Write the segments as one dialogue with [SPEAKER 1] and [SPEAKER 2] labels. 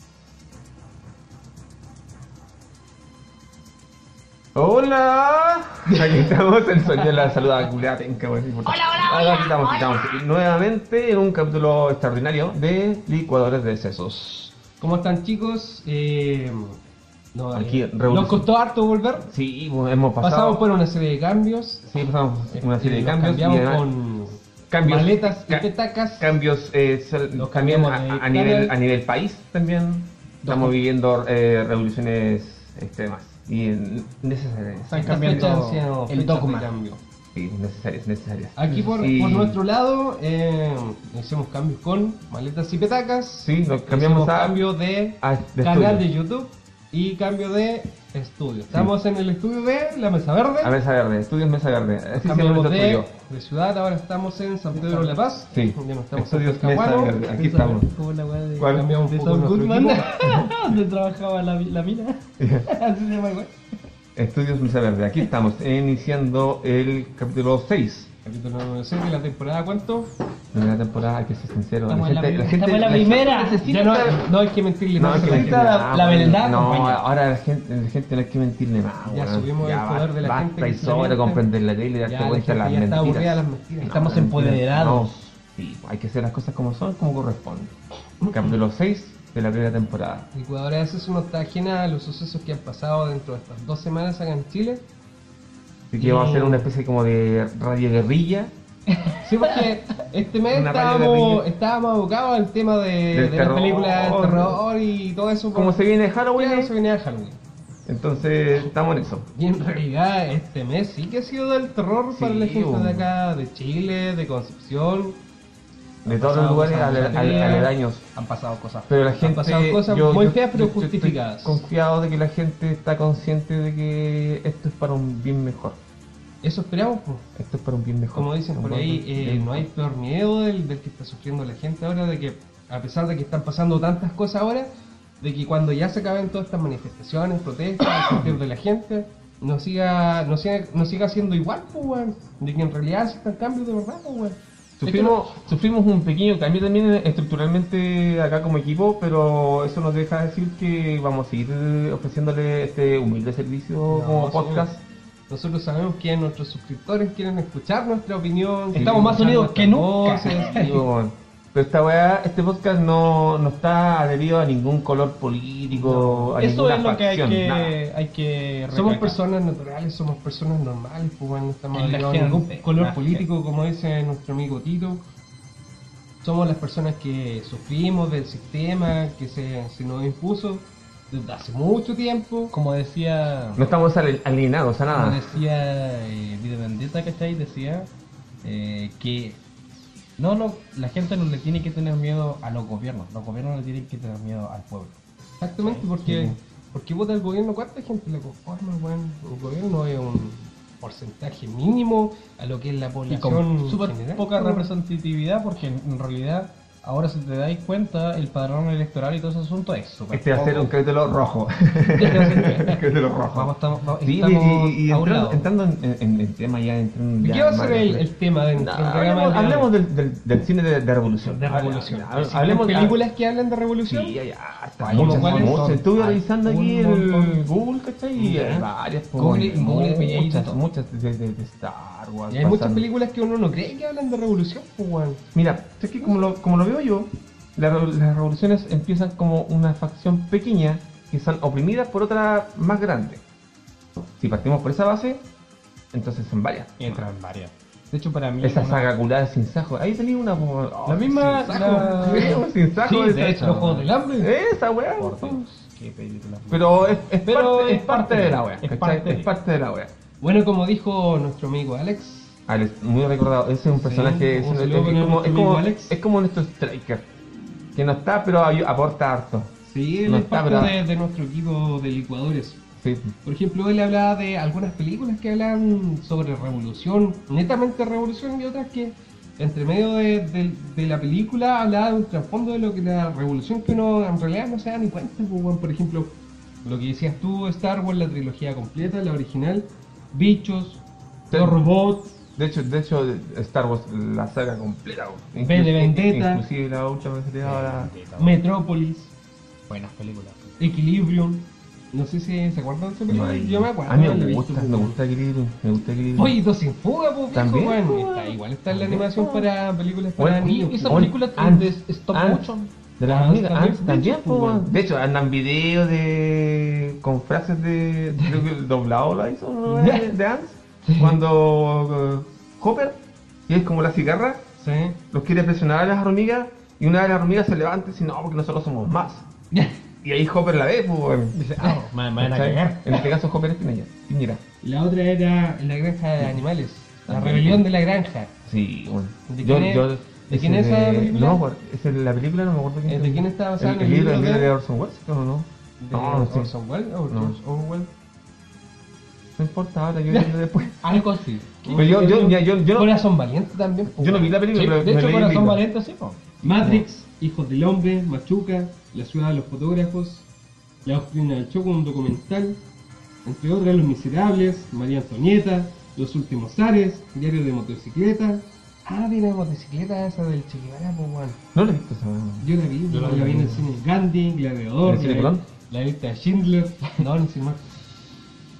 [SPEAKER 1] Hola, aquí estamos en Sonido de la Salud Aculeada, tenca, bueno, no importa.
[SPEAKER 2] Hola, hola, hola,
[SPEAKER 1] Aquí estamos, aquí
[SPEAKER 2] hola.
[SPEAKER 1] estamos. Nuevamente en un capítulo extraordinario de Licuadores de Sesos.
[SPEAKER 3] ¿Cómo están chicos? Eh, no,
[SPEAKER 1] Aquí,
[SPEAKER 3] eh,
[SPEAKER 1] revolución.
[SPEAKER 3] nos costó harto volver.
[SPEAKER 1] Sí, pues, hemos pasado.
[SPEAKER 3] Pasamos por una serie de cambios.
[SPEAKER 1] Sí, pasamos una
[SPEAKER 3] Eh,
[SPEAKER 1] serie de
[SPEAKER 3] nos
[SPEAKER 1] cambios. y
[SPEAKER 3] Cambiamos
[SPEAKER 1] además-
[SPEAKER 3] con
[SPEAKER 1] cambios-
[SPEAKER 3] maletas y
[SPEAKER 1] ca-
[SPEAKER 3] petacas.
[SPEAKER 1] cambios eh, sal-
[SPEAKER 3] Los
[SPEAKER 1] también
[SPEAKER 3] cambiamos
[SPEAKER 1] a,
[SPEAKER 3] de
[SPEAKER 1] a nivel
[SPEAKER 3] canal.
[SPEAKER 1] a nivel país también estamos
[SPEAKER 3] Dos.
[SPEAKER 1] viviendo eh, revoluciones extremas y eh, necesarias
[SPEAKER 3] Estas
[SPEAKER 4] cambiando
[SPEAKER 3] fechas han sido
[SPEAKER 4] el
[SPEAKER 3] fechas de
[SPEAKER 4] dogma.
[SPEAKER 3] cambio.
[SPEAKER 1] Sí, necesarias necesarias
[SPEAKER 3] Aquí por,
[SPEAKER 1] Mm, Sí.
[SPEAKER 3] por nuestro lado eh, hicimos cambios con maletas y petacas.
[SPEAKER 1] sí nos cambiamos
[SPEAKER 3] Hicimos
[SPEAKER 1] a,
[SPEAKER 3] cambio de,
[SPEAKER 1] a- de
[SPEAKER 3] canal
[SPEAKER 1] estudio.
[SPEAKER 3] de YouTube y cambio de estudio. Estamos en el estudio de La Mesa Verde.
[SPEAKER 1] a mesa verde estudios mesa verde Así se llama
[SPEAKER 3] Cambiamos
[SPEAKER 1] nuestro
[SPEAKER 3] de,
[SPEAKER 1] estudio.
[SPEAKER 3] de ciudad, ahora estamos en San Pedro de La Paz.
[SPEAKER 1] Sí.
[SPEAKER 3] Ya no estamos
[SPEAKER 1] Estudios
[SPEAKER 3] en Talcahuano.
[SPEAKER 1] Mesa Verde. Aquí estamos.
[SPEAKER 4] Como la weá de,
[SPEAKER 1] ¿Cuál?
[SPEAKER 3] Cambiamos un
[SPEAKER 4] de
[SPEAKER 3] poco
[SPEAKER 4] Saul
[SPEAKER 3] nuestro
[SPEAKER 4] Goodman,
[SPEAKER 3] equipo.
[SPEAKER 4] donde trabajaba la, la mina. Así se llama, weá.
[SPEAKER 1] estudios mesa verde aquí estamos iniciando el capítulo 6
[SPEAKER 3] Capítulo número 6 de la temporada, ¿cuánto?
[SPEAKER 1] primera temporada hay que ser sincero
[SPEAKER 4] Estamos en la
[SPEAKER 1] gente-
[SPEAKER 4] prim-
[SPEAKER 1] gente-
[SPEAKER 4] estamos en la
[SPEAKER 1] gente
[SPEAKER 4] primera.
[SPEAKER 1] necesita
[SPEAKER 3] Ya no,
[SPEAKER 1] estar-
[SPEAKER 3] no hay que mentirle
[SPEAKER 1] No,
[SPEAKER 3] más
[SPEAKER 1] hay que
[SPEAKER 3] a la
[SPEAKER 1] mentirle
[SPEAKER 3] gente.
[SPEAKER 1] nada,
[SPEAKER 4] la
[SPEAKER 1] weón.
[SPEAKER 4] verdad,
[SPEAKER 1] No,
[SPEAKER 4] compañero.
[SPEAKER 1] ahora la gente, la gente no hay que mentirle más.
[SPEAKER 3] Ya
[SPEAKER 1] weón.
[SPEAKER 3] subimos el
[SPEAKER 1] ba-
[SPEAKER 3] poder de la
[SPEAKER 1] basta
[SPEAKER 3] gente que
[SPEAKER 1] y
[SPEAKER 3] se
[SPEAKER 1] sobra
[SPEAKER 3] miente.
[SPEAKER 1] comprender la ley y darte
[SPEAKER 3] Ya, la
[SPEAKER 1] cuenta de las
[SPEAKER 3] gente ya está
[SPEAKER 1] mentiras.
[SPEAKER 3] aburrida de las mentiras.
[SPEAKER 4] Estamos
[SPEAKER 1] las mentiras,
[SPEAKER 4] empoderados.
[SPEAKER 1] no. Sí, pues, hay que hacer las cosas como son, como corresponde. Capítulo 6 de la primera temporada.
[SPEAKER 3] Licuadora de Sesos no está ajena a los sucesos que han pasado dentro de estas dos semanas acá en Chile.
[SPEAKER 1] Así que vamos a hacer
[SPEAKER 4] Y-
[SPEAKER 1] una especie como de radio guerrilla
[SPEAKER 3] Sí, porque este mes
[SPEAKER 1] Una radio de
[SPEAKER 3] estábamos,
[SPEAKER 1] ring.
[SPEAKER 3] estábamos abocados al tema de,
[SPEAKER 1] Del
[SPEAKER 3] de las películas de
[SPEAKER 1] terror.
[SPEAKER 3] terror y todo eso.
[SPEAKER 1] Como se viene Halloween,
[SPEAKER 3] Claro, se venía Halloween.
[SPEAKER 1] entonces estamos en eso.
[SPEAKER 3] Y en realidad este mes sí que ha sido del terror para
[SPEAKER 1] Sí,
[SPEAKER 3] la gente
[SPEAKER 1] bo.
[SPEAKER 3] de acá, de Chile, de Concepción.
[SPEAKER 1] De todos los
[SPEAKER 3] pasado
[SPEAKER 1] lugares
[SPEAKER 3] cosas
[SPEAKER 1] ale-
[SPEAKER 3] muy
[SPEAKER 1] ale-
[SPEAKER 3] feas.
[SPEAKER 1] aledaños.
[SPEAKER 4] Han pasado cosas.
[SPEAKER 1] Pero la
[SPEAKER 3] Han
[SPEAKER 1] gente.
[SPEAKER 3] pasado cosas muy feas, pero
[SPEAKER 1] estoy
[SPEAKER 3] justificadas.
[SPEAKER 1] confiado de que la gente está consciente de que esto es para un bien mejor.
[SPEAKER 3] Eso esperamos, pues.
[SPEAKER 1] Esto es para un bien mejor.
[SPEAKER 3] Como dicen por
[SPEAKER 1] Un
[SPEAKER 3] ahí,
[SPEAKER 1] buen-
[SPEAKER 3] eh,
[SPEAKER 1] bien
[SPEAKER 3] no hay
[SPEAKER 1] mejor.
[SPEAKER 3] peor miedo del, del que está sufriendo la gente ahora, de que a pesar de que están pasando tantas cosas ahora, de que cuando ya se acaben todas estas manifestaciones, protestas, el sentir de la gente, no siga, no siga, no siga siendo igual, pues, weón. De que en realidad se están cambios de verdad, pues, weón.
[SPEAKER 1] Sufrimos, sufrimos un pequeño cambio también estructuralmente acá como equipo, pero eso nos deja decir que vamos a seguir ofreciéndole este humilde servicio
[SPEAKER 3] No,
[SPEAKER 1] como
[SPEAKER 3] sí.
[SPEAKER 1] podcast.
[SPEAKER 3] Nosotros sabemos que nuestros suscriptores quieren escuchar nuestra opinión.
[SPEAKER 1] Sí.
[SPEAKER 3] quieren
[SPEAKER 1] Estamos más
[SPEAKER 3] escuchar
[SPEAKER 4] unidos que
[SPEAKER 3] nuestras
[SPEAKER 4] nunca.
[SPEAKER 3] voces.
[SPEAKER 1] Digo, bueno, pero esta weá, este podcast no, no está adherido a ningún color político, a
[SPEAKER 4] Eso
[SPEAKER 1] ninguna
[SPEAKER 4] es lo que hay
[SPEAKER 1] facción, nada.
[SPEAKER 4] que, hay que
[SPEAKER 3] Somos
[SPEAKER 4] recalcar.
[SPEAKER 3] personas naturales, somos personas normales, pues bueno, no estamos
[SPEAKER 4] Es la
[SPEAKER 3] ligados a ningún
[SPEAKER 4] gente,
[SPEAKER 3] color
[SPEAKER 4] la
[SPEAKER 3] político, como dice nuestro amigo Tito. Somos las personas que sufrimos del sistema que se, se nos impuso desde hace mucho tiempo.
[SPEAKER 4] Como decía,
[SPEAKER 1] No estamos ale- alienados a
[SPEAKER 4] como
[SPEAKER 1] nada.
[SPEAKER 4] decía eh, Vida Vendetta, ¿cachai? Decía eh, que no, no, la gente no le tiene que tener miedo a los gobiernos. Los gobiernos le tienen que tener miedo al pueblo.
[SPEAKER 3] Exactamente, porque, porque vota el gobierno, ¿cuánta gente lo conforma? Bueno, el gobierno es un porcentaje mínimo a lo que es la
[SPEAKER 4] y
[SPEAKER 3] población.
[SPEAKER 4] con súper
[SPEAKER 3] general,
[SPEAKER 4] poca
[SPEAKER 3] pues, bueno.
[SPEAKER 4] representatividad porque en en realidad ahora si te dais cuenta el padrón electoral y todo ese asunto es súper
[SPEAKER 1] Este va a ser
[SPEAKER 4] poco.
[SPEAKER 1] un capítulo rojo.
[SPEAKER 3] Este
[SPEAKER 1] capítulo rojo.
[SPEAKER 4] Vamos, estamos, vamos-
[SPEAKER 1] Sí,
[SPEAKER 4] estamos
[SPEAKER 1] y, y- y
[SPEAKER 4] a un
[SPEAKER 1] entrando,
[SPEAKER 4] lado.
[SPEAKER 1] entrando en, en- en el tema ya, entrando
[SPEAKER 3] ¿Y
[SPEAKER 1] ya
[SPEAKER 3] qué va a
[SPEAKER 1] más
[SPEAKER 3] ser el,
[SPEAKER 1] de-
[SPEAKER 3] el tema de nuestro
[SPEAKER 1] No,
[SPEAKER 3] programa?
[SPEAKER 1] hablemos,
[SPEAKER 3] del día de hoy?
[SPEAKER 1] hablemos del, del- del cine de, de revolución.
[SPEAKER 3] de revolución.
[SPEAKER 1] Hable-
[SPEAKER 3] ¿Existen
[SPEAKER 1] hablemos de
[SPEAKER 3] películas que hablan de revolución.
[SPEAKER 1] Sí, ya, ya. hasta
[SPEAKER 4] Hay
[SPEAKER 1] muchas,
[SPEAKER 4] muchas,
[SPEAKER 1] muchas.
[SPEAKER 4] son-
[SPEAKER 1] Estuve
[SPEAKER 4] hay
[SPEAKER 1] revisando aquí
[SPEAKER 4] un
[SPEAKER 1] el
[SPEAKER 4] montón.
[SPEAKER 1] Google, ¿cachai? Y
[SPEAKER 4] Ya.
[SPEAKER 1] hay varias. po,
[SPEAKER 4] Google-
[SPEAKER 1] hay
[SPEAKER 4] Google veía
[SPEAKER 1] muchas,
[SPEAKER 4] todo.
[SPEAKER 1] muchas de, de- de Star Wars.
[SPEAKER 3] Y hay muchas
[SPEAKER 1] pasan-
[SPEAKER 3] películas que uno no cree que hablan de revolución, pues, weón.
[SPEAKER 1] Mira, es que como lo, como lo veo yo, la re- las revoluciones empiezan como una facción pequeña que son oprimidas por otra más grande. Si partimos por esa base, entonces son varias.
[SPEAKER 4] Entran varias. De hecho, para mí.
[SPEAKER 1] Esa
[SPEAKER 4] una-
[SPEAKER 1] saga culada sin sajo. Ahí tenía una. po- oh,
[SPEAKER 4] La misma.
[SPEAKER 3] Sin
[SPEAKER 4] la-
[SPEAKER 3] saco.
[SPEAKER 1] Sí, sin sajo
[SPEAKER 4] Sí,
[SPEAKER 1] esa-
[SPEAKER 4] de hecho.
[SPEAKER 3] Los Juegos del Hambre.
[SPEAKER 1] Esa weá.
[SPEAKER 4] Por Dios, qué película.
[SPEAKER 1] Pero es, es
[SPEAKER 4] Pero
[SPEAKER 1] parte,
[SPEAKER 4] es
[SPEAKER 1] es parte
[SPEAKER 4] parte
[SPEAKER 1] de
[SPEAKER 4] de-
[SPEAKER 1] la wea.
[SPEAKER 4] es
[SPEAKER 1] ¿cachai?
[SPEAKER 4] parte de-
[SPEAKER 1] Es parte de la wea.
[SPEAKER 3] Bueno, como dijo nuestro amigo Alex,
[SPEAKER 1] Alex, muy recordado. Ese es un
[SPEAKER 3] Sí,
[SPEAKER 1] personaje. es,
[SPEAKER 3] un
[SPEAKER 1] un- es
[SPEAKER 3] saludo para
[SPEAKER 1] como,
[SPEAKER 3] nuestro
[SPEAKER 1] es, como,
[SPEAKER 3] amigo Alex.
[SPEAKER 1] es como nuestro striker. Que no está, pero ay- aporta harto.
[SPEAKER 3] sí, él
[SPEAKER 1] No
[SPEAKER 3] es
[SPEAKER 1] está,
[SPEAKER 3] parte
[SPEAKER 1] pero-
[SPEAKER 3] de, de nuestro equipo de licuadores.
[SPEAKER 1] Sí.
[SPEAKER 3] Por ejemplo, él hablaba de algunas películas que hablan sobre revolución, netamente revolución, y otras que entre medio de, de- de la película hablaba de un trasfondo de lo que la revolución que uno en realidad no se da ni cuenta. pues, weón. por ejemplo, lo que decías tú, Star Wars, la trilogía completa, la original, bichos,
[SPEAKER 1] Sí.
[SPEAKER 3] los robots,
[SPEAKER 1] De hecho, de hecho, Star Wars, la saga completa.
[SPEAKER 3] V de Vendetta.
[SPEAKER 1] Inclusive la última vez que te daba la-
[SPEAKER 3] Metrópolis,
[SPEAKER 4] Buenas películas.
[SPEAKER 3] Equilibrium, No sé si se acuerdan de esa película.
[SPEAKER 1] Ay,
[SPEAKER 3] Yo me acuerdo.
[SPEAKER 1] A mí
[SPEAKER 3] la
[SPEAKER 1] me
[SPEAKER 3] vi.
[SPEAKER 1] gusta, me gusta Grill, me gusta Grill.
[SPEAKER 3] Oye, dos sin fuga, pues,
[SPEAKER 1] También,
[SPEAKER 3] weón.
[SPEAKER 1] pues,
[SPEAKER 3] Está- igual está en la
[SPEAKER 1] también,
[SPEAKER 3] animación
[SPEAKER 1] pues.
[SPEAKER 3] para películas para
[SPEAKER 1] Bueno,
[SPEAKER 3] niños.
[SPEAKER 1] oye,
[SPEAKER 3] pues.
[SPEAKER 1] esa película de
[SPEAKER 4] stop
[SPEAKER 1] motion. De las
[SPEAKER 3] Ah,
[SPEAKER 1] hormigas,
[SPEAKER 3] también,
[SPEAKER 1] antes también,
[SPEAKER 3] de hecho,
[SPEAKER 1] po,
[SPEAKER 3] pues,
[SPEAKER 1] weón. De hecho, andan videos de. con frases de. creo que el doblado la hizo, ¿no? de, de Ants. Cuando eh, Hopper, que es como la cigarra,
[SPEAKER 3] Sí.
[SPEAKER 1] los quiere presionar a las hormigas y una de las hormigas se levanta y dice, no, porque nosotros somos más. Y ahí Hopper la ve, pues. weón.
[SPEAKER 4] Dice, ah, me, me van a
[SPEAKER 1] ¿Cachai?
[SPEAKER 4] cagar.
[SPEAKER 1] En este caso Hopper es Piñera. Piñera.
[SPEAKER 3] La otra era La granja de animales. La
[SPEAKER 1] También.
[SPEAKER 3] rebelión de la granja.
[SPEAKER 1] Sí, bueno.
[SPEAKER 3] ¿De quién es- de quién es esa película?
[SPEAKER 1] No, me acuerdo. es el- la película, no me acuerdo
[SPEAKER 3] Eh, ¿de quién está basada
[SPEAKER 1] el,
[SPEAKER 3] en
[SPEAKER 1] el
[SPEAKER 3] el
[SPEAKER 1] libro, el
[SPEAKER 3] libro
[SPEAKER 1] libro
[SPEAKER 3] de-
[SPEAKER 1] de Orson Welles, creo, ¿no?
[SPEAKER 3] De
[SPEAKER 1] No, no sé.
[SPEAKER 3] Orson Welles, o
[SPEAKER 1] Ah, No.
[SPEAKER 3] George Orwell.
[SPEAKER 1] No importa, ahora yo digo después.
[SPEAKER 4] Algo así.
[SPEAKER 1] Pero Pues yo, yo, mira, yo, yo, no,
[SPEAKER 3] Corazón valiente también. pues,
[SPEAKER 1] yo no vi la película,
[SPEAKER 4] Sí,
[SPEAKER 1] pero
[SPEAKER 4] de
[SPEAKER 1] me
[SPEAKER 4] hecho,
[SPEAKER 1] leí el
[SPEAKER 4] Corazón
[SPEAKER 1] libro.
[SPEAKER 4] Valiente, sí, po.
[SPEAKER 3] Matrix, Hijos del Hombre, Machuca, La Ciudad de los Fotógrafos, La Doctrina del Choco, un documental, entre otras Los Miserables, María Antonieta, Los Últimos Ares, Diario de Motocicleta. Ah, tiene la motocicleta esa del Che Guevara, pues, weón.
[SPEAKER 1] No lo he visto esa weá.
[SPEAKER 3] Yo la vi,
[SPEAKER 4] Yo
[SPEAKER 3] yo
[SPEAKER 4] la
[SPEAKER 3] la,
[SPEAKER 4] vi
[SPEAKER 3] vi en el
[SPEAKER 4] también.
[SPEAKER 3] cine Gandhi, Gladiador,
[SPEAKER 1] ¿En el cine
[SPEAKER 3] la-
[SPEAKER 1] Colón?
[SPEAKER 3] la lista de Schindler, no, no sin más.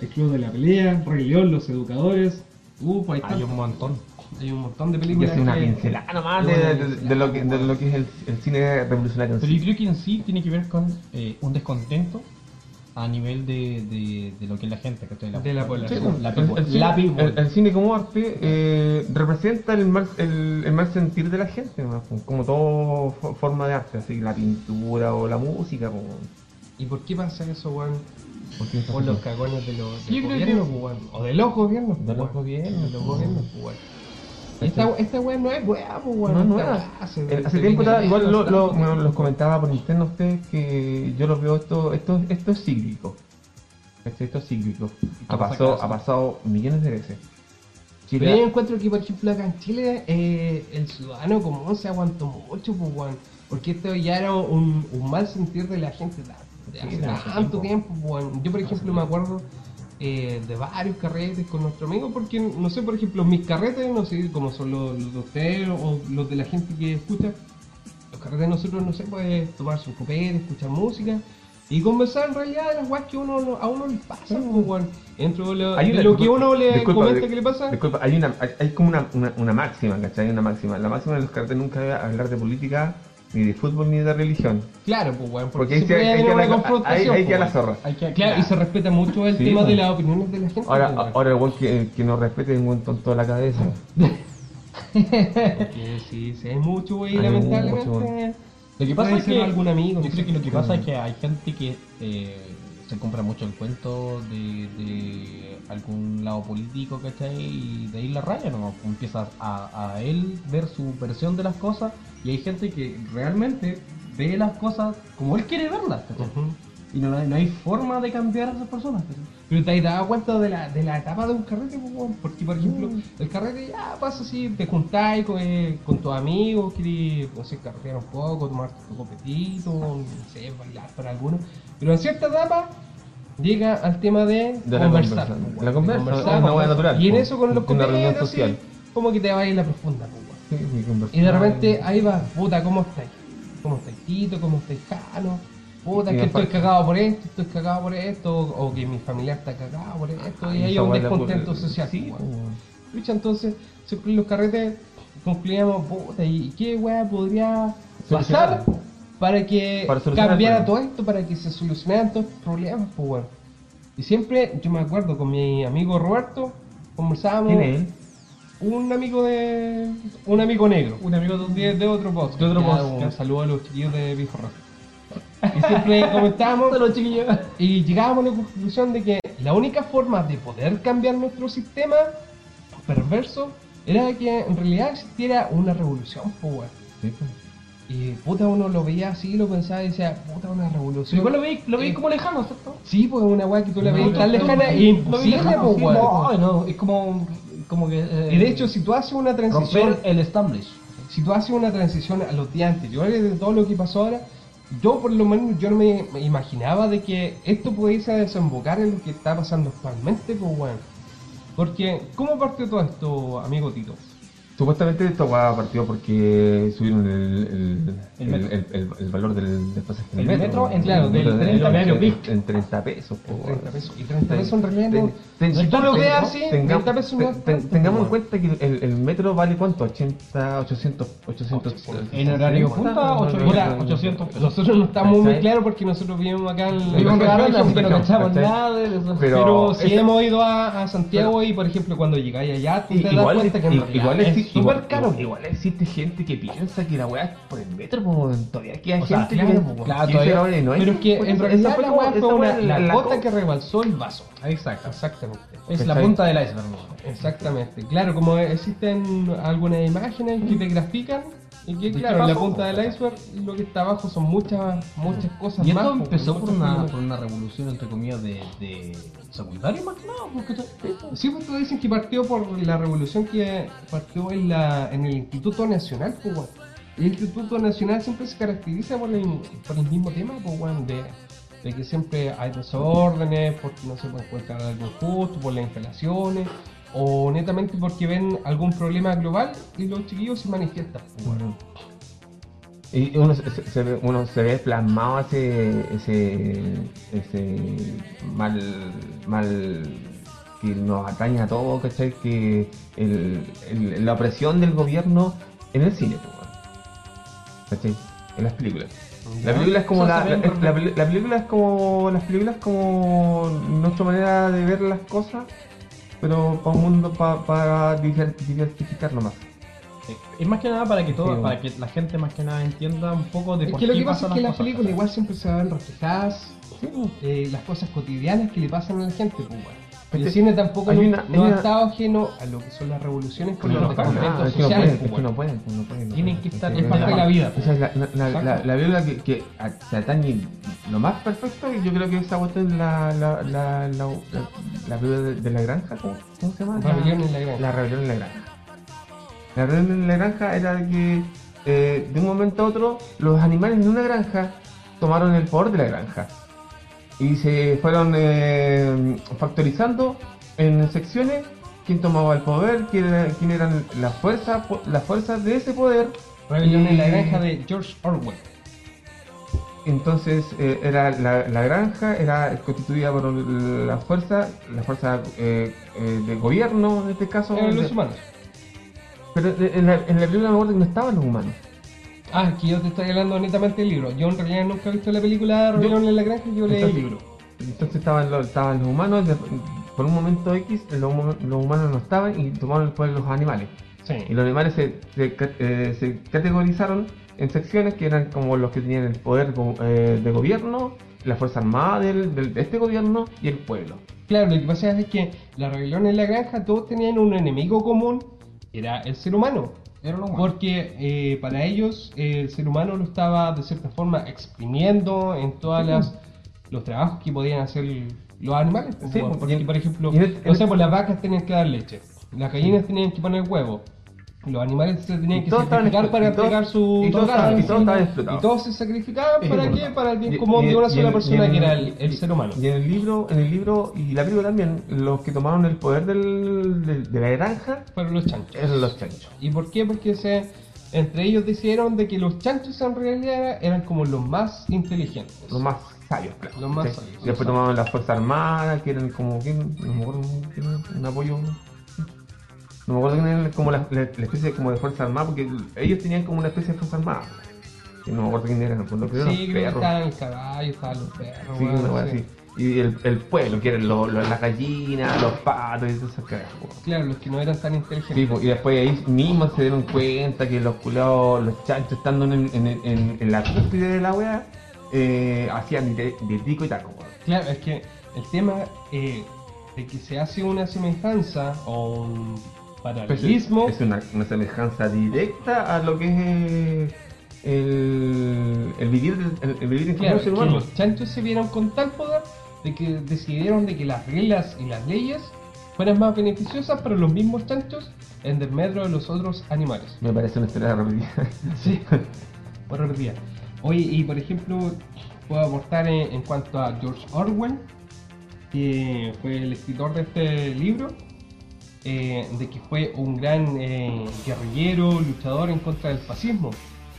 [SPEAKER 3] El Club de la Pelea, Rey León, Los Educadores, uh, pues hay,
[SPEAKER 4] Hay un montón.
[SPEAKER 3] tantas- hay un montón de
[SPEAKER 1] Yo
[SPEAKER 3] películas.
[SPEAKER 1] soy una
[SPEAKER 3] que-
[SPEAKER 1] pincelada nomás de,
[SPEAKER 3] Yo una
[SPEAKER 1] de- de-
[SPEAKER 3] pincelada,
[SPEAKER 1] de lo, que, de lo que es el, el cine revolucionario. en
[SPEAKER 4] Pero yo
[SPEAKER 1] sí.
[SPEAKER 4] creo que en sí tiene que ver con eh, un descontento a nivel de, de, de lo que es la gente, que
[SPEAKER 3] De la
[SPEAKER 1] Sí,
[SPEAKER 3] población.
[SPEAKER 1] bueno,
[SPEAKER 4] la
[SPEAKER 1] el,
[SPEAKER 4] people.
[SPEAKER 1] el cine-
[SPEAKER 4] La people.
[SPEAKER 1] el- el cine como arte eh, representa el mal, el, el mal sentir de la gente, nomás, pues, como toda fo- forma de arte, así la pintura o la música. pues.
[SPEAKER 3] ¿Y por qué pasa eso, weón?
[SPEAKER 1] Porque es
[SPEAKER 3] Por
[SPEAKER 1] así.
[SPEAKER 3] los cagones de los
[SPEAKER 4] Yo
[SPEAKER 3] del
[SPEAKER 4] creo
[SPEAKER 3] gobierno,
[SPEAKER 4] que-
[SPEAKER 3] pues, weón. O de los gobiernos,
[SPEAKER 4] De
[SPEAKER 3] pues,
[SPEAKER 4] los
[SPEAKER 3] weón.
[SPEAKER 4] gobiernos,
[SPEAKER 3] De los
[SPEAKER 4] pues,
[SPEAKER 3] gobiernos, pues, weón. Esta, esta weón no es weá, pues, weón.
[SPEAKER 1] Este- No, no
[SPEAKER 3] Esta
[SPEAKER 1] era.
[SPEAKER 3] weá se-
[SPEAKER 1] Eh, Hace
[SPEAKER 3] se
[SPEAKER 1] tiempo
[SPEAKER 3] viene
[SPEAKER 1] estaba- igual lo,
[SPEAKER 3] viendo
[SPEAKER 1] lo-
[SPEAKER 3] hasta-
[SPEAKER 1] bueno, los comentaba por interno a ustedes que yo los veo esto, esto, esto es cíclico. ¿Cachai? Esto es cíclico. Ha
[SPEAKER 4] pasa
[SPEAKER 1] pasado,
[SPEAKER 4] cada
[SPEAKER 1] ha pasado millones de veces.
[SPEAKER 3] Pero yo
[SPEAKER 1] Chile,
[SPEAKER 3] encuentro que, por ejemplo, acá en Chile, eh, el ciudadano común se aguantó mucho, pues, weón. Porque esto ya era un, un mal sentir de la gente ta- de hace
[SPEAKER 1] Sí, de hace
[SPEAKER 3] tanto
[SPEAKER 1] tiempo.
[SPEAKER 3] tiempo, pues, weón. Yo, por ejemplo, me acuerdo eh, de varios carretes con nuestro amigo, porque, no sé, por ejemplo, mis carretes, no sé cómo son los, los de ustedes o los de la gente que escucha. Los carretes de nosotros, no sé, pues, tomarse un copete, escuchar música. Y conversar en realidad de las guas que uno, no- a uno le pasa, pues, weón. Dentro de lo, de lo que uno le
[SPEAKER 1] disculpa,
[SPEAKER 3] comenta
[SPEAKER 1] di-
[SPEAKER 3] que le pasa.
[SPEAKER 1] Disculpa, hay, una, hay, hay como una, una, una máxima, ¿cachai? Hay una máxima. La máxima de los carteles nunca es hablar de política, ni de fútbol, ni de religión.
[SPEAKER 3] Claro, pues, weón, porque
[SPEAKER 1] Porque ahí
[SPEAKER 3] siempre
[SPEAKER 1] se-
[SPEAKER 3] hay,
[SPEAKER 1] hay que
[SPEAKER 3] una
[SPEAKER 1] la-
[SPEAKER 3] confrontación.
[SPEAKER 1] ahí- ahí
[SPEAKER 3] pues,
[SPEAKER 1] queda la
[SPEAKER 3] weón.
[SPEAKER 1] zorra.
[SPEAKER 4] Hay que
[SPEAKER 3] Claro, y se respeta mucho el
[SPEAKER 1] Sí,
[SPEAKER 3] tema
[SPEAKER 1] weón.
[SPEAKER 3] de las opiniones de la gente.
[SPEAKER 1] Ahora,
[SPEAKER 3] pues, weón.
[SPEAKER 1] ahora igual que, que no respete ningún tonto de la cabeza.
[SPEAKER 3] Porque sí, sí, hay mucho, güey,
[SPEAKER 1] Hay
[SPEAKER 3] lamentablemente.
[SPEAKER 1] mucho, weón.
[SPEAKER 4] Lo que pasa
[SPEAKER 3] Puede
[SPEAKER 4] es
[SPEAKER 3] ser
[SPEAKER 4] que
[SPEAKER 3] algún amigo,
[SPEAKER 4] Yo
[SPEAKER 3] no
[SPEAKER 4] creo
[SPEAKER 3] sé.
[SPEAKER 4] que lo que pasa es que hay gente que eh, se compra mucho el cuento de, de algún lado político, ¿cachai? Y de ahí la raya, ¿no? Empieza a, a él ver su versión de las cosas y hay gente que realmente ve las cosas como él quiere verlas, ¿cachai?
[SPEAKER 3] Ujú.
[SPEAKER 4] Y no, hay- no hay forma de cambiar a esas personas, ¿cachai?
[SPEAKER 3] Pero te has dado cuenta de la, de la etapa de un carrete, pues, weón, porque por ejemplo, el carrete ya pasa así, te juntáis con, eh, con tus amigos, querés, no sé, carretear un poco, tomar tu copetito, no sé, bailar para algunos. Pero en cierta etapa llega al tema de,
[SPEAKER 1] De la
[SPEAKER 3] conversar.
[SPEAKER 1] conversa.
[SPEAKER 3] pues, weón,
[SPEAKER 1] La conversa,
[SPEAKER 3] conversar,
[SPEAKER 1] es una hueá
[SPEAKER 3] conversar.
[SPEAKER 1] natural,
[SPEAKER 3] Y en
[SPEAKER 1] pues,
[SPEAKER 3] eso con los
[SPEAKER 1] una reunión
[SPEAKER 3] copetes, así,
[SPEAKER 1] social.
[SPEAKER 3] como que te vas a la profunda, pues, weón.
[SPEAKER 1] Sí, mi
[SPEAKER 3] Y de
[SPEAKER 1] conversación.
[SPEAKER 3] repente ahí va, puta, ¿cómo estáis? ¿Cómo estáis Tito? ¿Cómo estáis Jano? Puta,
[SPEAKER 1] Sí,
[SPEAKER 3] es que estoy
[SPEAKER 1] aparte.
[SPEAKER 3] cagado por esto, estoy cagado por esto, o, o que mi familiar está cagado por esto, y
[SPEAKER 1] Esa
[SPEAKER 3] hay un
[SPEAKER 1] hueá es la
[SPEAKER 3] descontento
[SPEAKER 1] pura-
[SPEAKER 3] social.
[SPEAKER 1] Sí,
[SPEAKER 3] pues, weón. Pucha, entonces, siempre en los carretes concluíamos, puta, ¿y qué weá podría
[SPEAKER 1] Solucionar.
[SPEAKER 3] pasar para que
[SPEAKER 1] Para solucionar el
[SPEAKER 3] cambiara
[SPEAKER 1] problema.
[SPEAKER 3] todo esto, para que se solucionaran todos estos problemas, pues, weón? Y siempre, yo me acuerdo con mi amigo Roberto, conversábamos
[SPEAKER 1] ¿Quién es él?
[SPEAKER 3] un amigo de. un amigo negro. Un amigo de, de, otro podcast.
[SPEAKER 4] De otro
[SPEAKER 3] Ya,
[SPEAKER 4] podcast.
[SPEAKER 3] bueno, Saludos a los chiquillos de Viejo Rock. Y siempre comentábamos y llegábamos a la conclusión de que la única forma de poder cambiar nuestro sistema perverso era que en realidad existiera una revolución, pues, weón.
[SPEAKER 1] Sí, pues.
[SPEAKER 3] Y puta, uno lo veía así, lo pensaba y decía, puta, una revolución.
[SPEAKER 4] Igual lo veis lo veis
[SPEAKER 3] Eh,
[SPEAKER 4] como lejano, ¿cierto?
[SPEAKER 3] Sí, pues una weá que tú la
[SPEAKER 4] No,
[SPEAKER 3] veías
[SPEAKER 4] no,
[SPEAKER 3] tan
[SPEAKER 4] no,
[SPEAKER 3] lejana
[SPEAKER 4] no,
[SPEAKER 3] e
[SPEAKER 4] no,
[SPEAKER 3] imposible,
[SPEAKER 4] no,
[SPEAKER 3] pues,
[SPEAKER 4] sí,
[SPEAKER 3] weón.
[SPEAKER 4] No, no, es como, como que... eh,
[SPEAKER 3] Y de hecho, si tú haces una transición
[SPEAKER 4] romper el establish.
[SPEAKER 3] si tú haces una transición a los días anteriores de todo lo que pasó ahora, yo por lo menos yo no me me imaginaba de que esto pudiese desembocar en lo que está pasando actualmente, pues weón. Porque, ¿cómo partió todo esto, amigo Tito?
[SPEAKER 1] Supuestamente esta hueá partió porque subieron el, el,
[SPEAKER 4] El
[SPEAKER 1] el,
[SPEAKER 4] metro.
[SPEAKER 1] el, el- el valor del, del pasaje en
[SPEAKER 4] El metro,
[SPEAKER 1] en-
[SPEAKER 4] claro,
[SPEAKER 1] en-
[SPEAKER 4] del
[SPEAKER 1] en-
[SPEAKER 4] 30
[SPEAKER 1] en-
[SPEAKER 4] medio pic.
[SPEAKER 1] En 30 pesos, po,
[SPEAKER 3] 30 pesos. Y
[SPEAKER 1] weón.
[SPEAKER 3] 30 pesos en realidad
[SPEAKER 1] Ten-
[SPEAKER 3] no.
[SPEAKER 1] ten-
[SPEAKER 3] Si tú lo
[SPEAKER 1] ten-
[SPEAKER 3] veas así,
[SPEAKER 1] tenga-
[SPEAKER 3] 30 pesos no
[SPEAKER 1] ten-
[SPEAKER 3] es
[SPEAKER 1] ten-
[SPEAKER 3] tanto,
[SPEAKER 1] Tengamos en
[SPEAKER 3] weón.
[SPEAKER 1] cuenta que el, el metro vale cuánto? 80, 800, 800.
[SPEAKER 4] En horario punta, ocho-
[SPEAKER 3] Puta,
[SPEAKER 4] 800 pesos.
[SPEAKER 3] Nosotros no estamos muy
[SPEAKER 1] ¿Cachai?
[SPEAKER 3] claros porque nosotros vivimos acá en
[SPEAKER 1] Vivimos
[SPEAKER 3] en
[SPEAKER 1] en
[SPEAKER 3] la
[SPEAKER 1] Carranza,
[SPEAKER 3] región,
[SPEAKER 1] pero
[SPEAKER 3] pero
[SPEAKER 1] no
[SPEAKER 3] no
[SPEAKER 1] cachamos
[SPEAKER 4] nada de
[SPEAKER 1] Pero-
[SPEAKER 3] Pero si
[SPEAKER 1] ese-
[SPEAKER 3] hemos ido a, a Santiago y, por ejemplo, cuando llegáis allá, tú
[SPEAKER 1] I-
[SPEAKER 3] te das
[SPEAKER 1] Igual,
[SPEAKER 3] cuenta que en
[SPEAKER 1] i-
[SPEAKER 3] realidad
[SPEAKER 1] igual
[SPEAKER 3] es
[SPEAKER 1] exi-
[SPEAKER 3] súper
[SPEAKER 1] igual-
[SPEAKER 3] caro.
[SPEAKER 1] igual existe gente que piensa que la weá es por el metro, po, weón. todavía queda
[SPEAKER 4] O sea,
[SPEAKER 1] gente
[SPEAKER 4] claro,
[SPEAKER 1] que
[SPEAKER 4] po, claro,
[SPEAKER 1] que dice,
[SPEAKER 4] todavía-
[SPEAKER 1] "Oye, no es
[SPEAKER 3] Pero es que en
[SPEAKER 1] esa
[SPEAKER 3] realidad
[SPEAKER 1] fue
[SPEAKER 3] la
[SPEAKER 1] como-
[SPEAKER 3] weá
[SPEAKER 1] esa
[SPEAKER 3] fue una,
[SPEAKER 1] fue
[SPEAKER 3] la,
[SPEAKER 1] la
[SPEAKER 3] gota
[SPEAKER 1] co-
[SPEAKER 3] que rebalsó el vaso.
[SPEAKER 4] Exacto.
[SPEAKER 3] Exactamente.
[SPEAKER 4] Es la
[SPEAKER 1] ¿Cachai?
[SPEAKER 4] punta del iceberg. ¿no?
[SPEAKER 3] Exactamente. Claro, como existen algunas imágenes que te grafican y que, claro, en la
[SPEAKER 4] pasó?
[SPEAKER 3] punta del iceberg lo que está abajo son muchas, muchas cosas
[SPEAKER 4] Y
[SPEAKER 3] más.
[SPEAKER 4] esto
[SPEAKER 3] po,
[SPEAKER 4] empezó por
[SPEAKER 3] muchas
[SPEAKER 4] una,
[SPEAKER 3] cosas
[SPEAKER 4] por una revolución, entre comillas, de, de secundario más que nada, porque to- eh,
[SPEAKER 3] Sí, pues todos dicen que partió por la revolución que partió en, la, en el Instituto Nacional, pues, weón. El Instituto Nacional siempre se caracteriza por el, por el mismo tema, pues, weón, de, de que siempre hay desórdenes, porque no se encuentran algo justo, por las instalaciones, o netamente porque ven algún problema global y los chiquillos se manifiestan, pues, weón.
[SPEAKER 1] Ujú. Y uno se, se- se ve, uno se ve plasmado ese, ese, ese mal, mal que nos atañe a todos, ¿cachai? Que el- el- la opresión del gobierno en el cine, pues, weón. ¿cachai? En las películas. La película es como
[SPEAKER 4] O sea,
[SPEAKER 1] la,
[SPEAKER 4] se
[SPEAKER 1] la-
[SPEAKER 4] ven
[SPEAKER 1] la- la- la película es como las películas como nuestra manera de ver las cosas, pero para un mundo pa- para diver- diversificarlo más.
[SPEAKER 4] Sí. Es más que nada para que todo,
[SPEAKER 1] Sí.
[SPEAKER 4] para que la gente más que nada entienda un poco de
[SPEAKER 3] Es
[SPEAKER 4] por
[SPEAKER 3] que lo
[SPEAKER 4] qué
[SPEAKER 3] que pasa es
[SPEAKER 4] pasan
[SPEAKER 3] que las
[SPEAKER 4] las cosas,
[SPEAKER 3] películas
[SPEAKER 4] ¿cachai?
[SPEAKER 3] igual siempre se ven reflejadas
[SPEAKER 4] pues.
[SPEAKER 3] eh, las cosas cotidianas que le pasan a la gente, pues, weón. Pero el
[SPEAKER 1] Este,
[SPEAKER 3] cine tampoco
[SPEAKER 1] hay
[SPEAKER 3] no,
[SPEAKER 1] una-
[SPEAKER 3] no
[SPEAKER 1] hay
[SPEAKER 3] ha
[SPEAKER 1] una-
[SPEAKER 3] estado ajeno a lo que son las revoluciones con
[SPEAKER 4] No,
[SPEAKER 3] los
[SPEAKER 4] no, para nada,
[SPEAKER 3] descontentos
[SPEAKER 1] es que no
[SPEAKER 3] sociales,
[SPEAKER 1] pueden, es que
[SPEAKER 3] pues,
[SPEAKER 1] no
[SPEAKER 3] weón.
[SPEAKER 1] pueden, pues, no pueden, no
[SPEAKER 4] Tienen
[SPEAKER 1] pueden,
[SPEAKER 4] que
[SPEAKER 1] es
[SPEAKER 4] estar
[SPEAKER 1] que
[SPEAKER 4] en
[SPEAKER 1] no
[SPEAKER 3] parte
[SPEAKER 1] pueden.
[SPEAKER 3] de la vida. pues.
[SPEAKER 1] Esa es la, la, la-
[SPEAKER 3] Exacto.
[SPEAKER 1] la- la película que, que a- se atañe lo más perfecto y yo creo que esa cuestión es la, la, la, la, la, la película de, de la granja, ¿cómo, cómo se llama? La-
[SPEAKER 3] Rebelión en la Granja.
[SPEAKER 1] La rebelión en la granja. La rebelión en la granja era de que eh, de un momento a otro los animales de una granja tomaron el poder de la granja y se fueron eh, factorizando en secciones quién tomaba el poder, quién, era- quién eran las fuerzas las fuerzas de ese poder.
[SPEAKER 3] Rebelión en la
[SPEAKER 1] Y-
[SPEAKER 3] granja de George Orwell.
[SPEAKER 1] Entonces eh, era la, la granja era constituida por la fuerza, la fuerza eh, eh, del gobierno en este caso.
[SPEAKER 3] Eran
[SPEAKER 1] de-
[SPEAKER 3] Eh, los humanos.
[SPEAKER 1] Pero en la, en la película me acuerdo que no estaban los humanos.
[SPEAKER 3] Ah, es que yo te estoy hablando netamente del libro. Yo en realidad nunca he visto la película Rebelión en la granja, yo leí el
[SPEAKER 1] Entonces-
[SPEAKER 3] libro.
[SPEAKER 1] Entonces estaban los, estaban los humanos, de- por un momento X los, hum- los humanos no estaban y tomaron el poder los animales. Y
[SPEAKER 3] Sí.
[SPEAKER 1] los animales se, se ca- eh, se categorizaron en secciones que eran como los que tenían el poder go- eh, de gobierno, la fuerza armada del- del- de este gobierno y el pueblo.
[SPEAKER 3] Claro, lo que pasa es que la rebelión en la granja todos tenían un enemigo común, que era el ser humano.
[SPEAKER 4] Era lo humano.
[SPEAKER 3] Porque eh, para ellos eh, el ser humano lo estaba de cierta forma exprimiendo en todas las los trabajos que podían hacer los animales. pues,
[SPEAKER 1] Sí,
[SPEAKER 3] weón,
[SPEAKER 1] pues,
[SPEAKER 3] porque,
[SPEAKER 1] y-
[SPEAKER 3] por ejemplo,
[SPEAKER 1] y en-
[SPEAKER 3] no sé, pues, las vacas tenían que dar leche, las gallinas tenían que poner huevo, los animales se tenían
[SPEAKER 1] Y
[SPEAKER 3] que
[SPEAKER 1] todos estaban
[SPEAKER 3] sacrificar
[SPEAKER 1] explo-
[SPEAKER 3] para
[SPEAKER 1] y todos-
[SPEAKER 3] entregar su
[SPEAKER 1] y todos estaban-
[SPEAKER 3] carne,
[SPEAKER 1] y todos
[SPEAKER 3] sí,
[SPEAKER 1] estaban explotados.
[SPEAKER 3] y todos se sacrificaban
[SPEAKER 1] Sí,
[SPEAKER 3] para
[SPEAKER 1] por
[SPEAKER 3] qué,
[SPEAKER 1] lo-
[SPEAKER 3] para el bien
[SPEAKER 1] y-
[SPEAKER 3] común
[SPEAKER 1] y-
[SPEAKER 3] de una
[SPEAKER 1] y
[SPEAKER 3] sola
[SPEAKER 1] en-
[SPEAKER 3] persona
[SPEAKER 1] y en-
[SPEAKER 3] que era el, el ser humano.
[SPEAKER 1] Y en el libro, en el libro y la película también, los que tomaron el poder del- del- de la granja
[SPEAKER 3] Fueron los chanchos.
[SPEAKER 1] eran los chanchos.
[SPEAKER 3] ¿Y por qué? Porque se, entre ellos decidieron de que los chanchos en realidad eran como los más inteligentes.
[SPEAKER 1] Los más sabios, claro.
[SPEAKER 3] Los más
[SPEAKER 1] ¿cachai?
[SPEAKER 3] sabios,
[SPEAKER 1] Después
[SPEAKER 3] exacto.
[SPEAKER 1] tomaban la Fuerza Armada, que eran como, que, no me acuerdo, que era un apoyo. No me acuerdo que eran como la, la- la especie como de Fuerza Armada, porque ellos tenían como una especie de Fuerza Armada. Que no me acuerdo quién eran, por lo que eran
[SPEAKER 3] sí,
[SPEAKER 1] los
[SPEAKER 3] creo que
[SPEAKER 1] perros.
[SPEAKER 3] estaban el caballo, estaban los perros.
[SPEAKER 1] Sí,
[SPEAKER 3] weón,
[SPEAKER 1] una wea
[SPEAKER 3] sí.
[SPEAKER 1] así. Y el, el pueblo, que eran los- los- las gallinas, los patos y todas esas cagadas. weón.
[SPEAKER 3] Claro, los que no eran tan inteligentes.
[SPEAKER 1] Sí, pues, y después ahí mismo se dieron cuenta que los culados, los chanchos estando en, en- en- en la cúspide de la wea, eh, hacían de, de tico y taco. weón.
[SPEAKER 3] Claro, es que el tema eh, de que se hace una semejanza o un
[SPEAKER 1] Pues
[SPEAKER 3] paralelismo.
[SPEAKER 1] Es una, una semejanza directa a lo que es eh, el, el vivir, el, el vivir en
[SPEAKER 3] Claro,
[SPEAKER 1] común ser
[SPEAKER 3] que
[SPEAKER 1] humano.
[SPEAKER 3] los chanchos se vieron con tal poder de que decidieron de que las reglas y las leyes fueran más beneficiosas para los mismos chanchos en desmedro de los otros animales.
[SPEAKER 1] Me parece una historia repetida.
[SPEAKER 3] Sí, por repetida. Oye, y por ejemplo, puedo aportar en, en cuanto a George Orwell, que fue el escritor de este libro. eh, de que fue un gran eh, guerrillero, luchador en contra del fascismo.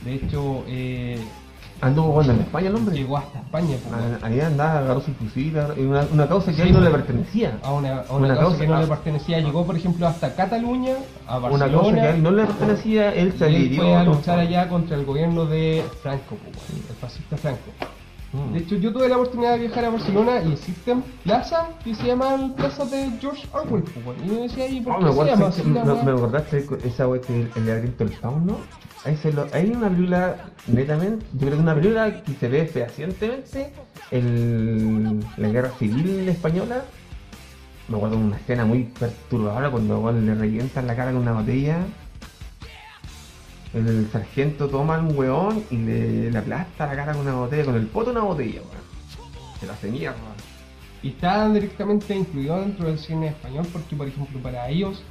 [SPEAKER 3] De hecho, eh,
[SPEAKER 1] Anduvo jugando en España el hombre.
[SPEAKER 3] llegó hasta España pues,
[SPEAKER 1] Ah, Ahí andaba, agarró su fusil, agarró- y una, una causa que a él no le pertenecía.
[SPEAKER 3] a una, a una
[SPEAKER 1] Una
[SPEAKER 3] causa
[SPEAKER 1] causa-
[SPEAKER 3] que no
[SPEAKER 1] ah.
[SPEAKER 3] le pertenecía. Llegó, por ejemplo, hasta Cataluña, a
[SPEAKER 1] Una causa que a
[SPEAKER 3] Barcelona.
[SPEAKER 1] él no le pertenecía, él se
[SPEAKER 3] y él
[SPEAKER 1] alivió.
[SPEAKER 3] fue a luchar allá contra el gobierno de Franco, pues, bueno, el fascista Franco.
[SPEAKER 1] Mm.
[SPEAKER 3] De hecho, yo tuve la oportunidad de viajar a Barcelona y existen plazas que se llaman plazas de George Orwell. pues, bueno. Y uno decía, ¿y por
[SPEAKER 1] Oh,
[SPEAKER 3] qué
[SPEAKER 1] me,
[SPEAKER 3] se llama
[SPEAKER 1] acuerdo,
[SPEAKER 3] así
[SPEAKER 1] ¿sabes
[SPEAKER 3] la
[SPEAKER 1] qué? No,
[SPEAKER 3] weá?
[SPEAKER 1] me acordaste de esa wea que el, el laberinto del fauno. Ahí se lo, hay una película, netamente, yo creo que una película que se ve fehacientemente el, la guerra civil española. Me acuerdo de una escena muy perturbadora cuando weón, le revientan la cara con una botella. El sargento toma un weón y le, le aplasta la cara con una botella, con el poto una botella, weón. Se la hace mierda.
[SPEAKER 3] Y está directamente incluido dentro del cine español porque, por ejemplo, para ellos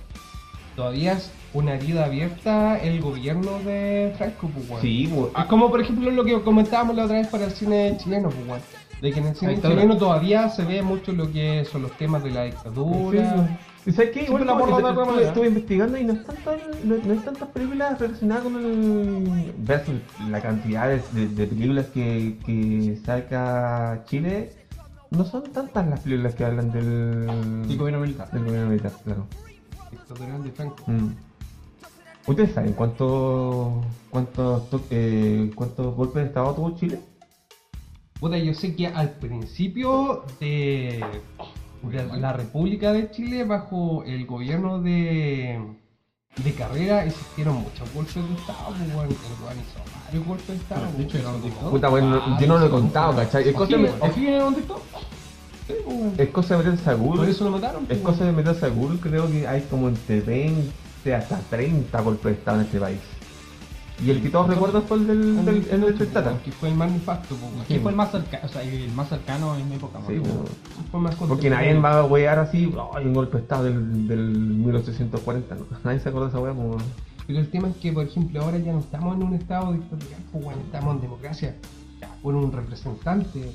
[SPEAKER 3] todavía es una herida abierta el gobierno de Franco, pues, weón.
[SPEAKER 1] Sí, weón.
[SPEAKER 3] Es como, por ejemplo, lo que comentábamos la otra vez para el cine chileno, pues, weón. De que en el
[SPEAKER 4] Ahí
[SPEAKER 3] cine
[SPEAKER 4] está.
[SPEAKER 3] chileno todavía se ve mucho lo que son los temas de la dictadura.
[SPEAKER 1] ¿Y sabes qué? Igual
[SPEAKER 3] Siempre la
[SPEAKER 1] como-
[SPEAKER 3] abordan de
[SPEAKER 1] estuve,
[SPEAKER 3] otra manera.
[SPEAKER 1] estuve investigando y no es tanto el- no, no hay tantas películas relacionadas con el. versus la cantidad de, de- de películas que, que saca Chile. No son tantas las películas que hablan del.
[SPEAKER 4] El gobierno militar.
[SPEAKER 1] del gobierno militar, claro.
[SPEAKER 3] Dictadura de Franco.
[SPEAKER 1] Mm. ¿Ustedes saben cuántos cuántos to- eh, cuántos golpes de estado tuvo Chile?
[SPEAKER 3] Puta, yo sé que al principio de de la República de Chile, bajo el gobierno de, de Carrera, existieron muchos golpes de Estado, pues, weón. El weón hizo varios golpes de Estado.
[SPEAKER 4] Pero, de hecho,
[SPEAKER 3] weón.
[SPEAKER 4] era un dictador.
[SPEAKER 1] Puta, bueno, yo no lo he contado, ¿cachai? Es cosa,
[SPEAKER 3] Sí,
[SPEAKER 1] de-
[SPEAKER 3] weón.
[SPEAKER 1] es-
[SPEAKER 4] ¿Escriben en un TikTok?
[SPEAKER 3] Sí, pues, weón.
[SPEAKER 1] es cosa de meterse a Google.
[SPEAKER 3] Por eso lo mataron. pues,
[SPEAKER 1] Es cosa de meterse a Google, creo que hay como entre 20 hasta 30 golpes de estado en este país. Y el que todos recuerdan fue el del,
[SPEAKER 3] weón.
[SPEAKER 1] del, el del Tata.
[SPEAKER 3] Que fue el manifiesto, pues, weón.
[SPEAKER 4] ¿Quién fue el más cercano? O sea, el más cercano en mi época.
[SPEAKER 1] Sí,
[SPEAKER 4] ¿no?
[SPEAKER 1] bueno.
[SPEAKER 3] Fue más
[SPEAKER 1] Porque nadie va a wear así, "Oh, hay un golpe de estado del, del 1840, ¿no? nadie se acuerda de esa wea como...
[SPEAKER 3] Pero el tema es que, por ejemplo, ahora ya no estamos en un estado dictatorial, pues, bueno, estamos en democracia, con un representante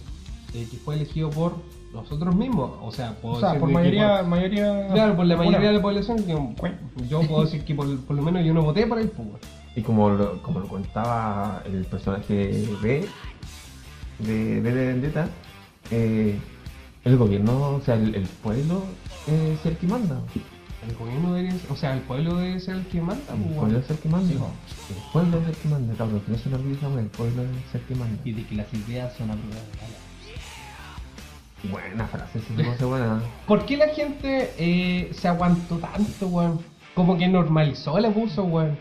[SPEAKER 3] eh, que fue elegido por nosotros mismos, o sea, puedo
[SPEAKER 4] O sea,
[SPEAKER 3] decir
[SPEAKER 4] por
[SPEAKER 3] de que
[SPEAKER 4] mayoría,
[SPEAKER 3] por-
[SPEAKER 4] mayoría.
[SPEAKER 3] claro, por la mayoría de
[SPEAKER 4] popular.
[SPEAKER 3] la población, yo, yo puedo decir que por, por lo menos yo no voté por él, pues, bueno.
[SPEAKER 1] Y como lo, como lo contaba el personaje B de, B de Vendetta, eh, el gobierno, o sea, el, el pueblo eh, es el que manda.
[SPEAKER 3] el gobierno debería ser- o sea, el pueblo debe ser el que manda,
[SPEAKER 1] El
[SPEAKER 3] pues,
[SPEAKER 1] pueblo
[SPEAKER 3] bueno.
[SPEAKER 1] es el que manda.
[SPEAKER 4] Sí, po.
[SPEAKER 1] El pueblo es el que manda, cabrón. Que no se lo olvide esa wea, el pueblo es el que manda.
[SPEAKER 4] Y de que las ideas son aprobadas.
[SPEAKER 1] Buena frase, sí, no sé, buena.
[SPEAKER 3] ¿Por qué la gente eh, se aguantó tanto, weón? Como que normalizó el abuso, weón.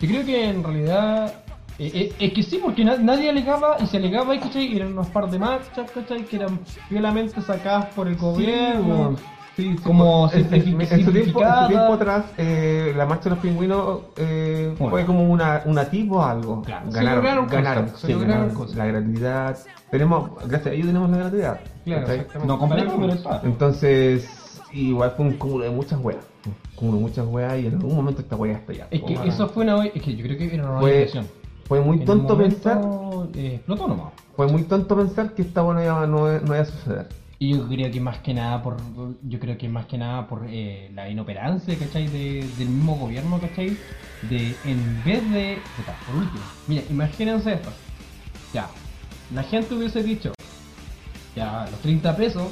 [SPEAKER 4] Yo creo que en realidad. eh, eh, es que sí, porque na- nadie alegaba y se alegaba, ¿cachai? Y eran unos par de marchas, ¿cachai? Que eran violamente sacadas por el gobierno.
[SPEAKER 1] Sí, sí,
[SPEAKER 4] Como
[SPEAKER 1] en- en- en,
[SPEAKER 4] simplifi-
[SPEAKER 1] su tiempo, en su tiempo
[SPEAKER 4] simplificada.
[SPEAKER 1] atrás, eh, la marcha de los pingüinos eh, fue
[SPEAKER 4] Bueno.
[SPEAKER 1] como una, una tipo o algo.
[SPEAKER 4] Claro, se
[SPEAKER 1] ganaron,
[SPEAKER 3] lograron cosas,
[SPEAKER 1] ganaron,
[SPEAKER 3] se
[SPEAKER 1] sí,
[SPEAKER 3] lograron
[SPEAKER 1] ganaron.
[SPEAKER 3] cosas.
[SPEAKER 1] la gratuidad. Tenemos, gracias a ellos tenemos la gratuidad.
[SPEAKER 3] Claro,
[SPEAKER 1] ¿cachai?
[SPEAKER 3] exactamente.
[SPEAKER 4] No completo, pero está.
[SPEAKER 1] Entonces, igual fue un cúmulo de muchas weas. Un cúmulo de muchas weas y en algún momento esta wea está ya.
[SPEAKER 4] Es que eso fue una. Es que yo creo que era una
[SPEAKER 1] Fue-
[SPEAKER 4] organización.
[SPEAKER 1] Fue muy tonto pensar
[SPEAKER 4] Eh, explotó nomás.
[SPEAKER 1] Fue muy tonto pensar que esta buena no, no iba a suceder.
[SPEAKER 4] Y yo creo que más que nada por yo creo que más que nada por eh, la inoperancia, ¿cachai? De, del mismo gobierno, ¿cachai? De en vez de. puta, por último. Mira, imagínense esto. Ya. La gente hubiese dicho. Ya, los 30 pesos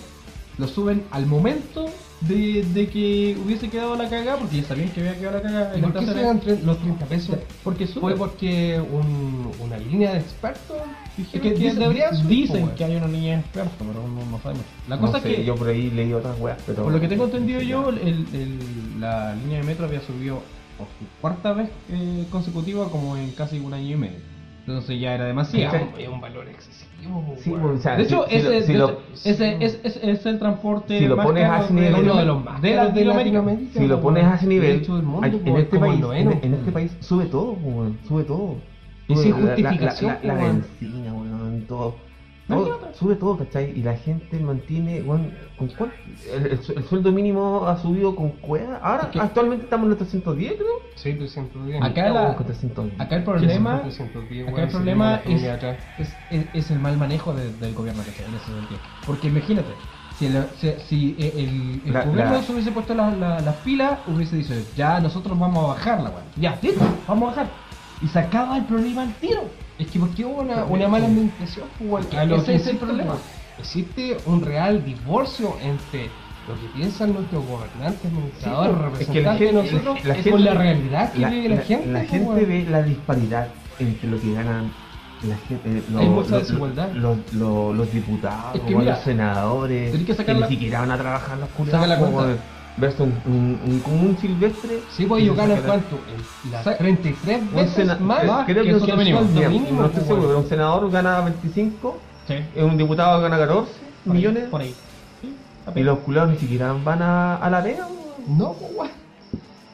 [SPEAKER 4] los suben al momento de, de que hubiese quedado la cagada, porque ya sabían que había quedado la cagada. eh,
[SPEAKER 3] ¿Y ¿Por qué se dan tre- los 30 pesos?
[SPEAKER 4] Porque suben.
[SPEAKER 3] Fue porque un- una línea de expertos
[SPEAKER 4] Es
[SPEAKER 3] dijeron
[SPEAKER 4] que
[SPEAKER 3] que,
[SPEAKER 4] dicen,
[SPEAKER 3] debería subir,
[SPEAKER 4] dicen
[SPEAKER 3] pues,
[SPEAKER 4] que hay una niña experta, pero no, no sabemos. La
[SPEAKER 1] No
[SPEAKER 4] cosa
[SPEAKER 1] sé,
[SPEAKER 4] es que.
[SPEAKER 1] yo por ahí leí otras weas, pero.
[SPEAKER 4] Por lo que tengo entendido yo, el- el- la línea de metro había subido por su cuarta vez eh, consecutiva como en casi un año y medio. Entonces ya era
[SPEAKER 3] Sí,
[SPEAKER 4] demasiado.
[SPEAKER 3] es un- es un valor excesivo. pues,
[SPEAKER 1] Sí,
[SPEAKER 3] weón.
[SPEAKER 1] o sea,
[SPEAKER 4] de hecho,
[SPEAKER 1] Este, si- si lo- si
[SPEAKER 4] ese, de
[SPEAKER 1] lo-
[SPEAKER 4] hecho, ese- es, es- es el transporte
[SPEAKER 1] si lo
[SPEAKER 4] más
[SPEAKER 1] pones
[SPEAKER 4] caro
[SPEAKER 1] a ese
[SPEAKER 4] de-
[SPEAKER 1] nivel-
[SPEAKER 4] uno de los más
[SPEAKER 3] de
[SPEAKER 4] de Latinoamérica.
[SPEAKER 3] Latinoamérica.
[SPEAKER 1] Si lo pones a ese nivel,
[SPEAKER 3] De hecho, el mundo,
[SPEAKER 1] hay- en,
[SPEAKER 3] weón,
[SPEAKER 1] este
[SPEAKER 3] como el
[SPEAKER 1] país,
[SPEAKER 3] noveno.
[SPEAKER 1] en, en este país sube todo, weón, sube todo.
[SPEAKER 3] Y
[SPEAKER 1] Sube
[SPEAKER 3] sin
[SPEAKER 1] la- la-
[SPEAKER 3] justificación,
[SPEAKER 1] La, la, la
[SPEAKER 3] weón.
[SPEAKER 1] benzina, weón, todo.
[SPEAKER 4] No hay
[SPEAKER 1] Todo,
[SPEAKER 4] otra.
[SPEAKER 1] sube todo, ¿cachai? Y la gente mantiene, weón, ¿con cuál? El, el su- el sueldo mínimo ha subido con cueva. Ahora,
[SPEAKER 4] Es que-
[SPEAKER 1] actualmente estamos en los 310, creo.
[SPEAKER 3] Sí, 310.
[SPEAKER 4] Acá la-
[SPEAKER 1] Estamos con 310.
[SPEAKER 4] Acá el problema,
[SPEAKER 3] 310,
[SPEAKER 4] acá
[SPEAKER 3] weón,
[SPEAKER 4] el
[SPEAKER 3] si
[SPEAKER 4] problema
[SPEAKER 3] tenemos la
[SPEAKER 4] es,
[SPEAKER 3] familia atrás.
[SPEAKER 4] es, es- es el mal manejo de- del gobierno que en ese sentido. Porque imagínate,
[SPEAKER 3] Si, la- si- si e- el, el
[SPEAKER 1] La-
[SPEAKER 3] gobierno
[SPEAKER 1] la-
[SPEAKER 3] se hubiese puesto la- la- las pilas, hubiese dicho, ya nosotros vamos a bajar la weá. Ya, listo, vamos a bajar. Y sacaba el problema al tiro. Es que porque hubo una, una mala administración, pues, weón.
[SPEAKER 4] A lo
[SPEAKER 3] ese
[SPEAKER 4] que
[SPEAKER 3] es el
[SPEAKER 4] insisto,
[SPEAKER 3] problema.
[SPEAKER 4] pues.
[SPEAKER 3] Existe un real divorcio entre lo que piensan nuestros gobernantes, administradores,
[SPEAKER 1] Sí, pues, es que la
[SPEAKER 3] representantes de
[SPEAKER 1] gente-
[SPEAKER 3] nosotros,
[SPEAKER 1] la
[SPEAKER 3] con
[SPEAKER 1] gente-
[SPEAKER 3] la realidad que
[SPEAKER 1] La,
[SPEAKER 3] vive la,
[SPEAKER 1] la-
[SPEAKER 3] gente.
[SPEAKER 1] la
[SPEAKER 3] pues,
[SPEAKER 1] gente
[SPEAKER 3] weón.
[SPEAKER 1] ve la disparidad entre lo que ganan la gente, eh, los,
[SPEAKER 3] Hay mucha
[SPEAKER 1] los-
[SPEAKER 3] desigualdad.
[SPEAKER 1] los- los- los diputados,
[SPEAKER 3] Es que
[SPEAKER 1] o
[SPEAKER 3] mira,
[SPEAKER 1] los senadores,
[SPEAKER 4] tenés que sacar
[SPEAKER 1] ni
[SPEAKER 4] la-
[SPEAKER 1] siquiera van a trabajar los
[SPEAKER 3] Saca
[SPEAKER 1] culiados.
[SPEAKER 3] la
[SPEAKER 1] como
[SPEAKER 3] cuenta.
[SPEAKER 1] de- Versus un, un, un común silvestre.
[SPEAKER 3] Sí, pues
[SPEAKER 1] y
[SPEAKER 3] ellos
[SPEAKER 1] se
[SPEAKER 3] ganan
[SPEAKER 1] saca la-
[SPEAKER 3] cuánto? El- la-
[SPEAKER 4] Sa-
[SPEAKER 3] 33
[SPEAKER 1] Un
[SPEAKER 3] veces
[SPEAKER 1] sena-
[SPEAKER 3] más
[SPEAKER 1] eh, creo que
[SPEAKER 3] el
[SPEAKER 1] un
[SPEAKER 3] sueldo
[SPEAKER 1] senador-
[SPEAKER 3] mínimo,
[SPEAKER 1] mira, no estoy
[SPEAKER 3] pues,
[SPEAKER 1] seguro,
[SPEAKER 3] weón.
[SPEAKER 1] pero un senador gana 25,
[SPEAKER 4] Sí.
[SPEAKER 1] eh, un diputado gana 14
[SPEAKER 4] por ahí,
[SPEAKER 1] millones,
[SPEAKER 4] Por ahí. Sí,
[SPEAKER 1] y
[SPEAKER 4] apenas.
[SPEAKER 1] los culiados ni siquiera van a, a la pega. weón.
[SPEAKER 3] No, pues, weón.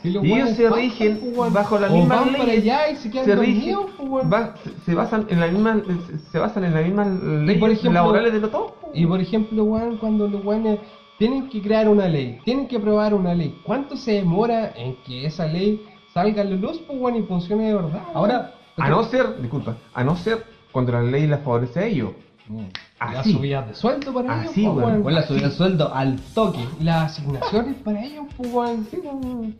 [SPEAKER 3] Si los
[SPEAKER 1] Y ellos
[SPEAKER 3] weones
[SPEAKER 1] se
[SPEAKER 3] pasan,
[SPEAKER 1] rigen
[SPEAKER 3] pues, weón.
[SPEAKER 1] bajo las
[SPEAKER 3] O
[SPEAKER 1] mismas
[SPEAKER 3] van para
[SPEAKER 1] leyes,
[SPEAKER 3] allá y se quedan
[SPEAKER 1] se
[SPEAKER 3] dormidos,
[SPEAKER 1] rigen,
[SPEAKER 3] pues, weón.
[SPEAKER 1] va- se- se basan en la misma se basan en las mismas leyes
[SPEAKER 3] por ejemplo-
[SPEAKER 1] laborales de los dos. po.
[SPEAKER 3] Y por ejemplo, weón, cuando los weones tienen que crear una ley, tienen que aprobar una ley, ¿cuánto se demora en que esa ley salga a la luz, pues, weón, y funcione de verdad? weón?
[SPEAKER 4] Ahora, ah,
[SPEAKER 1] A no ser, disculpa, a no ser cuando la ley la favorece a ellos. Ah,
[SPEAKER 4] Mm.
[SPEAKER 3] las
[SPEAKER 1] Así.
[SPEAKER 3] subidas de sueldo para
[SPEAKER 1] Así,
[SPEAKER 3] ellos, pues,
[SPEAKER 1] weón.
[SPEAKER 4] Bueno, la subida de sueldo al toque.
[SPEAKER 3] Las asignaciones para ellos, pues, weón. Sí, weón.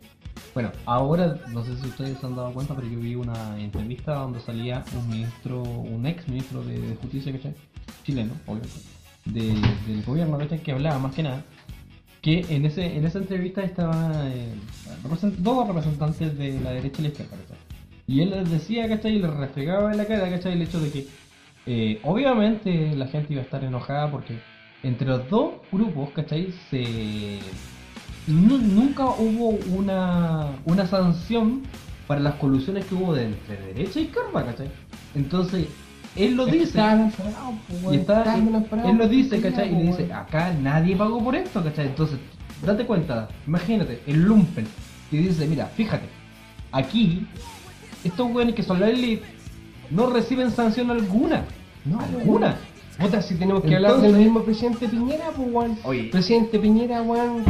[SPEAKER 4] Bueno, ahora no sé si ustedes se han dado cuenta, pero yo vi una entrevista donde salía un ministro, un ex ministro de, de justicia, ¿cachai? Chileno, obviamente, de- del gobierno, ¿cachai? Que hablaba más que nada. Que en, ese, en esa entrevista estaban eh, represent- dos representantes de la derecha y la izquierda, ¿cachai? Y él les decía, ¿cachai? Y les refregaba en la cara, ¿cachai? El hecho de que eh, obviamente la gente iba a estar enojada porque entre los dos grupos, ¿cachai? Se... nu- nunca hubo una, una sanción para las colusiones que hubo de entre derecha y izquierda, ¿cachai? Entonces, él lo
[SPEAKER 3] Es que
[SPEAKER 4] dice.
[SPEAKER 3] estaban enfadados, pues, weón,
[SPEAKER 4] Y Ah, está,
[SPEAKER 3] estaban enfadados,
[SPEAKER 4] él lo dice,
[SPEAKER 3] pues,
[SPEAKER 4] ¿cachai? Y
[SPEAKER 3] weón.
[SPEAKER 4] dice, acá nadie pagó por esto, ¿cachai? Entonces, date cuenta, imagínate, el lumpen. Y dice, mira, fíjate, aquí, estos weones que son la elite no reciben sanción alguna.
[SPEAKER 3] No,
[SPEAKER 4] alguna.
[SPEAKER 3] Puta, si tenemos que
[SPEAKER 4] Entonces-
[SPEAKER 3] hablar del mismo presidente Piñera, pues, weón.
[SPEAKER 4] Oye.
[SPEAKER 3] Presidente Piñera, weón,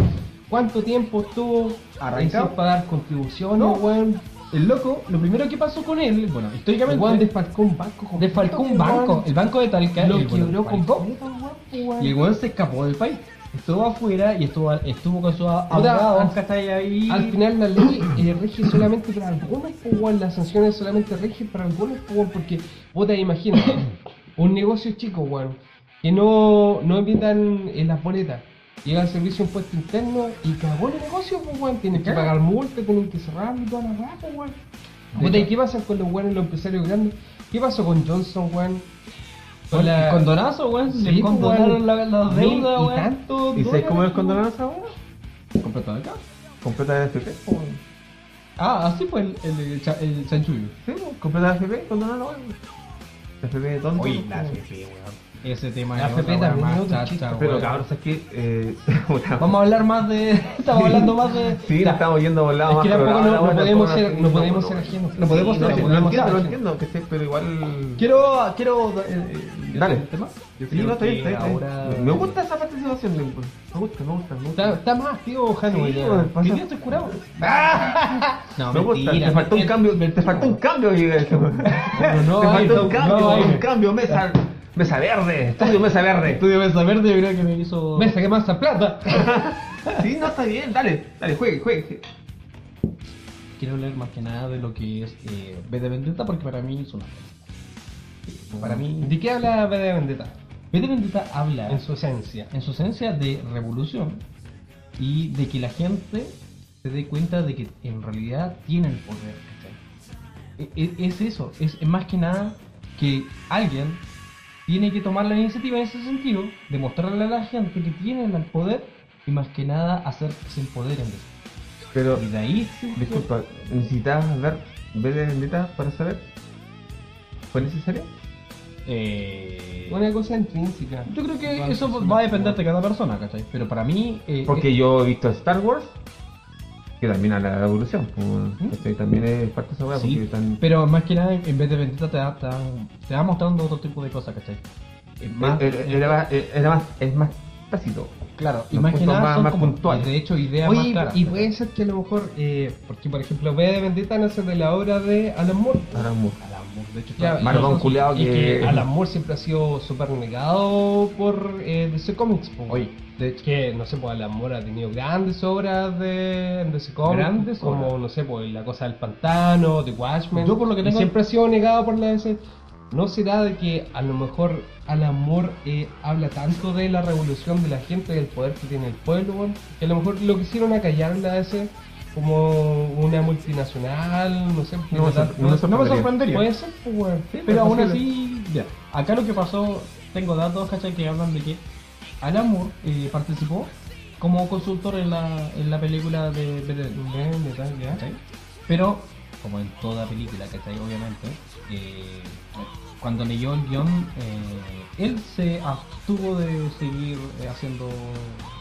[SPEAKER 3] ¿cuánto tiempo estuvo
[SPEAKER 4] Arrancado.
[SPEAKER 3] eh, sin pagar contribuciones,
[SPEAKER 4] No.
[SPEAKER 3] weón?
[SPEAKER 4] El loco, lo primero que pasó con él, bueno,
[SPEAKER 3] El weón
[SPEAKER 4] históricamente,
[SPEAKER 3] desfalcó un banco. completo,
[SPEAKER 4] desfalcó un
[SPEAKER 3] weón.
[SPEAKER 4] banco, el banco de Talca,
[SPEAKER 3] Lo
[SPEAKER 4] el weón
[SPEAKER 3] quebró
[SPEAKER 4] desfalcó,
[SPEAKER 3] completo, weón, weón.
[SPEAKER 4] Y el weón se escapó del país. Estuvo afuera y estuvo, estuvo con su
[SPEAKER 3] al-
[SPEAKER 4] abogado, ¿cachai? Ahí.
[SPEAKER 3] Al final la ley eh, rige solamente para algunos, pues, weón, las sanciones solamente rigen para algunos, pues, weón, porque, puta, imagínate, un negocio chico, weón, que no, no invitan en las boletas, llega al servicio de impuesto interno y cagó el negocio, pues, weón, tienen que
[SPEAKER 4] Claro.
[SPEAKER 3] pagar multa, tienen que cerrar y toda la rata, weón.
[SPEAKER 4] De
[SPEAKER 3] Puta, ¿y
[SPEAKER 4] hecho.
[SPEAKER 3] qué pasa con los weones, los empresarios grandes? ¿Qué pasó con Johnson, weón?
[SPEAKER 4] Con
[SPEAKER 3] la-
[SPEAKER 4] condonazo, weón.
[SPEAKER 3] Sí,
[SPEAKER 4] le
[SPEAKER 3] pues,
[SPEAKER 4] condonaron
[SPEAKER 3] weón.
[SPEAKER 4] la, la
[SPEAKER 3] Mil
[SPEAKER 4] deuda,
[SPEAKER 3] y
[SPEAKER 4] weón.
[SPEAKER 3] tantos
[SPEAKER 1] ¿Y sabes cómo es el
[SPEAKER 3] dólares,
[SPEAKER 1] condonazo ahora?
[SPEAKER 4] ¿Completó acá?
[SPEAKER 1] Completa de FP. po.
[SPEAKER 4] Ah, así fue el, el, el, cha- el chanchullo.
[SPEAKER 1] Sí, po, completa de FP, condonalo. weón. La FP de tonto. po.
[SPEAKER 4] Ese tema
[SPEAKER 3] La
[SPEAKER 4] es
[SPEAKER 3] FP
[SPEAKER 4] otra, weón,
[SPEAKER 3] también es
[SPEAKER 4] más
[SPEAKER 3] otro
[SPEAKER 4] chacha,
[SPEAKER 3] chiste,
[SPEAKER 1] Pero
[SPEAKER 4] weón.
[SPEAKER 1] cabrón, es que. Eh,
[SPEAKER 4] Vamos a hablar más de. Estamos hablando más de.
[SPEAKER 1] Sí, la estamos yendo por lados
[SPEAKER 3] Es
[SPEAKER 1] más
[SPEAKER 3] que tampoco
[SPEAKER 1] programa,
[SPEAKER 3] no- no
[SPEAKER 1] bueno,
[SPEAKER 3] podemos
[SPEAKER 1] tampoco
[SPEAKER 3] ser-
[SPEAKER 1] nos-
[SPEAKER 3] no podemos ser ajenos.
[SPEAKER 1] No podemos
[SPEAKER 3] Sí,
[SPEAKER 1] ser
[SPEAKER 3] no,
[SPEAKER 1] ajenos.
[SPEAKER 3] no
[SPEAKER 1] Lo
[SPEAKER 3] podemos ser
[SPEAKER 1] entiendo, lo
[SPEAKER 3] ajenos.
[SPEAKER 1] entiendo, que sé, pero igual.
[SPEAKER 4] Quiero. Quiero. eh, eh,
[SPEAKER 1] Dale.
[SPEAKER 4] ¿el tema?
[SPEAKER 1] Sí,
[SPEAKER 4] Yo creo
[SPEAKER 1] no, está bien,
[SPEAKER 4] que
[SPEAKER 1] está bien, está bien.
[SPEAKER 4] ahora-
[SPEAKER 1] Me gusta esa participación, me gusta, me gusta, me gusta. Me
[SPEAKER 3] Está,
[SPEAKER 1] gusta.
[SPEAKER 3] está más activo,
[SPEAKER 1] Sí,
[SPEAKER 3] Hanoi.
[SPEAKER 1] weón, pasa-
[SPEAKER 4] Yo estoy curado. No,
[SPEAKER 1] Me gusta, te faltó un cambio, te faltó un cambio, Miguel.
[SPEAKER 4] no
[SPEAKER 1] te
[SPEAKER 4] hay,
[SPEAKER 1] faltó un
[SPEAKER 4] no,
[SPEAKER 1] cambio,
[SPEAKER 4] no hay.
[SPEAKER 1] un cambio, mesa, mesa verde, estudio mesa verde.
[SPEAKER 4] Estudio Mesa Verde, yo creo que me hizo.
[SPEAKER 3] Me saqué más plata.
[SPEAKER 1] Sí, no está bien, dale, dale, juegue, juegue.
[SPEAKER 4] Quiero hablar más que nada de lo que es eh, B de Vendetta porque para mí es una. Para mí.
[SPEAKER 3] ¿De qué habla B de Vendetta?
[SPEAKER 4] B de Vendetta habla
[SPEAKER 3] En su esencia.
[SPEAKER 4] en su esencia de revolución y de que la gente se dé cuenta de que en realidad tiene el poder. ¿cachai? E- e- Es eso, es más que nada que alguien tiene que tomar la iniciativa en ese sentido, demostrarle a la gente que tienen el poder y más que nada hacer que se empoderen de eso.
[SPEAKER 1] Pero,
[SPEAKER 4] Y de ahí surge-
[SPEAKER 1] disculpa, ¿necesitabas ver B de Vendetta para saber? ¿Fue necesario?
[SPEAKER 4] Eh,
[SPEAKER 3] Una cosa intrínseca.
[SPEAKER 4] yo creo que eso va a depender de cada persona, ¿cachai? Pero para mí... eh,
[SPEAKER 1] Porque
[SPEAKER 4] eh,
[SPEAKER 1] yo he visto Star Wars, que también a la evolución, como, ¿cachai? también es parte de esa weá,
[SPEAKER 4] Sí,
[SPEAKER 1] porque están.
[SPEAKER 4] eh, Pero más que nada, en vez de vendetta, te da- te da, te va mostrando otro tipo de cosas, ¿cachai? Es más,
[SPEAKER 1] era,
[SPEAKER 3] eh,
[SPEAKER 1] era eh, más- era más, es más tácito.
[SPEAKER 4] claro, y
[SPEAKER 1] los
[SPEAKER 4] más que
[SPEAKER 1] puntos
[SPEAKER 4] nada
[SPEAKER 1] más-
[SPEAKER 4] son
[SPEAKER 1] más
[SPEAKER 4] como,
[SPEAKER 1] puntuales.
[SPEAKER 4] de hecho, ideas más
[SPEAKER 3] Oye,
[SPEAKER 4] claras.
[SPEAKER 3] y
[SPEAKER 4] ¿cachai?
[SPEAKER 3] puede ser que a lo mejor, eh, porque por ejemplo, B de Vendetta nace de la obra de Alan Moore.
[SPEAKER 1] Ahora, mu-
[SPEAKER 4] Alan
[SPEAKER 3] Moore. De hecho,
[SPEAKER 4] Ya,
[SPEAKER 3] está-
[SPEAKER 1] Maricón
[SPEAKER 4] nosotros-
[SPEAKER 1] culiao
[SPEAKER 3] y que
[SPEAKER 1] que-
[SPEAKER 3] Alan Moore siempre ha sido súper negado por eh, DC Comics. po.
[SPEAKER 1] Oye, de hecho,
[SPEAKER 3] Que no sé, pues Alan Moore ha tenido grandes obras de, en DC Comics.
[SPEAKER 1] Grandes
[SPEAKER 3] como,
[SPEAKER 1] obras.
[SPEAKER 3] no sé, pues La Cosa del Pantano, The Watchmen.
[SPEAKER 4] Yo por lo que
[SPEAKER 3] y
[SPEAKER 4] tengo-
[SPEAKER 3] siempre ha sido negado por la DC. ¿No será de que a lo mejor Alan Moore eh, habla tanto de la revolución de la gente, del poder que tiene el pueblo, weón, que a lo mejor lo quisieron acallar en la DC como una multinacional, no sé.
[SPEAKER 1] No me sor- no me sorprendería.
[SPEAKER 3] Puede ser, pues, weón.
[SPEAKER 4] Pero aún
[SPEAKER 1] posible.
[SPEAKER 4] así, ya. Acá lo que pasó, tengo datos, ¿cachai? Que hablan de que Alan Moore eh, participó como consultor en la, en la película de Beetlejuice,
[SPEAKER 3] Bien, ya, ya.
[SPEAKER 4] ¿cachai? Pero, como en toda película, ¿cachai? Obviamente, eh, cuando leyó el guión, eh, él se abstuvo de seguir eh, haciendo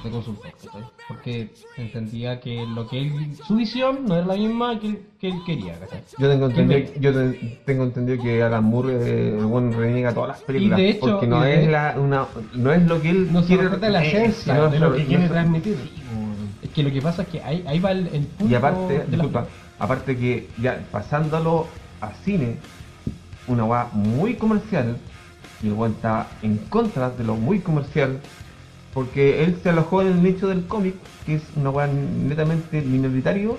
[SPEAKER 4] de consultor, ¿cachai? Porque entendía que lo que él, su visión no era la misma que él, que él quería, ¿cachai?
[SPEAKER 1] yo tengo entendido,
[SPEAKER 4] ¿Quién
[SPEAKER 1] yo te- tengo entendido que Alan Moore eh, el buen reniega todas las películas.
[SPEAKER 3] de hecho,
[SPEAKER 1] porque no
[SPEAKER 3] y de-
[SPEAKER 1] es, la, una, no es lo que él
[SPEAKER 3] No se
[SPEAKER 1] quiere-
[SPEAKER 3] respeta la
[SPEAKER 1] eh,
[SPEAKER 3] esencia
[SPEAKER 1] no
[SPEAKER 3] de
[SPEAKER 1] se-
[SPEAKER 3] lo que
[SPEAKER 1] no
[SPEAKER 3] quiere
[SPEAKER 1] se-
[SPEAKER 3] transmitir.
[SPEAKER 4] Es que lo que pasa es que ahí, ahí va el, el punto.
[SPEAKER 1] Y aparte,
[SPEAKER 4] de la-
[SPEAKER 1] disculpa, aparte que ya pasándolo a cine, una weá muy comercial, y el weón está en contra de lo muy comercial, porque él se alojó en el nicho del cómic, que es una weá netamente minoritario.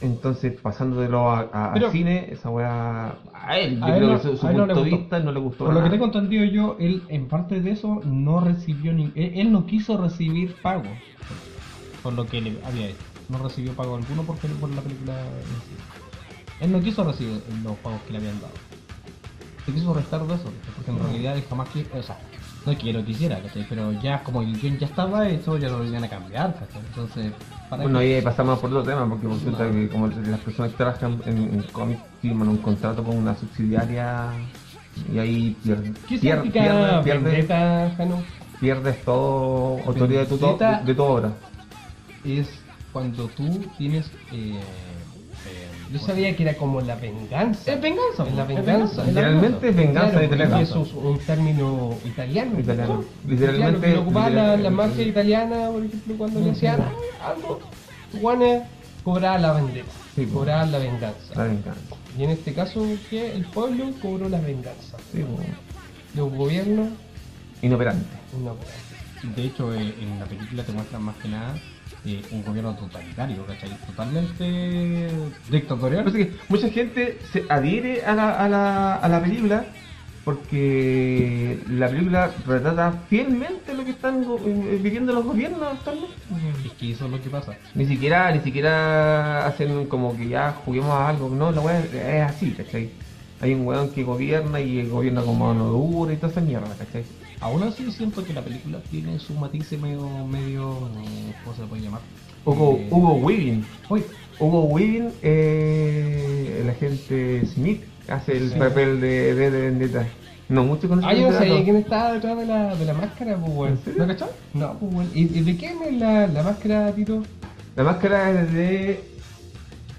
[SPEAKER 1] Entonces, pasándolo a, a- a
[SPEAKER 4] Pero-
[SPEAKER 1] cine, esa weá. A él, yo
[SPEAKER 4] A él
[SPEAKER 1] creo
[SPEAKER 4] no-
[SPEAKER 1] que su, su
[SPEAKER 4] a él no le
[SPEAKER 1] punto de
[SPEAKER 4] gustó.
[SPEAKER 1] vista no le gustó.
[SPEAKER 4] Por lo que
[SPEAKER 1] nada.
[SPEAKER 4] tengo entendido yo, él en parte de eso no recibió ni. Él, él no quiso recibir pago. Por lo que le había hecho. No recibió pago alguno por, pel- por la película en sí. Él no quiso recibir los pagos que le habían dado. Se quiso restar de eso, porque en realidad él jamás quiso. O sea, no es que lo quisiera, ¿cachai? Pero ya como el guión ya estaba hecho, ya lo iban a cambiar, ¿cachai? Entonces, para
[SPEAKER 1] Bueno,
[SPEAKER 4] qué?
[SPEAKER 1] ahí pasamos por otro tema, porque resulta que como las personas que trabajan en, en cómics firman un contrato con una subsidiaria y ahí pierden,
[SPEAKER 3] ¿Qué
[SPEAKER 1] pier-
[SPEAKER 3] significa
[SPEAKER 1] pierdes- pierdes-
[SPEAKER 3] vendetta, Jano?
[SPEAKER 1] pierdes todo autoridad de tu, to-
[SPEAKER 4] Vendetta.
[SPEAKER 1] de tu obra.
[SPEAKER 4] es cuando tú tienes. eh, eh,
[SPEAKER 3] Yo sabía que era como la venganza.
[SPEAKER 4] Es venganza,
[SPEAKER 3] Es la
[SPEAKER 4] po, es
[SPEAKER 3] venganza.
[SPEAKER 4] venganza.
[SPEAKER 1] Literalmente es venganza
[SPEAKER 3] Claro,
[SPEAKER 1] de
[SPEAKER 3] porque
[SPEAKER 1] Teleta.
[SPEAKER 3] Eso es un término italiano.
[SPEAKER 1] Italiano.
[SPEAKER 3] ¿no?
[SPEAKER 1] Literalmente-
[SPEAKER 3] Claro, que lo ocupaban la, la
[SPEAKER 1] literalmente-
[SPEAKER 3] mafia italiana, por ejemplo, cuando le hacían "Ah, algo. Juanes cobraba la vendetta,
[SPEAKER 1] Sí, po.
[SPEAKER 3] cobraba la venganza.
[SPEAKER 1] La venganza.
[SPEAKER 3] Y en este caso, ¿qué? El pueblo cobró la venganza.
[SPEAKER 1] Sí, po.
[SPEAKER 3] Los gobiernos,
[SPEAKER 1] Inoperante.
[SPEAKER 3] no.
[SPEAKER 4] De hecho, eh, en la película te muestran más que nada eh, un gobierno totalitario, ¿cachai? Totalmente dictatorial.
[SPEAKER 1] Parece que mucha gente se adhiere a la, a la, a la película porque la película retrata fielmente lo que están go- eh, viviendo los gobiernos actualmente.
[SPEAKER 4] Es que eso es lo que pasa.
[SPEAKER 1] Ni siquiera, ni siquiera hacen como que ya juguemos a algo, no, la weá es- es así, ¿cachai? Hay un weón que gobierna y gobierna con mano dura y toda esa mierda, ¿cachai?
[SPEAKER 4] Aún así siento que la película tiene su matiz medio, medio, eh, ¿cómo se le puede llamar?
[SPEAKER 1] Hugo,
[SPEAKER 4] Eh,
[SPEAKER 1] Hugo Weaving,
[SPEAKER 4] uy,
[SPEAKER 1] Hugo Weaving, eh, el agente Smith, hace el
[SPEAKER 3] Sí.
[SPEAKER 1] papel de de de Vendetta. No, mucho con
[SPEAKER 3] Ah, yo no sabía quién estaba detrás de la, de la máscara, pues, weón.
[SPEAKER 1] ¿En serio?
[SPEAKER 3] ¿No cachó? No, pues, weón. ¿Y, y de quién es la, la máscara, Tito?
[SPEAKER 1] La máscara es de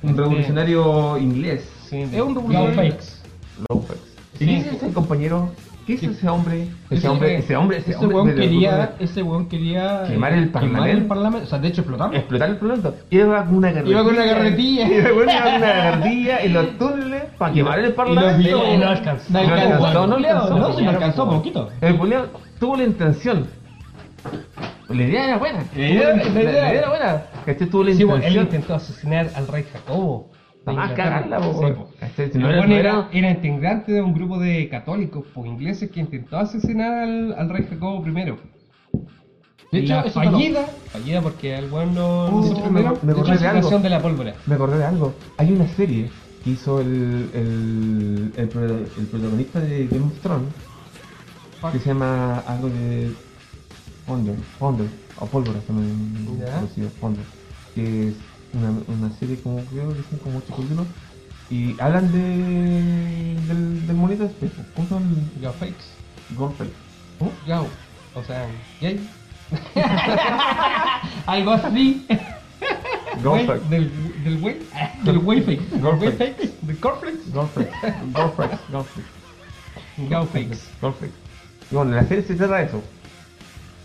[SPEAKER 1] un revolucionario inglés,
[SPEAKER 4] de-
[SPEAKER 3] es un revolucionario.
[SPEAKER 4] Love Fakes.
[SPEAKER 1] Lowfax.
[SPEAKER 3] Sí.
[SPEAKER 1] ¿Y qué hizo ese compañero? ¿Qué hizo ese hombre? Ese
[SPEAKER 4] Ese
[SPEAKER 1] hombre,
[SPEAKER 4] hombre-
[SPEAKER 1] ese hombre,
[SPEAKER 3] Este
[SPEAKER 1] ese
[SPEAKER 4] Ese
[SPEAKER 1] hombre.
[SPEAKER 4] weón
[SPEAKER 1] desde el
[SPEAKER 4] quería, ese weón quería... eh,
[SPEAKER 1] Quemar el parlamento. Eh,
[SPEAKER 4] el parlamento. O sea, de hecho explotarlo.
[SPEAKER 1] explotar el planeta. Iba con una carretilla.
[SPEAKER 3] Iba con una carretilla.
[SPEAKER 1] Iba con una una carretilla y los túneles para quemar el parlamento.
[SPEAKER 3] y no alcanzó.
[SPEAKER 4] No
[SPEAKER 1] No alcanzó,
[SPEAKER 4] alcanzó,
[SPEAKER 1] no
[SPEAKER 4] no
[SPEAKER 1] alcanzó.
[SPEAKER 4] No, sí, no alcanzó, por poquito.
[SPEAKER 1] El culiao tuvo la intención. La idea era buena.
[SPEAKER 3] La idea- la
[SPEAKER 1] la
[SPEAKER 3] idea.
[SPEAKER 1] idea era buena. Este tuvo la
[SPEAKER 3] Sí, bueno, él
[SPEAKER 1] intención.
[SPEAKER 3] intentó asesinar al rey Jacobo. de
[SPEAKER 1] Jamás
[SPEAKER 3] Inglaterra.
[SPEAKER 1] cagarla, po.
[SPEAKER 3] Sí, po.
[SPEAKER 1] Este, si
[SPEAKER 3] El
[SPEAKER 1] no era,
[SPEAKER 3] weón
[SPEAKER 1] no
[SPEAKER 3] era,
[SPEAKER 1] era-
[SPEAKER 3] era integrante de un grupo de católicos po, ingleses que intentó asesinar al, al rey Jacobo primero.
[SPEAKER 4] De
[SPEAKER 3] De
[SPEAKER 4] hecho,
[SPEAKER 3] la
[SPEAKER 4] eso no-
[SPEAKER 3] fallida, fallida porque al weón no
[SPEAKER 1] Oh,
[SPEAKER 3] se
[SPEAKER 1] me-
[SPEAKER 3] primero,
[SPEAKER 1] me
[SPEAKER 3] de hecho,
[SPEAKER 1] acordé de
[SPEAKER 3] la
[SPEAKER 1] algo.
[SPEAKER 3] situación de la pólvora.
[SPEAKER 1] Me acordé de algo. Hay una serie que hizo el, el, el, pro- el protagonista de Game of Thrones que se llama algo de Ponder, Ponder, o Pólvora también
[SPEAKER 3] Ya.
[SPEAKER 1] conocido, Ponder, que es una, una serie como creo que son como ocho capítulos y hablan de del, del monito este, ¿cómo se llama?
[SPEAKER 3] Gao fakes.
[SPEAKER 1] Gorfrey.
[SPEAKER 3] Gao. O sea, gay.
[SPEAKER 4] Algo así.
[SPEAKER 1] Gorfrey.
[SPEAKER 3] Güey, Del, del güey.
[SPEAKER 4] Del güey fake.
[SPEAKER 1] Gorfrey.
[SPEAKER 3] fakes. Del cornflakes.
[SPEAKER 1] Gorfrey. Gorfrey. Gorfrey.
[SPEAKER 3] Gao fakes.
[SPEAKER 1] Perfecto. Y bueno, la serie se trata de eso.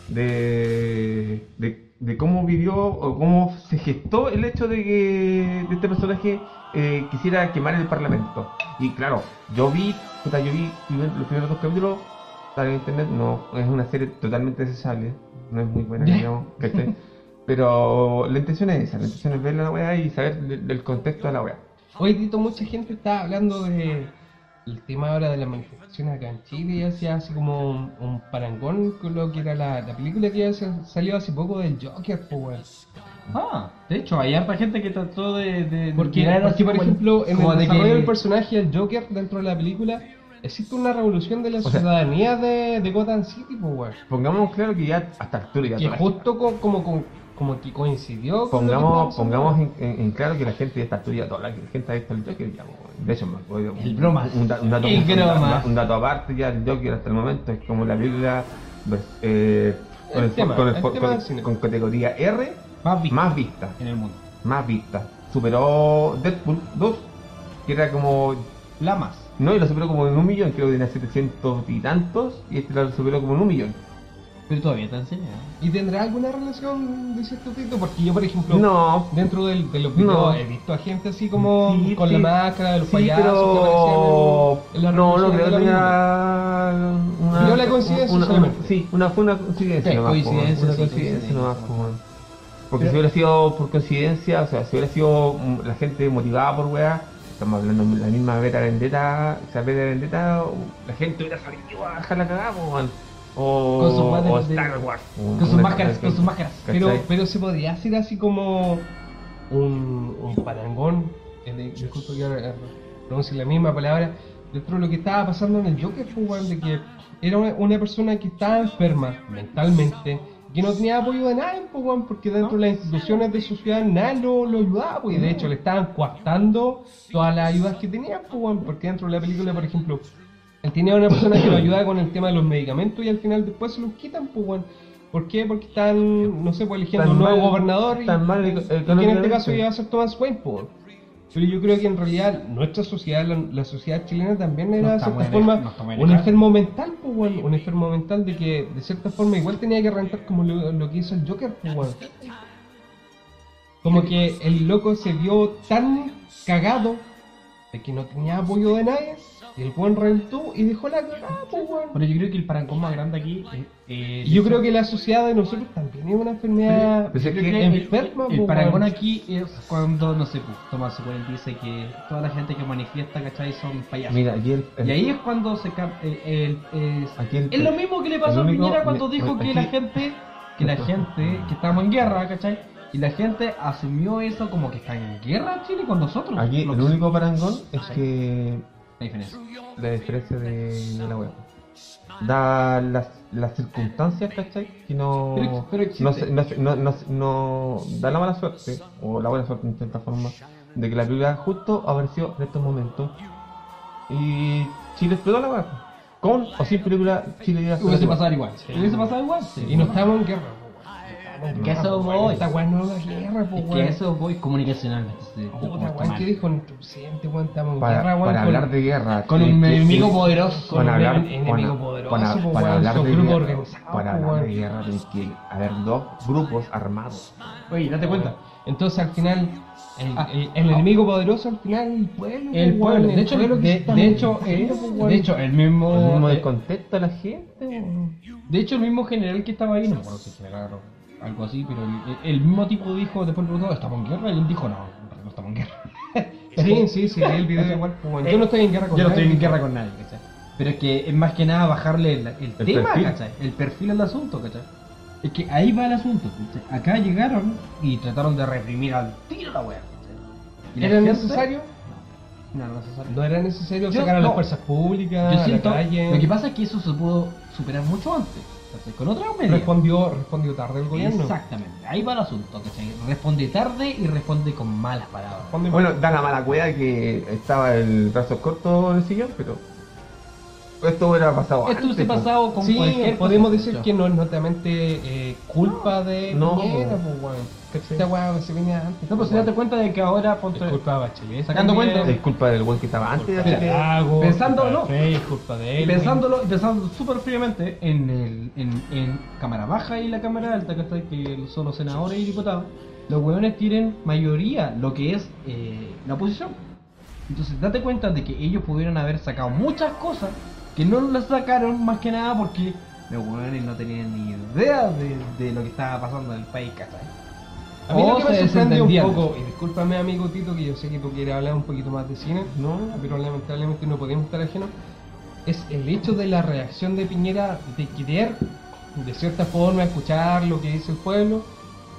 [SPEAKER 1] De, de, de cómo vivió o cómo se gestó el hecho de que de este personaje eh, quisiera quemar el parlamento. Y claro, yo vi, puta, yo vi primer- los primeros dos capítulos tal en internet, no, es una serie totalmente desechable, no es muy buena, digamos, ¿cachai? Pero la intención es esa, la intención es ver la weá y saber del, del contexto de la weá.
[SPEAKER 3] Hoy, Tito, mucha gente está hablando de el tema ahora de las manifestaciones acá en Chile y hacía así como un, un parangón con lo que era la, la película que había salido hace poco del Joker, pues, weón.
[SPEAKER 4] Ah, de hecho, hay harta gente que trató de. de
[SPEAKER 3] Porque,
[SPEAKER 4] de tirar así
[SPEAKER 3] porque, por
[SPEAKER 4] como
[SPEAKER 3] ejemplo,
[SPEAKER 4] el-
[SPEAKER 3] en
[SPEAKER 4] como
[SPEAKER 3] el
[SPEAKER 4] de que-
[SPEAKER 3] desarrollo del personaje del Joker dentro de la película, existe una revolución de la
[SPEAKER 1] sea-
[SPEAKER 3] ciudadanía de, de Gotham City, pues, weón.
[SPEAKER 1] Pongamos claro que ya hasta altura ya
[SPEAKER 3] Que
[SPEAKER 1] toda la
[SPEAKER 3] justo co- como, como, como que coincidió con lo que
[SPEAKER 1] Pongamos,
[SPEAKER 3] estaba
[SPEAKER 1] pongamos en, en- en claro que la gente ya está estudiando, toda la gente ha visto el Joker ya, po, de hecho, me voy a-
[SPEAKER 4] El broma.
[SPEAKER 1] Un, da- un dato,
[SPEAKER 4] El
[SPEAKER 1] un da-
[SPEAKER 4] broma.
[SPEAKER 1] un da- un dato aparte ya el Joker hasta el momento es como la película vers- eh, con,
[SPEAKER 3] El
[SPEAKER 1] el fo-
[SPEAKER 3] tema,
[SPEAKER 1] con el
[SPEAKER 3] el
[SPEAKER 1] fo-
[SPEAKER 3] tema
[SPEAKER 1] con-
[SPEAKER 3] del cine.
[SPEAKER 1] con categoría R
[SPEAKER 4] más vistas
[SPEAKER 1] más vista,
[SPEAKER 4] en el mundo.
[SPEAKER 1] más vista. Superó Deadpool 2, que era como
[SPEAKER 4] La más.
[SPEAKER 1] no, y lo superó como en un millón, creo que tenía 700 y tantos, y este lo superó como en un millón.
[SPEAKER 4] Pero todavía está en serio, ¿eh?
[SPEAKER 3] ¿Y tendrá alguna relación de cierto tipo? Porque yo, por ejemplo,
[SPEAKER 1] No,
[SPEAKER 3] dentro del, de los videos
[SPEAKER 1] No.
[SPEAKER 3] he visto a gente así como
[SPEAKER 1] Sí,
[SPEAKER 3] con
[SPEAKER 1] sí.
[SPEAKER 3] la máscara de los
[SPEAKER 1] pero...
[SPEAKER 3] payasos que aparecían en, en las
[SPEAKER 1] no, no creo que
[SPEAKER 3] revoluciones de la película.
[SPEAKER 1] tenga una...
[SPEAKER 3] Vio la coincidencia
[SPEAKER 1] una- una-
[SPEAKER 3] solamente.
[SPEAKER 1] Sí, una, fue una coincidencia
[SPEAKER 4] Sí,
[SPEAKER 1] nomás, po,
[SPEAKER 4] coincidencia,
[SPEAKER 1] una
[SPEAKER 4] sí,
[SPEAKER 1] coincidencia
[SPEAKER 4] coincidencia.
[SPEAKER 1] nomás, po, weón. Porque
[SPEAKER 3] Pero-
[SPEAKER 1] si hubiera sido por coincidencia, o sea, si hubiera sido mm, la gente motivada por weá, estamos hablando de la misma Beta Vendetta, o sea, Beta Vendetta, o- la gente hubiera sabido a dejar la cagada, po, weón. O,
[SPEAKER 4] Con sus weas de-
[SPEAKER 1] o
[SPEAKER 4] de-
[SPEAKER 1] Star Wars. po,
[SPEAKER 4] Con sus
[SPEAKER 1] una
[SPEAKER 4] máscaras,
[SPEAKER 1] cosa
[SPEAKER 4] con sus
[SPEAKER 1] así.
[SPEAKER 4] máscaras.
[SPEAKER 3] Pero,
[SPEAKER 1] ¿Cachai?
[SPEAKER 3] pero se podría hacer así como un, un parangón, eh, de- disculpa que ahora eh, pronuncie la misma palabra, dentro de lo que estaba pasando en el Joker, pues, weón, de que era una, una persona que estaba enferma mentalmente, que no tenía apoyo de nadie, pues, weón, porque dentro de las instituciones de su ciudad nadie lo, lo ayudaba, pues, y de hecho le estaban coartando todas las ayudas que tenía, pues, weón, porque dentro de la película, por ejemplo, él tenía una persona que lo ayudaba con el tema de los medicamentos y al final después se los quitan, pues, weón. ¿Por qué? Porque están, no sé, pues eligiendo
[SPEAKER 1] Tan
[SPEAKER 3] un nuevo
[SPEAKER 1] mal-
[SPEAKER 3] gobernador y,
[SPEAKER 1] tan mal
[SPEAKER 3] y
[SPEAKER 1] eco-
[SPEAKER 3] que en este
[SPEAKER 1] económicamente.
[SPEAKER 3] caso iba a ser Thomas Wayne, pues. weón. Pero yo creo que en realidad nuestra sociedad, la, la sociedad chilena también
[SPEAKER 4] No
[SPEAKER 3] era de
[SPEAKER 4] está
[SPEAKER 3] cierta
[SPEAKER 4] muy
[SPEAKER 3] forma
[SPEAKER 4] aleja- no está muy
[SPEAKER 3] un
[SPEAKER 4] alejada.
[SPEAKER 3] enfermo mental, pues, weón. Un enfermo mental de que de cierta forma igual tenía que rentar como lo, lo que hizo el Joker, pues, weón. Como que el loco se vio tan cagado de que no tenía apoyo de nadie y el weón rentó y dejó la cagada, pues, weón.
[SPEAKER 4] Bueno, yo creo que el parangón más grande aquí eh, es.
[SPEAKER 3] Y yo creo que la sociedad de nosotros también es una enfermedad
[SPEAKER 1] Pero si es
[SPEAKER 4] Yo
[SPEAKER 1] que-
[SPEAKER 4] creo que
[SPEAKER 3] enferma,
[SPEAKER 4] el- pues,
[SPEAKER 3] po,
[SPEAKER 4] El parangón
[SPEAKER 3] weón.
[SPEAKER 4] aquí es cuando, no sé, pues, Thomas Wayne dice que toda la gente que manifiesta, ¿cachai? Son payasos.
[SPEAKER 1] Mira, aquí el...
[SPEAKER 4] y ahí es cuando se... cap- el- el- es-
[SPEAKER 1] aquí el-
[SPEAKER 4] es lo mismo que le
[SPEAKER 1] el
[SPEAKER 4] pasó a
[SPEAKER 1] único-
[SPEAKER 4] Piñera cuando
[SPEAKER 1] me-
[SPEAKER 4] dijo
[SPEAKER 1] me-
[SPEAKER 4] que
[SPEAKER 1] aquí-
[SPEAKER 4] la gente... Que la gente... Que estábamos en guerra, ¿cachai? Y la gente asumió eso como que está en guerra Chile con nosotros.
[SPEAKER 1] Aquí
[SPEAKER 4] Lo
[SPEAKER 1] el
[SPEAKER 4] que-
[SPEAKER 1] único parangón es que
[SPEAKER 4] La diferencia.
[SPEAKER 1] la diferencia de, de la web. Da las, las circunstancias, ¿cachai? Que no,
[SPEAKER 3] Pero- pero existe.
[SPEAKER 1] no, se- no, se- no, no, se- no- da la mala suerte, o la buena suerte en cierta forma, de que la película justo apareció en estos momentos. Y Chile explotó la web. Con o sin película, Chile iba a
[SPEAKER 3] Hubiese
[SPEAKER 1] explotar.
[SPEAKER 3] pasado igual. Hubiese pasado igual. Y no estábamos en guerra. po, weón.
[SPEAKER 4] Que eso voy.
[SPEAKER 3] Esta weón no es una guerra, po,
[SPEAKER 4] Es
[SPEAKER 3] weón.
[SPEAKER 4] que eso voy comunicacionalmente. sí,
[SPEAKER 3] Puta,
[SPEAKER 4] está
[SPEAKER 3] weón,
[SPEAKER 4] mal.
[SPEAKER 3] ¿qué dijo nuestro presidente, weón? Estamos en
[SPEAKER 1] Para,
[SPEAKER 3] guerra, weón.
[SPEAKER 1] para
[SPEAKER 3] con-
[SPEAKER 1] hablar de guerra.
[SPEAKER 4] Con
[SPEAKER 1] sí,
[SPEAKER 4] un
[SPEAKER 1] sí,
[SPEAKER 4] enemigo
[SPEAKER 1] sí.
[SPEAKER 4] poderoso.
[SPEAKER 3] Con
[SPEAKER 1] Para
[SPEAKER 3] un
[SPEAKER 1] hablar,
[SPEAKER 3] en- enemigo
[SPEAKER 1] para-
[SPEAKER 3] poderoso,
[SPEAKER 1] para-
[SPEAKER 3] po,
[SPEAKER 1] para
[SPEAKER 3] weón,
[SPEAKER 1] hablar
[SPEAKER 3] son
[SPEAKER 1] de
[SPEAKER 3] grupos
[SPEAKER 1] guerra-
[SPEAKER 3] organizados,
[SPEAKER 1] para
[SPEAKER 3] po,
[SPEAKER 1] hablar de
[SPEAKER 3] weón.
[SPEAKER 1] guerra tiene que haber dos grupos armados.
[SPEAKER 4] Oye, date
[SPEAKER 3] ¿Te
[SPEAKER 4] cuenta.
[SPEAKER 3] cuenta? Entonces al final, el,
[SPEAKER 4] Ah,
[SPEAKER 3] el- el
[SPEAKER 4] ah.
[SPEAKER 3] enemigo poderoso al final el pueblo.
[SPEAKER 4] El
[SPEAKER 3] po, weón,
[SPEAKER 4] pueblo, de
[SPEAKER 3] el
[SPEAKER 4] hecho,
[SPEAKER 3] pueblo que se
[SPEAKER 4] de,
[SPEAKER 3] está
[SPEAKER 4] de hecho, el,
[SPEAKER 3] muriendo, po, weón.
[SPEAKER 4] de hecho, pues, el mismo,
[SPEAKER 1] El mismo
[SPEAKER 4] eh,
[SPEAKER 1] descontento a la gente. weón.
[SPEAKER 4] de hecho, el mismo general que estaba ahí, no me acuerdo si general o algo así, pero el, el mismo tipo dijo, después le preguntó, ¿estamos en guerra? Y él dijo, no, no estamos en guerra. eh.
[SPEAKER 3] Sí, sí, sí, vi el video igual. po,
[SPEAKER 1] eh,
[SPEAKER 3] weón. Yo no estoy en guerra con
[SPEAKER 4] Yo no estoy
[SPEAKER 3] nadie.
[SPEAKER 4] en guerra con nadie, ¿cachai? Pero es que es más que nada bajarle el, el
[SPEAKER 1] El
[SPEAKER 4] tema,
[SPEAKER 1] perfil.
[SPEAKER 4] ¿cachai? El perfil al asunto, ¿cachai? Es que ahí va el asunto, ¿cachai? Acá llegaron y trataron de reprimir al tiro la wea, ¿cachai? Y la
[SPEAKER 3] ¿Era
[SPEAKER 4] gente-
[SPEAKER 3] necesario?
[SPEAKER 4] No, no es necesario.
[SPEAKER 3] No era necesario
[SPEAKER 4] Yo-
[SPEAKER 3] sacar a las
[SPEAKER 4] no.
[SPEAKER 3] fuerzas públicas,
[SPEAKER 4] Yo
[SPEAKER 3] a
[SPEAKER 4] siento,
[SPEAKER 3] la calle.
[SPEAKER 4] lo que pasa es que eso se pudo superar mucho antes, ¿cachai? Con otra medida.
[SPEAKER 3] respondió, respondió tarde el gobierno.
[SPEAKER 4] Exactamente, ahí va el asunto, ¿cachai? Responde tarde y responde con malas palabras.
[SPEAKER 3] Responde-
[SPEAKER 1] Bueno, da la mala cueva que estaba el brazo corto en el sillón, pero. esto hubiera pasado
[SPEAKER 4] Esto
[SPEAKER 1] antes, pues.
[SPEAKER 4] hubiese
[SPEAKER 1] po.
[SPEAKER 4] pasado con
[SPEAKER 3] Sí,
[SPEAKER 4] cualquier
[SPEAKER 3] podemos
[SPEAKER 4] cosa,
[SPEAKER 3] decir
[SPEAKER 4] yo.
[SPEAKER 3] que no es netamente eh, culpa de
[SPEAKER 1] No,
[SPEAKER 3] Piñera,
[SPEAKER 1] po.
[SPEAKER 3] pues, weón.
[SPEAKER 1] ¿Cachai?
[SPEAKER 3] Esta weá se venía antes.
[SPEAKER 2] No, pues
[SPEAKER 3] po,
[SPEAKER 2] se
[SPEAKER 3] weón.
[SPEAKER 2] date cuenta de que ahora
[SPEAKER 4] Es
[SPEAKER 2] ponte.
[SPEAKER 4] culpa de Bachelet.
[SPEAKER 2] Sacando
[SPEAKER 4] también,
[SPEAKER 2] cuentas.
[SPEAKER 1] Es culpa del buen que estaba antes de
[SPEAKER 4] culpa
[SPEAKER 1] hacer
[SPEAKER 4] de
[SPEAKER 1] que-
[SPEAKER 4] Lago,
[SPEAKER 2] Pensando,
[SPEAKER 4] culpa de
[SPEAKER 2] ¿no?
[SPEAKER 4] Frey, culpa de él.
[SPEAKER 2] pensándolo y pensando súper fríamente en, el, en, en cámara baja y la cámara alta, ¿cachai? que son los senadores y diputados, los hueones tienen mayoría, lo que es eh, la oposición. Entonces date cuenta de que ellos pudieron haber sacado muchas cosas que no las sacaron más que nada porque los hueones no tenían ni idea de, de lo que estaba pasando en el país, ¿cachai?
[SPEAKER 3] A mí
[SPEAKER 4] oh,
[SPEAKER 3] lo
[SPEAKER 2] O
[SPEAKER 3] que me
[SPEAKER 2] se
[SPEAKER 3] sorprendió un
[SPEAKER 2] desentendían.
[SPEAKER 3] poco, y discúlpame amigo Tito, que yo sé que tú quieres hablar un poquito más de cine,
[SPEAKER 1] No,
[SPEAKER 3] pero lamentablemente no podemos estar ajenos, es el hecho de la reacción de Piñera de querer, de cierta forma, escuchar lo que dice el pueblo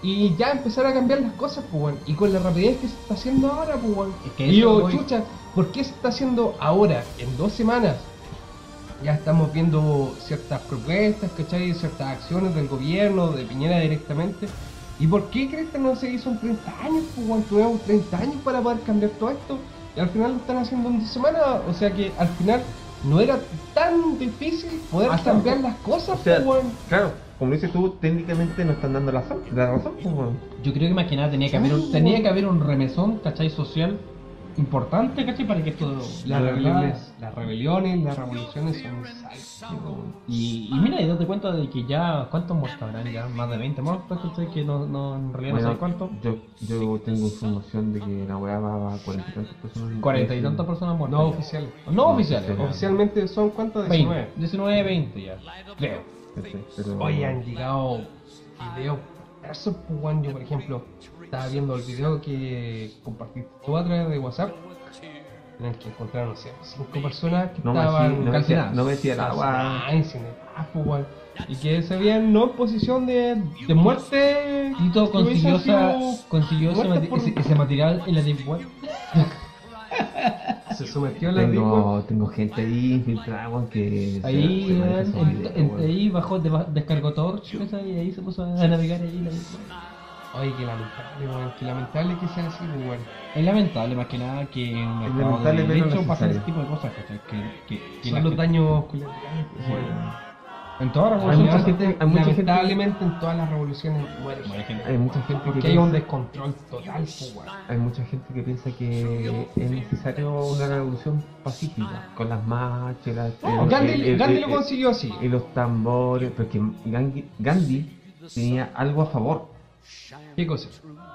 [SPEAKER 3] y ya empezar a cambiar las cosas, pues, weón. y con la rapidez que se está haciendo ahora, pues, weón.
[SPEAKER 2] Es que eso
[SPEAKER 3] Y yo,
[SPEAKER 2] voy-
[SPEAKER 3] chucha, ¿por qué se está haciendo ahora, en dos semanas? Ya estamos viendo ciertas propuestas, ¿cachai? Ciertas acciones del gobierno, de Piñera directamente. ¿Y por qué crees que no se hizo en 30 años? Pues, weón? tuvimos 30 años para poder cambiar todo esto. Y al final lo están haciendo en dos semanas. O sea que al final no era tan difícil poder
[SPEAKER 1] Hasta-
[SPEAKER 3] cambiar las cosas,
[SPEAKER 1] O sea,
[SPEAKER 3] pues, weón.
[SPEAKER 1] claro, como dices tú, técnicamente no están dando la, razón- la razón, pues, weón.
[SPEAKER 4] Yo creo que más que nada tenía que haber un, tenía que haber un remesón, ¿cachai? Social importante, ¿cachai? Para que esto...
[SPEAKER 3] Las
[SPEAKER 4] de verdad-
[SPEAKER 3] rebeliones, las rebeliones, las revoluciones son un salto, weón.
[SPEAKER 4] Y, y mira, y date cuenta de que ya, ¿cuántos muertos habrán? Ya más de 20 muertos, ¿cachai? Que no, no, en realidad no
[SPEAKER 1] Bueno,
[SPEAKER 4] sé cuántos.
[SPEAKER 1] Yo, yo tengo información de que la weá va a cuarenta y tantas personas.
[SPEAKER 4] Cuarenta y tantas personas muertas.
[SPEAKER 3] No
[SPEAKER 4] ya.
[SPEAKER 3] oficiales.
[SPEAKER 4] No oficiales.
[SPEAKER 1] No
[SPEAKER 3] Oficialmente son cuántas?
[SPEAKER 4] 20,
[SPEAKER 3] 19.
[SPEAKER 4] 19, 20 ya. Creo.
[SPEAKER 1] Perfecto, pero-
[SPEAKER 3] Hoy han llegado videos. Eso, pues, weón, yo por ejemplo estaba viendo el video que compartiste tú a través de WhatsApp. En el que encontraron, no sé, cinco personas que
[SPEAKER 1] No me decía-
[SPEAKER 3] estaban
[SPEAKER 1] no me decía-
[SPEAKER 3] calcinadas. Ah,
[SPEAKER 1] no me decía nada, weón.
[SPEAKER 3] Calcinadas, encinadas, pues, weón. Y que se veían no en posición de, de muerte.
[SPEAKER 4] Tito
[SPEAKER 3] que hubiese
[SPEAKER 4] consiguió, esa-
[SPEAKER 3] sido-
[SPEAKER 4] consiguió ese,
[SPEAKER 3] muertas
[SPEAKER 4] mate-
[SPEAKER 3] por-
[SPEAKER 4] ese- ese material en la Deep Web.
[SPEAKER 3] Se sometió a la Deep Web.
[SPEAKER 1] Tengo, tengo gente ahí infiltrada, weón, que. se-
[SPEAKER 4] Ahí,
[SPEAKER 1] se maneja
[SPEAKER 4] en-
[SPEAKER 1] esa
[SPEAKER 4] en-
[SPEAKER 1] weá, weón.
[SPEAKER 4] ahí bajó, deba- descargó Torch, ¿cachai? Y ahí se puso a navegar ahí. en la Deep Web.
[SPEAKER 3] Ay, qué lamentable, weón. Qué lamentable que sea así, pues, weón.
[SPEAKER 4] Es lamentable más que nada que en un
[SPEAKER 1] Es
[SPEAKER 4] estado
[SPEAKER 1] lamentable,
[SPEAKER 4] de
[SPEAKER 1] pero
[SPEAKER 4] derecho pasan
[SPEAKER 1] necesario.
[SPEAKER 4] ese tipo de cosas, ¿cachai? Que, que, que
[SPEAKER 3] Son
[SPEAKER 4] la
[SPEAKER 3] los
[SPEAKER 4] gente-
[SPEAKER 3] daños colaterales, pues,
[SPEAKER 1] Sí,
[SPEAKER 3] weón.
[SPEAKER 1] weón.
[SPEAKER 4] En toda
[SPEAKER 1] Hay mucha
[SPEAKER 4] revolución.
[SPEAKER 1] gente- hay mucha gente-
[SPEAKER 3] lamentablemente en todas las revoluciones muere
[SPEAKER 4] Muere
[SPEAKER 3] gente.
[SPEAKER 4] gente.
[SPEAKER 1] Hay mucha gente que.
[SPEAKER 3] Porque hay un
[SPEAKER 1] piensa-
[SPEAKER 3] descontrol total, pues, weón.
[SPEAKER 1] Hay mucha gente que piensa que es necesario una revolución pacífica, con las marchas, las, el- el-
[SPEAKER 3] Oh, Gandhi,
[SPEAKER 1] el-
[SPEAKER 3] Gandhi
[SPEAKER 1] el-
[SPEAKER 3] lo
[SPEAKER 1] el-
[SPEAKER 3] consiguió así.
[SPEAKER 1] y los tambores, porque Gandhi, Gandhi tenía algo a favor,
[SPEAKER 3] ¿Qué cosa?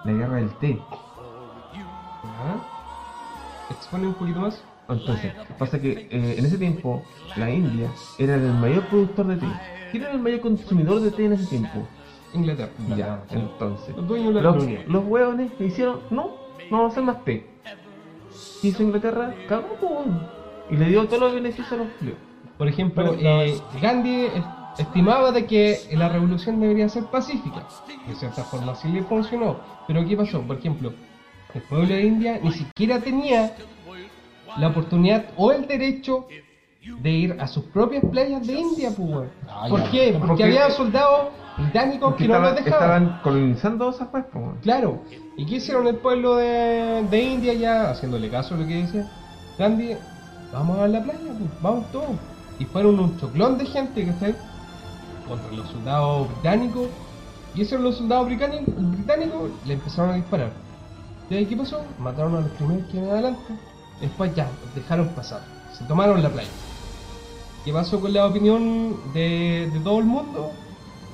[SPEAKER 1] la guerra del té.
[SPEAKER 3] ¿Ah? Expone un poquito más.
[SPEAKER 1] Entonces, pasa que eh, en ese tiempo la India era el mayor productor de té. ¿Quién era el mayor consumidor de té en ese tiempo?
[SPEAKER 3] Inglaterra.
[SPEAKER 1] Ya, entonces.
[SPEAKER 3] Los dueños de la
[SPEAKER 1] Los,
[SPEAKER 3] colonia.
[SPEAKER 1] los hueones le hicieron, no, no vamos a hacer más té. Y hizo Inglaterra, cagó, po, weón. y le dio todos los beneficios a los judíos.
[SPEAKER 3] Por ejemplo,
[SPEAKER 1] Pero no
[SPEAKER 3] eh, Gandhi es- estimaba de que la revolución debería ser pacífica. De cierta forma sí le funcionó. Pero ¿qué pasó? Por ejemplo, el pueblo de India ni siquiera tenía la oportunidad o el derecho de ir a sus propias playas de India, pues. weón.
[SPEAKER 4] Ah,
[SPEAKER 3] ¿Por
[SPEAKER 4] ya.
[SPEAKER 3] qué? Porque,
[SPEAKER 1] Porque-
[SPEAKER 3] había soldados británicos
[SPEAKER 1] Porque
[SPEAKER 3] que no
[SPEAKER 1] estaban,
[SPEAKER 3] los dejaban.
[SPEAKER 1] estaban colonizando esas pues, po, weón.
[SPEAKER 3] Claro. ¿Y qué hicieron el pueblo de, de India ya? Haciéndole caso a lo que decía Gandhi, vamos a la playa, pues, vamos todos. Y fueron un choclón de gente que está contra los soldados británicos. Y esos los soldados bricani- británicos le empezaron a disparar. ¿Y ahí qué pasó? Mataron a los primeros que iban adelante. Después ya, los dejaron pasar. Se tomaron la playa. ¿Qué pasó con la opinión de, de todo el mundo?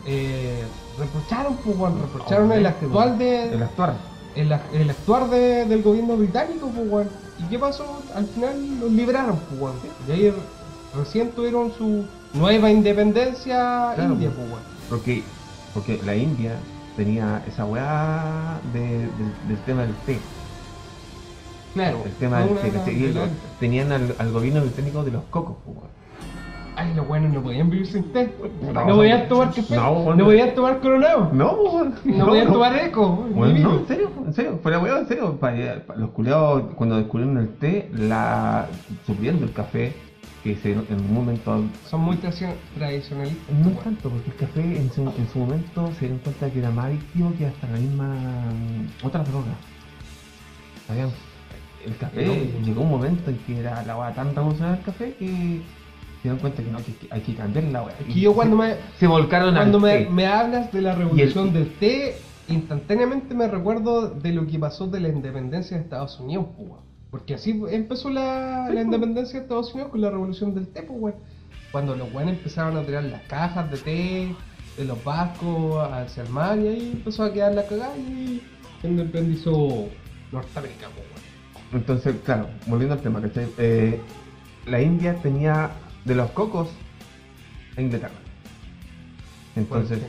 [SPEAKER 3] Eh, reprocharon, pues, weón, reprocharon el
[SPEAKER 1] Obviamente, weón.
[SPEAKER 3] actual de,
[SPEAKER 1] El actuar.
[SPEAKER 3] el, el actuar de- del gobierno británico, pues, weón. ¿Y qué pasó? Al final los liberaron, pues, weón. Y ahí recién tuvieron su nueva independencia
[SPEAKER 1] Claro,
[SPEAKER 3] india,
[SPEAKER 1] pues.
[SPEAKER 3] pues, weón.
[SPEAKER 1] Porque, porque la India tenía esa weá de- del- del tema del té.
[SPEAKER 3] Claro.
[SPEAKER 1] El tema
[SPEAKER 3] fue
[SPEAKER 1] del
[SPEAKER 3] una-
[SPEAKER 1] té. ¿cachai? Y lo- Tenían al, al gobierno británico de los cocos, pues, weón.
[SPEAKER 3] Ay, los buenos no podían vivir sin té.
[SPEAKER 1] No.
[SPEAKER 3] No, podían tomar café.
[SPEAKER 1] No,
[SPEAKER 3] No,
[SPEAKER 1] weón.
[SPEAKER 3] podían tomar coronado. No,
[SPEAKER 1] No, weón.
[SPEAKER 3] podían tomar eco.
[SPEAKER 1] Bueno,
[SPEAKER 3] eh. ni
[SPEAKER 1] no,
[SPEAKER 3] vino.
[SPEAKER 1] en serio, en serio, fuera weón, en serio. Pa- eh, pa- los culeados, cuando descubrieron el té, la subiendo el café, que se, en un momento.
[SPEAKER 3] Son muy tradicio- tradicionalistas.
[SPEAKER 1] No
[SPEAKER 3] weón.
[SPEAKER 1] tanto, porque el café en su, en su momento se dieron cuenta que era más adictivo que hasta la misma. mm, otras drogas. Sabían, El café
[SPEAKER 3] No.
[SPEAKER 1] llegó un momento en que era la weá tan revolucionaria el café que. se dan cuenta que no, que, que hay que cambiar la weá.
[SPEAKER 3] Que yo cuando me,
[SPEAKER 1] Se volcaron
[SPEAKER 3] cuando
[SPEAKER 1] al
[SPEAKER 3] me,
[SPEAKER 1] té.
[SPEAKER 3] me hablas de la revolución del té, instantáneamente me recuerdo de lo que pasó de la independencia de Estados Unidos, po, weón. Porque así empezó la, la independencia de Estados Unidos con la revolución del té, po, weón. Cuando los weones empezaron a tirar las cajas de té de los vascos hacia el mar y ahí empezó a quedar la cagada y el independizo norteamericano, po, weón.
[SPEAKER 1] Entonces, claro, volviendo al tema, ¿cachai? Eh, la India tenía de los cocos a Inglaterra. Entonces,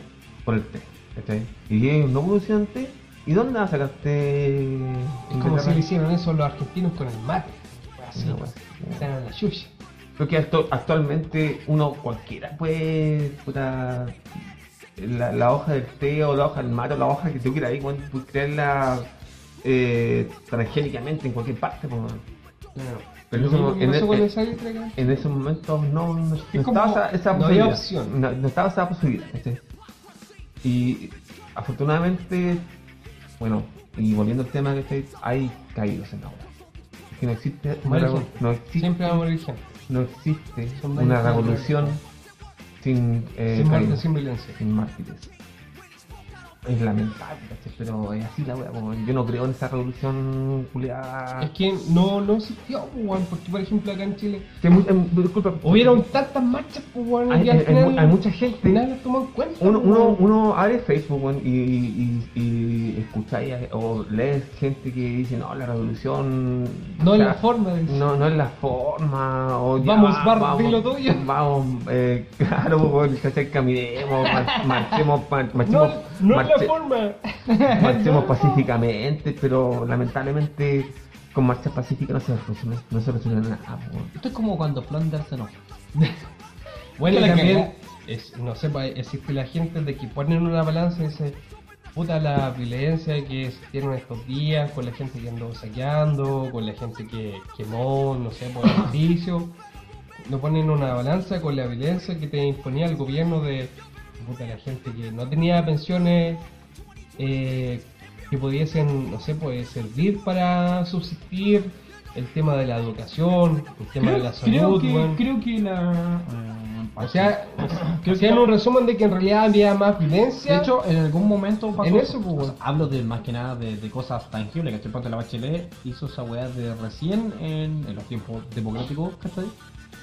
[SPEAKER 3] Por el té.
[SPEAKER 1] por el té, ¿cachai? Y ellos no producían té. ¿Y dónde va a sacar té?
[SPEAKER 3] Es como
[SPEAKER 1] Inglaterra?
[SPEAKER 3] si le hicieron eso los argentinos con el mate. Así,
[SPEAKER 1] Una
[SPEAKER 3] weón.
[SPEAKER 1] weá así.
[SPEAKER 3] Echaron la chucha.
[SPEAKER 1] Creo que actu- actualmente uno cualquiera puede puta, la, la hoja del té o la hoja del mate o la hoja que tú quieras ahí, weón, puedes crearla eh, transgénicamente en cualquier parte, po, weón.
[SPEAKER 3] Claro.
[SPEAKER 1] Pero
[SPEAKER 3] Lo
[SPEAKER 1] eso
[SPEAKER 3] mismo
[SPEAKER 1] no-
[SPEAKER 3] que
[SPEAKER 1] en-
[SPEAKER 3] pasó con
[SPEAKER 1] en-
[SPEAKER 3] esa letra acá.
[SPEAKER 1] En esos momentos no, no- no
[SPEAKER 3] como-
[SPEAKER 1] estaba esa, esa
[SPEAKER 3] no
[SPEAKER 1] posibilidad.
[SPEAKER 3] había opción.
[SPEAKER 1] No, no estaba esa posibilidad. ¿cachai? Y afortunadamente, bueno, y volviendo al tema, ¿cachai? hay caídos en la obra. Que no existe, una
[SPEAKER 3] Vale,
[SPEAKER 1] revol-
[SPEAKER 3] gente.
[SPEAKER 1] no existe
[SPEAKER 3] Siempre vamos a morir gente.
[SPEAKER 1] no existe
[SPEAKER 3] Son
[SPEAKER 1] una
[SPEAKER 3] varios
[SPEAKER 1] revolución sin, eh,
[SPEAKER 3] sin muerte,
[SPEAKER 1] caídas,
[SPEAKER 3] sin violencia.
[SPEAKER 1] sin mártires. Es lamentable, ¿cachai? pero es así la wea. como Yo no creo en esa revolución
[SPEAKER 3] Es
[SPEAKER 1] culiada.
[SPEAKER 3] que no, no existió, pues, weón, porque por ejemplo acá en Chile
[SPEAKER 1] Que mu- em, disculpa,
[SPEAKER 3] hubieron tantas marchas, pues, weón,
[SPEAKER 1] hay,
[SPEAKER 3] y al
[SPEAKER 1] hay- hay
[SPEAKER 3] final,
[SPEAKER 1] mu- hay mucha
[SPEAKER 3] al
[SPEAKER 1] gente.
[SPEAKER 3] final las tomó en cuenta.
[SPEAKER 1] Uno,
[SPEAKER 3] pues,
[SPEAKER 1] uno,
[SPEAKER 3] weón.
[SPEAKER 1] uno abre Facebook weón, y, y, y, y escucháis a- o lees gente que dice no, la revolución.
[SPEAKER 3] No es
[SPEAKER 1] o
[SPEAKER 3] la
[SPEAKER 1] sea,
[SPEAKER 3] forma de
[SPEAKER 1] No, no es la forma. O ya,
[SPEAKER 3] Vamos, Bart, dilo tuyo.
[SPEAKER 1] Vamos, eh, claro, weón, ¿cachai? caminemos, mar- marchemos, mar- marchemos,
[SPEAKER 3] no, no es
[SPEAKER 1] marche-
[SPEAKER 3] la forma.
[SPEAKER 1] marchemos pacíficamente, pero lamentablemente con marchas pacíficas no se resuelve, no se resuelve nada. weón.
[SPEAKER 4] Esto es como cuando Flanders se enoja.
[SPEAKER 3] Bueno,
[SPEAKER 4] Que
[SPEAKER 3] y
[SPEAKER 4] la
[SPEAKER 3] también,
[SPEAKER 4] cagá.
[SPEAKER 3] es- no sé, pa- existe la gente de que ponen una balanza y dice, puta la violencia que se tiene en estos días, con la gente que andó saqueando, con la gente que quemó, no sé, por el edificio. Lo ponen en una balanza con la violencia que te imponía el gobierno de puta, la gente que no tenía pensiones, eh, que pudiesen, no sé, pues servir para subsistir, el tema de la educación, el tema de la salud,
[SPEAKER 2] que,
[SPEAKER 3] weón.
[SPEAKER 2] creo que la.
[SPEAKER 4] eh,
[SPEAKER 3] O sea,
[SPEAKER 2] Creo que
[SPEAKER 3] hacían un resumen de que en realidad había más violencia.
[SPEAKER 4] De hecho, en algún momento pasó-
[SPEAKER 3] En eso, pues, weón.
[SPEAKER 4] hablo de más que nada de, de cosas tangibles, que estoy parte de la Bachelet hizo esa weá de recién en, en los tiempos democráticos, ¿cachai?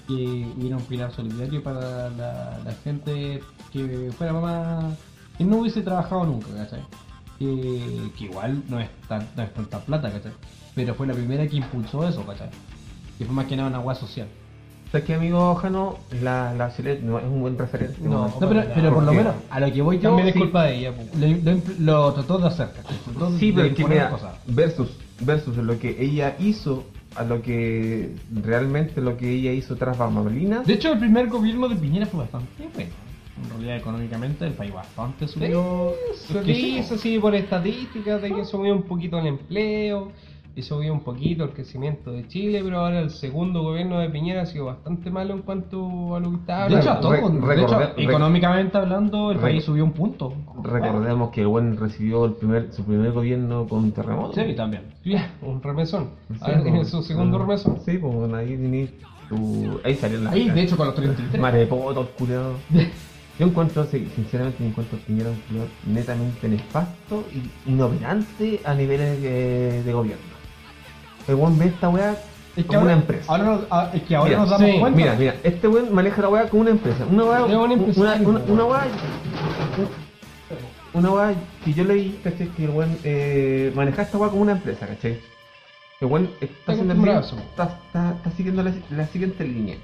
[SPEAKER 4] Que hubiera un pilar solidario para la, la gente que fuera mamá, que no hubiese trabajado nunca, ¿cachai? Que, que igual no es, tan, no es tanta plata, ¿cachai? Pero fue la primera que impulsó eso, ¿cachai? Que fue más que nada una weá social.
[SPEAKER 1] ¿Sabes qué, amigo Jano? La, la Bachelet no es un buen referente.
[SPEAKER 3] No,
[SPEAKER 1] weón.
[SPEAKER 4] No, pero, pero por lo
[SPEAKER 1] Porque-
[SPEAKER 4] menos, a lo que voy yo,
[SPEAKER 3] también es
[SPEAKER 4] sí,
[SPEAKER 3] culpa de ella. po.
[SPEAKER 4] lo, lo impl- lo trató de hacer, ¿cachai? Trató
[SPEAKER 1] Sí,
[SPEAKER 4] de
[SPEAKER 1] pero es que
[SPEAKER 4] imponer
[SPEAKER 1] mira,
[SPEAKER 4] cosas.
[SPEAKER 1] versus, versus lo que ella hizo a lo que realmente lo que ella hizo tras bambalinas.
[SPEAKER 4] De hecho, el primer gobierno de Piñera fue bastante bueno. En realidad, económicamente, el país bastante subió.
[SPEAKER 3] Se
[SPEAKER 4] Es que sí,
[SPEAKER 3] dice así por estadísticas de que subió un poquito el empleo y subió un poquito el crecimiento de Chile, pero ahora el segundo gobierno de Piñera ha sido bastante malo en cuanto a lo que estaba
[SPEAKER 4] De hecho, a
[SPEAKER 1] Re-
[SPEAKER 4] todo,
[SPEAKER 1] re-
[SPEAKER 4] de hecho,
[SPEAKER 1] recordé- re-
[SPEAKER 4] económicamente hablando, el
[SPEAKER 1] re-
[SPEAKER 4] país subió un punto.
[SPEAKER 1] Recordemos que el buen recibió el primer, su primer gobierno con un terremoto.
[SPEAKER 4] Sí, también.
[SPEAKER 3] Un remesón.
[SPEAKER 1] Sí,
[SPEAKER 3] ahora tiene
[SPEAKER 1] pues,
[SPEAKER 3] su segundo
[SPEAKER 4] Ah.
[SPEAKER 1] mm,
[SPEAKER 3] remesón.
[SPEAKER 1] Sí, pues ahí tenés tu- Ahí salió la.
[SPEAKER 4] Ahí, de hecho, con los 33.
[SPEAKER 1] Marepoto, culiado. Yo encuentro, sí, sinceramente, me encuentro a Piñera un culiao netamente nefasto y inoperante a niveles de, de gobierno. El buen ve esta weá
[SPEAKER 4] Es que
[SPEAKER 1] como
[SPEAKER 4] ahora,
[SPEAKER 1] una empresa.
[SPEAKER 4] ahora nos- ah, es que ahora
[SPEAKER 1] Mira,
[SPEAKER 4] nos damos
[SPEAKER 3] sí,
[SPEAKER 4] cuenta.
[SPEAKER 1] Mira, mira, este weón maneja la weá como una empresa. Una weá.
[SPEAKER 3] Es un
[SPEAKER 1] Una,
[SPEAKER 3] empresario,
[SPEAKER 1] una,
[SPEAKER 3] weón.
[SPEAKER 1] una weá. Una weá que yo leí, ¿cachai? Que el weón eh, maneja esta weá como una empresa, ¿cachai? El weón está, haciendo el
[SPEAKER 3] acostumbrado
[SPEAKER 1] mismo-
[SPEAKER 3] a eso.
[SPEAKER 1] está, está, está siguiendo la, la siguiente línea.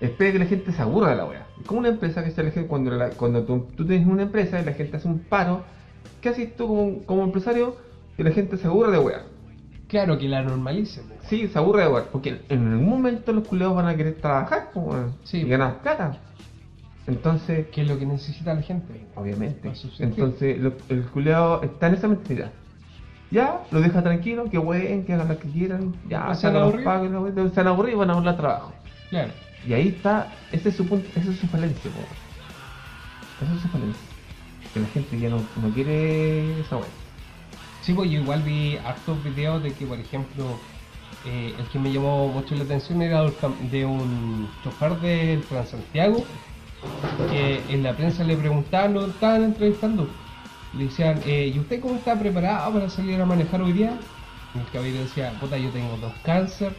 [SPEAKER 1] Espera que la gente se aburra de la weá. Es como una empresa que se aleja cuando, la- cuando tú, tú tienes una empresa y la gente hace un paro. ¿Qué haces tú como, como empresario? Que la gente se aburre de weá.
[SPEAKER 3] Claro que la normalice. po.
[SPEAKER 1] Sí, se aburre de weón, porque en algún momento los culeados van a querer trabajar po, weón,
[SPEAKER 3] Sí.
[SPEAKER 1] y ganar plata. Entonces,
[SPEAKER 3] Que es lo que necesita la gente.
[SPEAKER 1] obviamente,
[SPEAKER 3] Para subsistir.
[SPEAKER 1] entonces lo- el culeado está en esa mentalidad. Ya, lo deja tranquilo, que hueven, que hagan lo que quieran, ya,
[SPEAKER 3] Ah, se han
[SPEAKER 1] sacan los
[SPEAKER 3] aburrido.
[SPEAKER 1] pagos, la weá, se han aburrido y van a volver a trabajo.
[SPEAKER 3] Claro.
[SPEAKER 1] Y ahí está, ese es su punto, ese es su falencia, po. Esa es su falencia. Que la gente ya no, no quiere esa weá.
[SPEAKER 3] Sí, pues yo igual vi hartos videos de que, por ejemplo, eh, el que me llamó mucho la atención era el cam- de un chofer del Transantiago que eh, en la prensa le preguntaban, lo estaban entrevistando, le decían, eh, ¿y usted cómo está preparado para salir a manejar hoy día? Y el caballero decía, puta, yo tengo dos cáncer,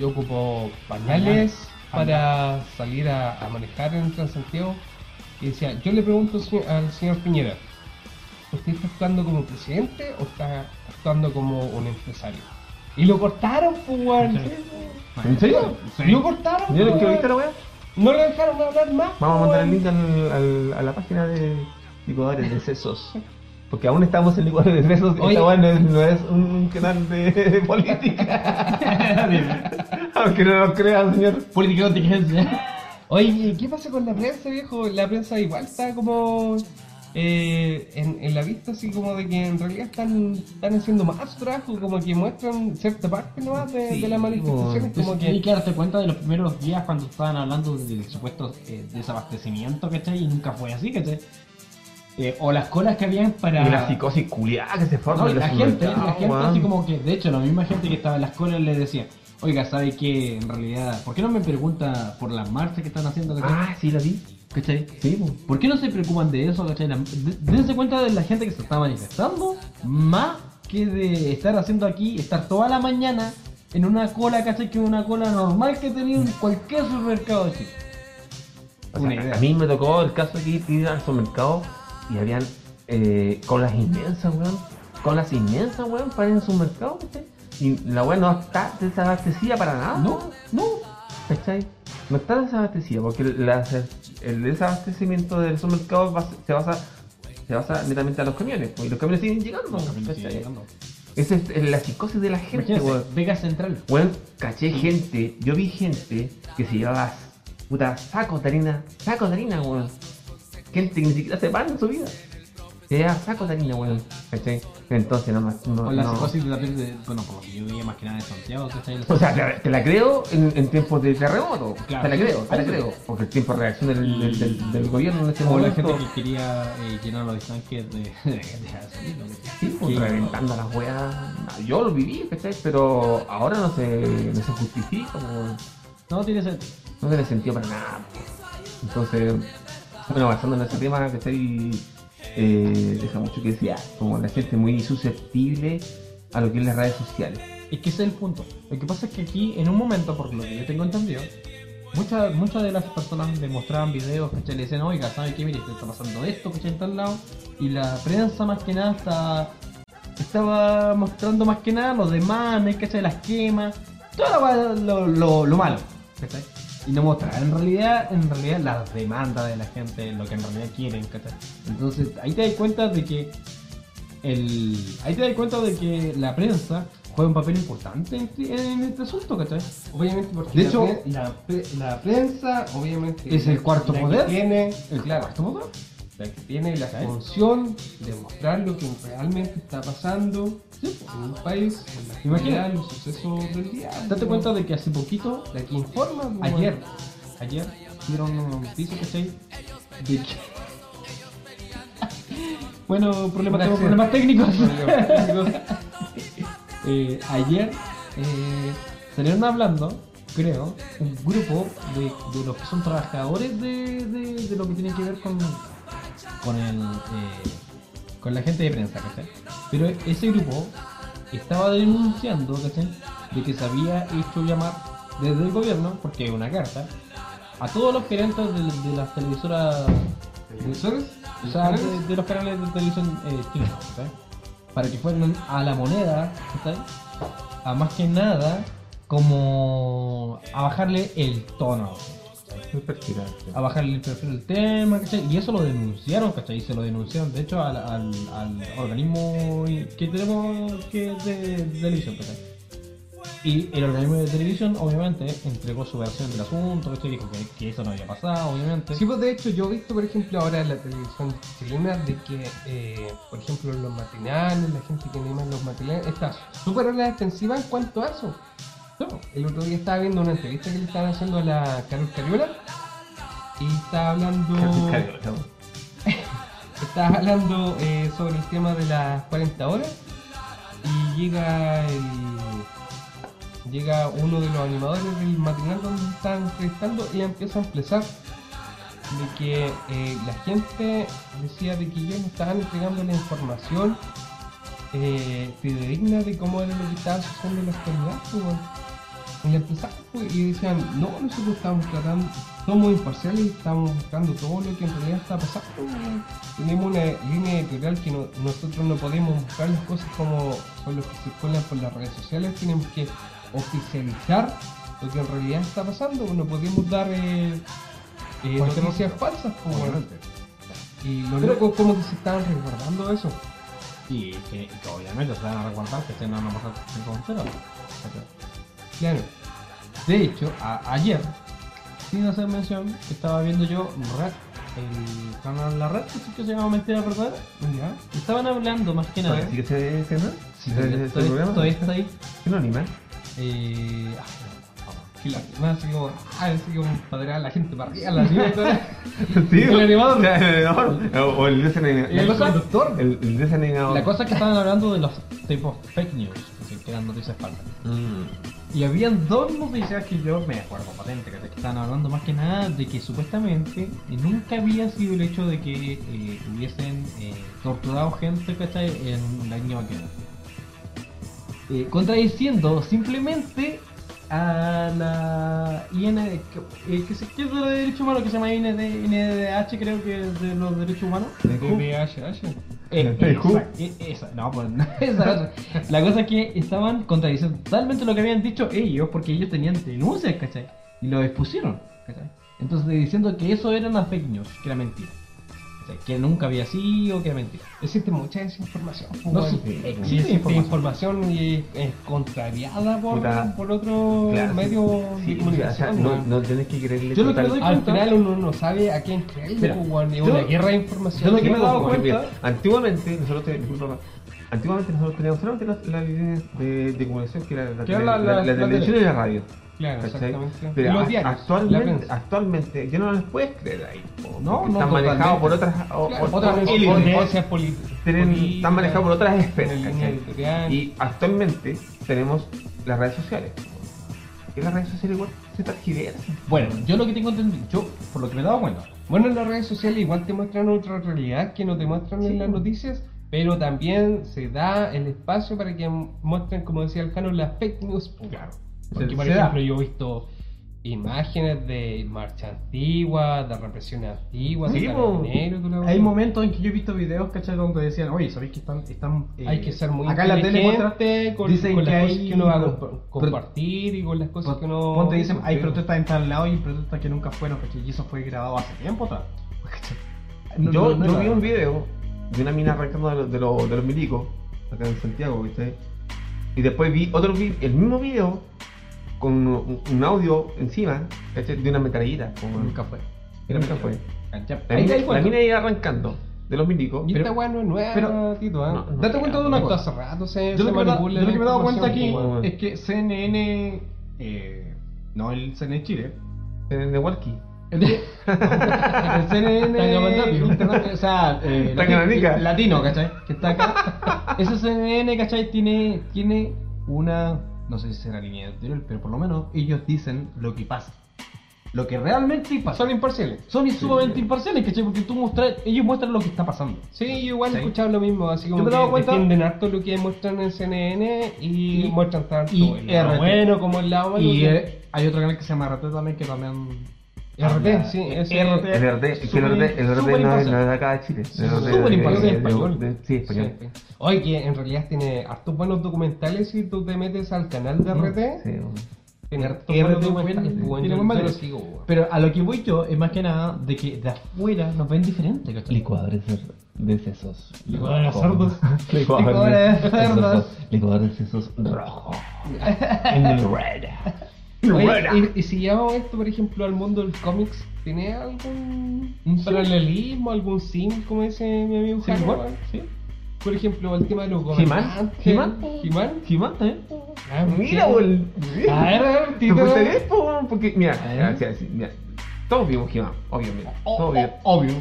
[SPEAKER 3] yo ocupo pañales para salir a, a manejar en el Transantiago. Y decía, yo le pregunto se- al señor Piñera, ¿usted está actuando como presidente o está actuando como un empresario? Y lo cortaron, pues, weón.
[SPEAKER 4] Sí.
[SPEAKER 1] ¿En serio?
[SPEAKER 3] Lo cortaron,
[SPEAKER 1] ¿Ya
[SPEAKER 3] pues,
[SPEAKER 1] lo que
[SPEAKER 3] weón.
[SPEAKER 1] viste la weá?
[SPEAKER 3] No lo dejaron hablar más. pues,
[SPEAKER 1] Vamos a mandar el
[SPEAKER 3] weón.
[SPEAKER 1] link al- al- a la página de Licuadores de Sesos. Porque aún estamos en Licuadores de Sesos.
[SPEAKER 3] Oye.
[SPEAKER 1] Esta weá no es, no es un canal de política. Aunque no lo crean, señor.
[SPEAKER 4] Política de contingencia.
[SPEAKER 3] Oye, ¿qué pasa con la prensa, viejo? La prensa igual está como eh, en, en la vista, así como de que en realidad están, están haciendo más trabajo, como que muestran cierta parte nomás de, de las manifestaciones, como
[SPEAKER 4] Entonces, hay
[SPEAKER 3] que...
[SPEAKER 4] que darte cuenta de los primeros días cuando estaban hablando del supuesto eh, desabastecimiento, ¿cachai? Y nunca fue así, ¿cachai? Eh, o las colas que habían para...
[SPEAKER 1] Y la psicosis culiada que se forma
[SPEAKER 4] No, y
[SPEAKER 1] en
[SPEAKER 4] la
[SPEAKER 1] los
[SPEAKER 4] gente, la
[SPEAKER 1] supermercados,
[SPEAKER 4] gente
[SPEAKER 1] weón.
[SPEAKER 4] así como que, de hecho, la misma gente que estaba en las colas le decía, oiga, ¿sabe qué? En realidad, ¿por qué no me pregunta por las marchas que están haciendo? ¿cachai?
[SPEAKER 1] Ah, sí, la vi.
[SPEAKER 4] ¿Cachai?
[SPEAKER 1] Sí, po.
[SPEAKER 4] ¿Por qué no se preocupan de eso, cachai? La- de- Dense cuenta de la gente que se está manifestando, más que de estar haciendo aquí, estar toda la mañana en una cola, cachai, que es una cola normal que tenía en cualquier supermercado de Chile.
[SPEAKER 1] O
[SPEAKER 4] Una
[SPEAKER 1] sea,
[SPEAKER 4] idea.
[SPEAKER 1] a mí me tocó el caso de que ir al supermercado y habían eh, colas inmensas, weón. Colas inmensas, weón, para ir al supermercado, ¿cachai? Y la weón no está desabastecida para nada.
[SPEAKER 4] No, no.
[SPEAKER 1] ¿Cachai? No está desabastecida, porque la- el desabastecimiento del supermercado va- se basa se basa netamente a los camiones, pues, y los camiones siguen llegando. ¿cachai? Esa es eh, la psicosis pues, de la gente, weón.
[SPEAKER 4] Imagínense, Vega Central.
[SPEAKER 1] Weón, caché gente, yo vi gente que se llevaba puta sacos de harina, sacos de harina, weón. Gente que ni siquiera se para en su vida. Se llevaba sacos de harina, weón. ¿Cachai? Entonces, no más. No,
[SPEAKER 4] O la
[SPEAKER 1] no.
[SPEAKER 4] psicosis de la piel de. Bueno, por lo que yo veía más que nada de Santiago, ¿cachai?
[SPEAKER 1] O sea, te, te la creo en, en tiempos de terremoto.
[SPEAKER 4] Claro.
[SPEAKER 1] Te la creo, te la
[SPEAKER 4] Obvio.
[SPEAKER 1] creo. Porque el tiempo de reacción del, del, del- del gobierno en este
[SPEAKER 4] O la
[SPEAKER 1] momento.
[SPEAKER 4] gente que quería eh, llenar los tanques de, de, de gasolina, ¿cachai?
[SPEAKER 1] Sí, pues,
[SPEAKER 4] Que-
[SPEAKER 1] reventando las weas. Yo lo viví, ¿cachai? Pero ahora no se, no se justifica, weón.
[SPEAKER 4] No tiene sentido.
[SPEAKER 1] no tiene sentido para nada. po. Entonces, bueno, avanzando en ese tema, que estoy, eh, deja mucho que desear, como la gente muy susceptible a lo que es las redes sociales.
[SPEAKER 4] Es que ese es el punto. Lo que pasa es que aquí, en un momento, por lo que yo tengo entendido, muchas muchas de las personas le mostraban videos, ¿cachai? Le decían, oiga, ¿sabe qué? Mire, te está pasando esto, ¿cachai? En tal lado. Y la prensa, más que nada, está- estaba mostrando más que nada los demanes, ¿cachai? Las quemas, todo lo, lo, lo- lo malo, ¿cachai? Y no mostraba en realidad, en realidad las demandas de la gente, lo que en realidad quieren, ¿cachai? Entonces, ahí te das cuenta de que el- ahí te das cuenta de que la prensa juega un papel importante en, este- en este asunto, ¿cachai?
[SPEAKER 3] Obviamente porque
[SPEAKER 4] De
[SPEAKER 3] la
[SPEAKER 4] hecho-
[SPEAKER 3] pre- la, pre- la prensa, obviamente...
[SPEAKER 4] Es el cuarto
[SPEAKER 3] la que
[SPEAKER 4] poder.
[SPEAKER 3] Tiene, claro,
[SPEAKER 4] cuarto motor.
[SPEAKER 3] la que tiene la
[SPEAKER 4] ¿Cachai?
[SPEAKER 3] función de mostrar lo que realmente está pasando en un país, en la
[SPEAKER 4] Imagina.
[SPEAKER 3] actualidad, los sucesos del día.
[SPEAKER 4] Date cuenta de que hace poquito,
[SPEAKER 3] La que informa. pues,
[SPEAKER 4] ayer, ayer, dieron una noticia, ¿cachai? De que... bueno, problemas, tengo
[SPEAKER 3] accidente.
[SPEAKER 4] problemas técnicos.
[SPEAKER 3] weón.
[SPEAKER 4] Eh, ayer eh, salieron hablando, creo, un grupo de, de los que son trabajadores de, de- de lo que tiene que ver con con el eh, con la gente de prensa, ¿cachai? Pero ese grupo estaba denunciando, ¿cachai? De que se había hecho llamar desde el gobierno, porque es una carta, a todos los gerentes de, de las televisoras
[SPEAKER 3] ¿Televisores?
[SPEAKER 4] o sea, de, de los canales de televisión eh, chinos, ¿cachai? Para que fueran a la moneda, ¿cachai? A más que nada, como a bajarle el tono, a bajarle el perfil del tema, ¿cachai? Y eso lo denunciaron, ¿cachai? Y se lo denunciaron, de hecho, al, al- al organismo que tenemos que es de, de televisión, ¿cachai? Y el organismo de televisión, obviamente, entregó su versión del asunto, ¿cachai? Dijo que, que eso no había pasado, obviamente.
[SPEAKER 3] Sí, pues de hecho yo he visto, por ejemplo, ahora en la televisión chilena de que, eh, por ejemplo, los matinales, la gente que anima los matinales, está súper a la defensiva en cuanto a eso. No, el otro día estaba viendo una entrevista que le estaban haciendo a la Carol Cariola y estaba hablando, estaba hablando eh, sobre el tema de las 40 horas y llega el... llega uno de los animadores del matinal donde están entrevistando y empieza a expresar de que eh, la gente decía de que ellos le estaban entregando la información eh, fidedigna de cómo era lo que estaba sucediendo en la actualidad. pues, weón. Y le empezaron pues, y decían, no, nosotros estamos tratando, somos imparciales y estamos buscando todo lo que en realidad está pasando. weón. Tenemos una línea editorial que no- nosotros no podemos buscar las cosas como son los que circulan por las redes sociales, tenemos que oficializar lo que en realidad está pasando, no podemos dar eh, eh,
[SPEAKER 5] Cualquier
[SPEAKER 3] noticias
[SPEAKER 5] noticia.
[SPEAKER 3] falsas. pues, weón.
[SPEAKER 5] Obviamente.
[SPEAKER 3] Y los locos como que se estaban resguardando eso.
[SPEAKER 5] Y que, que obviamente se van a resguardar
[SPEAKER 4] este
[SPEAKER 5] que se van a pasar con cero.
[SPEAKER 3] Claro.
[SPEAKER 4] De hecho, a- ayer, sin hacer mención, estaba viendo yo Red, el canal La Red, que se llama Mentira Verdadera.
[SPEAKER 3] ¿Ya?
[SPEAKER 4] y Estaban hablando más que nada. ¿eh?
[SPEAKER 1] ¿Sí que se se- no?
[SPEAKER 4] Sí,
[SPEAKER 1] ¿Se-
[SPEAKER 4] todavía-
[SPEAKER 1] se- se-
[SPEAKER 4] todavía-
[SPEAKER 1] programa?
[SPEAKER 4] todavía está ahí.
[SPEAKER 1] ¿Qué no anima?
[SPEAKER 4] Eh, ah, no, no.
[SPEAKER 3] Que la más así como, ah, así como padrear a la gente para arriba, la ciudad y todo.
[SPEAKER 1] Sí,
[SPEAKER 4] El animador.
[SPEAKER 1] o sea, el animador, O, o el
[SPEAKER 4] Y la cosa-
[SPEAKER 1] desanimador. El, el desanimador.
[SPEAKER 4] La cosa es que estaban hablando de los tipos fake news, que se eran noticias falsas.
[SPEAKER 1] Mm.
[SPEAKER 4] Y habían dos noticias que yo me acuerdo patente, que estaban hablando más que nada de que supuestamente eh, nunca había sido el hecho de que eh, hubiesen eh, torturado gente ¿cachai? en la niña vaquera. Eh, contradiciendo simplemente a la IN, eh, que se que es de los derechos humanos, que se llama IND, INDH, creo que es de los derechos humanos. Eh,
[SPEAKER 1] El Who.
[SPEAKER 4] exact- eh, esa, no, pues, no, esa otra. La cosa es que estaban contradiciendo totalmente lo que habían dicho ellos, porque ellos tenían denuncias, ¿cachai? Y lo expusieron, ¿cachai? Entonces diciendo que eso era una fake news, que era mentira. O sea, que nunca había sido, que era mentira.
[SPEAKER 3] Existe mucha desinformación. pues,
[SPEAKER 4] No
[SPEAKER 3] weón.
[SPEAKER 4] sé,
[SPEAKER 3] Y
[SPEAKER 4] existe
[SPEAKER 3] existe
[SPEAKER 4] información.
[SPEAKER 3] información y es contrariada por,
[SPEAKER 1] Puta.
[SPEAKER 3] por otro
[SPEAKER 1] Ah. Claro, sí.
[SPEAKER 3] medio
[SPEAKER 1] Sí,
[SPEAKER 3] de
[SPEAKER 1] o sea, o sea,
[SPEAKER 3] comunicación.
[SPEAKER 1] no,
[SPEAKER 3] weón.
[SPEAKER 1] no tenés que creerle
[SPEAKER 4] Yo lo que
[SPEAKER 1] total-
[SPEAKER 4] me doy-
[SPEAKER 3] Al
[SPEAKER 4] cuenta-
[SPEAKER 3] final uno no sabe a quién creer,
[SPEAKER 1] Mira,
[SPEAKER 3] pues, weón, es
[SPEAKER 1] yo-
[SPEAKER 3] una guerra de información.
[SPEAKER 4] yo lo que me he dado
[SPEAKER 3] pues,
[SPEAKER 1] Porque,
[SPEAKER 4] cuenta-
[SPEAKER 3] weón.
[SPEAKER 1] mira, antiguamente nosotros te- disculpa, papá. antiguamente nosotros teníamos solamente las las líneas de, de comunicación que era la,
[SPEAKER 3] Que
[SPEAKER 1] tele-
[SPEAKER 3] era la-
[SPEAKER 1] la-
[SPEAKER 3] la-
[SPEAKER 1] la
[SPEAKER 3] la
[SPEAKER 1] televisión y la radio.
[SPEAKER 3] Claro,
[SPEAKER 1] ¿cachai?
[SPEAKER 3] exactamente.
[SPEAKER 1] Pero
[SPEAKER 3] Y
[SPEAKER 1] a-
[SPEAKER 3] los diarios, la
[SPEAKER 1] actualmente,
[SPEAKER 3] prensa.
[SPEAKER 1] actualmente ya no les puedes creer ahí. po,
[SPEAKER 3] No,
[SPEAKER 1] porque
[SPEAKER 3] no,
[SPEAKER 1] están manejados por otras o-
[SPEAKER 3] Claro,
[SPEAKER 1] o-
[SPEAKER 3] otras
[SPEAKER 1] o-
[SPEAKER 3] cosas,
[SPEAKER 1] élites,
[SPEAKER 3] tendencias políticas.
[SPEAKER 1] tienen-
[SPEAKER 3] políticas,
[SPEAKER 1] están manejados por otras esferas.
[SPEAKER 3] en la
[SPEAKER 1] ¿cachai?
[SPEAKER 3] línea editorial.
[SPEAKER 1] Y actualmente tenemos las redes sociales. Que las redes sociales igual se tergiversan.
[SPEAKER 4] Bueno, yo lo que tengo entendido, yo por lo que me he dado cuenta,
[SPEAKER 3] Bueno, en las redes sociales igual te muestran otra realidad que no te muestran en las noticias, pero también se da el espacio para que muestren, como decía el Cano, las fake news. po. Porque,
[SPEAKER 4] Se-
[SPEAKER 3] por
[SPEAKER 4] se da.
[SPEAKER 3] ejemplo, yo he visto imágenes de marchas antiguas, de represiones antiguas,
[SPEAKER 1] Sí,
[SPEAKER 3] de
[SPEAKER 1] po.
[SPEAKER 3] carabineros, toda la
[SPEAKER 4] hay
[SPEAKER 3] wea.
[SPEAKER 4] momentos en que yo he visto videos, ¿cachai? Donde decían, oye, ¿sabéis que están... están eh,
[SPEAKER 3] Hay que ser muy
[SPEAKER 4] Acá en la tele muestra-
[SPEAKER 3] inteligente con,
[SPEAKER 4] dicen
[SPEAKER 3] con las
[SPEAKER 4] que
[SPEAKER 3] cosas
[SPEAKER 4] hay-
[SPEAKER 3] que uno va a
[SPEAKER 4] pero-
[SPEAKER 3] compa- compartir y con las
[SPEAKER 4] Pues
[SPEAKER 3] cosas que uno...
[SPEAKER 4] Ponte dicen, hay protestas en tal lado y protestas que nunca fueron, porque eso fue grabado hace tiempo, tal. No,
[SPEAKER 1] yo
[SPEAKER 4] no, no
[SPEAKER 1] yo
[SPEAKER 4] era.
[SPEAKER 1] vi un video de una mina arrancando de, los- de los- de los milicos acá en Santiago, ¿viste? Y después vi otro vi- el mismo video con un, un audio encima, ¿cachai? De una metrallita. como-
[SPEAKER 4] Nunca fue.
[SPEAKER 1] que nunca fue.
[SPEAKER 4] Cancha.
[SPEAKER 1] La,
[SPEAKER 4] Ahí
[SPEAKER 1] mina,
[SPEAKER 4] te das
[SPEAKER 1] la
[SPEAKER 4] cuenta.
[SPEAKER 1] mina iba arrancando de los milicos.
[SPEAKER 3] Y esta
[SPEAKER 4] pero-
[SPEAKER 3] weá no es nueva,
[SPEAKER 4] pero-
[SPEAKER 3] Tito, ¿eh?
[SPEAKER 1] No, no,
[SPEAKER 4] Date cuenta de una
[SPEAKER 3] Esto
[SPEAKER 4] cosa.
[SPEAKER 3] hace rato se,
[SPEAKER 4] Yo
[SPEAKER 3] se
[SPEAKER 4] lo que me, da-
[SPEAKER 3] manipula
[SPEAKER 4] yo lo
[SPEAKER 3] la
[SPEAKER 4] que me he dado cuenta
[SPEAKER 3] información,
[SPEAKER 4] aquí
[SPEAKER 3] po, weón.
[SPEAKER 4] es que CNN, eh, no el CNN Chile,
[SPEAKER 1] En el walkie.
[SPEAKER 4] el, el CNN
[SPEAKER 3] Tangamandapio.
[SPEAKER 4] interna- o sea, eh,
[SPEAKER 1] Tanganica.
[SPEAKER 4] latino, latino, ¿cachai? Que está acá. Ese CNN, ¿cachai? Tiene, tiene una, no sé si será línea editorial, pero por lo menos ellos dicen lo que pasa. Lo que realmente pasa.
[SPEAKER 3] Son imparciales.
[SPEAKER 4] Son sumamente imparciales, ¿cachai? Porque tú mostras, ellos muestran lo que está pasando.
[SPEAKER 3] Sí, yo igual
[SPEAKER 4] Sí.
[SPEAKER 3] he escuchado lo mismo, así como
[SPEAKER 4] Yo me he
[SPEAKER 3] que
[SPEAKER 4] dado cuenta-
[SPEAKER 3] defienden harto lo que muestran en CNN y,
[SPEAKER 4] Y-
[SPEAKER 3] muestran tanto
[SPEAKER 4] y
[SPEAKER 3] el lado
[SPEAKER 4] RT.
[SPEAKER 3] bueno como el lado malo.
[SPEAKER 4] Y
[SPEAKER 3] que-
[SPEAKER 4] eh, hay otro canal que se llama RT también, que también...
[SPEAKER 3] RT, sí, ese-
[SPEAKER 4] RT.
[SPEAKER 1] El verde, es que el verde, el verde
[SPEAKER 4] Súper
[SPEAKER 1] no es
[SPEAKER 4] imparcial.
[SPEAKER 1] no es de acá de Chile.
[SPEAKER 4] Sí,
[SPEAKER 1] El verde
[SPEAKER 4] súper
[SPEAKER 1] de-
[SPEAKER 4] imparcial
[SPEAKER 1] de-
[SPEAKER 4] en español.
[SPEAKER 1] de- de- Sí, español.
[SPEAKER 3] Sí. Oye, que en realidad tiene hartos buenos documentales si tú te metes al canal de RT.
[SPEAKER 1] Sí, bueno.
[SPEAKER 3] Tiene
[SPEAKER 4] RT
[SPEAKER 3] hartos buenos
[SPEAKER 4] buen-
[SPEAKER 3] documentales.
[SPEAKER 4] tiene
[SPEAKER 3] weón,
[SPEAKER 4] buen
[SPEAKER 3] yo- yo
[SPEAKER 4] material.
[SPEAKER 3] lo sigo, weón.
[SPEAKER 4] Pero a lo que voy yo es más que nada de que de afuera nos ven diferente, ¿cachai?
[SPEAKER 6] Licuadores de, de sesos.
[SPEAKER 4] Licuadores de
[SPEAKER 6] rojos.
[SPEAKER 4] Licuadores de cerdos.
[SPEAKER 6] Licuadores de sesos rojo. En el red.
[SPEAKER 3] Oye,
[SPEAKER 1] Buena.
[SPEAKER 3] y, y si llevamos esto, por ejemplo, al mundo del cómics, ¿tiene algún paralelismo, algún sim, como dice mi amigo Jano, weón?
[SPEAKER 1] Sí.
[SPEAKER 3] Por ejemplo, el tema de los
[SPEAKER 1] He-Man.
[SPEAKER 3] gobernantes.
[SPEAKER 1] He-Man.
[SPEAKER 3] He-Man.
[SPEAKER 1] He-Man también.
[SPEAKER 3] Ah,
[SPEAKER 1] Mira,
[SPEAKER 3] sí.
[SPEAKER 1] bol.
[SPEAKER 3] A ver, a ver,
[SPEAKER 1] ¿Te
[SPEAKER 3] Tito.
[SPEAKER 1] gusta bien, po, weón? Porque, mira,
[SPEAKER 3] A ver.
[SPEAKER 1] mira, sí, sí, mira, todos vimos He-Man, obviamente. Todos vimos.
[SPEAKER 3] Obvio.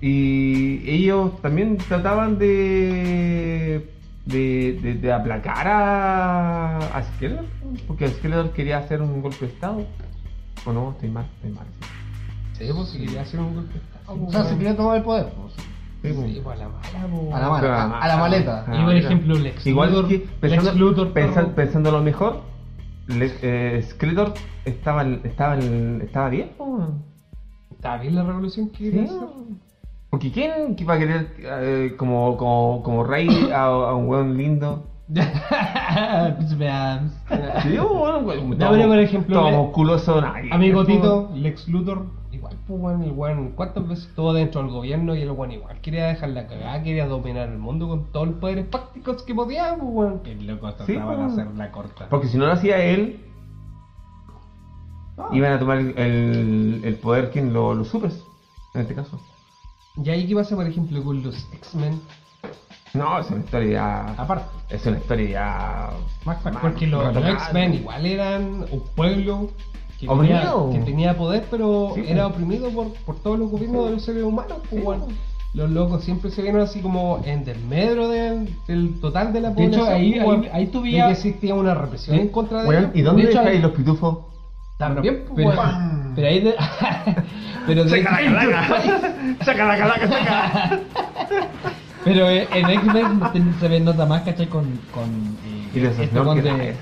[SPEAKER 1] Y ellos también trataban de. de, de- de aplacar a, a Skeletor, porque Skeletor quería hacer un golpe de estado. O no, estoy mal, estoy mal. sí.
[SPEAKER 3] Sí, pues si quería hacer un golpe. de estado,
[SPEAKER 7] O sea,
[SPEAKER 1] Ah,
[SPEAKER 3] weón.
[SPEAKER 7] se quería tomar el poder. pues.
[SPEAKER 1] Sí, pues.
[SPEAKER 3] Sí, pues, a la mala, po.
[SPEAKER 7] A la mala,
[SPEAKER 1] Pero
[SPEAKER 7] a- a la maleta.
[SPEAKER 1] Ah,
[SPEAKER 2] Y por
[SPEAKER 1] mira.
[SPEAKER 2] ejemplo, Lex
[SPEAKER 1] Igual
[SPEAKER 2] Luthor-
[SPEAKER 1] que pensando,
[SPEAKER 2] Lex Luthor,
[SPEAKER 1] pensa-
[SPEAKER 2] perro.
[SPEAKER 1] pensando lo mejor, le- eh, Skeletor estaba, estaba, estaba bien. po.
[SPEAKER 3] Está bien la revolución que quería hacer.
[SPEAKER 1] Porque ¿quién que va a querer eh, como, como, como rey a, a un weón lindo?
[SPEAKER 2] Pues veamos.
[SPEAKER 1] Sí, un weón,
[SPEAKER 2] No, pero por ejemplo,
[SPEAKER 1] todo
[SPEAKER 2] le-
[SPEAKER 1] musculoso, nadie.
[SPEAKER 2] Amigo Tito.
[SPEAKER 3] Tito, Lex Luthor, igual, pues, weón, el weón, ¿cuántas veces estuvo dentro del gobierno y el weón igual quería dejar la cagada, quería dominar el mundo con todos los poderes prácticos que podía, pues, weón?
[SPEAKER 4] El loco
[SPEAKER 1] Sí,
[SPEAKER 4] trataba de
[SPEAKER 1] pues.
[SPEAKER 4] hacer la corta.
[SPEAKER 1] Porque si no lo hacía él, iban a tomar el, el, el poder quien lo, los supers, en este caso.
[SPEAKER 3] Y ahí, ¿qué pasa, por ejemplo, con los X-Men?
[SPEAKER 1] No, es una historia ya...
[SPEAKER 4] Aparte,
[SPEAKER 1] Es una historia ya...
[SPEAKER 4] Max Factor.
[SPEAKER 3] Porque los, los X-Men igual eran un pueblo que tenía,
[SPEAKER 1] Oprimido.
[SPEAKER 3] que tenía poder, pero
[SPEAKER 1] Sí,
[SPEAKER 3] era
[SPEAKER 1] pues.
[SPEAKER 3] oprimido por, por todos los gobiernos de los seres humanos. pues, weón. Los locos siempre se vieron así como en desmedro del, del total de la
[SPEAKER 2] De hecho,
[SPEAKER 3] población.
[SPEAKER 2] ahí-
[SPEAKER 3] pues, weón.
[SPEAKER 2] ahí- ahí tú
[SPEAKER 3] De
[SPEAKER 2] veías-
[SPEAKER 3] que existía una represión en contra de
[SPEAKER 1] Weón,
[SPEAKER 3] ellos.
[SPEAKER 1] ¿y dónde
[SPEAKER 2] De hecho,
[SPEAKER 1] estáis
[SPEAKER 2] hay-
[SPEAKER 1] los pitufos?
[SPEAKER 3] También, pues,
[SPEAKER 2] pero,
[SPEAKER 3] weón.
[SPEAKER 2] pero ahí de- pero de-
[SPEAKER 1] ¡Saca la calaca, saca!
[SPEAKER 2] pero eh, en X-Men ten- se ve nota más, ¿cachai? Con, con, eh,
[SPEAKER 1] Y los
[SPEAKER 2] este con, de,
[SPEAKER 1] snorkels.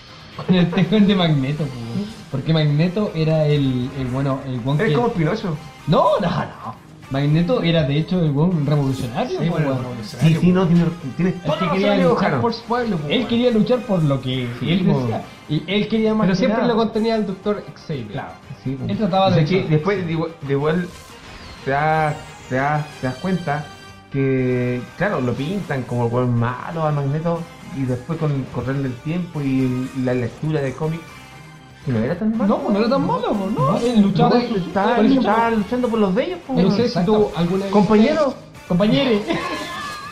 [SPEAKER 2] con el tejón de Magneto, pues, weón. porque Magneto era el, el bueno, el one
[SPEAKER 1] Es
[SPEAKER 2] que-
[SPEAKER 1] como Pinocho.
[SPEAKER 2] No, no, no. Magneto era de hecho el buen revolucionario.
[SPEAKER 3] Sí,
[SPEAKER 2] po,
[SPEAKER 3] bueno,
[SPEAKER 2] weón.
[SPEAKER 1] Sí, sí, no, tiene, tiene
[SPEAKER 2] Es que
[SPEAKER 1] toda la
[SPEAKER 2] quería
[SPEAKER 1] razón, amigo
[SPEAKER 2] luchar
[SPEAKER 1] Jano.
[SPEAKER 3] por su pueblo, pues,
[SPEAKER 2] Él
[SPEAKER 3] weón.
[SPEAKER 2] quería luchar por lo que
[SPEAKER 1] Sí,
[SPEAKER 2] él
[SPEAKER 1] po.
[SPEAKER 2] decía. Y él quería más
[SPEAKER 3] Pero
[SPEAKER 2] que
[SPEAKER 3] siempre
[SPEAKER 2] nada.
[SPEAKER 3] lo contenía el doctor Xavier.
[SPEAKER 2] Claro.
[SPEAKER 1] Sí, pues.
[SPEAKER 2] Él trataba de
[SPEAKER 1] O sea que
[SPEAKER 2] luchar.
[SPEAKER 1] después de igual, de igual te, das, te, das, te das cuenta que, claro, lo pintan como el weón malo al Magneto y después con el correr del tiempo y la lectura de cómics, que no era tan malo.
[SPEAKER 2] No,
[SPEAKER 3] pues,
[SPEAKER 2] no era tan malo, po, no. Él luchaba
[SPEAKER 1] Estaba,
[SPEAKER 2] por su-
[SPEAKER 1] estaba-
[SPEAKER 2] por ejemplo,
[SPEAKER 1] estaba luchando por los bellos, pues.
[SPEAKER 3] No sé si
[SPEAKER 2] Exacto.
[SPEAKER 3] tú alguna vez...
[SPEAKER 1] Compañero,
[SPEAKER 2] Compañero,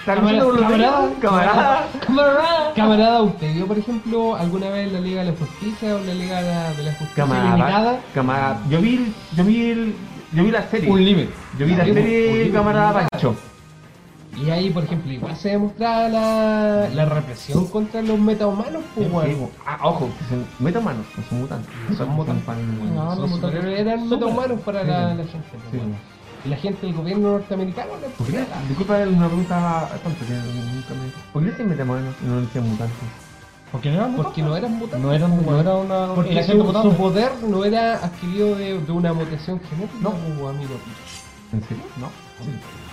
[SPEAKER 1] está luchando por los
[SPEAKER 2] camarada,
[SPEAKER 1] bellos, camarada.
[SPEAKER 2] camarada.
[SPEAKER 3] Camarada, ¿usted vio, por ejemplo, alguna vez la Liga de la Justicia o la Liga de la, de la Justicia
[SPEAKER 1] Camarada,
[SPEAKER 3] Limitada?
[SPEAKER 1] camarada. Yo vi, el- yo vi, el- yo vi la serie.
[SPEAKER 2] Un límite.
[SPEAKER 1] Yo vi la
[SPEAKER 3] Sí, un
[SPEAKER 1] serie
[SPEAKER 3] libro,
[SPEAKER 1] Camarada
[SPEAKER 3] un
[SPEAKER 1] Pancho.
[SPEAKER 3] Y ahí, por ejemplo, igual se demostraba la, la represión contra los metahumanos, pues, weón.
[SPEAKER 1] Sí, ah, ojo, que son metamanos, no son mutantes.
[SPEAKER 3] No son mutantes.
[SPEAKER 1] pan-
[SPEAKER 3] No,
[SPEAKER 2] son
[SPEAKER 3] los superhéroes eran metahumanos para la, la gente, pues,
[SPEAKER 1] Sí.
[SPEAKER 3] weón. Y la gente del gobierno norteamericano les
[SPEAKER 1] ¿Por qué?
[SPEAKER 3] putea la-
[SPEAKER 1] Disculpa una pregunta tonta que nunca me. ¿Por qué dicen metamanos y no dicen mutantes?
[SPEAKER 2] Porque no eran
[SPEAKER 3] Porque no eran mutantes.
[SPEAKER 2] No eran- no era una.
[SPEAKER 3] Porque
[SPEAKER 2] era
[SPEAKER 3] su,
[SPEAKER 2] gente
[SPEAKER 3] su
[SPEAKER 2] mutante.
[SPEAKER 3] poder no era adquirido de, de una mutación genética, no, pues, amigo.
[SPEAKER 1] ¿En serio? No.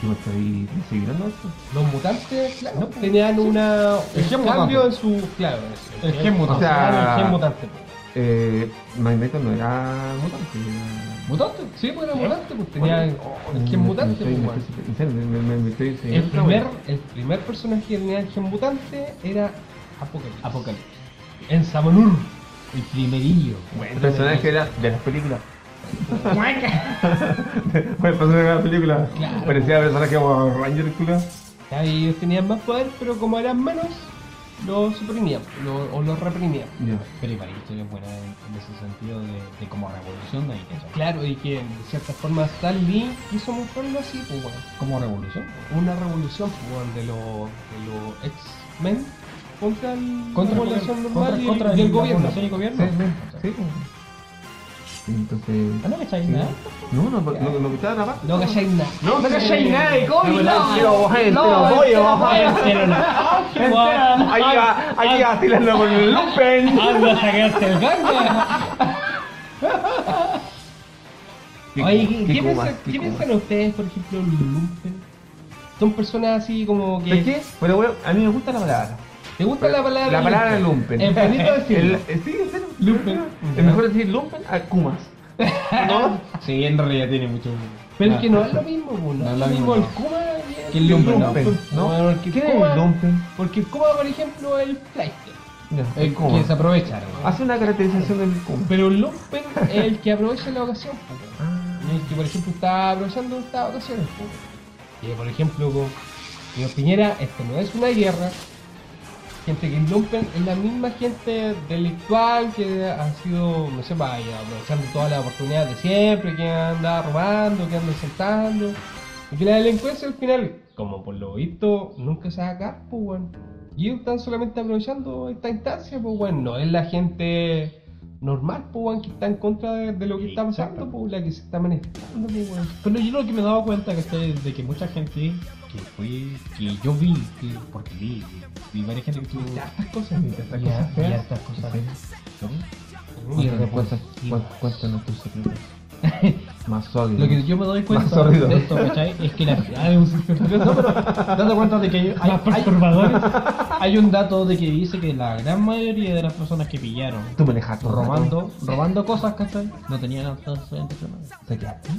[SPEAKER 1] Yo me estoy recibirando esto.
[SPEAKER 3] Los mutantes, claro, tenían una,
[SPEAKER 2] El
[SPEAKER 3] un
[SPEAKER 2] gen
[SPEAKER 3] cambio
[SPEAKER 2] mutante.
[SPEAKER 3] en su. Claro, es-
[SPEAKER 2] El gen mutante.
[SPEAKER 1] O sea-
[SPEAKER 3] el gen mutante.
[SPEAKER 1] Eh, Magneto no era mutante. Era...
[SPEAKER 3] ¿Mutante? Sí, pues era mutante, pues tenía. oh, el gen mutante,
[SPEAKER 1] Me
[SPEAKER 3] pues,
[SPEAKER 1] estoy-
[SPEAKER 3] weón.
[SPEAKER 1] me estoy- me- me- me- me estoy
[SPEAKER 3] El
[SPEAKER 1] enseñando.
[SPEAKER 3] primer, el primer personaje que tenía el gen mutante era Apocalipsis.
[SPEAKER 2] Apocalipsis.
[SPEAKER 3] En Samonur.
[SPEAKER 2] El primerillo.
[SPEAKER 1] El personaje era de las películas. Fue el personaje de las películas. Parecía el personaje como Ranger culo.
[SPEAKER 3] Ya, y ellos tenían más poder, pero como eran menos, los suprimían lo- o los reprimían.
[SPEAKER 1] Ya.
[SPEAKER 4] pero igual la historia es buena en, en ese sentido de, de como revolución de ahí, ¿cachai?
[SPEAKER 3] Claro, y que de cierta forma Stan Lee quiso mostrarlo así, pues bueno.
[SPEAKER 4] Como revolución. pues.
[SPEAKER 3] una revolución pues, weón, de los de los X-Men contra, el-
[SPEAKER 2] Contra-
[SPEAKER 3] la población
[SPEAKER 2] contra-
[SPEAKER 3] normal
[SPEAKER 2] contra-
[SPEAKER 3] y,
[SPEAKER 2] contra
[SPEAKER 3] y el
[SPEAKER 2] la
[SPEAKER 3] gobierno.
[SPEAKER 2] población y gobierno.
[SPEAKER 1] Sí, sí. sí. Entonces.
[SPEAKER 2] Ah, no cachai
[SPEAKER 1] Sí.
[SPEAKER 2] nada.
[SPEAKER 1] No, no, no, no, que estaba nada más.
[SPEAKER 3] No calláis nada.
[SPEAKER 1] No, no cachai nada de
[SPEAKER 3] No,
[SPEAKER 1] COVID,
[SPEAKER 3] no,
[SPEAKER 1] no, gente,
[SPEAKER 3] no,
[SPEAKER 1] no, voy,
[SPEAKER 3] entero,
[SPEAKER 1] no,
[SPEAKER 3] no, entero, no.
[SPEAKER 1] Ahí va, ahí va, tirando con el Lupen.
[SPEAKER 2] Anda a sacarte el ganga.
[SPEAKER 3] Oye, ¿qué, qué piensan- qué piensan ustedes, por ejemplo, los lumpen? Son personas así como que...
[SPEAKER 1] ¿Sabes qué? Pero bueno, a mí me gusta la palabra.
[SPEAKER 3] ¿Te gusta la palabra
[SPEAKER 1] La palabra
[SPEAKER 3] lumpen?
[SPEAKER 1] lumpen.
[SPEAKER 3] Es bonito
[SPEAKER 1] El-
[SPEAKER 3] decirlo.
[SPEAKER 1] eh, Sí, en serio.
[SPEAKER 3] Lumpen.
[SPEAKER 1] Es mejor decir lumpen a kumas. ¿No?
[SPEAKER 4] Sí, en realidad tiene mucho.
[SPEAKER 3] Pero
[SPEAKER 4] Ah.
[SPEAKER 3] es que no es lo mismo, pues, no,
[SPEAKER 4] No
[SPEAKER 3] es lo mismo el
[SPEAKER 4] no.
[SPEAKER 3] Kuma y
[SPEAKER 1] Que el lumpen, ¿no?
[SPEAKER 3] Bueno, porque
[SPEAKER 1] ¿Qué
[SPEAKER 3] el
[SPEAKER 1] es
[SPEAKER 3] Kuma-
[SPEAKER 1] el lumpen?
[SPEAKER 3] Porque el Kuma, por ejemplo, es el flight.
[SPEAKER 1] El
[SPEAKER 4] Que se
[SPEAKER 1] Kuma.
[SPEAKER 4] aprovecharon.
[SPEAKER 1] Hace una caracterización del kuma.
[SPEAKER 3] Pero el lumpen es el que aprovecha la ocasión. po, weón. El que, por ejemplo, está aprovechando estas ocasiones. po, weón. Y, por ejemplo, con Diego Piñera, esto no es una guerra. Gente que lumpen es la misma gente delictual que ha sido, no sé, vaya, aprovechando todas las oportunidades de siempre, que anda robando, que anda saltando. Y que la delincuencia al final, como por lo visto, nunca se va a acabar, po, weón. Y ellos están solamente aprovechando esta instancia, pues bueno, no es la gente normal, pues weón, que está en contra de, de lo que está pasando, pues la que se está manifestando, pues weón.
[SPEAKER 4] Pero yo lo que me he dado cuenta que de que mucha gente que fue, que yo vi, que, porque vi, vi varias gente que tuvo
[SPEAKER 3] Estas cosas, mira, estas
[SPEAKER 4] y
[SPEAKER 3] cosas feas.
[SPEAKER 4] estas cosas
[SPEAKER 1] Y cuentas, cuéntanos tus secretos. Más sólido.
[SPEAKER 4] Lo que yo me doy cuenta
[SPEAKER 1] sórdido.
[SPEAKER 4] de esto, ¿cachai? Es que la hay un no, pero date cuenta de que hay, hay,
[SPEAKER 2] Más perturbadores.
[SPEAKER 4] hay un dato de que dice que la gran mayoría de las personas que pillaron
[SPEAKER 1] Tú me dejaste
[SPEAKER 4] robando, robando cosas, ¿cachai? No tenían antecedentes penales.
[SPEAKER 1] ¿Te quedaste?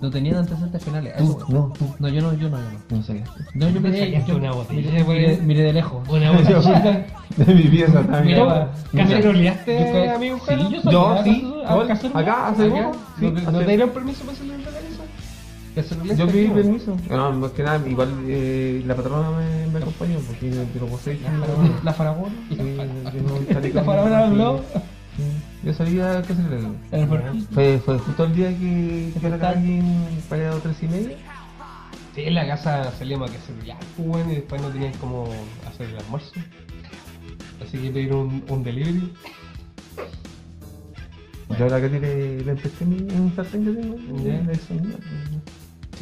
[SPEAKER 4] No tenían antecedentes penales. a eso
[SPEAKER 1] Tú,
[SPEAKER 4] voy.
[SPEAKER 1] no, tú.
[SPEAKER 4] No, yo no, yo no, yo no.
[SPEAKER 1] No sé qué.
[SPEAKER 4] No, yo
[SPEAKER 2] Me
[SPEAKER 4] miré,
[SPEAKER 2] sacaste
[SPEAKER 4] yo,
[SPEAKER 2] una botella.
[SPEAKER 4] miré- miré- miré de lejos.
[SPEAKER 2] Una botellita.
[SPEAKER 1] De mi vida
[SPEAKER 4] Mira,
[SPEAKER 1] también.
[SPEAKER 2] Casi
[SPEAKER 3] este
[SPEAKER 4] Yo
[SPEAKER 2] roleaste
[SPEAKER 4] creo-
[SPEAKER 2] a mi
[SPEAKER 4] sí, yo soy
[SPEAKER 1] Yo
[SPEAKER 4] acá,
[SPEAKER 1] sí,
[SPEAKER 4] acá,
[SPEAKER 1] hoy,
[SPEAKER 4] acá,
[SPEAKER 1] acá hace poco. sí,
[SPEAKER 3] ¿No te- ¿No
[SPEAKER 1] hace-
[SPEAKER 3] te dieron permiso para celebrar eso? ¿Te celebras
[SPEAKER 1] Yo
[SPEAKER 3] aquí,
[SPEAKER 1] pedí
[SPEAKER 3] weón?
[SPEAKER 1] permiso. No, más que nada, igual eh, la patrona me, me acompañó porque te lo posee.
[SPEAKER 4] La faraona.
[SPEAKER 1] Yo no salí
[SPEAKER 4] La
[SPEAKER 1] con-
[SPEAKER 4] faraona habló.
[SPEAKER 1] Yo salí a que se
[SPEAKER 4] El perfil.
[SPEAKER 1] Fue, fue justo el día que, que la calle para las tres y media.
[SPEAKER 3] Sí, en la casa salíamos a que celular, pues, weón, y después no tenían como hacer el almuerzo. Así que pedir un, un delivery.
[SPEAKER 1] Yo ahora que tiré, le empecé en mi- en un sartén que tengo.
[SPEAKER 3] Ya.
[SPEAKER 1] de eso, ¿no?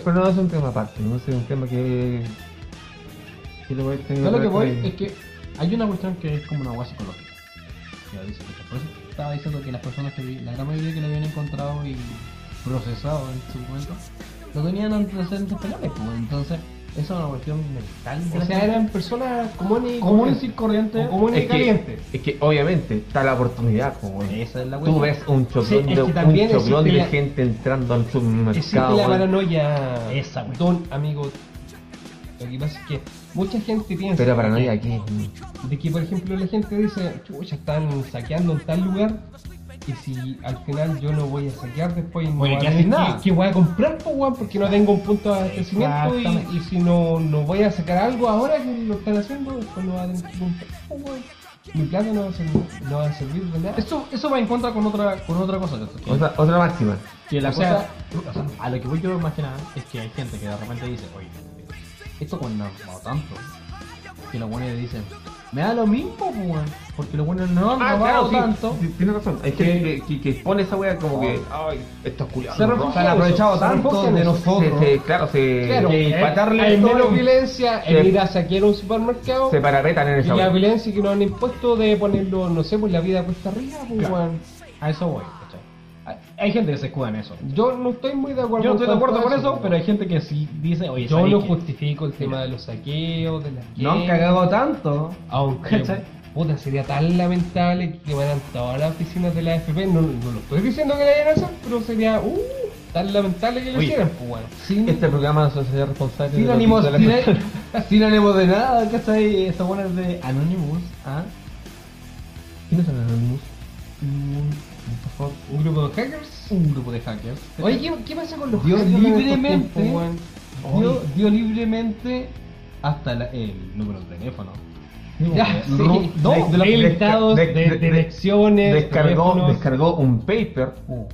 [SPEAKER 1] Pero no es un tema aparte, no es un tema que. que lo voy a tener
[SPEAKER 4] Yo lo que
[SPEAKER 1] otra
[SPEAKER 4] voy
[SPEAKER 1] vez.
[SPEAKER 4] es que hay una cuestión que es como una hueá psicológica. Que dice que por eso estaba diciendo que las personas que vi- la gran mayoría que lo habían encontrado y procesado en su momento, no tenían antecedentes penales, pues entonces eso es una cuestión mental. de
[SPEAKER 3] O
[SPEAKER 4] la
[SPEAKER 3] sea,
[SPEAKER 4] gente.
[SPEAKER 3] eran personas comunes y
[SPEAKER 4] comunes
[SPEAKER 3] corrientes.
[SPEAKER 4] y corrientes.
[SPEAKER 3] O comunes y
[SPEAKER 1] Es que,
[SPEAKER 3] calientes.
[SPEAKER 1] es que obviamente está la oportunidad, como
[SPEAKER 4] Esa es la
[SPEAKER 1] Tú
[SPEAKER 4] cuestión.
[SPEAKER 1] ves un choclón,
[SPEAKER 3] Sí, es
[SPEAKER 1] de,
[SPEAKER 3] que también
[SPEAKER 1] un choclón
[SPEAKER 3] existe
[SPEAKER 1] de
[SPEAKER 3] la-
[SPEAKER 1] gente entrando al
[SPEAKER 3] Existe
[SPEAKER 1] supermercado.
[SPEAKER 3] la
[SPEAKER 1] weón.
[SPEAKER 3] paranoia.
[SPEAKER 4] Esa, weón.
[SPEAKER 3] Don, amigo. Lo que pasa es que mucha gente piensa
[SPEAKER 1] Pero paranoia aquí.
[SPEAKER 3] de que, por ejemplo, la gente dice, chucha, están saqueando en tal lugar. Y si al final yo no voy a saquear después, no
[SPEAKER 4] Oye,
[SPEAKER 3] voy
[SPEAKER 4] ¿qué
[SPEAKER 3] a
[SPEAKER 4] haces
[SPEAKER 3] tener
[SPEAKER 4] nada?
[SPEAKER 3] que, que voy a comprar, pues, weón, porque no tengo un punto de abastecimiento. Y,
[SPEAKER 4] Exactamente.
[SPEAKER 3] y si no, no voy a sacar algo ahora que lo están haciendo, después no va a tener que comprar, pues, weón. Mi plata no va a servir, no va a servir de nada.
[SPEAKER 4] Eso, eso va en contra con otra, con otra cosa. ¿cachai? Que-
[SPEAKER 1] Otra, otra máxima.
[SPEAKER 4] Que la O cosa, sea, o sea, a lo que voy yo más que nada es que hay gente que de repente dice, oye, esto cuando han robado tanto, que los buenos dicen, me da lo mismo, pues, weón, porque los buenos no han robado tanto.
[SPEAKER 1] Tienes razón. Hay gente que, que, que pone esa wea como que. Ay, estos culiados.
[SPEAKER 4] Se
[SPEAKER 1] no
[SPEAKER 4] refugia
[SPEAKER 1] roban".
[SPEAKER 4] en eso, se refugia en eso.
[SPEAKER 1] Se- se- claro, se.
[SPEAKER 3] Claro,
[SPEAKER 1] que
[SPEAKER 3] eh,
[SPEAKER 1] empatarle
[SPEAKER 3] hay
[SPEAKER 1] todo
[SPEAKER 3] menos
[SPEAKER 1] el-
[SPEAKER 3] violencia
[SPEAKER 1] se-
[SPEAKER 3] en ir a saquear un supermercado
[SPEAKER 1] Se parapetan en
[SPEAKER 3] y
[SPEAKER 1] esa
[SPEAKER 3] la
[SPEAKER 1] wea.
[SPEAKER 3] violencia que nos han impuesto de ponerlo, no sé, pues la vida cuesta arriba, pues,
[SPEAKER 4] Claro.
[SPEAKER 3] weón.
[SPEAKER 4] A eso voy, ¿cachai? Hay- Hay gente que se escuda en eso.
[SPEAKER 3] Yo no estoy muy de acuerdo
[SPEAKER 4] Yo no estoy de
[SPEAKER 3] con
[SPEAKER 4] acuerdo
[SPEAKER 3] todo
[SPEAKER 4] con eso,
[SPEAKER 3] weón.
[SPEAKER 4] pero hay gente que sí dice, oye,
[SPEAKER 3] Yo
[SPEAKER 4] ¿sabes
[SPEAKER 3] no
[SPEAKER 4] qué?
[SPEAKER 3] justifico el tema de los saqueos, de las
[SPEAKER 4] No han
[SPEAKER 3] guerras,
[SPEAKER 4] cagado tanto.
[SPEAKER 3] Aunque,
[SPEAKER 4] ¿Cachai?
[SPEAKER 3] puta, sería tan lamentable que quemaran todas las oficinas de la AFP. No, no lo estoy diciendo que la hayan hecho, pero sería uh, tan lamentable que lo
[SPEAKER 1] Oye.
[SPEAKER 3] hicieran, pues, weón.
[SPEAKER 4] Sin,
[SPEAKER 1] Este programa no se hace responsable. de
[SPEAKER 4] sin
[SPEAKER 1] lo que
[SPEAKER 4] ánimos,
[SPEAKER 1] hizo la
[SPEAKER 4] sin,
[SPEAKER 1] gente.
[SPEAKER 4] sin ánimos de nada, ¿cachai? Estos buenos de Anonymous, ¿ah?
[SPEAKER 1] ¿Quiénes son Anonymous?
[SPEAKER 4] Mm, por favor,
[SPEAKER 3] Un grupo de hackers.
[SPEAKER 4] un grupo de hackers.
[SPEAKER 3] Oye, ¿qué, qué pasa con los
[SPEAKER 4] Dios
[SPEAKER 3] hackers? en estos
[SPEAKER 4] libremente.
[SPEAKER 3] tiempos, weón?
[SPEAKER 4] dio, dio libremente hasta la- el número de teléfono.
[SPEAKER 3] Ya, sí.
[SPEAKER 4] Ru- no,
[SPEAKER 3] de,
[SPEAKER 4] de los
[SPEAKER 1] de-
[SPEAKER 3] estados,
[SPEAKER 1] de-
[SPEAKER 3] de,
[SPEAKER 1] de- de-
[SPEAKER 3] direcciones,
[SPEAKER 1] Descargó,
[SPEAKER 3] teléfonos.
[SPEAKER 1] descargó un paper, uh,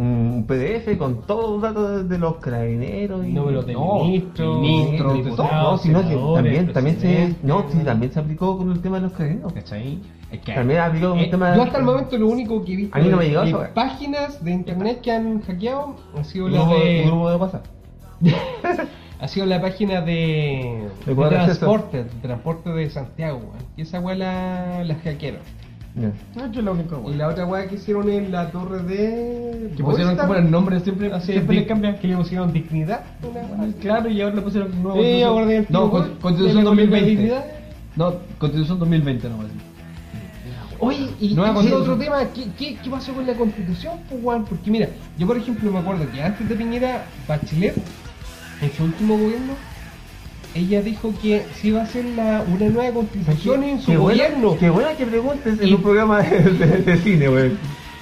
[SPEAKER 1] un PDF con todos los datos de- de los carabineros y.
[SPEAKER 3] Número de
[SPEAKER 1] No,
[SPEAKER 3] ministros,
[SPEAKER 1] ministros, de todo.
[SPEAKER 3] diputados,
[SPEAKER 1] No, sino que
[SPEAKER 3] senadores,
[SPEAKER 1] también, también se.
[SPEAKER 3] presidentes,
[SPEAKER 1] No, sí,
[SPEAKER 3] weón.
[SPEAKER 1] también se aplicó con el tema de los carabineros.
[SPEAKER 4] ¿Cachai? Es que
[SPEAKER 1] También aplicó con el
[SPEAKER 4] Eh,
[SPEAKER 1] tema de.
[SPEAKER 3] Yo hasta el momento lo único que he visto
[SPEAKER 1] A mí no me
[SPEAKER 3] de-
[SPEAKER 1] llegó
[SPEAKER 3] de
[SPEAKER 1] esa weá.
[SPEAKER 3] páginas de internet que han hackeado ha sido la
[SPEAKER 1] Grupo
[SPEAKER 3] de
[SPEAKER 1] grupo de WhatsApp.
[SPEAKER 3] ha sido la página de,
[SPEAKER 1] De
[SPEAKER 3] de
[SPEAKER 1] cuadro de acceso.
[SPEAKER 3] transporte, de transporte de Santiago, weón. Y esa weá la, la hackearon.
[SPEAKER 1] Ya.
[SPEAKER 4] no es la única
[SPEAKER 3] Y la otra weá que hicieron en la torre de
[SPEAKER 4] Que pusieron como el nombre siempre,
[SPEAKER 3] Así es,
[SPEAKER 4] siempre
[SPEAKER 3] di-
[SPEAKER 4] le cambian.
[SPEAKER 3] que le pusieron dignidad. Una weá.
[SPEAKER 4] Claro, y ahora le pusieron nuevo.
[SPEAKER 3] Sí,
[SPEAKER 4] Constitución.
[SPEAKER 3] acordé del
[SPEAKER 4] no,
[SPEAKER 3] tío,
[SPEAKER 4] con-
[SPEAKER 3] weón, de la Constitución de
[SPEAKER 4] Constitución 2020.
[SPEAKER 3] Dignidad.
[SPEAKER 4] No, Constitución 2020 nomás.
[SPEAKER 3] Oye, y
[SPEAKER 4] Nueva
[SPEAKER 3] ese es otro
[SPEAKER 4] constitución.
[SPEAKER 3] tema, ¿qué, qué, qué pasó con la constitución, pues, weón? Porque mira, yo por ejemplo me acuerdo que antes de Piñera, Bachelet, en su último gobierno, ella dijo que se iba a hacer la- una nueva constitución en su
[SPEAKER 1] Qué buena,
[SPEAKER 3] gobierno.
[SPEAKER 1] qué buena que preguntes en un programa de, de- de cine, güey.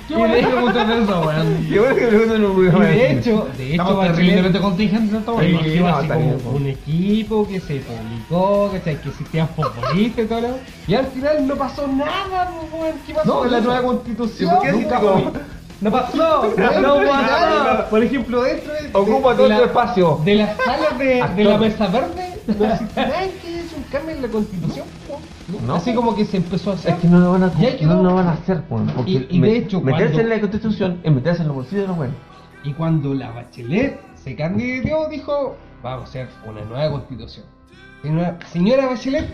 [SPEAKER 4] ¿Qué me dijo muchas veces, weón?
[SPEAKER 1] Qué buena que preguntes en un
[SPEAKER 3] Y
[SPEAKER 1] programa
[SPEAKER 3] de
[SPEAKER 1] cine.
[SPEAKER 3] hecho, de hecho
[SPEAKER 4] Estamos este
[SPEAKER 3] Bachelet
[SPEAKER 4] terriblemente contingentes, esta
[SPEAKER 1] Sí,
[SPEAKER 4] weón.
[SPEAKER 3] eligió
[SPEAKER 1] no,
[SPEAKER 3] así
[SPEAKER 1] está
[SPEAKER 3] como
[SPEAKER 1] bien, po.
[SPEAKER 3] un equipo que se publicó, ¿cachai? que existían futbolistas y todo lo Y al final no pasó nada, pues, weón. ¿Qué pasó
[SPEAKER 1] No,
[SPEAKER 3] con la
[SPEAKER 1] no.
[SPEAKER 3] nueva
[SPEAKER 1] ¿Y
[SPEAKER 3] constitución?
[SPEAKER 1] por qué así
[SPEAKER 3] Nunca
[SPEAKER 1] como-
[SPEAKER 3] No pasó,
[SPEAKER 1] No
[SPEAKER 3] no
[SPEAKER 1] pasó.
[SPEAKER 3] pasó. Por ejemplo, dentro de,
[SPEAKER 1] Ocupa
[SPEAKER 3] de-
[SPEAKER 1] todo
[SPEAKER 3] de
[SPEAKER 1] tu
[SPEAKER 3] la,
[SPEAKER 1] espacio.
[SPEAKER 3] de las salas de, de
[SPEAKER 1] Actor.
[SPEAKER 3] la mesa verde, no existe nadie que es un cambien la constitución, po.
[SPEAKER 1] No,
[SPEAKER 3] así como que se empezó a hacer.
[SPEAKER 1] Es que no lo van a,
[SPEAKER 3] Y hay que
[SPEAKER 1] no
[SPEAKER 3] no-
[SPEAKER 1] lo van a hacer, weón, porque
[SPEAKER 3] Y- y de hecho,
[SPEAKER 1] meterse
[SPEAKER 3] cuando-
[SPEAKER 1] en la constitución es meterse en los bolsillos de los buenos.
[SPEAKER 3] Y cuando la Bachelet se candidató, dijo, vamos a hacer una nueva constitución. Señora, señora Bachelet,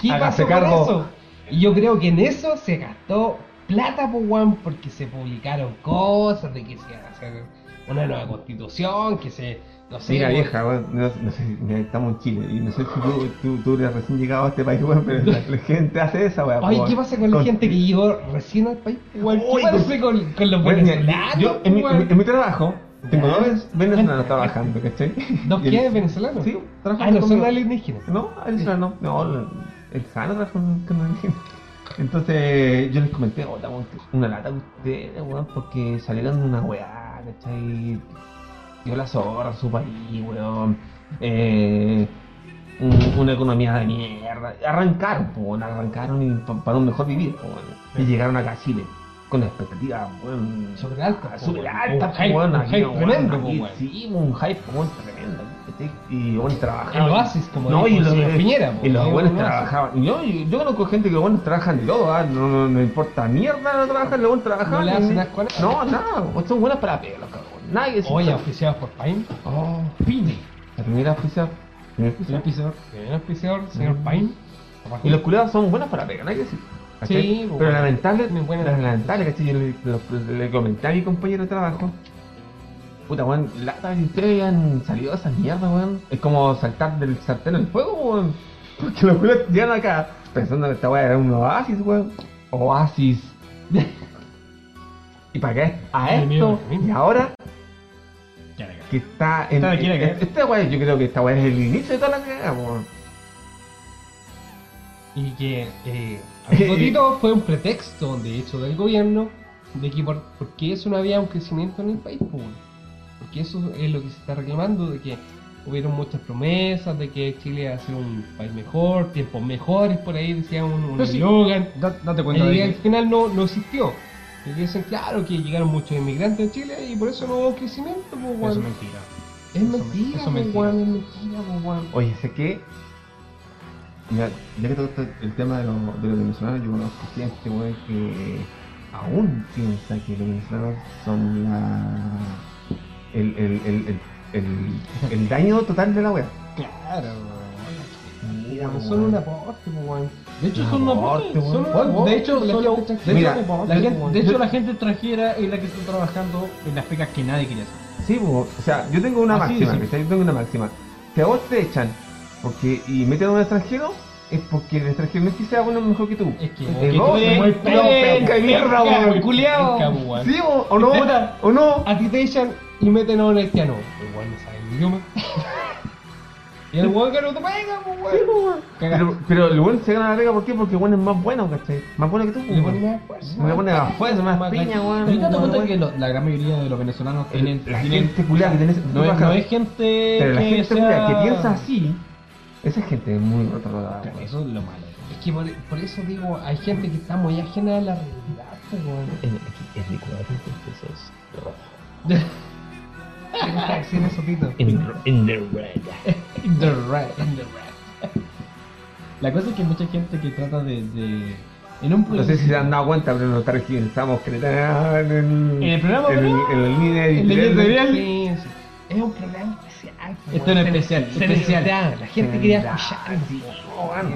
[SPEAKER 3] ¿qué
[SPEAKER 1] Hágase
[SPEAKER 3] pasó con
[SPEAKER 1] cargo.
[SPEAKER 3] eso? Y yo creo que en eso se gastó plata, po, weón, porque se publicaron cosas de que se iba a hacer una nueva constitución, que se... No sé,
[SPEAKER 1] Mira
[SPEAKER 3] po,
[SPEAKER 1] vieja, weón, no, no sé, mira, estamos en Chile y no sé si tú, tú, tú eres recién llegado a este país, weón, pero la, la gente hace esa, weón.
[SPEAKER 3] Ay,
[SPEAKER 1] po,
[SPEAKER 3] ¿qué pasa con la
[SPEAKER 1] con-
[SPEAKER 3] gente que llegó recién al país? Igual, ¿Qué
[SPEAKER 1] Uy,
[SPEAKER 3] pasa con, con los
[SPEAKER 1] Weón, mira,
[SPEAKER 3] venezolanos?
[SPEAKER 1] yo, en, mi,
[SPEAKER 3] weón?
[SPEAKER 1] en mi- en mi trabajo, tengo
[SPEAKER 3] Ya.
[SPEAKER 1] dos vez- venezolanos trabajando, ¿cachai?
[SPEAKER 3] ¿Dos
[SPEAKER 1] Y el-
[SPEAKER 3] qué? ¿Venezolanos?
[SPEAKER 1] Sí,
[SPEAKER 3] Ah, no son
[SPEAKER 1] conmigo.
[SPEAKER 3] alienígenas.
[SPEAKER 1] No, Arizona no. No, la- el Jano trajo un canadiense. Entonces yo les comenté, oh, weón, una lata a ustedes, weón, porque salieron de una weá, ¿cachai? Dio la zorra a su país, weón. Eh, un- una economía de mierda. Arrancaron, po, weón, arrancaron y pa- para un mejor vivir, po, weón. Y llegaron acá a Chile con expectativas, weón.
[SPEAKER 3] Sobre alta.
[SPEAKER 1] Súper
[SPEAKER 3] Un
[SPEAKER 1] alta,
[SPEAKER 3] hype-
[SPEAKER 1] weón,
[SPEAKER 3] un
[SPEAKER 1] aquí,
[SPEAKER 3] hype
[SPEAKER 1] weón,
[SPEAKER 3] tremendo,
[SPEAKER 1] aquí,
[SPEAKER 3] weón.
[SPEAKER 1] Sí, un hype, weón, tremendo. ¿cachai? Y bueno,
[SPEAKER 3] El
[SPEAKER 1] trabajaron.
[SPEAKER 3] oasis, como
[SPEAKER 1] No, y
[SPEAKER 3] dijo
[SPEAKER 1] los,
[SPEAKER 3] el señor Piñera. po,
[SPEAKER 1] y los
[SPEAKER 3] ¿no?
[SPEAKER 1] buenos
[SPEAKER 3] Un oasis.
[SPEAKER 1] trabajaban. Yo, yo conozco gente que los buenos trabajan de todo, ah, no, no, no importa mierda, no trabajan, los buenos trabajan.
[SPEAKER 3] No le hacen asco a
[SPEAKER 1] No, nada, pues son buenas para pelos, cabrón. Nadie se-
[SPEAKER 3] Oye, auspiciados por Pine.
[SPEAKER 1] Oh, Pine. La primera oficial.
[SPEAKER 3] El auspiciador. El auspiciador, señor Pine.
[SPEAKER 1] Y los culiados son buenos para pegar, hay que decir. ¿cachai?
[SPEAKER 3] Sí,
[SPEAKER 1] pero
[SPEAKER 3] bueno,
[SPEAKER 1] lamentable,
[SPEAKER 3] tienen buena-
[SPEAKER 1] lamentable, ¿cachai? Yo le, lo- le comenté a mi compañero de trabajo. Puta, weón, lata que ustedes hayan salido de esa mierda, weón. Es como saltar del sartén al fuego, weón. Porque los culos llegan acá pensando que esta weá era un oasis, weón. Oasis. ¿Y para qué? A
[SPEAKER 3] Ay,
[SPEAKER 1] esto.
[SPEAKER 3] mierda, mierda.
[SPEAKER 1] Y ahora
[SPEAKER 2] Ya, la cagué.
[SPEAKER 1] que está en. e-
[SPEAKER 2] Está aquí, la cagada.
[SPEAKER 1] esta weá, yo creo que esta weá es el inicio de toda la cagada, weón.
[SPEAKER 3] Y que eh, Amigo Tito fue un pretexto, de hecho, del gobierno de que por, porque eso no había un crecimiento en el país, po, weón. porque eso es lo que se está reclamando, de que hubieron muchas promesas, de que Chile iba a ser un país mejor, tiempos mejores, por ahí decían un, un
[SPEAKER 2] Pero sí,
[SPEAKER 3] eslogan,
[SPEAKER 2] Da- date
[SPEAKER 3] y
[SPEAKER 2] cuenta de
[SPEAKER 3] al
[SPEAKER 2] que
[SPEAKER 3] final no, no existió. Y dicen, claro, que llegaron muchos inmigrantes a Chile y por eso no hubo crecimiento, po, weón.
[SPEAKER 2] eso es mentira.
[SPEAKER 3] es
[SPEAKER 2] eso-
[SPEAKER 3] mentira,
[SPEAKER 2] eso
[SPEAKER 3] po,
[SPEAKER 2] mentira.
[SPEAKER 3] weón, es mentira, po, weón.
[SPEAKER 1] Oye, sé que. Mira, ya que tocaste el tema de, los- de los venezolanos, yo conozco gente, weón, que aún piensa que los venezolanos son la. el, el, el, el, el, el daño total de la wea.
[SPEAKER 3] Claro, weón.
[SPEAKER 1] Mira,
[SPEAKER 3] Pero
[SPEAKER 1] weón.
[SPEAKER 3] Son un aporte, po, weón.
[SPEAKER 2] De hecho,
[SPEAKER 1] Un
[SPEAKER 2] son una
[SPEAKER 1] aporte,
[SPEAKER 2] aporte,
[SPEAKER 1] weón.
[SPEAKER 2] son una-
[SPEAKER 3] Bueno,
[SPEAKER 2] De hecho,
[SPEAKER 3] la gente
[SPEAKER 2] solo-
[SPEAKER 3] extranjera
[SPEAKER 2] de
[SPEAKER 1] Mira,
[SPEAKER 2] hecho,
[SPEAKER 3] la
[SPEAKER 2] la
[SPEAKER 3] gente-
[SPEAKER 2] gente- de hecho, la gente extranjera es la que está trabajando en las pecas que nadie quería hacer.
[SPEAKER 1] Sí, po, o sea, yo tengo una
[SPEAKER 2] Así de
[SPEAKER 1] máxima,
[SPEAKER 2] simple.
[SPEAKER 1] ¿cachai? Yo tengo una máxima. Si a vos te echan porque, y meten a un extranjero, es porque el extranjero no es que sea bueno mejor que tú.
[SPEAKER 2] Es que,
[SPEAKER 1] Eh,
[SPEAKER 3] Este,
[SPEAKER 2] que
[SPEAKER 1] vos,
[SPEAKER 2] tú eres
[SPEAKER 1] muy penca y mierda,
[SPEAKER 2] penca,
[SPEAKER 1] weón.
[SPEAKER 2] culiao.
[SPEAKER 3] Penca, weón.
[SPEAKER 1] ¿Sí o, o no?
[SPEAKER 3] Puta.
[SPEAKER 1] ¿O no?
[SPEAKER 3] A ti eh. te echan y meten a un haitiano. El weón no sabe el idioma. y el weón que no te pega, pues weón.
[SPEAKER 1] Pero, pero el buen se gana la pega, ¿por qué? Porque el buen es más bueno, ¿cachai? Más bueno que tú. pues,
[SPEAKER 3] Le
[SPEAKER 1] weón.
[SPEAKER 3] ponen más esfuerzo.
[SPEAKER 1] Le pone más fuerza, más,
[SPEAKER 3] Más
[SPEAKER 1] piña,
[SPEAKER 3] galleta.
[SPEAKER 1] weón.
[SPEAKER 2] Y date
[SPEAKER 1] Más
[SPEAKER 2] cuenta
[SPEAKER 1] weón.
[SPEAKER 2] que lo- la gran mayoría de los venezolanos tienen.
[SPEAKER 1] La
[SPEAKER 2] tienen-
[SPEAKER 1] gente culiada que tenés.
[SPEAKER 2] no, es,
[SPEAKER 1] baja-
[SPEAKER 2] no es gente
[SPEAKER 1] pero la
[SPEAKER 2] que
[SPEAKER 1] gente
[SPEAKER 2] sea-
[SPEAKER 1] culiada que piensa así, esa gente es muy retardada.
[SPEAKER 2] Claro,
[SPEAKER 1] weón.
[SPEAKER 2] Eso es lo malo.
[SPEAKER 3] Es que por, por eso digo, hay gente que está muy ajena a la realidad, pues weón.
[SPEAKER 8] Es mi cuadro, entonces, rojo.
[SPEAKER 3] ¿Qué está diciendo eso, Tito?
[SPEAKER 8] In, in the red.
[SPEAKER 3] In the red, in the red.
[SPEAKER 2] La cosa es que mucha gente que trata de. de- en un
[SPEAKER 1] No sé si se han dado cuenta, pero nos estamos cretados en el,
[SPEAKER 2] En el programa,
[SPEAKER 1] en el,
[SPEAKER 2] ¿no?
[SPEAKER 1] en la línea
[SPEAKER 2] En la línea editorial.
[SPEAKER 3] Sí, sí. Es un programa especial, pues,
[SPEAKER 2] Esto es
[SPEAKER 3] weón.
[SPEAKER 2] especial,
[SPEAKER 3] Se
[SPEAKER 2] especial.
[SPEAKER 3] necesitaba, La gente quería
[SPEAKER 1] Verdad,
[SPEAKER 3] escuchar.
[SPEAKER 1] sí,
[SPEAKER 3] weón.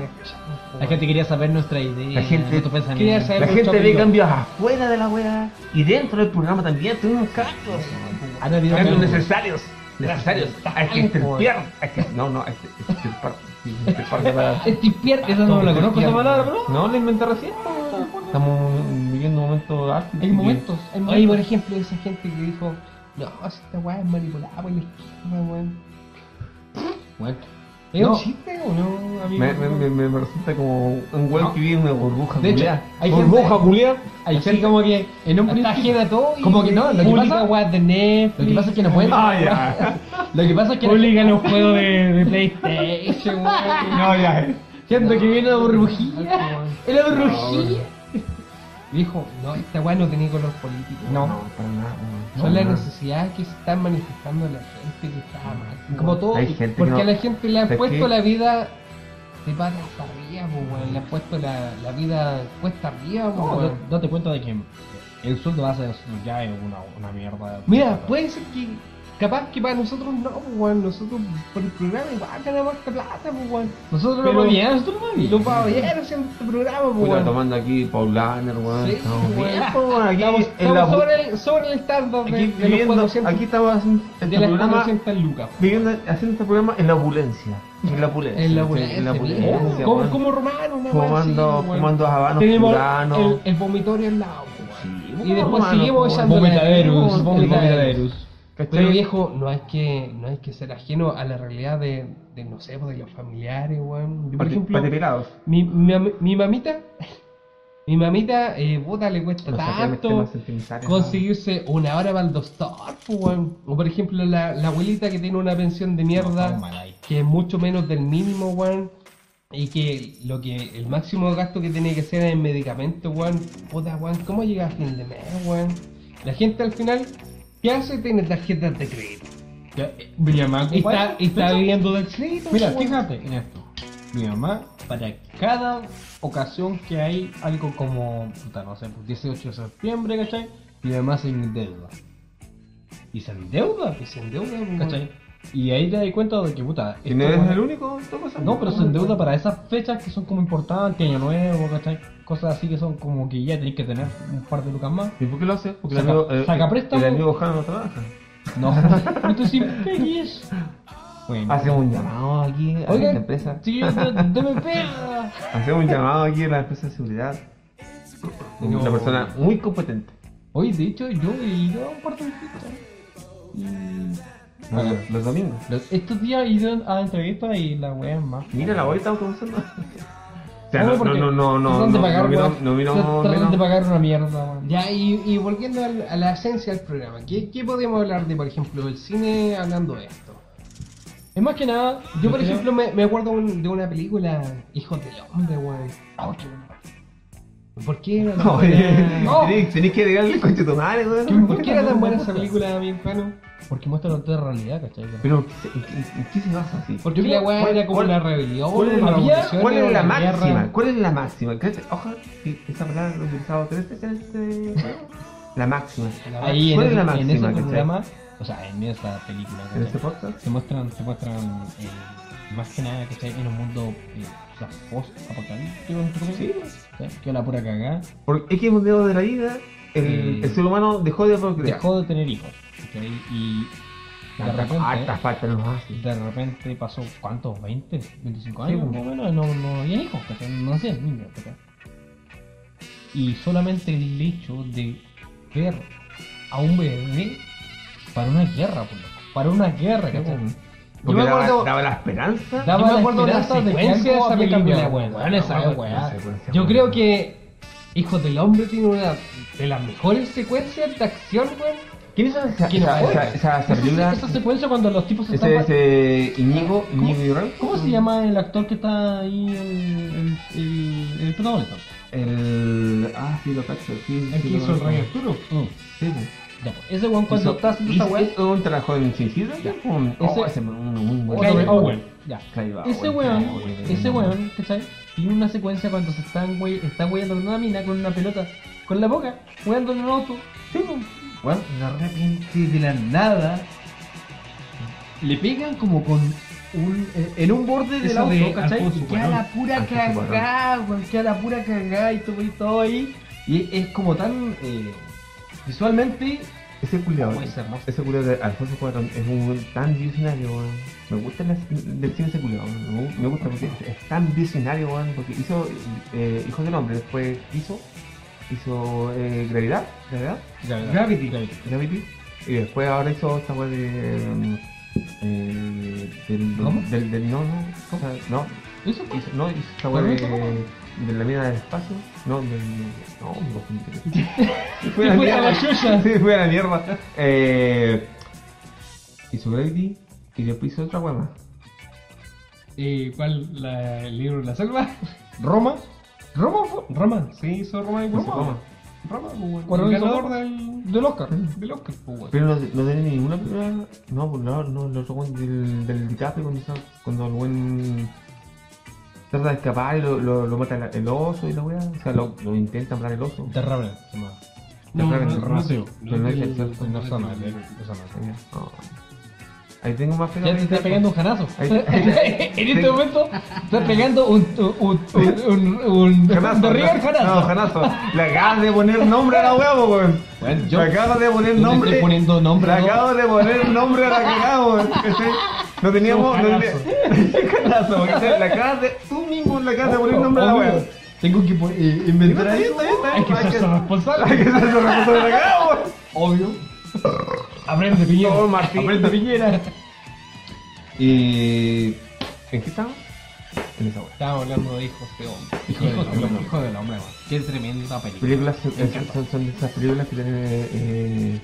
[SPEAKER 2] La gente quería saber nuestra idea.
[SPEAKER 1] La gente-
[SPEAKER 2] nuestro pensamiento.
[SPEAKER 3] quería saber-
[SPEAKER 1] La gente ve
[SPEAKER 3] Chapito.
[SPEAKER 1] cambios afuera de la weá y dentro del programa también tenemos cambios.
[SPEAKER 4] Ah,
[SPEAKER 2] Han habido
[SPEAKER 1] Cambios
[SPEAKER 2] cambios.
[SPEAKER 1] necesarios. Necesarios. Hay que estirpear. Hay que... No, no, hay que estirpar. sí, estirpar la palabra.
[SPEAKER 2] Estipiar, esa no la conozco esa palabra, bro.
[SPEAKER 1] No, la inventé recién. po. Estamos viviendo un momento ártico.
[SPEAKER 3] Hay momentos, hay
[SPEAKER 2] momentos.
[SPEAKER 3] Oye, por ejemplo, esa gente que dijo, no, si esta weá es manipulada por la izquierda, weón.
[SPEAKER 2] Bueno,
[SPEAKER 3] ¿Es
[SPEAKER 2] No.
[SPEAKER 3] un chiste o no, amigo?
[SPEAKER 1] Me, me, me, me- me resulta como un weón que vive en una burbuja
[SPEAKER 2] De hecho,
[SPEAKER 1] culiá.
[SPEAKER 2] hay
[SPEAKER 1] burbuja
[SPEAKER 2] gente-
[SPEAKER 1] culiá.
[SPEAKER 2] hay
[SPEAKER 3] Así
[SPEAKER 2] gente
[SPEAKER 3] como que
[SPEAKER 2] en un
[SPEAKER 3] está
[SPEAKER 2] principio-
[SPEAKER 3] ajena a todo y
[SPEAKER 2] como que no, lo que
[SPEAKER 3] publica
[SPEAKER 2] pasa-
[SPEAKER 3] weas de Netflix.
[SPEAKER 2] Lo que pasa es que no pueden.
[SPEAKER 1] Ah, ya.
[SPEAKER 2] Lo que pasa es que.
[SPEAKER 3] Publica los juegos de, de PlayStation, weón.
[SPEAKER 1] No, ya.
[SPEAKER 2] Gente que viene a la burbujilla. En la burbujilla.
[SPEAKER 3] Y Dijo, no, esta weá no tenía color político.
[SPEAKER 2] No.
[SPEAKER 1] para nada. weón.
[SPEAKER 3] Son las
[SPEAKER 1] No, no.
[SPEAKER 3] necesidades que se están manifestando en la gente que está mal.
[SPEAKER 1] No,
[SPEAKER 3] Como todo,
[SPEAKER 1] hay gente que
[SPEAKER 3] porque
[SPEAKER 1] no-
[SPEAKER 3] a la gente le han
[SPEAKER 1] ¿sabes
[SPEAKER 3] puesto
[SPEAKER 1] qué?
[SPEAKER 3] la vida de patas para arriba, po, weón. Le has puesto la, la vida cuesta arriba, po,
[SPEAKER 4] No,
[SPEAKER 3] weón.
[SPEAKER 4] da- date cuenta de que el sueldo base es- ya es una, una mierda.
[SPEAKER 3] Mira, pues, puede ser que. Capaz que para nosotros no, po, weón. Nosotros por el programa igual ganamos esta plata, po, weón. Nosotros
[SPEAKER 4] Pero-
[SPEAKER 3] lo paviamos.
[SPEAKER 4] tú no me
[SPEAKER 3] Lo paviamos haciendo este programa, po,
[SPEAKER 1] Puta,
[SPEAKER 3] weón.
[SPEAKER 1] tomando aquí Paulaner, weón.
[SPEAKER 3] Sí,
[SPEAKER 1] estamos bien,
[SPEAKER 3] weón.
[SPEAKER 1] po, weón. Aquí
[SPEAKER 3] Estamos,
[SPEAKER 1] en
[SPEAKER 3] estamos
[SPEAKER 1] la
[SPEAKER 3] sobre, el, sobre el estándar de,
[SPEAKER 1] aquí
[SPEAKER 3] de los
[SPEAKER 1] viviendo-
[SPEAKER 3] 400,
[SPEAKER 1] aquí estamos haciendo este
[SPEAKER 3] de las
[SPEAKER 1] programa,
[SPEAKER 3] 400 lucas.
[SPEAKER 1] viviendo, haciendo este programa en la opulencia. En la opulencia.
[SPEAKER 3] En la
[SPEAKER 1] sí,
[SPEAKER 3] opulencia,
[SPEAKER 1] en la
[SPEAKER 3] mira.
[SPEAKER 1] opulencia,
[SPEAKER 3] como,
[SPEAKER 1] weón.
[SPEAKER 3] como romano, una weá
[SPEAKER 1] Fumando,
[SPEAKER 3] así, weón.
[SPEAKER 1] fumando habanos
[SPEAKER 3] Tenemos
[SPEAKER 1] cubanos.
[SPEAKER 3] el, el vomitorio al lado, weón.
[SPEAKER 1] Sí,
[SPEAKER 3] Y
[SPEAKER 1] bueno,
[SPEAKER 3] después
[SPEAKER 1] hermano,
[SPEAKER 3] seguimos
[SPEAKER 1] po,
[SPEAKER 3] echando
[SPEAKER 4] Vomitaderus,
[SPEAKER 3] la-
[SPEAKER 4] el vomitaderus.
[SPEAKER 1] ¿cachai?
[SPEAKER 3] Pero viejo, no hay que, no hay que ser ajeno a la realidad de, de, no sé, pues, de los familiares, weón. Yo, por
[SPEAKER 1] Pati-
[SPEAKER 3] ejemplo,
[SPEAKER 1] patipelados.
[SPEAKER 3] mi, mi, am- mi mamita, mi mamita, eh, puta, le cuesta
[SPEAKER 1] No saquemos
[SPEAKER 3] tanto
[SPEAKER 1] temas sentimentales,
[SPEAKER 3] conseguirse una hora para el doctor, po, weón. O por ejemplo, la, la abuelita que tiene una pensión de mierda que es mucho menos del mínimo, weón. Y que lo que el máximo gasto que tiene que ser es en medicamentos, weón. Puta, weón, ¿cómo llega a fin de mes, weón? La gente al final, ¿qué hace? Tiene tarjetas de crédito.
[SPEAKER 2] Mi mamá,
[SPEAKER 3] Y
[SPEAKER 2] compadre,
[SPEAKER 3] está, y está viviendo del crédito,
[SPEAKER 4] Mira,
[SPEAKER 3] weón.
[SPEAKER 4] fíjate en esto. Mi mamá, para cada ocasión que hay algo como, puta, no sé, pues, 18 de septiembre, ¿cachai? Mi mamá se endeuda. ¿Y se endeuda? pues,
[SPEAKER 3] Y se endeuda, weón.
[SPEAKER 4] ¿Cachai? Y ahí te das cuenta de que, puta,
[SPEAKER 1] Y no
[SPEAKER 4] esto,
[SPEAKER 1] eres
[SPEAKER 4] weón,
[SPEAKER 1] el único, toma esa
[SPEAKER 4] No, pero
[SPEAKER 1] mierda,
[SPEAKER 4] se endeuda
[SPEAKER 1] weón.
[SPEAKER 4] para esas fechas que son como importantes, año nuevo, ¿cachai? Cosas así que son como que ya tenés que tener un par de lucas más.
[SPEAKER 1] ¿Y por qué lo hace? Porque
[SPEAKER 4] Saca-
[SPEAKER 1] el amigo,
[SPEAKER 4] saca préstamo.
[SPEAKER 1] el amigo Jano no trabaja.
[SPEAKER 4] No, entonces, ¿qué es? Bueno,
[SPEAKER 1] Hacemos un llamado aquí a
[SPEAKER 4] Oigan,
[SPEAKER 1] la empresa.
[SPEAKER 4] sí, yo- dame pega.
[SPEAKER 1] Hacemos un llamado aquí a la empresa de seguridad.
[SPEAKER 4] No.
[SPEAKER 1] Una persona muy competente.
[SPEAKER 4] Oye, de hecho, yo he ido a un par de fiestas. Y
[SPEAKER 1] Los-
[SPEAKER 4] Ah.
[SPEAKER 1] Los domingos.
[SPEAKER 4] los- estos días he ido a entrevistas y la wea es más.
[SPEAKER 1] Mira la bolita autobusando. O sea,
[SPEAKER 4] No,
[SPEAKER 1] no, no,
[SPEAKER 4] porque
[SPEAKER 1] no, no, no,
[SPEAKER 4] tratan de pagar,
[SPEAKER 1] no, vino-
[SPEAKER 4] weón.
[SPEAKER 1] no, vino-
[SPEAKER 4] Se tratan de
[SPEAKER 1] menos.
[SPEAKER 4] pagar una mierda, weón.
[SPEAKER 3] Ya, y, y volviendo al- a la esencia del programa, ¿qué, ¿qué podemos hablar de, por ejemplo, del cine hablando de esto?
[SPEAKER 4] Es más que nada,
[SPEAKER 3] Yo, por
[SPEAKER 4] creo-
[SPEAKER 3] ejemplo, me, me acuerdo un- de una película, Hijos del Hombre, weón. Ah, ¿Por qué era tan buena?
[SPEAKER 1] Oye, tenés- tenés que agregarle el coche a tu madre, weón.
[SPEAKER 3] ¿Por qué era tan buena esa
[SPEAKER 4] Puta.
[SPEAKER 3] película, mi hermano?
[SPEAKER 4] Porque muestra la otra realidad, ¿cachai?
[SPEAKER 1] Pero, ¿en qué se- en qué- ¿en qué se basa así?
[SPEAKER 3] Porque
[SPEAKER 4] Yo
[SPEAKER 3] la
[SPEAKER 4] creo-
[SPEAKER 3] weá
[SPEAKER 1] ¿cuál-
[SPEAKER 3] era como
[SPEAKER 1] cuál-
[SPEAKER 3] una rebelión,
[SPEAKER 1] ¿Cuál es
[SPEAKER 3] una
[SPEAKER 1] la,
[SPEAKER 3] revolución,
[SPEAKER 1] cuál es
[SPEAKER 3] era
[SPEAKER 1] la
[SPEAKER 3] una
[SPEAKER 1] máxima?
[SPEAKER 3] guerra.
[SPEAKER 1] ¿Cuál es la máxima? Creo que- Ojalá que esa palabra lo he utilizado tres veces en este juego. La máxima.
[SPEAKER 4] Ahí en,
[SPEAKER 1] ¿Cuál es la
[SPEAKER 4] ese- en
[SPEAKER 1] máxima?
[SPEAKER 4] ese
[SPEAKER 1] cachai?
[SPEAKER 4] programa, o sea, en esa película,
[SPEAKER 1] ¿En
[SPEAKER 4] ¿cachai?
[SPEAKER 1] este podcast?
[SPEAKER 4] se muestran, se muestran eh, más que nada, ¿cachai? En un mundo eh, o sea, post-apocalíptico, entre comillas,
[SPEAKER 1] Sí.
[SPEAKER 4] ¿cachai? Que la pura cagada.
[SPEAKER 1] Por X motivos de la vida, el,
[SPEAKER 4] Sí.
[SPEAKER 1] el ser humano dejó de procrear.
[SPEAKER 4] dejó de tener hijos. ¿ok? Y de
[SPEAKER 1] Harta- harta
[SPEAKER 4] repente, ¿eh?
[SPEAKER 1] falta nos hace.
[SPEAKER 4] de repente pasó, ¿cuántos? ¿20? ¿25
[SPEAKER 1] Sí,
[SPEAKER 4] años?
[SPEAKER 1] pues.
[SPEAKER 4] Más o menos, no, no había hijos, ¿cachai? no hacían niños. ¿cachai? Y solamente el hecho de ver a un bebé para una guerra, por loco, para una guerra, ¿cachai?
[SPEAKER 1] Porque
[SPEAKER 3] Yo me
[SPEAKER 1] daba,
[SPEAKER 3] acuerdo-
[SPEAKER 1] daba la esperanza.
[SPEAKER 3] Daba
[SPEAKER 4] Yo me
[SPEAKER 3] la
[SPEAKER 4] acuerdo de
[SPEAKER 3] esperanza
[SPEAKER 4] esa
[SPEAKER 3] de que algo
[SPEAKER 4] secuencia de esa
[SPEAKER 3] había
[SPEAKER 4] película,
[SPEAKER 3] cambiado,
[SPEAKER 4] weón.
[SPEAKER 3] weón, esa
[SPEAKER 1] Bueno,
[SPEAKER 3] weá.
[SPEAKER 1] la secuencia,
[SPEAKER 3] Yo
[SPEAKER 1] weón.
[SPEAKER 3] creo que Hijos del Hombre tiene una de las mejores secuencias de acción, weón.
[SPEAKER 1] ¿Quién hizo esa,
[SPEAKER 3] ¿Quién
[SPEAKER 1] esa,
[SPEAKER 3] fue?
[SPEAKER 1] esa, esa, esa
[SPEAKER 4] Esa-
[SPEAKER 1] película?
[SPEAKER 4] Esa secuencia cuando los tipos se están...
[SPEAKER 1] Ese, ese Íñigo, Íñigo Ibarra,
[SPEAKER 4] ¿Cómo se llama el actor que está ahí, el, el, el, el protagonista?
[SPEAKER 1] El. Ah, sí, lo cacho. Sí,
[SPEAKER 2] el
[SPEAKER 1] sí, lo
[SPEAKER 2] que hizo el
[SPEAKER 1] conozco.
[SPEAKER 2] Rey Arturo.
[SPEAKER 4] Mm.
[SPEAKER 1] Sí, pues.
[SPEAKER 4] Ya, pues, ese weón cuando
[SPEAKER 1] Hizo-
[SPEAKER 4] está haciendo esa
[SPEAKER 1] hizo-
[SPEAKER 4] weá...
[SPEAKER 1] hizo ¿Un trabajo en suicidio? Un, oh, ese un, un, un buen-
[SPEAKER 4] Clive
[SPEAKER 1] buen-
[SPEAKER 4] Owen. Ya.
[SPEAKER 1] Clive Owen,
[SPEAKER 4] oh, Ese
[SPEAKER 1] Clive
[SPEAKER 4] weón,
[SPEAKER 1] Owen.
[SPEAKER 4] ese weón, ¿cachai? Tiene una secuencia cuando se están, wey, está weyando con una mina con una pelota, con la boca, weyando en un auto. Sí, po. Weón, de repente, de la nada, le pegan como con un, eh, en un borde del
[SPEAKER 2] Eso
[SPEAKER 4] auto,
[SPEAKER 2] de
[SPEAKER 4] ¿cachai?
[SPEAKER 2] Alfonso
[SPEAKER 4] Y queda
[SPEAKER 2] Cuarón.
[SPEAKER 4] la pura
[SPEAKER 1] Alfonso Cuarón.
[SPEAKER 4] cagada, weón, queda la pura cagada y todo, y todo ahí. Y es como tan, eh, visualmente,
[SPEAKER 1] Ese culiado.
[SPEAKER 4] Muy hermoso.
[SPEAKER 1] Ese culiado de Alfonso Cuarón es un weón tan visionario, weón. Me gusta el del cine ese culiado, weón. Me gu- Me gusta porque es, es tan visionario, weón. Porque hizo eh, Hijos del Hombre, después hizo. Hizo eh, Gravedad, Gravedad,
[SPEAKER 2] Gravity.
[SPEAKER 1] Gravity. Y después ahora hizo esta weón de. mm, eh, del,
[SPEAKER 4] ¿Cómo?
[SPEAKER 1] Del, del- no, no, o sea, no,
[SPEAKER 4] Eso fue.
[SPEAKER 1] hizo, no, hizo esta weón de, de la mina del espacio, no, del, no, no, fue
[SPEAKER 4] Se fue a la chucha.
[SPEAKER 1] Sí, fue a la mierda. Eh, hizo Gravity y después hizo otra hueá más.
[SPEAKER 3] Eh, ¿Cuál? La- ¿El libro de la selva?
[SPEAKER 4] Roma. Roma fue.
[SPEAKER 3] Roma, sí, hizo Roma y
[SPEAKER 1] No sé cómo.
[SPEAKER 3] Roma. Roma,
[SPEAKER 4] ¿Cuál
[SPEAKER 3] el
[SPEAKER 4] hizo
[SPEAKER 3] ganador
[SPEAKER 4] Roma?
[SPEAKER 3] del,
[SPEAKER 4] Del Oscar.
[SPEAKER 3] del Oscar, pues, weón.
[SPEAKER 1] Pero no, no tiene ninguna película. No, pues no, no, el otro weón del, del DiCaprio cuando, está- cuando el buen. trata de escapar y lo, lo, lo mata el oso y la weá. O sea, lo, lo intenta matar el oso.
[SPEAKER 4] Terrible, se llama.
[SPEAKER 1] No, no,
[SPEAKER 4] Terrible,
[SPEAKER 1] no,
[SPEAKER 4] Ratio.
[SPEAKER 1] Pero no es el cierto.
[SPEAKER 4] No es zona, eh, no es zona.
[SPEAKER 1] No. Ahí tengo más
[SPEAKER 4] Ya te está pegando un janazo.
[SPEAKER 1] Ahí-
[SPEAKER 4] en este momento estás pegando un un un un, un,
[SPEAKER 1] Janazo,
[SPEAKER 4] de River janazo.
[SPEAKER 1] No, janazo. Le acabas de poner nombre a la weá, po, weón.
[SPEAKER 4] Bueno, yo-
[SPEAKER 1] Le acabas de poner
[SPEAKER 4] yo te
[SPEAKER 1] nombre.
[SPEAKER 4] estoy poniendo nombre,
[SPEAKER 1] Le
[SPEAKER 4] ¿no?
[SPEAKER 1] acabas de poner nombre a la cagada, weón. ¿Cachai? No teníamos. No
[SPEAKER 4] Janazo.
[SPEAKER 1] teníamos- janazo, porque te- le acabas de. Tú mismo le acabas de
[SPEAKER 4] Oh,
[SPEAKER 1] poner nombre a la
[SPEAKER 4] Obvio,
[SPEAKER 1] weá.
[SPEAKER 4] Tengo que po- eh,
[SPEAKER 1] Está
[SPEAKER 4] inventar
[SPEAKER 1] bien,
[SPEAKER 4] ahí.
[SPEAKER 1] está bien, está
[SPEAKER 4] Hay
[SPEAKER 1] bien,
[SPEAKER 4] que ser responsable.
[SPEAKER 1] Hay que ser responsable de la cagada, weón.
[SPEAKER 4] Obvio. Aprende piñera.
[SPEAKER 1] Oh, Martín.
[SPEAKER 4] Aprende piñera.
[SPEAKER 1] Y. ¿En qué estamos? En esa weá.
[SPEAKER 4] Estaba hablando de hijos de hombre.
[SPEAKER 1] Hijo del
[SPEAKER 4] Hijos de
[SPEAKER 1] hombre.
[SPEAKER 4] hombre. Hijo del hombre, weón. Qué tremenda película.
[SPEAKER 1] Películas son, son- son esas películas que tienen. eh, Eh,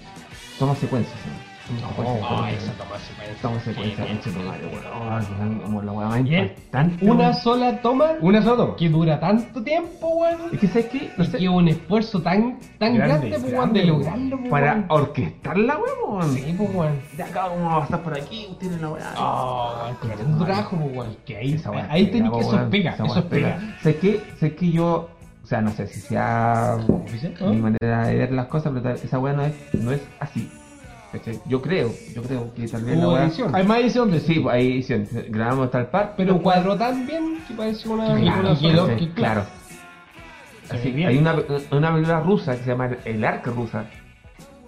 [SPEAKER 1] toma secuencias. ¿no? Toma secuencias, toma
[SPEAKER 4] Ay, esa
[SPEAKER 1] secuencias.
[SPEAKER 4] toma secuencia.
[SPEAKER 1] Estamos en secuencia,
[SPEAKER 4] Qué
[SPEAKER 1] conche tu madre, weón. Oh, Como- Como la weá más
[SPEAKER 4] Bien.
[SPEAKER 1] impactante.
[SPEAKER 3] Una
[SPEAKER 1] weón.
[SPEAKER 3] sola toma
[SPEAKER 2] Una sola toma.
[SPEAKER 3] que dura tanto tiempo, weón.
[SPEAKER 1] Es que sabes qué? No
[SPEAKER 3] Y
[SPEAKER 1] sé,
[SPEAKER 3] que un esfuerzo tan, tan grande,
[SPEAKER 2] Grande,
[SPEAKER 3] pues, weón, de lograrlo, pues,
[SPEAKER 1] Para
[SPEAKER 3] weón.
[SPEAKER 1] orquestar la weá, weón.
[SPEAKER 3] Sí, pues, weón.
[SPEAKER 1] De acá vamos a pasar por aquí, ustedes la weá.
[SPEAKER 3] Ah, weón, con un trabajo, pues, weón.
[SPEAKER 2] Que ahí,
[SPEAKER 1] Esa weá
[SPEAKER 2] ahí
[SPEAKER 1] es
[SPEAKER 2] tenés
[SPEAKER 1] pega,
[SPEAKER 2] que
[SPEAKER 1] weón.
[SPEAKER 2] eso pega,
[SPEAKER 1] Esa weá
[SPEAKER 2] eso
[SPEAKER 1] es pega.
[SPEAKER 2] pega.
[SPEAKER 1] Sé que, sé que yo, o sea, no sé si sea
[SPEAKER 2] ¿Oficial?
[SPEAKER 1] mi manera de ver las cosas, pero tal- esa weá no es, no es así. ¿Cachai? Yo creo, yo creo que tal vez la
[SPEAKER 3] Hubo
[SPEAKER 1] weá.
[SPEAKER 3] edición.
[SPEAKER 2] Hay más edición de
[SPEAKER 1] Sí, pues, ahí hicieron, grabamos tal par,
[SPEAKER 3] Pero cuadró tan bien que parece una.
[SPEAKER 2] Claro,
[SPEAKER 3] una
[SPEAKER 2] quedó-
[SPEAKER 3] sola.
[SPEAKER 1] Sí,
[SPEAKER 2] que-
[SPEAKER 1] claro.
[SPEAKER 2] Se
[SPEAKER 1] Así,
[SPEAKER 2] ve bien.
[SPEAKER 1] hay una, una película rusa que se llama El Arca Rusa.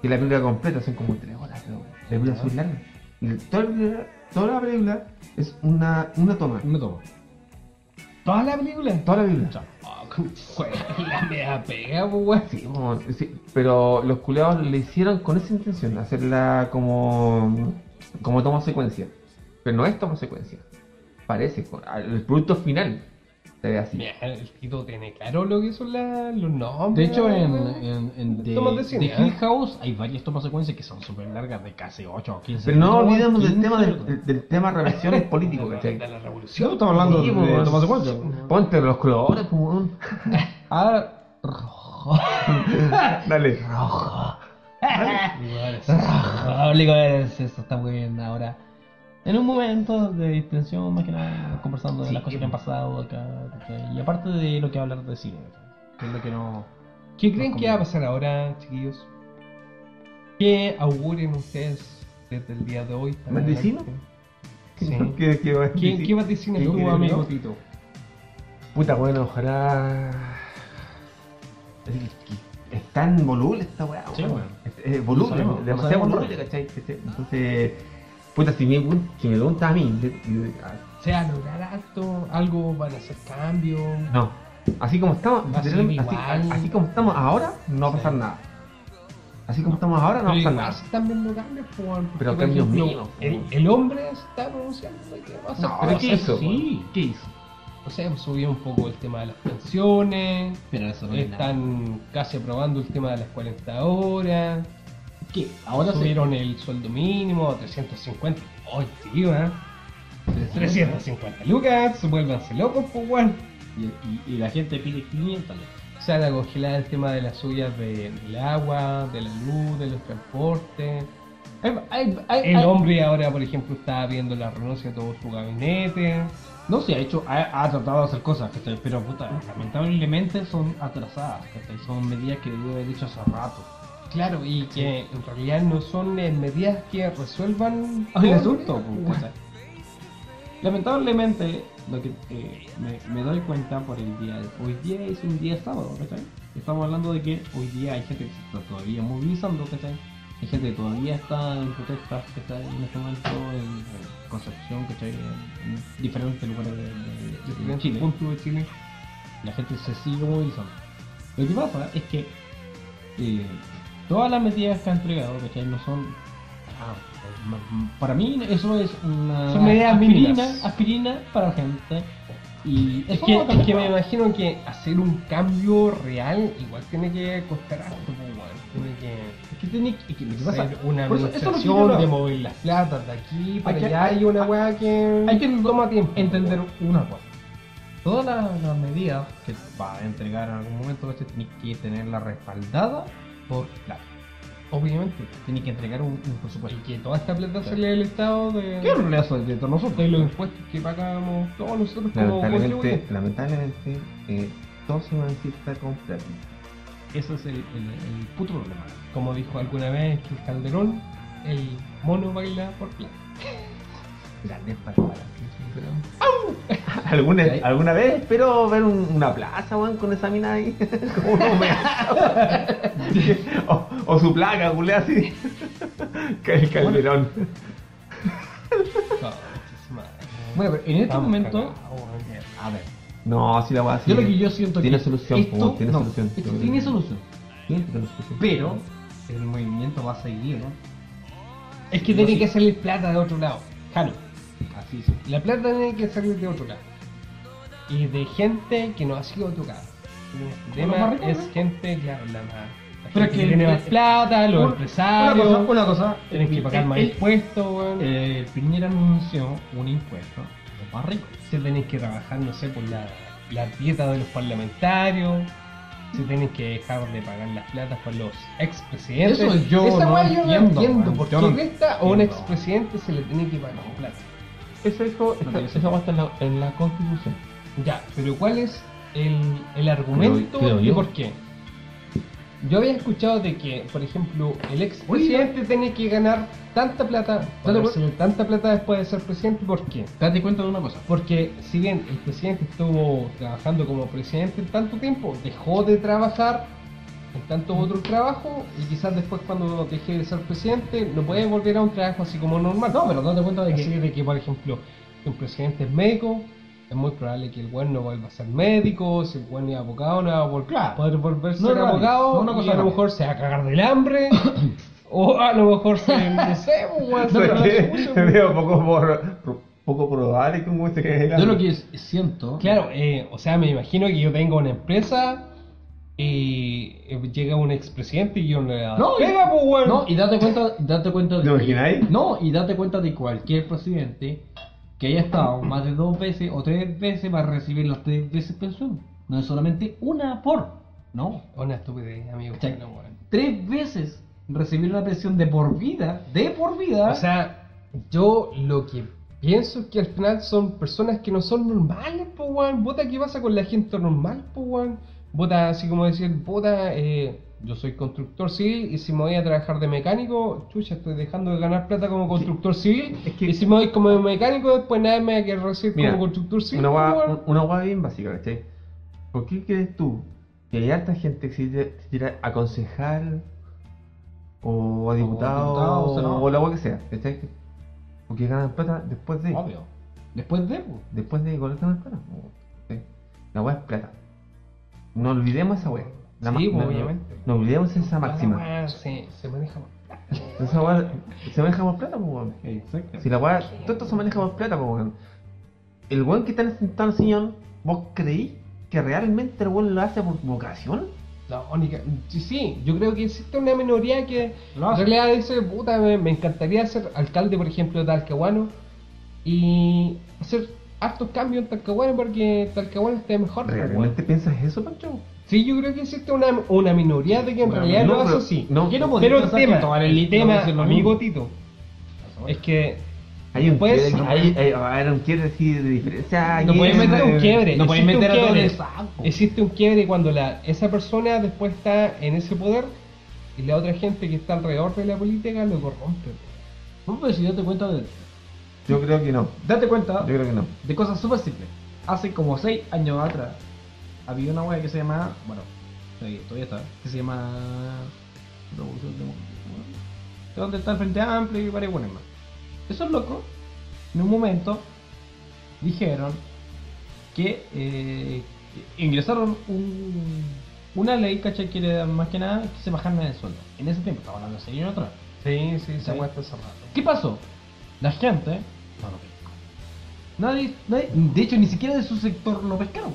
[SPEAKER 1] Y la película completa son como tres horas, creo. La película es
[SPEAKER 2] Ah.
[SPEAKER 1] muy larga. Y toda, la película- toda la película es una, una toma.
[SPEAKER 2] Me tomo.
[SPEAKER 3] Toda la película.
[SPEAKER 1] Toda la película.
[SPEAKER 3] Oh, weón, la media pega, pues, weón.
[SPEAKER 1] Sí, como- sí, pero los culeados le hicieron con esa intención, hacerla como, como toma secuencia. Pero no es toma secuencia. Parece, con- el producto final se ve así.
[SPEAKER 3] Mira, el Tito tiene claro lo que son la- los
[SPEAKER 4] De
[SPEAKER 3] nombres.
[SPEAKER 4] hecho, en,
[SPEAKER 3] weón.
[SPEAKER 4] en, en de,
[SPEAKER 3] Tomas de
[SPEAKER 4] de
[SPEAKER 3] cine,
[SPEAKER 4] Hill
[SPEAKER 3] ¿eh?
[SPEAKER 4] House hay varias tomas secuencias que son súper largas, de casi 8 o 15
[SPEAKER 1] Pero no
[SPEAKER 4] minutos,
[SPEAKER 1] olvidemos del
[SPEAKER 4] 15
[SPEAKER 1] tema del,
[SPEAKER 4] minutos.
[SPEAKER 1] del- del tema relaciones políticos, ¿cachai?
[SPEAKER 3] De la revolución.
[SPEAKER 2] Si no estamos hablando
[SPEAKER 1] Sí,
[SPEAKER 2] de
[SPEAKER 1] pues.
[SPEAKER 2] toma secuencia.
[SPEAKER 1] Ponte los colores, pues, weón.
[SPEAKER 4] Ah, rojo.
[SPEAKER 1] Dale.
[SPEAKER 4] Hablé con él, eso está muy bien ahora. En un momento de distensión, más que nada, conversando de las cosas que han pasado acá. ¿cachai? Y aparte de lo que hablar de cine, ¿cachai? que es lo que no.
[SPEAKER 3] ¿Qué creen que va a pasar ahora, chiquillos? ¿Qué auguren ustedes desde el día de hoy? para
[SPEAKER 1] ¿Vaticino?
[SPEAKER 3] adelante? Sí.
[SPEAKER 1] ¿Qué, qué va a
[SPEAKER 3] ¿Qué,
[SPEAKER 1] decir?
[SPEAKER 3] qué vaticina
[SPEAKER 1] ¿Qué
[SPEAKER 3] tú,
[SPEAKER 1] creo?
[SPEAKER 3] amigo Tito?
[SPEAKER 1] Puta, bueno, ojalá. Es tan voluble esta weá,
[SPEAKER 4] Sí,
[SPEAKER 1] weón.
[SPEAKER 4] weón.
[SPEAKER 1] Es- Es voluble,
[SPEAKER 4] sabemos, no
[SPEAKER 1] demasiado
[SPEAKER 4] sabemos
[SPEAKER 1] voluble,
[SPEAKER 4] nada.
[SPEAKER 1] ¿cachai? ¿Cachai? Entonces, puta, si me, si me preguntas a mí, ah, de- de- a-
[SPEAKER 3] ¿Se va a lograr alto? ¿Algo van a hacer cambio?
[SPEAKER 1] no. Así como estamos,
[SPEAKER 3] Va a ser
[SPEAKER 1] literalmente, así,
[SPEAKER 3] igual.
[SPEAKER 1] así como estamos ahora, no va a pasar nada. Así como estamos ahora, no va
[SPEAKER 3] Pero
[SPEAKER 1] a pasar
[SPEAKER 3] igual
[SPEAKER 1] nada.
[SPEAKER 3] se están viendo cambios, pues, weón, porque,
[SPEAKER 1] Pero
[SPEAKER 3] por
[SPEAKER 1] cambios
[SPEAKER 3] ejemplo,
[SPEAKER 1] mínimos,
[SPEAKER 3] El,
[SPEAKER 1] pues.
[SPEAKER 3] el hombre está pronunciando que va a hacer
[SPEAKER 1] No,
[SPEAKER 3] cosas,
[SPEAKER 1] pero ¿qué hizo?
[SPEAKER 3] sí.
[SPEAKER 1] ¿Qué hizo?
[SPEAKER 3] O sea, subió un poco el tema de las pensiones.
[SPEAKER 4] Pero eso no es nada.
[SPEAKER 3] Están casi aprobando el tema de las 40 horas.
[SPEAKER 4] ¿Qué? Ahora se.
[SPEAKER 3] subieron el sueldo mínimo a 350. ¡Ay, tío, eh! 350 lucas, vuélvanse locos, pues, weón.
[SPEAKER 4] Y, y- y la gente pide 500. ¿no?
[SPEAKER 3] Se van a congelar el tema de las subidas de- del agua, de la luz, de los transportes.
[SPEAKER 4] Hay- hay- hay-
[SPEAKER 3] El
[SPEAKER 4] hay-
[SPEAKER 3] hombre ahora, por ejemplo, está viendo la renuncia de todo su gabinete.
[SPEAKER 4] No se ha hecho, ha, ha tratado de hacer cosas, ¿cachai? pero puta, lamentablemente son atrasadas, ¿cachai? son medidas que debió haber hecho hace rato.
[SPEAKER 3] Claro, y que en realidad no son eh, medidas que resuelvan todo,
[SPEAKER 4] el asunto.
[SPEAKER 3] weón.
[SPEAKER 4] pues, ¿cachai? Lamentablemente, lo que eh, me, me doy cuenta por el día de hoy día es un día sábado, ¿cachai? Estamos hablando de que hoy día hay gente que se está todavía movilizando, ¿cachai? Hay gente que todavía está en protestas, ¿cachai? En este momento, en Concepción, ¿cachai? En, en diferentes lugares de, de- de
[SPEAKER 3] Diferentes
[SPEAKER 4] Chile.
[SPEAKER 3] puntos de Chile.
[SPEAKER 4] La gente se sigue movilizando. Lo que pasa es que eh, todas las medidas que han entregado, ¿cachai? No son. ah, m- para mí, eso es una.
[SPEAKER 3] Son medidas
[SPEAKER 4] aspirina,
[SPEAKER 3] mínimas.
[SPEAKER 4] aspirina para gente. Y
[SPEAKER 3] Es que, es que me imagino que hacer un cambio real igual tiene que costar algo, pues, weón. Tiene que
[SPEAKER 4] es que tiene que- que- lo que pasa-
[SPEAKER 3] hacer una
[SPEAKER 4] por eso- eso es lo que yo
[SPEAKER 3] administración
[SPEAKER 4] no-
[SPEAKER 3] de mover las platas de aquí para
[SPEAKER 4] Hay que-
[SPEAKER 3] allá y una
[SPEAKER 4] hay-
[SPEAKER 3] weá que,
[SPEAKER 4] hay que
[SPEAKER 3] toma tiempo.
[SPEAKER 4] entender
[SPEAKER 3] weón.
[SPEAKER 4] una cosa. Todas las las medidas que va a entregar en algún momento, ¿cachai? Tienes que tenerla respaldada por plata.
[SPEAKER 3] obviamente.
[SPEAKER 4] Tiene que entregar un, un presupuesto.
[SPEAKER 3] Y que toda esta plata sale del Estado de,
[SPEAKER 4] ¿Qué problema soy de todos nosotros?
[SPEAKER 3] de los impuestos que pagamos todos nosotros como
[SPEAKER 1] Lamentablemente,
[SPEAKER 3] contribuyentes.
[SPEAKER 1] lamentablemente eh, todos se van a decir está con plata.
[SPEAKER 4] Ese es el, el, el puto problema.
[SPEAKER 3] Como dijo alguna vez que el Calderón, el mono baila por plata.
[SPEAKER 1] Grandes palabras. ¿Alguna, ¿Alguna vez espero ver un- una plaza, weón, con esa mina ahí? Como una homenaje, weón. o, o su placa, culé así. Que el calderón.
[SPEAKER 4] Bueno, pero en este
[SPEAKER 3] Estamos
[SPEAKER 4] momento.
[SPEAKER 3] cagados, weón.
[SPEAKER 4] A ver.
[SPEAKER 1] No, así la voy a
[SPEAKER 4] Yo lo que yo siento
[SPEAKER 1] Tiene
[SPEAKER 4] que
[SPEAKER 1] solución,
[SPEAKER 4] esto,
[SPEAKER 1] po, tiene
[SPEAKER 4] no,
[SPEAKER 1] solución.
[SPEAKER 4] Esto pues, tiene solución.
[SPEAKER 1] Tiene solución.
[SPEAKER 4] Pero el movimiento va a seguir, ¿no?
[SPEAKER 3] Es que
[SPEAKER 4] No,
[SPEAKER 3] tiene
[SPEAKER 4] sí.
[SPEAKER 3] que salir plata de otro lado. Jalo.
[SPEAKER 4] Así sí.
[SPEAKER 3] La plata tiene que salir de otro lado. Y de gente que no ha sido tocada. El
[SPEAKER 4] Los
[SPEAKER 3] tema
[SPEAKER 4] más ricos,
[SPEAKER 3] es
[SPEAKER 4] ¿no?
[SPEAKER 3] gente, claro, la más. la
[SPEAKER 4] Pero
[SPEAKER 3] gente
[SPEAKER 4] es que-
[SPEAKER 3] tiene más plata, los
[SPEAKER 4] Una-
[SPEAKER 3] empresarios.
[SPEAKER 4] Una cosa, una cosa.
[SPEAKER 3] tienen que
[SPEAKER 4] el-
[SPEAKER 3] pagar más
[SPEAKER 4] el-
[SPEAKER 3] impuestos, weón.
[SPEAKER 4] eh, Piñera anunció un impuesto a los más ricos.
[SPEAKER 3] Se tienen que trabajar, no sé, por la, la dieta de los parlamentarios. Se tienen que dejar de pagar las platas para los expresidentes.
[SPEAKER 4] Eso yo
[SPEAKER 3] Esa
[SPEAKER 4] no
[SPEAKER 3] weá yo no
[SPEAKER 4] entiendo,
[SPEAKER 3] entiendo.
[SPEAKER 4] weón.
[SPEAKER 3] ¿Por
[SPEAKER 4] Yo
[SPEAKER 3] qué
[SPEAKER 4] no
[SPEAKER 3] esta o un
[SPEAKER 4] entiendo.
[SPEAKER 3] expresidente se le tiene que pagar con plata?
[SPEAKER 1] Eso dijo,
[SPEAKER 4] No tiene
[SPEAKER 1] esa esa hueá está en la, en la constitución.
[SPEAKER 3] Ya, pero ¿cuál es el, el argumento
[SPEAKER 1] Creo- creo
[SPEAKER 3] y
[SPEAKER 1] yo.
[SPEAKER 3] por qué? Yo había escuchado de que, por ejemplo, el expresidente tiene que ganar tanta plata,
[SPEAKER 4] Dale,
[SPEAKER 3] o recibir tanta plata después de ser presidente, ¿por qué?
[SPEAKER 4] Date cuenta de una cosa.
[SPEAKER 3] Porque si bien el presidente estuvo trabajando como presidente en tanto tiempo, dejó de trabajar en tanto otro trabajo y quizás después cuando deje de ser presidente no puede volver a un trabajo así como normal. No, pero date cuenta de que, de que por ejemplo, si un presidente es médico, es muy probable que el buen no vuelva a ser médico, si el buen es abogado no va a vol-
[SPEAKER 4] Claro.
[SPEAKER 3] poder volver a
[SPEAKER 4] No
[SPEAKER 3] ser
[SPEAKER 4] es raro,
[SPEAKER 3] abogado
[SPEAKER 4] no es una
[SPEAKER 3] y
[SPEAKER 4] cosa
[SPEAKER 3] a lo
[SPEAKER 4] rara.
[SPEAKER 3] mejor se va a cagar del hambre o a lo mejor se... no sé, weón, se va a
[SPEAKER 1] Porque veo poco, por, poco probable que un güey se quede
[SPEAKER 4] Yo lo que s- siento.
[SPEAKER 3] Claro, eh, o sea, me imagino que yo tengo una empresa y eh, llega un expresidente y yo le da
[SPEAKER 4] No, y-
[SPEAKER 3] pega, pues, weón.
[SPEAKER 4] No, y date cuenta, date cuenta
[SPEAKER 1] ¿Te imagináis?
[SPEAKER 4] No, y date cuenta de cualquier presidente que haya estado más de dos veces o tres veces va a recibir las tres veces pensión. No es solamente una por, no.
[SPEAKER 3] Una estupidez, amigo.
[SPEAKER 4] ¿Cachai?
[SPEAKER 3] bueno, weón.
[SPEAKER 4] Tres veces recibir una pensión de por vida, de por
[SPEAKER 1] ¿Ah?
[SPEAKER 4] vida.
[SPEAKER 3] O sea, yo lo que pienso es que al final son personas que no son normales, pues, weón. Vota, ¿qué pasa con la gente normal, pues, weón? Vota, así como decir, vota, eh, yo soy constructor civil y si me voy a trabajar de mecánico, chucha, estoy dejando de ganar plata como constructor civil.
[SPEAKER 1] es que-
[SPEAKER 3] y si me voy como mecánico, después nadie me va a querer recibir
[SPEAKER 1] Mira,
[SPEAKER 3] como constructor civil.
[SPEAKER 1] una
[SPEAKER 3] pues,
[SPEAKER 1] guada
[SPEAKER 3] weón.
[SPEAKER 1] una guada bien básica, ¿cachai? ¿Por qué crees tú que hay harta gente que se tira- se tira a concejal o a diputado
[SPEAKER 4] diputado,
[SPEAKER 1] o,
[SPEAKER 4] senador.
[SPEAKER 1] la guada que sea? ¿cachai? Porque ganan plata después de.
[SPEAKER 4] Obvio. Después de. pues.
[SPEAKER 1] Después de colectar las plata. ¿cachai? La guada es plata. No olvidemos esa wea. La
[SPEAKER 3] Sí,
[SPEAKER 1] ma- no-
[SPEAKER 3] obviamente.
[SPEAKER 1] No, olvidemos esa
[SPEAKER 3] La
[SPEAKER 1] máxima.
[SPEAKER 3] weá se, se maneja mal.
[SPEAKER 1] Esa wea se maneja por plata, pues weón.
[SPEAKER 4] Exacto.
[SPEAKER 1] Si la weá, todo esto se maneja por plata, po, weón. El weón que está sentado en el sillón, ¿vos creí que realmente el weón lo hace por vocación?
[SPEAKER 3] La única. Sí, sí, yo creo que existe una minoría que
[SPEAKER 4] Lo hace.
[SPEAKER 3] en realidad dice, puta, me, me encantaría ser alcalde, por ejemplo, de Talcahuano y hacer hartos cambios en Talcahuano porque Talcahuano esté mejor. pues, weón.
[SPEAKER 1] ¿Realmente piensas eso, Pancho?
[SPEAKER 3] Sí, yo creo que existe una, una minoría de que en
[SPEAKER 1] Bueno,
[SPEAKER 3] realidad
[SPEAKER 1] no,
[SPEAKER 3] lo hace
[SPEAKER 1] pero-
[SPEAKER 3] así.
[SPEAKER 1] no.
[SPEAKER 3] Quiero
[SPEAKER 4] Pero
[SPEAKER 3] pero el
[SPEAKER 4] pensar que
[SPEAKER 3] tema,
[SPEAKER 4] toda la
[SPEAKER 3] el
[SPEAKER 4] elite va a
[SPEAKER 3] tema,
[SPEAKER 4] decir lo
[SPEAKER 3] amigo
[SPEAKER 4] mismo.
[SPEAKER 3] Tito, es que
[SPEAKER 1] Hay un
[SPEAKER 3] Pues,
[SPEAKER 1] quiebre, hay, hay- a ver, un quiebre así de diferencia.
[SPEAKER 3] No
[SPEAKER 1] aquí,
[SPEAKER 3] puedes meter
[SPEAKER 1] eh,
[SPEAKER 3] un quiebre.
[SPEAKER 4] No podéis
[SPEAKER 3] existe un
[SPEAKER 4] meter a todos en
[SPEAKER 3] quiebre.
[SPEAKER 4] el saco.
[SPEAKER 3] Existe un quiebre cuando la, esa persona después está en ese poder y la otra gente que está alrededor de la política lo corrompe.
[SPEAKER 4] No, pero si date cuenta de.
[SPEAKER 1] Yo creo que no.
[SPEAKER 4] Date
[SPEAKER 1] Yo
[SPEAKER 4] cuenta
[SPEAKER 1] creo que no.
[SPEAKER 4] de cosas súper simples. Hace como 6 años atrás había una wea que se llamaba, bueno, todavía todavía está, que se llama Revolución Democrática. bueno, Donde está el Frente Amplio y varios buenos más. Esos locos, en un momento, dijeron que eh, ingresaron un- una ley, ¿cachai? Que era más que nada que se bajaran el sueldo. En ese tiempo, estaba hablando de 6 años atrás.
[SPEAKER 3] Sí, sí,
[SPEAKER 4] esa
[SPEAKER 3] esa
[SPEAKER 4] weá
[SPEAKER 3] hueá está cerrada.
[SPEAKER 4] ¿Qué pasó? La gente no lo pescó. Nadie, nadie- de hecho, ni siquiera de su sector lo pescaron.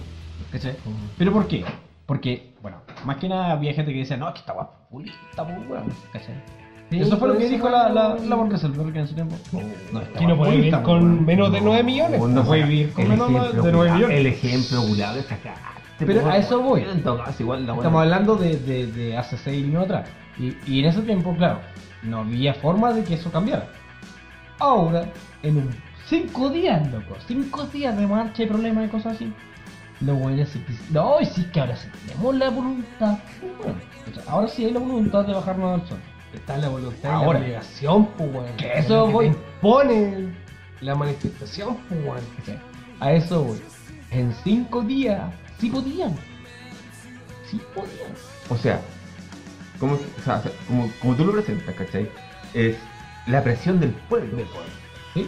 [SPEAKER 4] ¿Cachai? ¿Pero por qué? Porque, bueno, más que nada había gente que decía, no, es que esta guapa populista, pues, weón", ¿cachai?
[SPEAKER 3] Sí,
[SPEAKER 4] Eso fue lo
[SPEAKER 3] pero
[SPEAKER 4] que
[SPEAKER 3] esa
[SPEAKER 4] dijo
[SPEAKER 3] weá
[SPEAKER 4] la, la,
[SPEAKER 3] no-
[SPEAKER 4] la Borgesel, creo que en su tiempo. No, esta
[SPEAKER 3] Oh, Que no puede
[SPEAKER 4] guapa
[SPEAKER 3] vivir
[SPEAKER 4] populista, pues,
[SPEAKER 3] con
[SPEAKER 4] weón.
[SPEAKER 3] menos de 9 millones.
[SPEAKER 1] Bueno,
[SPEAKER 3] puede
[SPEAKER 1] o sea,
[SPEAKER 3] vivir con
[SPEAKER 1] el
[SPEAKER 3] menos
[SPEAKER 1] ejemplo
[SPEAKER 3] de 9
[SPEAKER 1] culable-
[SPEAKER 3] millones.
[SPEAKER 1] El ejemplo culable sacaste.
[SPEAKER 4] Pero
[SPEAKER 1] po,
[SPEAKER 4] a eso voy.
[SPEAKER 1] En todo caso, igual la
[SPEAKER 4] Estamos
[SPEAKER 1] buena-
[SPEAKER 4] hablando de, de, de hace 6 años atrás. Y, y en ese tiempo, claro, no había forma de que eso cambiara. Ahora, en un cinco días, loco, cinco días de marcha y problemas y cosas así, los güeyes se pis- No, y sí que ahora sí tenemos la voluntad. Bueno, o sea, ahora sí hay la voluntad de bajarnos al sol.
[SPEAKER 3] Está la voluntad y
[SPEAKER 4] Ahora.
[SPEAKER 3] la obligación, pues, weón.
[SPEAKER 4] Que eso
[SPEAKER 3] Es lo
[SPEAKER 4] voy.
[SPEAKER 3] te impone la manifestación, pues, weón.
[SPEAKER 4] ¿cachai? A eso voy. En cinco días, sí podían. Sí podían.
[SPEAKER 1] O sea, como, o sea, o sea, como, como tú lo presentas, ¿cachai? Es la presión del pueblo.
[SPEAKER 4] Sí.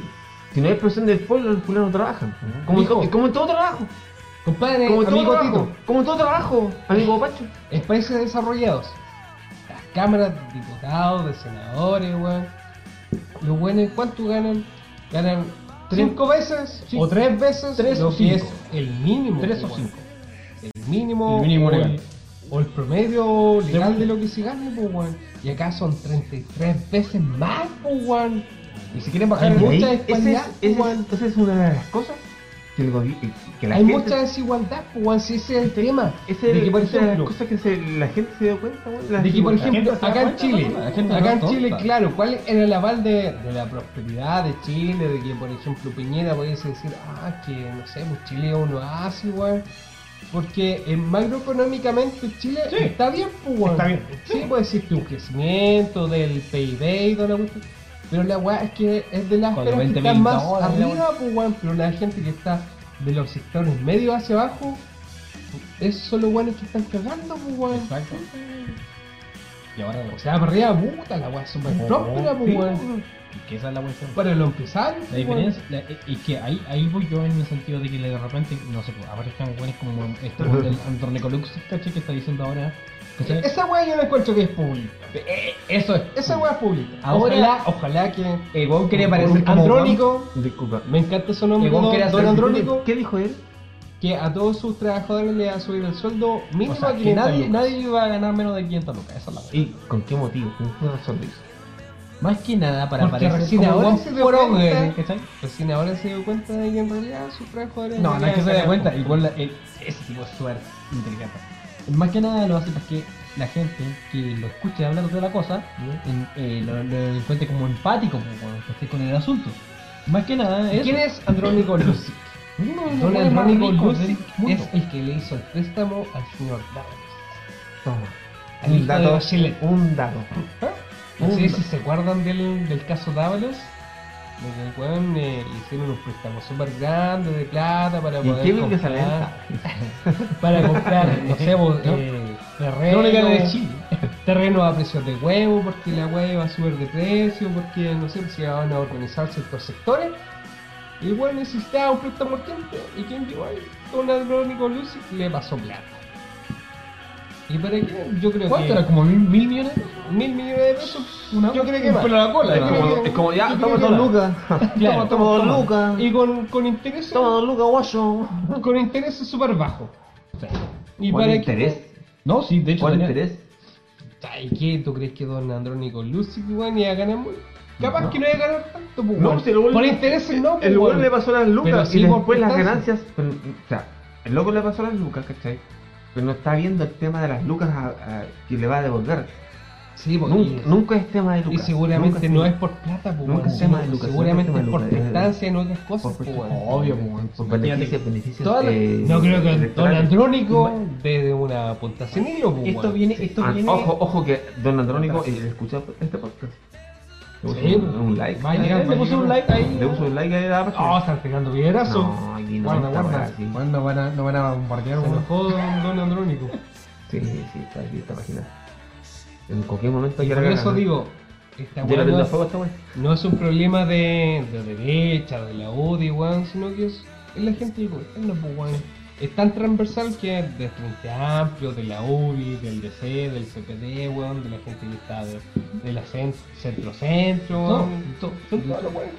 [SPEAKER 1] Si no hay presión del pueblo, los pueblos no trabajan. Como, en
[SPEAKER 4] Hijo.
[SPEAKER 1] to- como en todo trabajo.
[SPEAKER 3] Compadre,
[SPEAKER 1] Como en todo
[SPEAKER 3] amigo
[SPEAKER 1] trabajo.
[SPEAKER 3] Tito,
[SPEAKER 1] Como en todo trabajo, amigo Pacho.
[SPEAKER 3] en países desarrollados, las cámaras de diputados, de senadores, weón. Los buenos, ¿cuánto ganan? Ganan tres-
[SPEAKER 4] Cinco veces
[SPEAKER 3] o tres veces
[SPEAKER 4] Tres
[SPEAKER 3] lo
[SPEAKER 4] o
[SPEAKER 3] que es
[SPEAKER 4] cinco.
[SPEAKER 3] el mínimo.
[SPEAKER 4] Tres o
[SPEAKER 3] pues, weón.
[SPEAKER 4] cinco.
[SPEAKER 3] El mínimo.
[SPEAKER 4] El mínimo
[SPEAKER 3] o
[SPEAKER 4] legal.
[SPEAKER 3] O el promedio legal de lo que se gane, pues, weón. Y acá son 33 veces más, pues, weón. Y si quieren bajar
[SPEAKER 1] Y ahí, ese
[SPEAKER 3] mucha
[SPEAKER 1] es,
[SPEAKER 3] disparidad,
[SPEAKER 1] ese es-
[SPEAKER 3] pues, weón.
[SPEAKER 1] esa es una de las cosas que, el gobi- que la
[SPEAKER 3] Hay
[SPEAKER 1] gente...
[SPEAKER 3] mucha desigualdad, pues, weón. Si ese es el tema.
[SPEAKER 1] Es
[SPEAKER 3] de que, por
[SPEAKER 1] esa es la
[SPEAKER 3] ejemplo,
[SPEAKER 1] cosa que se- la gente se dio cuenta, weón. la
[SPEAKER 3] De que, por
[SPEAKER 1] desigualdad.
[SPEAKER 3] ejemplo,
[SPEAKER 4] gente se da
[SPEAKER 3] acá en
[SPEAKER 4] cuenta,
[SPEAKER 3] Chile,
[SPEAKER 4] ¿no? La gente
[SPEAKER 3] acá
[SPEAKER 4] no
[SPEAKER 3] en
[SPEAKER 4] es
[SPEAKER 3] Chile,
[SPEAKER 4] tonta.
[SPEAKER 3] claro, ¿cuál era el aval de, de la prosperidad de Chile? De que, por ejemplo, Piñera pudiese decir, ah, que no sé, pues Chile es un oasis, weón. Porque eh, macroeconómicamente Chile está bien, pues, weón.
[SPEAKER 7] Está bien.
[SPEAKER 3] Sí, puede existir un crecimiento del PIB y toda la cuestión. Pero la weá es que es de las
[SPEAKER 4] Con
[SPEAKER 3] esferas que
[SPEAKER 4] 20.000
[SPEAKER 3] están más
[SPEAKER 4] dólares, la
[SPEAKER 3] arriba, pues, weón. Pero la gente que está de los sectores medio hacia abajo, es solo weones que están cagando, pues, weón.
[SPEAKER 4] Exacto. Y ahora lo
[SPEAKER 3] O sea, para arriba, puta, la weá es súper
[SPEAKER 4] Oh,
[SPEAKER 3] próspera, pues,
[SPEAKER 4] sí,
[SPEAKER 3] weón.
[SPEAKER 4] que esa es la cuestión.
[SPEAKER 3] Para los empresarios,
[SPEAKER 4] La
[SPEAKER 3] pues,
[SPEAKER 4] diferencia la- es que ahí, ahí voy yo en el sentido de que de repente, no sé, pues, aparezcan güeyes como este güey del Andronecolux, ¿cachai? Que está diciendo ahora.
[SPEAKER 3] weón.
[SPEAKER 4] ¿cachai?
[SPEAKER 3] Eh, Esa weá yo no encuentro que es pública.
[SPEAKER 4] Eh, Eso es.
[SPEAKER 3] Esa weá es pública.
[SPEAKER 4] Ahora-
[SPEAKER 3] ojalá, ojalá que.
[SPEAKER 4] El weón quiere
[SPEAKER 3] un
[SPEAKER 4] parecer como.
[SPEAKER 3] Andrónico,
[SPEAKER 1] Disculpa.
[SPEAKER 3] me encanta su nombre,
[SPEAKER 4] El weón
[SPEAKER 3] don,
[SPEAKER 4] quiere hacer
[SPEAKER 3] don
[SPEAKER 4] billete.
[SPEAKER 3] Andrónico,
[SPEAKER 1] ¿Qué dijo él?
[SPEAKER 3] que a todos sus trabajadores le va a subir el sueldo mínimo,
[SPEAKER 4] O sea,
[SPEAKER 3] que
[SPEAKER 4] 500
[SPEAKER 3] nadie,
[SPEAKER 4] lucas.
[SPEAKER 3] nadie iba a ganar menos de 500 lucas. Esa es la weá.
[SPEAKER 1] ¿Y con qué motivo? ¿Con qué razón lo hizo?
[SPEAKER 4] Más que nada para
[SPEAKER 3] Porque
[SPEAKER 4] parecer
[SPEAKER 3] recién
[SPEAKER 4] como
[SPEAKER 3] ahora
[SPEAKER 4] un
[SPEAKER 3] se dio
[SPEAKER 4] progre,
[SPEAKER 3] cuenta.
[SPEAKER 4] ¿cachai?
[SPEAKER 3] Recién ahora se dio cuenta de que en realidad sus trabajadores.
[SPEAKER 4] No, no es que se dé
[SPEAKER 3] ganan,
[SPEAKER 4] cuenta,
[SPEAKER 3] pues.
[SPEAKER 4] igual la- el- ese tipo es súper inteligente. Más que nada lo hace para que la gente que lo escuche hablar de la cosa en- eh, lo, lo encuentre como empático como cuando esté con el asunto. Más que nada es.
[SPEAKER 3] ¿Quién es Andrónico Lucic?
[SPEAKER 4] Uno de los
[SPEAKER 3] Don
[SPEAKER 4] güeyes más
[SPEAKER 3] Andrónico
[SPEAKER 4] ricos del
[SPEAKER 3] Lucic
[SPEAKER 4] mundo.
[SPEAKER 3] es el que le hizo el préstamo al señor Dávila.
[SPEAKER 1] Toma.
[SPEAKER 3] Al hijo de Bachelet.
[SPEAKER 1] Un dato.
[SPEAKER 3] ¿Ah? No sé si se acuerdan del, del caso Dávalos. De que el weón, eh, le hicieron unos préstamos súper grandes de plata para
[SPEAKER 1] Y
[SPEAKER 3] poder.
[SPEAKER 1] Kevin que
[SPEAKER 3] comprar,
[SPEAKER 1] sale
[SPEAKER 3] Para comprar, no sé, vos, eh, terreno,
[SPEAKER 4] Crónica de Chile.
[SPEAKER 3] terreno a precios de huevo, porque la hueva va a subir de precio, porque no sé si van a organizar ciertos sectores. Y el weón necesitaba un préstamo urgente. Y quien llegó ahí, Don Andrónico Lucy, le pasó plata. ¿Y para qué? Yo creo
[SPEAKER 4] ¿Cuánto
[SPEAKER 3] que.
[SPEAKER 4] era? ¿Como mil, mil millones?
[SPEAKER 3] Mil millones de pesos. yo creo que
[SPEAKER 4] un
[SPEAKER 3] más.
[SPEAKER 4] pelo a la cola, ¿eh?
[SPEAKER 3] Yo
[SPEAKER 4] ¿no?
[SPEAKER 3] creo
[SPEAKER 1] como,
[SPEAKER 3] que-
[SPEAKER 1] es como, ya,
[SPEAKER 3] yo
[SPEAKER 1] toma
[SPEAKER 3] creo
[SPEAKER 1] dos
[SPEAKER 3] que
[SPEAKER 1] lucas.
[SPEAKER 4] Claro.
[SPEAKER 1] Toma, toma dos lucas.
[SPEAKER 3] Y con, con intereses.
[SPEAKER 1] Toma dos lucas, guayo.
[SPEAKER 3] Con intereses súper bajos. ¿Y
[SPEAKER 1] ¿Cuál
[SPEAKER 3] para
[SPEAKER 1] interés?
[SPEAKER 4] No, sí, de hecho.
[SPEAKER 1] ¿Cuál
[SPEAKER 4] tenía-
[SPEAKER 1] interés?
[SPEAKER 3] qué? Ay, ¿qué? ¿Tú crees que Don Andrónico Lucy weón iba a ganar muy? Capaz
[SPEAKER 1] No.
[SPEAKER 3] que no iba a ganar tanto, pues,
[SPEAKER 1] No,
[SPEAKER 3] weón.
[SPEAKER 1] si el weón
[SPEAKER 3] Por
[SPEAKER 1] le-
[SPEAKER 3] intereses no, pues,
[SPEAKER 1] El loco
[SPEAKER 3] weón.
[SPEAKER 1] le pasó las
[SPEAKER 3] Pero
[SPEAKER 1] lucas
[SPEAKER 3] sí
[SPEAKER 1] y
[SPEAKER 3] por
[SPEAKER 1] después las
[SPEAKER 3] prestancia.
[SPEAKER 1] ganancias. pero, o sea, el loco le pasó las lucas, ¿cachai? Pero no está viendo el tema de las lucas a- a- que le va a devolver.
[SPEAKER 3] Sí, pues,
[SPEAKER 1] Nunca,
[SPEAKER 3] y-
[SPEAKER 1] nunca es tema de
[SPEAKER 3] Y
[SPEAKER 1] lucas.
[SPEAKER 3] seguramente
[SPEAKER 1] Nunca
[SPEAKER 3] no
[SPEAKER 1] es
[SPEAKER 3] es por plata, pues,
[SPEAKER 1] Nunca
[SPEAKER 3] weón,
[SPEAKER 1] es tema
[SPEAKER 3] sino
[SPEAKER 1] de lucas,
[SPEAKER 3] seguramente
[SPEAKER 1] nunca es
[SPEAKER 3] es
[SPEAKER 1] tema
[SPEAKER 3] por
[SPEAKER 1] de lucas, es-
[SPEAKER 3] prestancia en otras cosas, pues,
[SPEAKER 1] precio.
[SPEAKER 3] weón.
[SPEAKER 4] Obvio, pues, weón.
[SPEAKER 1] Por
[SPEAKER 4] Imagínate
[SPEAKER 1] beneficios, beneficios.
[SPEAKER 3] Toda la-
[SPEAKER 1] eh,
[SPEAKER 3] No creo que Don
[SPEAKER 1] electorales.
[SPEAKER 3] Andrónico desde una punta sin hilo, pues,
[SPEAKER 4] Esto
[SPEAKER 3] weón.
[SPEAKER 4] viene, esto
[SPEAKER 1] Ah,
[SPEAKER 4] viene.
[SPEAKER 1] Ojo, ojo que Don Andrónico eh, escucha este podcast. Le puso
[SPEAKER 3] Sí,
[SPEAKER 1] un, un like.
[SPEAKER 3] va a llegar,
[SPEAKER 4] Eh,
[SPEAKER 3] va
[SPEAKER 4] le
[SPEAKER 3] a
[SPEAKER 4] puse un
[SPEAKER 3] llegar.
[SPEAKER 4] like ahí.
[SPEAKER 1] Le puso un like a la
[SPEAKER 3] Oh,
[SPEAKER 1] página.
[SPEAKER 3] están pegando piedrazo.
[SPEAKER 1] No, aquí no
[SPEAKER 3] guarda,
[SPEAKER 1] está
[SPEAKER 3] guarda.
[SPEAKER 1] así.
[SPEAKER 3] Bueno, no van a, no van a bombardear,
[SPEAKER 1] Se
[SPEAKER 3] weón.
[SPEAKER 1] enojó
[SPEAKER 3] Don Andrónico.
[SPEAKER 1] Sí, sí, está aquí esta página. En cualquier momento
[SPEAKER 3] Por eso digo, esta
[SPEAKER 1] Yo
[SPEAKER 3] weá
[SPEAKER 1] la
[SPEAKER 3] no,
[SPEAKER 1] prendo a
[SPEAKER 3] es-
[SPEAKER 1] fuego esta weá.
[SPEAKER 3] no es un problema de, de derecha, de la UDI, weón, sino que es, es la gente de gobierno, pues, weón. Es tan transversal que es del Frente Amplio, de la UDI, del DC, del CPD, weón, de la gente que está de, de la cen- centro-centro,
[SPEAKER 4] No,
[SPEAKER 3] weón.
[SPEAKER 4] to-
[SPEAKER 3] Son todos los weones.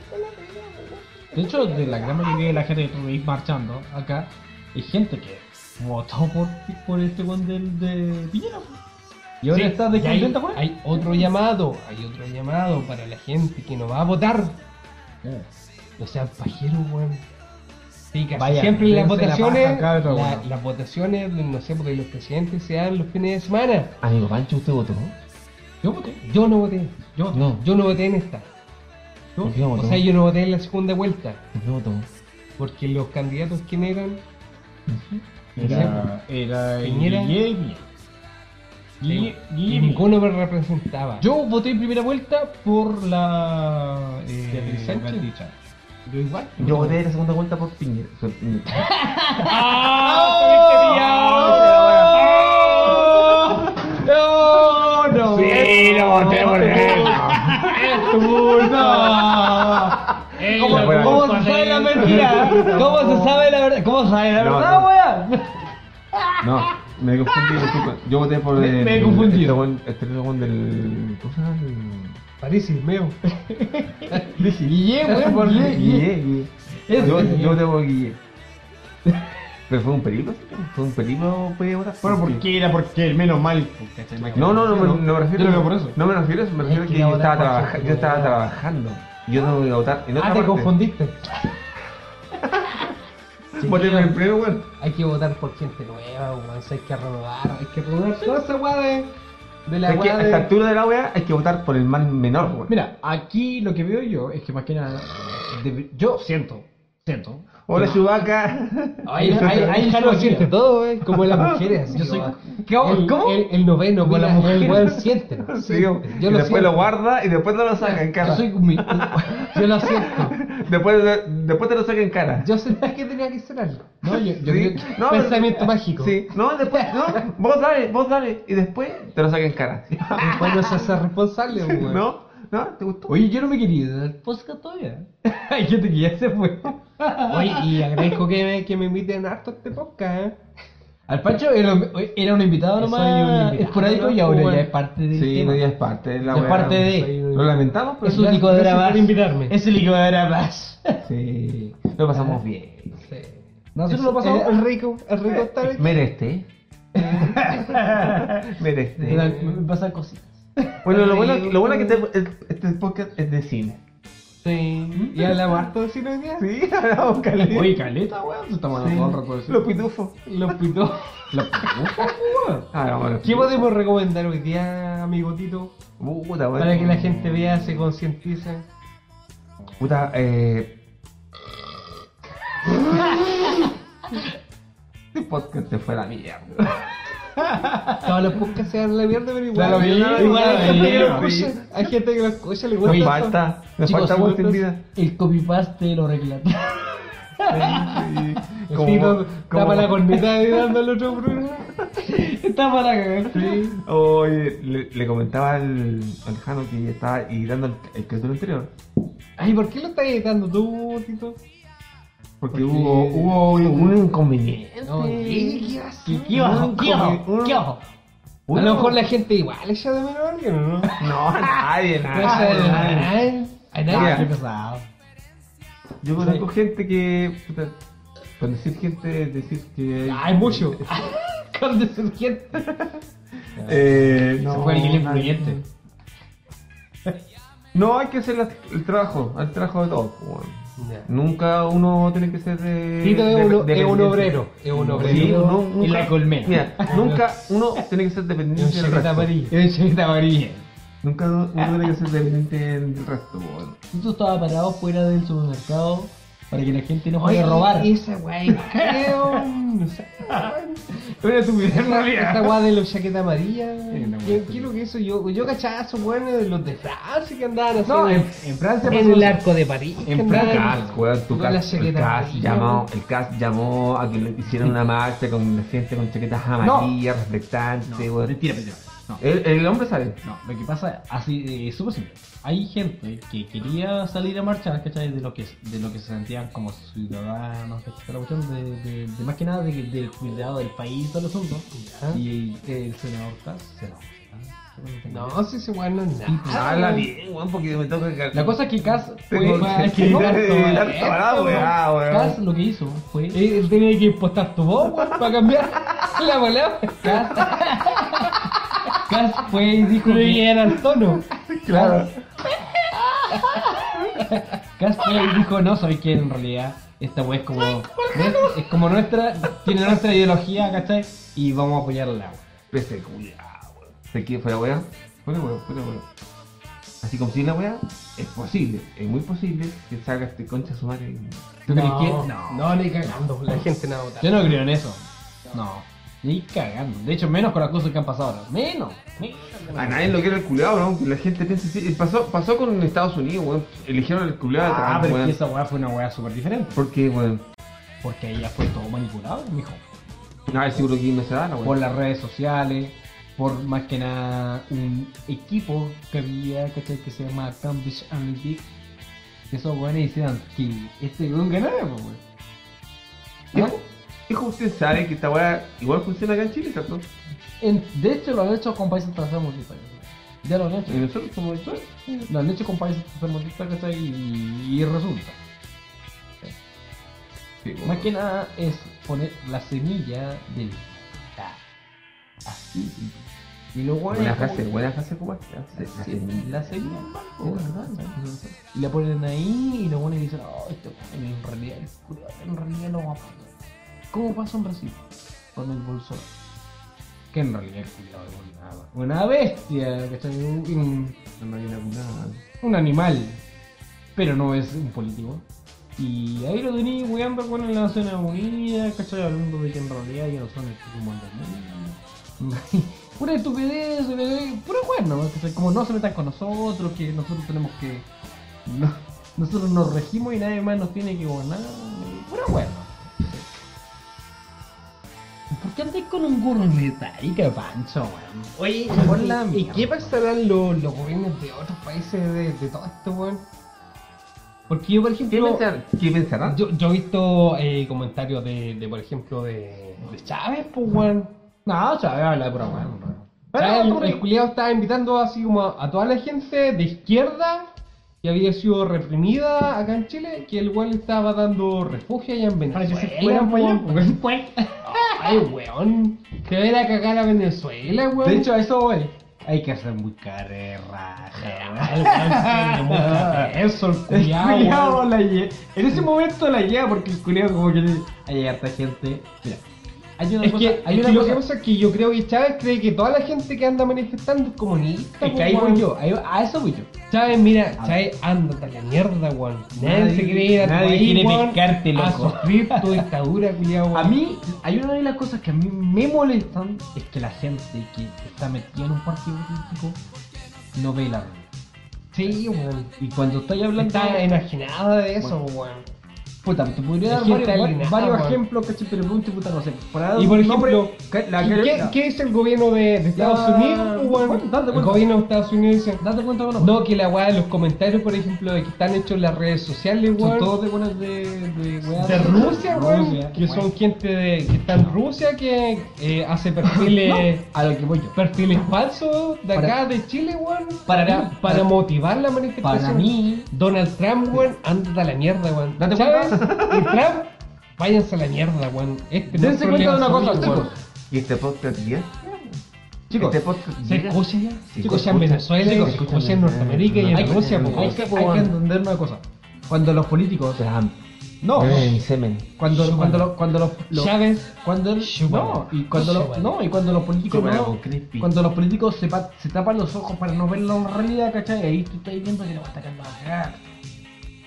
[SPEAKER 4] De hecho, de la gran mayoría de la gente que tú veis marchando acá, hay gente que votó por, por este weón del de Piñera. pues. Y ahora
[SPEAKER 3] Sí,
[SPEAKER 4] estás
[SPEAKER 3] y hay-
[SPEAKER 4] descontenta con él.
[SPEAKER 3] Hay otro llamado, hay otro llamado para la gente que no va a votar. No sean pajeros, weón. Sí, casi
[SPEAKER 4] Vaya,
[SPEAKER 3] siempre las
[SPEAKER 4] dense la
[SPEAKER 3] votaciones,
[SPEAKER 4] paja, cabrón,
[SPEAKER 3] la-
[SPEAKER 4] weón.
[SPEAKER 3] pues, las votaciones, de, no sé, porque los presidentes se dan los fines de semana.
[SPEAKER 1] Amigo Pancho, ¿usted votó?
[SPEAKER 4] Yo voté.
[SPEAKER 3] Yo no voté.
[SPEAKER 4] Yo voté.
[SPEAKER 3] No. Yo no voté en esta.
[SPEAKER 4] Yo
[SPEAKER 8] ¿Por qué no
[SPEAKER 3] O
[SPEAKER 8] votó?
[SPEAKER 3] sea, yo no voté en la segunda vuelta.
[SPEAKER 8] ¿Por qué no votó?
[SPEAKER 3] Porque los candidatos, ¿quién eran?
[SPEAKER 4] Era, era el
[SPEAKER 3] Piñera.
[SPEAKER 4] Guille Piñera. Guille- Guille
[SPEAKER 3] Y
[SPEAKER 4] Piñera.
[SPEAKER 3] ninguno me representaba.
[SPEAKER 4] Yo voté en primera vuelta por la. eh,
[SPEAKER 3] Beatriz Sánchez.
[SPEAKER 4] Beatriz Sánchez.
[SPEAKER 3] Yo igual.
[SPEAKER 1] Yo voté en la segunda vuelta por Piñera. Soy Piñera.
[SPEAKER 3] Ah,
[SPEAKER 8] ¡Ah!
[SPEAKER 3] este ¡Ah!
[SPEAKER 4] ¡No! ¡No!
[SPEAKER 8] ¡Ah! Sí, lo voté por él.
[SPEAKER 1] ¿Cómo-
[SPEAKER 4] ¿Cómo,
[SPEAKER 1] cómo
[SPEAKER 4] se sabe la mentira? ¿Cómo se sabe la verdad? ¿Cómo se sabe la
[SPEAKER 1] No,
[SPEAKER 4] verdad,
[SPEAKER 1] no.
[SPEAKER 4] weón?
[SPEAKER 1] No, me confundí. disculpa. Yo voté por
[SPEAKER 4] Me-
[SPEAKER 1] el.
[SPEAKER 4] me he
[SPEAKER 1] Este
[SPEAKER 4] confundido.
[SPEAKER 1] weón- este otro weón del. ¿Cómo se llama? El-
[SPEAKER 3] Parece meo.
[SPEAKER 4] Guille, weón,
[SPEAKER 3] Por
[SPEAKER 4] Guille, Guille.
[SPEAKER 1] Guille, Guille.
[SPEAKER 4] Eso,
[SPEAKER 1] Yo,
[SPEAKER 4] Guille.
[SPEAKER 1] yo voté por Guille. Pero fue un peligro, así que fue un peligro podía votar.
[SPEAKER 2] Bueno,
[SPEAKER 1] Porque-
[SPEAKER 2] porque era porque el menos mal, pues, ¿cachai? Más que
[SPEAKER 1] No, no, no, me- no, me refiero.
[SPEAKER 2] Yo lo veo por eso.
[SPEAKER 1] No me refiero a eso, me refiero a que
[SPEAKER 3] que
[SPEAKER 1] yo
[SPEAKER 3] votar
[SPEAKER 1] estaba,
[SPEAKER 3] por
[SPEAKER 1] trabaja-
[SPEAKER 3] gente
[SPEAKER 1] yo estaba
[SPEAKER 3] buena.
[SPEAKER 1] trabajando. Yo tengo que votar en otra
[SPEAKER 3] Ah, te
[SPEAKER 1] parte.
[SPEAKER 3] confundiste.
[SPEAKER 1] Voté por el primero, weón.
[SPEAKER 3] Hay que votar por gente nueva, weón. Hay que renovar. Hay que renovar toda esa weá de. De la
[SPEAKER 1] Es que
[SPEAKER 3] weá
[SPEAKER 1] a esta
[SPEAKER 3] de.
[SPEAKER 1] altura de la wea hay que votar por el más menor, weón.
[SPEAKER 2] Mira, aquí lo que veo yo es que más que nada, debe- yo siento, siento.
[SPEAKER 1] Hola, Chubaca.
[SPEAKER 3] Ahí hay siente todo, weón. Como las mujeres. así,
[SPEAKER 2] Ah, Yo soy-
[SPEAKER 3] weón.
[SPEAKER 2] ¿Cómo?
[SPEAKER 3] El,
[SPEAKER 2] ¿Cómo?
[SPEAKER 3] El, el noveno,
[SPEAKER 2] Como
[SPEAKER 3] weón.
[SPEAKER 2] las mujeres.
[SPEAKER 3] El weón siente. ¿no?
[SPEAKER 1] Sí, yo
[SPEAKER 3] Yo
[SPEAKER 1] y
[SPEAKER 3] lo
[SPEAKER 1] después lo
[SPEAKER 3] siento.
[SPEAKER 1] guarda y después te lo saca en cara.
[SPEAKER 3] Yo soy humi- Yo lo siento.
[SPEAKER 1] Después, después te lo saca en cara.
[SPEAKER 3] Yo sentí que tenía que ser algo. No, yo, yo
[SPEAKER 1] Sí.
[SPEAKER 3] creo que-
[SPEAKER 1] No, pero-
[SPEAKER 3] pensamiento mágico.
[SPEAKER 1] Sí, no, después, no, vos dale, vos dale, y después te lo saca en cara. ¿sí?
[SPEAKER 3] Después no se hace responsable, weón.
[SPEAKER 1] ¿No? ¿No? ¿Te gustó?
[SPEAKER 2] Oye, yo no me quería ir al podcast todavía. Hay gente que ya se fue.
[SPEAKER 3] Oye, y agradezco que me, que me inviten harto a este podcast, ¿eh?
[SPEAKER 2] Al Pancho era, era un invitado
[SPEAKER 3] Soy
[SPEAKER 2] nomás,
[SPEAKER 3] un invitado, pues,
[SPEAKER 2] esporádico y
[SPEAKER 3] ¿no?
[SPEAKER 2] ahora
[SPEAKER 3] Bueno.
[SPEAKER 2] ya es parte del
[SPEAKER 1] Sí,
[SPEAKER 2] tema.
[SPEAKER 1] no, ya es parte de la
[SPEAKER 2] Es
[SPEAKER 1] wea.
[SPEAKER 2] parte de-
[SPEAKER 1] Lo lamentamos, pero
[SPEAKER 2] Es un
[SPEAKER 1] ya-
[SPEAKER 2] único de
[SPEAKER 3] gracias
[SPEAKER 2] la
[SPEAKER 3] por invitarme.
[SPEAKER 2] Es el único de la paz.
[SPEAKER 1] Sí, lo
[SPEAKER 2] Ah.
[SPEAKER 1] pasamos bien. Eh,
[SPEAKER 2] Nosotros lo pasamos
[SPEAKER 3] Es rico, es rico estar aquí.
[SPEAKER 1] Mereste. este. Mereste.
[SPEAKER 2] Me, me pasan cositas.
[SPEAKER 1] este. Bueno, lo bueno, lo bueno es que este, este podcast es de cine.
[SPEAKER 2] ¿Mm?
[SPEAKER 3] Sí. Y hablamos harto de cine hoy día.
[SPEAKER 1] Sí, hablamos caleta.
[SPEAKER 2] Oye, caleta, weón.
[SPEAKER 1] Sí.
[SPEAKER 2] Estamos hablando todo el rato de eso.
[SPEAKER 1] Los pitufos.
[SPEAKER 2] Los pitó. Los
[SPEAKER 1] Ah, bueno.
[SPEAKER 3] ¿Qué podemos recomendar hoy día, amigo Tito?
[SPEAKER 1] Puta, bueno.
[SPEAKER 3] Para que
[SPEAKER 2] mm.
[SPEAKER 3] la gente vea, se concientice.
[SPEAKER 1] Puta, eh. Este podcast se fue a la mierda.
[SPEAKER 3] Todos los podcasts se dan la mierda, pero
[SPEAKER 2] Da lo
[SPEAKER 3] igual.
[SPEAKER 2] mismo,
[SPEAKER 3] Igual
[SPEAKER 2] da lo
[SPEAKER 3] hay gente que lo
[SPEAKER 2] mismo.
[SPEAKER 3] escucha. Hay gente que lo escucha, le gusta.
[SPEAKER 1] Me
[SPEAKER 3] eso.
[SPEAKER 1] falta, me
[SPEAKER 2] Chicos,
[SPEAKER 1] falta voz en vida.
[SPEAKER 2] el copy-paste lo arreglaste.
[SPEAKER 1] Sí,
[SPEAKER 3] El Tito tapa la corneta y dándole otro programa.
[SPEAKER 2] Está para cagar.
[SPEAKER 1] Oye, le, le comentaba al, al Jano que estaba editando el, el capítulo anterior.
[SPEAKER 3] Ay, ¿por qué lo estás editando tú, Tito?
[SPEAKER 1] Porque, hubo, hubo un, un inconveniente.
[SPEAKER 3] No, ¿qué, qué haces?
[SPEAKER 2] ¿Qué ojo? ¿Qué ojo?
[SPEAKER 1] Uno-
[SPEAKER 2] ¿Qué ojo?
[SPEAKER 3] A lo mejor la gente igual echa de menos a alguien, ¿o ¿no? No
[SPEAKER 1] No, nadie,
[SPEAKER 3] echa de
[SPEAKER 1] nadie.
[SPEAKER 3] menos a
[SPEAKER 1] nadie.
[SPEAKER 3] nadie. A nadie.
[SPEAKER 1] Mira.
[SPEAKER 2] Qué pesado.
[SPEAKER 1] Yo conozco gente que. Puta, con decir gente, es decir que.
[SPEAKER 3] Ay, mucho. Con desurgente.
[SPEAKER 1] Eh, no,
[SPEAKER 2] Se fue alguien
[SPEAKER 1] nadie.
[SPEAKER 2] influyente.
[SPEAKER 1] No, hay que hacer las- el trabajo, el trabajo de todos. pues, bueno. Nunca uno tiene que ser de.
[SPEAKER 3] Tito es
[SPEAKER 1] de-
[SPEAKER 3] un- es un
[SPEAKER 1] dependiente.
[SPEAKER 3] obrero, es un obrero.
[SPEAKER 1] Sí, uno,
[SPEAKER 2] Y
[SPEAKER 1] nunca,
[SPEAKER 2] la colmena.
[SPEAKER 1] Mira, nunca uno tiene que ser
[SPEAKER 3] Es un
[SPEAKER 1] dependiente del
[SPEAKER 3] chaqueta
[SPEAKER 1] resto.
[SPEAKER 3] amarilla.
[SPEAKER 2] Es chaqueta amarilla.
[SPEAKER 1] Nunca uno tiene que ser dependiente del resto, pues, bueno.
[SPEAKER 2] Tú estaba parado fuera del supermercado para que la gente no pueda robar.
[SPEAKER 3] Esa guay, creo. No sé.
[SPEAKER 2] Era tu video en
[SPEAKER 3] Esta
[SPEAKER 2] realidad.
[SPEAKER 3] guay de los chaqueta amarilla.
[SPEAKER 2] una
[SPEAKER 3] ¿Qué
[SPEAKER 2] guay.
[SPEAKER 3] qué es lo que eso? Yo, yo cachaba a esos weones de los de Francia que andaban así.
[SPEAKER 2] No, en,
[SPEAKER 3] en,
[SPEAKER 2] en Francia pasó
[SPEAKER 3] el
[SPEAKER 2] eso.
[SPEAKER 3] arco de París. que
[SPEAKER 2] en
[SPEAKER 3] andaban.
[SPEAKER 2] Francia.
[SPEAKER 1] Cas, weón, tu
[SPEAKER 3] No,
[SPEAKER 1] Cas-
[SPEAKER 3] la
[SPEAKER 1] el
[SPEAKER 3] chaqueta
[SPEAKER 1] Cas
[SPEAKER 3] amarilla,
[SPEAKER 1] llamó,
[SPEAKER 3] weón.
[SPEAKER 1] el Cas llamó a que le hicieran una marcha con la gente con chaquetas amarillas, reflectantes,
[SPEAKER 2] No,
[SPEAKER 1] weón.
[SPEAKER 2] mentira, mentira. No,
[SPEAKER 1] El, el hombre sabe.
[SPEAKER 2] no, lo que pasa así es súper simple. Hay gente que quería salir a marchar, ¿cachai? De lo que, de lo que se sentían como ciudadanos, ¿cachai? La cuestión de, de- de más que nada de- del cuidado del país, todo el asunto.
[SPEAKER 3] Ya.
[SPEAKER 2] Y el senador Cas, senador.
[SPEAKER 3] No, si ese weón Ah, no es nada.
[SPEAKER 2] pues,
[SPEAKER 1] Habla bien, weón, porque me toca que-
[SPEAKER 2] La cosa es que Cas
[SPEAKER 1] Tengo
[SPEAKER 2] fue para
[SPEAKER 1] que quitar el parado, weón.
[SPEAKER 2] Cas lo que hizo fue
[SPEAKER 3] Eh, ah, tenía que impostar tu voz, weón, para cambiar la palabra.
[SPEAKER 2] Cas fue y dijo que
[SPEAKER 3] era el tono.
[SPEAKER 1] Claro.
[SPEAKER 2] Cas fue y dijo no soy quien en realidad esta wea es como ¿ves? es como nuestra tiene nuestra ideología ¿cachai? y vamos a apoyar la wea
[SPEAKER 1] ah, Pese culiao, weón. ¿De quién fue la weá? Fuera de huevo, fuera de huevo. Así como si la weá, es posible, es muy posible que salga este concha su madre.
[SPEAKER 4] ¿Tú crees que?
[SPEAKER 3] no, ni cagando, la gente no va a votar.
[SPEAKER 4] Yo no creo en eso. No. Ni cagando. De hecho, menos con las cosas que han pasado ahora. Menos. menos.
[SPEAKER 1] A nadie lo quiere el culeado, ¿no? Que La gente piensa así. Pasó, pasó con Estados Unidos, weón. Eligieron el culeado de
[SPEAKER 4] Ah,
[SPEAKER 1] Trump,
[SPEAKER 4] pero es
[SPEAKER 1] weón.
[SPEAKER 4] que esa weá fue una weá súper diferente.
[SPEAKER 1] ¿Por qué, weón?
[SPEAKER 4] Porque ahí ya fue todo manipulado, mijo.
[SPEAKER 1] Ah, seguro que no se da la weón.
[SPEAKER 4] Por las redes sociales, por más que nada un equipo que había, ¿cachai? Que se llama Cambridge Analytica. Que esos weones hicieron que este weón ganara, pues, weón. ¿No?
[SPEAKER 1] Hijo, hijo, usted sabe que esta weá igual funciona acá en Chile, ¿cierto?
[SPEAKER 4] En- de hecho, lo han hecho con países tercermundistas. ¿cachai? Ya lo han hecho.
[SPEAKER 1] Y nosotros como esto
[SPEAKER 4] Lo han hecho con países tercermundistas, ¿cachai? Y, y resulta.
[SPEAKER 1] Sí,
[SPEAKER 4] Más que nada es poner la semilla del. ah, Así. Y lo bueno
[SPEAKER 1] Buena frase, buena frase como esta. Se- se-
[SPEAKER 4] la semilla del barco, ¿verdad? Y la ponen ahí y lo ponen y dicen, oh, este weón en realidad es culiao, en realidad lo va a pasar. ¿Cómo pasó en Brasil? Con el Bolsonaro. Que en realidad el culiao es una, una bestia, ¿cachai? Un- un- un animal, pero no es un político. Y ahí lo tenía weando con en la Naciones Unidas, ¿cachai? Hablando de que en realidad ya no son el como mundo. Pura estupidez, eh, pura bueno, como no se metan con nosotros, que nosotros tenemos que. no- nosotros nos regimos y nadie más nos tiene que gobernar. eh, Pura bueno. ¿Por qué andáis con un gorro y que pancho, weón?
[SPEAKER 3] Oye,
[SPEAKER 4] Por
[SPEAKER 3] ¿y-
[SPEAKER 4] la
[SPEAKER 3] ¿y
[SPEAKER 4] mierda.
[SPEAKER 3] qué pasarán los, los gobiernos de otros países de, de todo
[SPEAKER 4] este
[SPEAKER 3] esto, weón? Porque yo, por
[SPEAKER 1] ¿Qué,
[SPEAKER 3] ejemplo,
[SPEAKER 1] pensar, ¿Qué pensarán?
[SPEAKER 3] yo, yo he visto eh, comentarios de, de, por ejemplo, de, de Chávez, pues, weón.
[SPEAKER 4] No, chaval, habla de pura weón.
[SPEAKER 3] pues, Chávez,
[SPEAKER 4] Pero,
[SPEAKER 3] el, el culiao estaba invitando así como a, a toda la gente de izquierda que había sido reprimida acá en Chile, que el weón le estaba dando refugio allá en
[SPEAKER 4] Para que
[SPEAKER 3] Venezuela. pues,
[SPEAKER 4] se fueran para allá,
[SPEAKER 3] weón. Ay, weón. Que ver a cagar a Venezuela, weón.
[SPEAKER 4] De hecho, a eso voy. Hay que hacer muy carrera. Eso, el
[SPEAKER 3] culiao,
[SPEAKER 4] culiao. la lle- En ese momento la lleva porque el culiao como que hay harta gente. Mira, hay una
[SPEAKER 3] Es
[SPEAKER 4] cosa.
[SPEAKER 3] que,
[SPEAKER 4] hay
[SPEAKER 3] es
[SPEAKER 4] una
[SPEAKER 3] que lo
[SPEAKER 4] cosa-
[SPEAKER 3] que pasa es que yo creo que Chávez cree que toda la gente que anda manifestando es comunista.
[SPEAKER 4] Es
[SPEAKER 3] po,
[SPEAKER 4] que ahí
[SPEAKER 3] weón.
[SPEAKER 4] voy yo. ahí- a eso voy yo.
[SPEAKER 3] Chávez, mira,
[SPEAKER 4] Ah.
[SPEAKER 3] Chávez anda hasta la mierda, weón. Nadie,
[SPEAKER 4] Nadie-
[SPEAKER 3] se quiere ir a tu
[SPEAKER 4] nadie
[SPEAKER 3] país,
[SPEAKER 4] quiere
[SPEAKER 3] weón,
[SPEAKER 4] pescarte,
[SPEAKER 3] A
[SPEAKER 4] loco.
[SPEAKER 3] sufrir tu dictadura, culiao, weón.
[SPEAKER 4] A mí, hay una de las cosas que a mí me molestan es que la gente que está metida en un partido político no ve la realidad.
[SPEAKER 3] Sí, weón.
[SPEAKER 4] Y cuando estoy hablando.
[SPEAKER 3] Está enajenada de eso, weón.
[SPEAKER 4] Puta, te
[SPEAKER 3] Es
[SPEAKER 4] podría dar
[SPEAKER 3] que
[SPEAKER 4] varios,
[SPEAKER 3] está
[SPEAKER 4] va-
[SPEAKER 3] alienada,
[SPEAKER 4] varios
[SPEAKER 3] weón.
[SPEAKER 4] ejemplos, ¿cachai? Pero ponte puta, no sé. Para
[SPEAKER 3] Y por
[SPEAKER 4] un nombre-
[SPEAKER 3] ejemplo,
[SPEAKER 4] ca- la
[SPEAKER 3] ¿Y
[SPEAKER 4] que-
[SPEAKER 3] ¿Qué,
[SPEAKER 4] la-
[SPEAKER 3] qué dice el gobierno de, de Estados
[SPEAKER 4] Ya,
[SPEAKER 3] Unidos, pues, weón?
[SPEAKER 4] bueno, date
[SPEAKER 3] el
[SPEAKER 4] cuenta.
[SPEAKER 3] gobierno de Estados Unidos dice...
[SPEAKER 4] Date cuenta con
[SPEAKER 3] No, que la weá de los comentarios, por ejemplo, de que están hechos en las redes sociales,
[SPEAKER 4] son
[SPEAKER 3] weón.
[SPEAKER 4] todos de buenas de. de, weá,
[SPEAKER 3] De Rusia, weón.
[SPEAKER 4] Rusia,
[SPEAKER 3] Que son gente de, que está en Rusia que eh, hace perfiles
[SPEAKER 4] A lo que voy yo.
[SPEAKER 3] perfiles falsos de acá
[SPEAKER 4] Para-
[SPEAKER 3] de Chile, weón.
[SPEAKER 4] para mí-
[SPEAKER 3] para,
[SPEAKER 4] para-
[SPEAKER 3] motivar la manifestación.
[SPEAKER 4] Para mí.
[SPEAKER 3] Donald Trump, weón, ándate a la mierda, weón.
[SPEAKER 4] Date
[SPEAKER 3] ¿Sabes?
[SPEAKER 4] cuenta.
[SPEAKER 3] Y Trump, váyanse a la mierda, weón. Este no es
[SPEAKER 4] Dense cuenta de una
[SPEAKER 3] problema
[SPEAKER 4] cosa,
[SPEAKER 3] suyo,
[SPEAKER 4] chicos.
[SPEAKER 1] ¿Y este podcast llega?
[SPEAKER 4] Chicos,
[SPEAKER 1] ¿Este podcast
[SPEAKER 3] ¿Se
[SPEAKER 1] llega?
[SPEAKER 3] escucha
[SPEAKER 1] Sí,
[SPEAKER 3] ya? se escucha en
[SPEAKER 1] escucha.
[SPEAKER 3] Venezuela,
[SPEAKER 4] Chicos,
[SPEAKER 3] se escucha en Norteamérica y
[SPEAKER 4] Hay
[SPEAKER 3] en
[SPEAKER 4] que,
[SPEAKER 3] Rusia, pues,
[SPEAKER 4] hay,
[SPEAKER 3] po, weón.
[SPEAKER 4] que, hay que entender una cosa. Cuando los políticos. No,
[SPEAKER 8] Ay, semen.
[SPEAKER 4] cuando, cuando, los- cuando los. los-
[SPEAKER 3] Chávez,
[SPEAKER 4] cuando el- no, y cuando los,
[SPEAKER 3] Chúpala.
[SPEAKER 4] no, y cuando los políticos
[SPEAKER 1] Chúpala
[SPEAKER 4] no,
[SPEAKER 1] con crispy.
[SPEAKER 4] cuando los políticos se, pa- se tapan los ojos para no ver la realidad, ¿cachai? Ahí tú estás viendo que le va a estar cagando a cagar.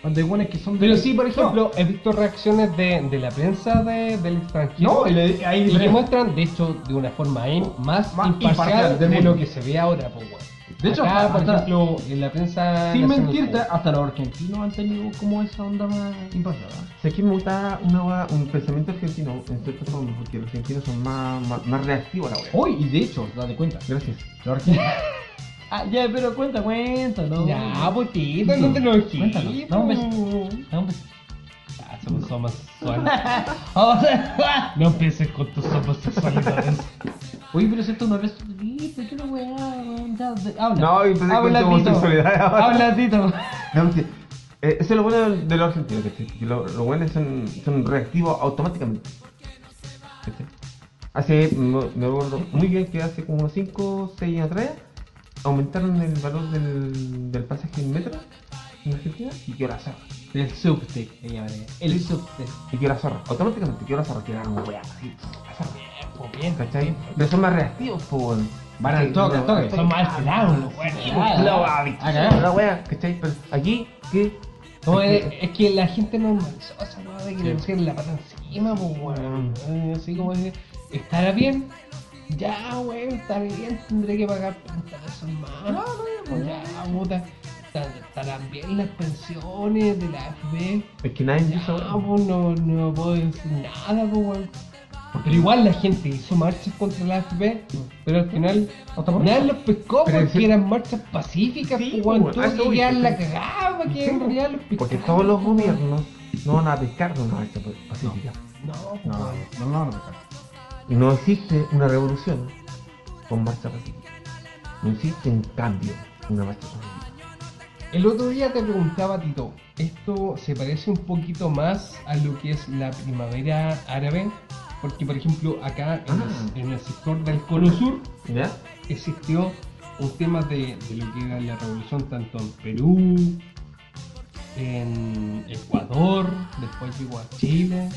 [SPEAKER 4] Cuando hay buenas que son de-
[SPEAKER 3] Pero sí, por ejemplo, he visto reacciones de, de la prensa de- del extranjero.
[SPEAKER 4] No, y le- hay
[SPEAKER 3] Y que
[SPEAKER 4] diferentes-
[SPEAKER 3] muestran, de hecho, de una forma ahí más,
[SPEAKER 4] Más
[SPEAKER 3] imparcial,
[SPEAKER 4] imparcial del
[SPEAKER 3] de
[SPEAKER 4] mundo.
[SPEAKER 3] lo que se ve ahora, pues, weón.
[SPEAKER 4] De hecho,
[SPEAKER 3] Acá,
[SPEAKER 4] hasta-
[SPEAKER 3] por
[SPEAKER 4] hasta-
[SPEAKER 3] ejemplo, en la prensa.
[SPEAKER 4] sin
[SPEAKER 3] nacional,
[SPEAKER 4] mentirte,
[SPEAKER 3] pues,
[SPEAKER 4] hasta los argentinos han tenido como esa onda más imparcial. ¿verdad?
[SPEAKER 1] Sé que me gusta una, weá- un pensamiento argentino, en cierto forma, porque los argentinos son más, más, más reactivos a la weá.
[SPEAKER 4] Hoy, y de hecho, date cuenta.
[SPEAKER 1] Gracias.
[SPEAKER 4] Los argentinos. ah, ya, pero cuenta, cuenta, ¿no?
[SPEAKER 3] Ya, putito, no te lo
[SPEAKER 4] Cuéntanos, dame un
[SPEAKER 3] beso.
[SPEAKER 4] Da un beso.
[SPEAKER 3] Ah, somos homosexuales. no empieces con tus homosexualidades.
[SPEAKER 4] Oye, pero si esto no es Tito, qué una weá, weón, ya, de- habla.
[SPEAKER 1] No, y empecé con
[SPEAKER 4] habla,
[SPEAKER 1] tu
[SPEAKER 4] Tito.
[SPEAKER 1] homosexualidad ahora.
[SPEAKER 4] Habla, Tito.
[SPEAKER 1] No, sí. Eh, eso es lo bueno de los argentinos, ¿cachai? Que lo- los buenos son, son reactivos automáticamente. ¿cachai? Hace, me me acuerdo muy bien que hace como 5 6 años atrás aumentaron el valor del, del pasaje en metro en Argentina y quedó la zorra.
[SPEAKER 4] El subte, le llamaré. El subte.
[SPEAKER 1] Y quedó la zorra. Automáticamente quedó la zorra, quedaron weá, así, la zorra,
[SPEAKER 3] Oh, Bien,
[SPEAKER 1] ¿cachai? Pero son más reactivos, po, weón.
[SPEAKER 2] Van al toque, al toque.
[SPEAKER 4] Son más helados, los
[SPEAKER 1] Ah,
[SPEAKER 4] weones.
[SPEAKER 1] la wea,
[SPEAKER 4] Ah, cagado.
[SPEAKER 1] bicho, la wea, ¿cachai? Pero aquí, ¿qué?
[SPEAKER 3] No, es, es que la gente normalizó esa weá de que le pusieron la pata encima, pues weón. Eh, Así como de, estará bien. Ya, weón, estaré bien, tendré que pagar 30 pesos más. No, no, pues ya, puta. Estar- Estarán bien las pensiones de la AFP.
[SPEAKER 1] Es que nadie dice "Ah, esa
[SPEAKER 3] Ya,
[SPEAKER 1] wea.
[SPEAKER 3] pues no, no puedo decir nada, pues weón. Pero igual la gente hizo marchas contra la AFP, pero al final
[SPEAKER 2] Hasta por
[SPEAKER 3] nadie los pescó
[SPEAKER 1] Pero
[SPEAKER 3] porque
[SPEAKER 1] sí.
[SPEAKER 3] eran marchas pacíficas,
[SPEAKER 1] Sí,
[SPEAKER 3] pues
[SPEAKER 1] pues,
[SPEAKER 3] weón.
[SPEAKER 1] weón, a eso
[SPEAKER 3] Tuvo que
[SPEAKER 1] voy,
[SPEAKER 3] quedar la
[SPEAKER 1] ¿cachai?
[SPEAKER 3] cagada para que en realidad los pescaran.
[SPEAKER 1] Porque todos los
[SPEAKER 3] pues, weón.
[SPEAKER 1] gobiernos no van a pescar de una marcha pacífica.
[SPEAKER 3] No, pues,
[SPEAKER 4] No,
[SPEAKER 3] weón.
[SPEAKER 4] no, no, no, no.
[SPEAKER 1] No existe una revolución con marcha pacífica. No existe un cambio en una marcha pacífica.
[SPEAKER 3] El otro día te preguntaba, Tito, ¿esto se parece un poquito más a lo que es la primavera árabe? Porque, por ejemplo, acá en,
[SPEAKER 1] Ah.
[SPEAKER 3] el, en el sector del Cono Sur
[SPEAKER 1] ¿Ya?
[SPEAKER 3] existió un tema de, de lo que era la revolución tanto en Perú, en Ecuador, después llegó a Chile.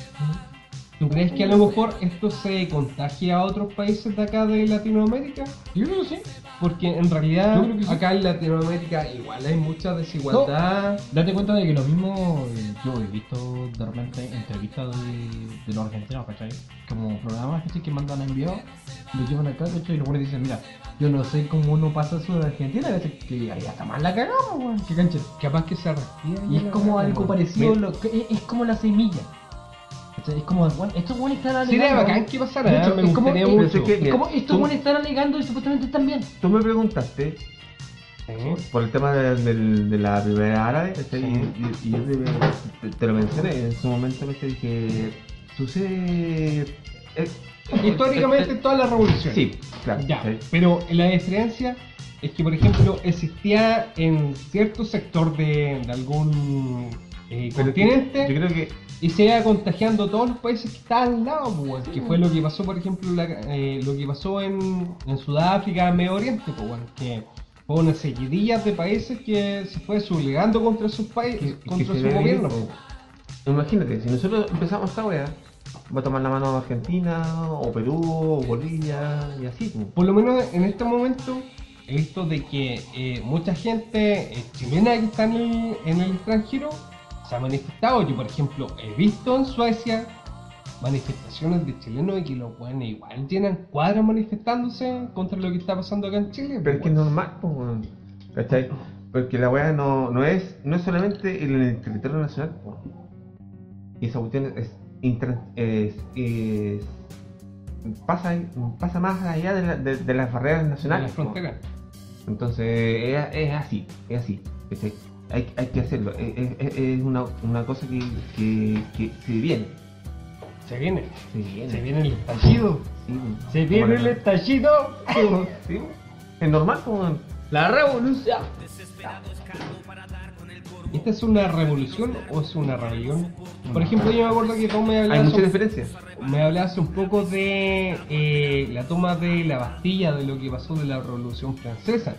[SPEAKER 3] ¿Tú crees que a lo mejor esto se contagia a otros países de acá de Latinoamérica?
[SPEAKER 2] Yo creo que sí.
[SPEAKER 3] Porque en realidad
[SPEAKER 2] Yo creo que sí.
[SPEAKER 3] acá en Latinoamérica igual hay mucha desigualdad.
[SPEAKER 4] Date cuenta de que lo mismo eh, yo he visto de repente entrevistas de, de los argentinos, ¿cachai? Como programas ¿cachai? que mandan enviados, lo llevan acá, ¿cachai? Y los buenos dicen, mira, yo no sé cómo uno pasa eso de Argentina, ¿cachai? Que ahí hasta más la cagamos, weón, que cancha.
[SPEAKER 3] Capaz que se respira.
[SPEAKER 4] Y es como algo parecido, lo que- es, es como la semilla. ¿Cachai? Es como, bueno, estos buenos están alegando.
[SPEAKER 3] Sería bacán que pasara,
[SPEAKER 4] De hecho,
[SPEAKER 3] ¿eh? me
[SPEAKER 4] es como-
[SPEAKER 3] gustaría
[SPEAKER 4] es-
[SPEAKER 1] Pero
[SPEAKER 3] mucho.
[SPEAKER 1] es que,
[SPEAKER 4] es
[SPEAKER 1] mira,
[SPEAKER 4] como estos
[SPEAKER 1] tú-
[SPEAKER 4] buenos están alegando y supuestamente están bien.
[SPEAKER 1] Tú me preguntaste por el tema del- del- de, la primera árabe, ¿cachai? y, y- y yo te, te- te lo mencioné, en su momento me dije que sucede... eh,
[SPEAKER 3] Históricamente
[SPEAKER 1] eh,
[SPEAKER 3] todas las
[SPEAKER 1] eh,
[SPEAKER 3] revoluciones.
[SPEAKER 1] Sí, claro.
[SPEAKER 3] Ya,
[SPEAKER 1] ¿cachai?
[SPEAKER 3] pero la diferencia es que, por ejemplo, existía en cierto sector de, de algún eh,
[SPEAKER 1] Pero es que
[SPEAKER 3] continente
[SPEAKER 1] Yo creo que
[SPEAKER 3] y se iba contagiando a todos los países que estaban al lado, pues, weón, que fue lo que pasó, por ejemplo, la- eh, lo que pasó en, en Sudáfrica, en Medio Oriente, pues, weón, que fue una seguidilla de países que se fue sublegando contra sus países,
[SPEAKER 1] que- que
[SPEAKER 3] contra
[SPEAKER 1] se
[SPEAKER 3] su
[SPEAKER 1] ve
[SPEAKER 3] gobierno.
[SPEAKER 1] bien,
[SPEAKER 3] pues.
[SPEAKER 1] Imagínate, si nosotros empezamos esta wea, va a tomar la mano Argentina, o Perú, o Bolivia, y así. po.
[SPEAKER 3] Por lo menos en este momento he visto de que eh, mucha gente eh, chilena que está en el, en el extranjero se ha manifestado. Yo, por ejemplo, he visto en Suecia manifestaciones de chilenos y que los buenos igual llenan cuadros manifestándose contra lo que está pasando acá en Chile.
[SPEAKER 1] Pero es que es
[SPEAKER 3] weón.
[SPEAKER 1] normal, po, weón. ¿cachai? Porque la weá no, no, es, no es solamente en el territorio nacional, po. Y esa cuestión es, inter- es- es- pasa, pasa más allá de, la- de- de las barreras
[SPEAKER 3] En la
[SPEAKER 1] nacionales. po.
[SPEAKER 3] frontera.
[SPEAKER 1] Entonces, es, es así, es así. ¿cachai? Hay, hay que hacerlo. Es, es- es una, una cosa que, que, que se viene.
[SPEAKER 3] Se viene,
[SPEAKER 1] Se viene.
[SPEAKER 3] se viene el estallido.
[SPEAKER 1] Sí, po.
[SPEAKER 3] Se viene el
[SPEAKER 1] Bueno,
[SPEAKER 3] estallido.
[SPEAKER 1] sí, po. Es normal, po, weón.
[SPEAKER 3] La revolución. ¿Esta es una revolución o es una rebelión? Por ejemplo, yo me acuerdo que tú me
[SPEAKER 1] Hay
[SPEAKER 3] hablabas,
[SPEAKER 1] mucha
[SPEAKER 3] un,
[SPEAKER 1] diferencia.
[SPEAKER 3] me hablabas un poco de eh, la toma de la Bastilla, de lo que pasó de la Revolución Francesa.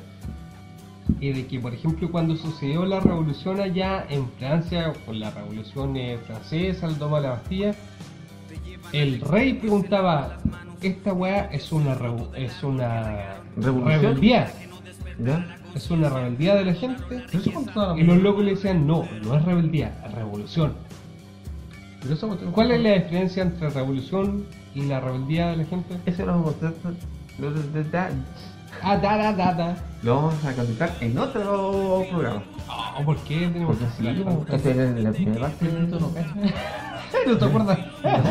[SPEAKER 3] Y de que, por ejemplo, cuando sucedió la revolución allá en Francia, con la revolución eh, francesa, el toma de la Bastilla, el rey preguntaba, ¿esta weá es una, revo- es una
[SPEAKER 1] ¿Revolución?
[SPEAKER 3] rebeldía?
[SPEAKER 1] ¿Ya?
[SPEAKER 3] Es una rebeldía de la gente.
[SPEAKER 4] Pero eso cuando estaba la-
[SPEAKER 3] Y los locos le decían, no, no es rebeldía, es revolución.
[SPEAKER 4] Pero eso cuando-
[SPEAKER 3] ¿Cuál es la diferencia entre revolución y la rebeldía de la gente?
[SPEAKER 1] Eso lo vamos a contestar- lo- lo- lo- da-
[SPEAKER 3] Ah, da, da, da, da.
[SPEAKER 1] lo vamos a contestar en otro programa.
[SPEAKER 3] Oh, ¿por qué tenemos
[SPEAKER 1] Porque
[SPEAKER 3] que
[SPEAKER 1] así,
[SPEAKER 3] hacer la
[SPEAKER 1] como que esta es la primera parte
[SPEAKER 4] Esto no cacha.
[SPEAKER 2] ¿No te acuerdas?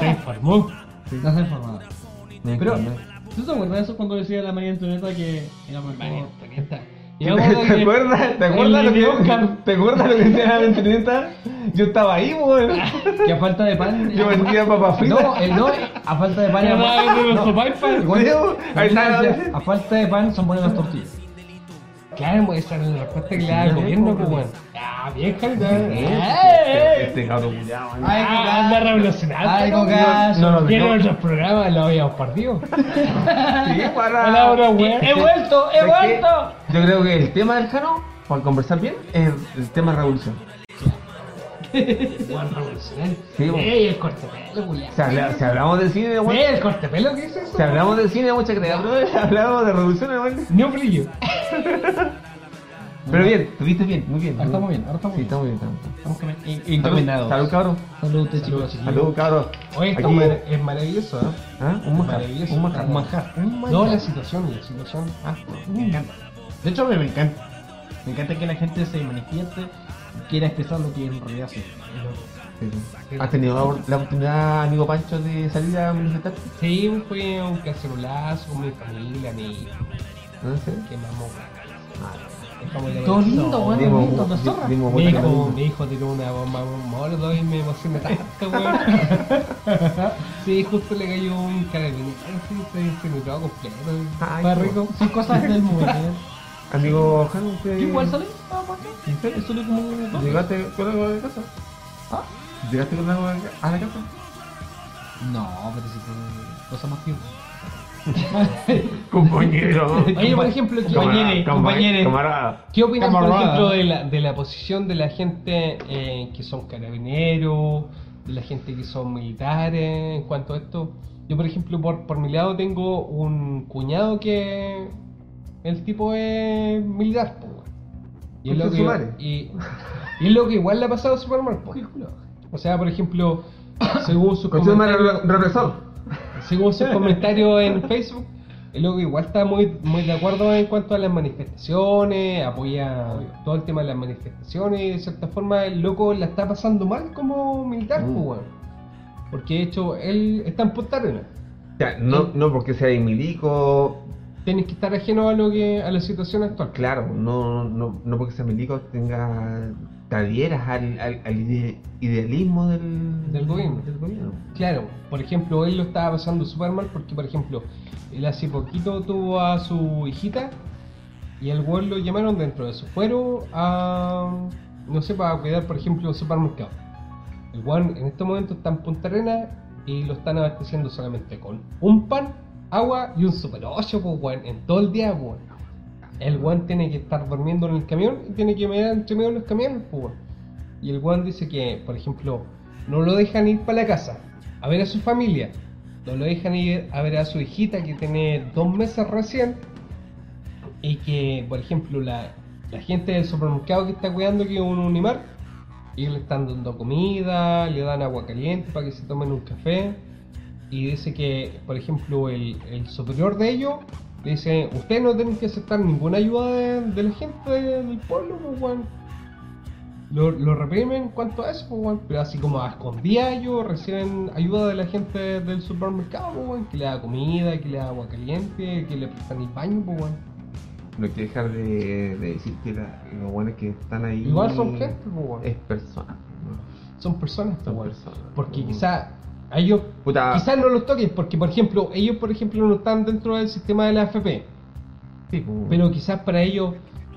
[SPEAKER 3] Se informó.
[SPEAKER 4] Estás informado.
[SPEAKER 1] Pero,
[SPEAKER 2] ¿Tú te acuerdas de eso cuando decía la María Antonieta que era por
[SPEAKER 3] María Antonieta. Y
[SPEAKER 1] ¿Te
[SPEAKER 3] me acuerdo que-
[SPEAKER 1] acuerdas? ¿Te acuerdas lo
[SPEAKER 3] el
[SPEAKER 1] que
[SPEAKER 3] Oscar.
[SPEAKER 1] ¿Te acuerdas lo que decía la ventanita? Yo estaba ahí, weón.
[SPEAKER 4] Que a falta de pan.
[SPEAKER 1] Yo vendía papas
[SPEAKER 4] No,
[SPEAKER 1] fritas.
[SPEAKER 4] el no, a falta de pan.
[SPEAKER 3] María
[SPEAKER 4] era-
[SPEAKER 3] Antonieta,
[SPEAKER 4] no.
[SPEAKER 3] nuestro Paipa.
[SPEAKER 4] Igual,
[SPEAKER 1] Leo,
[SPEAKER 4] la
[SPEAKER 1] ahí está la-
[SPEAKER 4] diferencia, A falta de pan son buenas las tortillas.
[SPEAKER 3] Claro, pues, esa era la respuesta que le daba el gobierno, pues, weón. Ah, bien,
[SPEAKER 1] Este
[SPEAKER 3] Jaime.
[SPEAKER 1] este cabrón culiao, weón.
[SPEAKER 4] Ay,
[SPEAKER 3] Ah, anda revolucionario.
[SPEAKER 4] Ay, cocazo.
[SPEAKER 1] No, no, no.
[SPEAKER 3] Tiene otros programas, lo habíamos partido.
[SPEAKER 1] Sí, para-
[SPEAKER 3] Hola, bro, weón.
[SPEAKER 1] ¿Sabes qué?
[SPEAKER 3] vuelto, he
[SPEAKER 1] ¿Sabes qué?
[SPEAKER 3] vuelto.
[SPEAKER 1] Yo creo que el tema del Jano, para conversar bien, es el tema revolución.
[SPEAKER 2] Bueno, revolucionario.
[SPEAKER 1] Sí, bueno.
[SPEAKER 2] Ey, el cortepelo, culiao.
[SPEAKER 1] Si, habla- si hablamos del cine,
[SPEAKER 2] Ey,
[SPEAKER 1] weón.
[SPEAKER 2] el cortepelo, ¿qué es eso?
[SPEAKER 1] Si hablamos del cine, mucha crea, bro. Hablamos de revoluciones, weón.
[SPEAKER 2] Ni un brillo.
[SPEAKER 4] Ah,
[SPEAKER 1] Pero bien, estuviste bien, muy bien.
[SPEAKER 2] Ahora estamos bien, ahora estamos
[SPEAKER 1] Sí,
[SPEAKER 2] bien.
[SPEAKER 1] estamos bien, estamos bien.
[SPEAKER 2] Estamos cami- en-
[SPEAKER 1] Salud,
[SPEAKER 2] encaminados.
[SPEAKER 1] salud, cabrón.
[SPEAKER 2] Salud, ustedes, chicos.
[SPEAKER 1] Salud, cabrón.
[SPEAKER 2] Oye,
[SPEAKER 1] Aquí,
[SPEAKER 2] esto es
[SPEAKER 3] Es maravilloso, ¿eh?
[SPEAKER 1] ¿ah? Un manjar,
[SPEAKER 3] Maravilloso.
[SPEAKER 1] un manjar.
[SPEAKER 2] un manjar.
[SPEAKER 3] No, la situación, la situación.
[SPEAKER 2] Ah, me encanta. De hecho, a mí me encanta. Me encanta que la gente se manifieste y quiera expresar lo que en realidad siente.
[SPEAKER 1] Sí, sí. ¿Has tenido la, la oportunidad, amigo Pancho, de salir a manifestar?
[SPEAKER 3] Sí, fue un cacerolazo, mi familia, mi
[SPEAKER 1] No sé.
[SPEAKER 3] que mamó.
[SPEAKER 1] Ah,
[SPEAKER 3] Dejamos de
[SPEAKER 2] Todo lindo, weón,
[SPEAKER 1] dimos-
[SPEAKER 2] lindo,
[SPEAKER 1] di-
[SPEAKER 2] la zorra.
[SPEAKER 1] dimos
[SPEAKER 3] Mi
[SPEAKER 1] vuelta a la
[SPEAKER 3] hijo,
[SPEAKER 1] luna.
[SPEAKER 3] mi hijo tiró una bomba mordo y me emocioné tanto, weón. sí, justo le cayó un carabinero, sí, se, se me trabó completo.
[SPEAKER 1] Ay,
[SPEAKER 3] Fue
[SPEAKER 1] qué
[SPEAKER 3] rico.
[SPEAKER 2] Son cosas del mundo.
[SPEAKER 1] Amigo Jano, usted.
[SPEAKER 2] Igual sale, ah, ¿por qué?
[SPEAKER 1] ¿En serio?
[SPEAKER 2] Sale como un dos.
[SPEAKER 1] ¿Llegaste con algo de casa?
[SPEAKER 2] ¿Ah?
[SPEAKER 1] ¿Llegaste con algo de- a la casa?
[SPEAKER 2] No, pero si fue cosa más tiempo.
[SPEAKER 1] Compañero.
[SPEAKER 2] Oye, por ejemplo, ¿qué,
[SPEAKER 1] Compañere,
[SPEAKER 2] compañeros,
[SPEAKER 1] Camarada.
[SPEAKER 3] ¿Qué opinas, por
[SPEAKER 2] Camarada.
[SPEAKER 3] ejemplo, de la, de la posición de la gente eh, que son carabineros, de la gente que son militares, en cuanto a esto? Yo, por ejemplo, por, por mi lado tengo un cuñado que el tipo es militar, po, weón. y es, lo
[SPEAKER 1] Concha su madre.
[SPEAKER 3] que, y, y es lo que igual le ha pasado super mal, po. O sea, por ejemplo, según sus
[SPEAKER 1] Con su madre
[SPEAKER 3] comentarios-
[SPEAKER 1] re- represor.
[SPEAKER 3] según sus comentarios en Facebook, el loco igual está muy, muy de acuerdo en cuanto a las manifestaciones, apoya todo el tema de las manifestaciones y de cierta forma el loco la está pasando mal como militar, pues, weón. Porque de hecho él está en Punta Arenas.
[SPEAKER 1] O sea, no, no porque sea de milico.
[SPEAKER 3] Tienes que estar ajeno a lo que a la situación actual.
[SPEAKER 1] Claro, no, no, no porque sea milico tenga. te adhieras al, al, al ide- idealismo del,
[SPEAKER 3] Del gobierno.
[SPEAKER 1] del gobierno.
[SPEAKER 3] Claro, por ejemplo, él lo estaba pasando súper mal porque, por ejemplo, él hace poquito tuvo a su hijita y el weón lo llamaron dentro de su fuero a, no sé, para cuidar, por ejemplo, un supermercado. El weón en este momento está en Punta Arena y lo están abasteciendo solamente con un pan, agua y un super 8, pues weón, en todo el día, pues, weón. El weón tiene que estar durmiendo en el camión y tiene que mirar entre medio de los camiones, pues weón. Y el weón dice que, por ejemplo, no lo dejan ir para la casa, a ver a su familia. No lo dejan ir a ver a su hijita que tiene dos meses recién. Y que, por ejemplo, la, la gente del supermercado que está cuidando que es un unimar, ellos le están dando comida, le dan agua caliente para que se tomen un café. Y dice que, por ejemplo, el, el superior de ellos le dice, ustedes no tienen que aceptar ninguna ayuda de, de la gente del pueblo, pues, weón". Lo, lo reprimen en cuanto a eso, pues, weón, pero así como a escondidas ellos reciben ayuda de la gente del supermercado, pues, weón, que le da comida, que le da agua caliente, que le prestan el baño, pues, weón.
[SPEAKER 1] No hay que dejar de, de decir que la- los buenos que están ahí.
[SPEAKER 3] Igual son gente, pues, weón.
[SPEAKER 1] Es personas. ¿no?
[SPEAKER 3] son personas, pues,
[SPEAKER 1] Son
[SPEAKER 3] weón.
[SPEAKER 1] personas. Mm.
[SPEAKER 3] Porque quizá a ellos
[SPEAKER 1] Puta.
[SPEAKER 3] quizás no los toquen, porque por ejemplo, ellos por ejemplo no están dentro del sistema de la AFP,
[SPEAKER 1] Sí, pues,
[SPEAKER 3] pero quizás para ellos,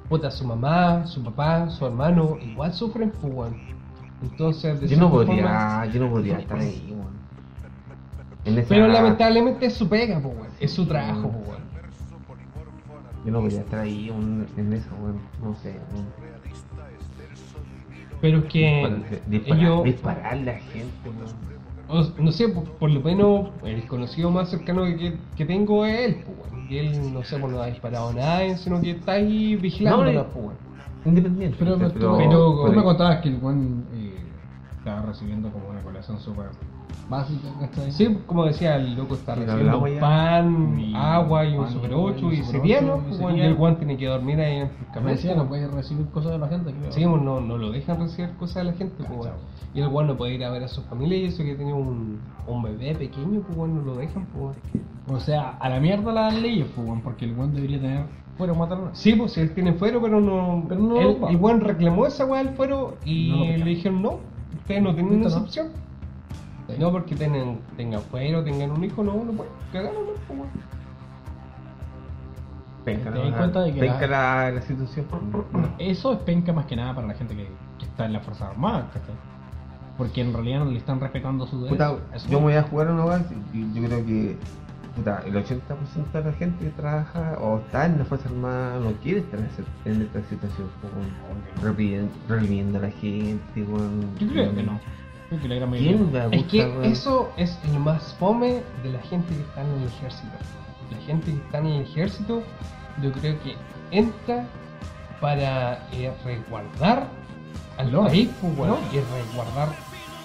[SPEAKER 3] puta, su mamá, su papá, su hermano, igual sufren, pues, weón. Entonces, de
[SPEAKER 1] Yo no
[SPEAKER 3] cierta forma-
[SPEAKER 1] podría, yo no podría estar ahí, weón. En esa-
[SPEAKER 3] Pero lamentablemente es su pega, pues, weón. Es su trabajo, pues, weón.
[SPEAKER 1] Yo no podría estar ahí weón, en eso, weón. No sé, weón.
[SPEAKER 3] Pero es
[SPEAKER 4] Eh,
[SPEAKER 3] que
[SPEAKER 1] Disparar- disparar-
[SPEAKER 3] ellos,
[SPEAKER 1] disparar a la gente, weón.
[SPEAKER 3] o- no sé, por, por lo menos el conocido más cercano que, que tengo es él, pues, weón. Y él, no sé, pues, no ha disparado a nadie, sino que está ahí vigilando
[SPEAKER 1] No,
[SPEAKER 3] la
[SPEAKER 1] eh.
[SPEAKER 3] pues, weón.
[SPEAKER 1] Independiente.
[SPEAKER 4] Pero,
[SPEAKER 1] o sea,
[SPEAKER 4] pero, tú,
[SPEAKER 1] pero-
[SPEAKER 4] tú me contabas que el buen eh, estaba recibiendo como una colación súper básica, ¿cachai?
[SPEAKER 3] Sí, como decía, el loco está
[SPEAKER 1] Sí, lo
[SPEAKER 3] recibiendo
[SPEAKER 1] hablamos ya.
[SPEAKER 3] pan,
[SPEAKER 4] Y
[SPEAKER 3] agua y un
[SPEAKER 4] pan,
[SPEAKER 3] super
[SPEAKER 4] un
[SPEAKER 3] 8 y
[SPEAKER 4] Super
[SPEAKER 3] seriano,
[SPEAKER 4] 8 y
[SPEAKER 3] pues, weón. Y
[SPEAKER 4] seriano.
[SPEAKER 3] el weón tiene que dormir ahí en el
[SPEAKER 4] Como
[SPEAKER 3] camión.
[SPEAKER 4] decía, no puedes recibir cosas de la gente, creo.
[SPEAKER 3] Sí, bueno, no, no lo dejan recibir cosas de la gente, pues,
[SPEAKER 4] Cachao.
[SPEAKER 3] weón. Y el weón no puede ir a ver a su familia y eso que tiene un, un bebé pequeño, pues weón, no lo dejan, pues weón.
[SPEAKER 4] O sea, a la mierda las leyes, pues, weón, porque el buen debería tener fuera matar
[SPEAKER 3] Sí, pues él tiene fuero, pero no.
[SPEAKER 4] Pero no
[SPEAKER 3] él-
[SPEAKER 4] lo paga.
[SPEAKER 3] el weón reclamó esa weá del fuero y
[SPEAKER 4] No lo pescaron.
[SPEAKER 3] le dijeron no, ustedes no tienen
[SPEAKER 4] Esto
[SPEAKER 3] esa
[SPEAKER 4] no.
[SPEAKER 3] opción. No, porque tienen, tengan fuero, tengan un hijo, no, no pueden. Cagaron, no, pues, weón.
[SPEAKER 1] Penca
[SPEAKER 4] te das
[SPEAKER 1] la-
[SPEAKER 4] cuenta de que
[SPEAKER 1] penca
[SPEAKER 4] la-
[SPEAKER 1] la, la situación.
[SPEAKER 4] Eso es penca más que nada para la gente que, que está en las Fuerzas Armadas, ¿cachai? Porque en realidad no le están respetando su derecho.
[SPEAKER 1] Puta,
[SPEAKER 4] Eso
[SPEAKER 1] yo me voy a jugar una weá. y Yo creo que puta, el 80% de la gente que trabaja o está en la Fuerza Armada no quiere estar en ese- en esta situación, weón. Reprimien- reprimiendo a la gente, weón.
[SPEAKER 4] Yo creo que no. Creo que la gran mayoría.
[SPEAKER 1] ¿Quién va a
[SPEAKER 3] Es que
[SPEAKER 1] gustar, weón?
[SPEAKER 3] eso es lo más fome de la gente que está en el ejército. La gente que está en el ejército, yo creo que entra para eh, resguardar al país, pues, weón, y resguardar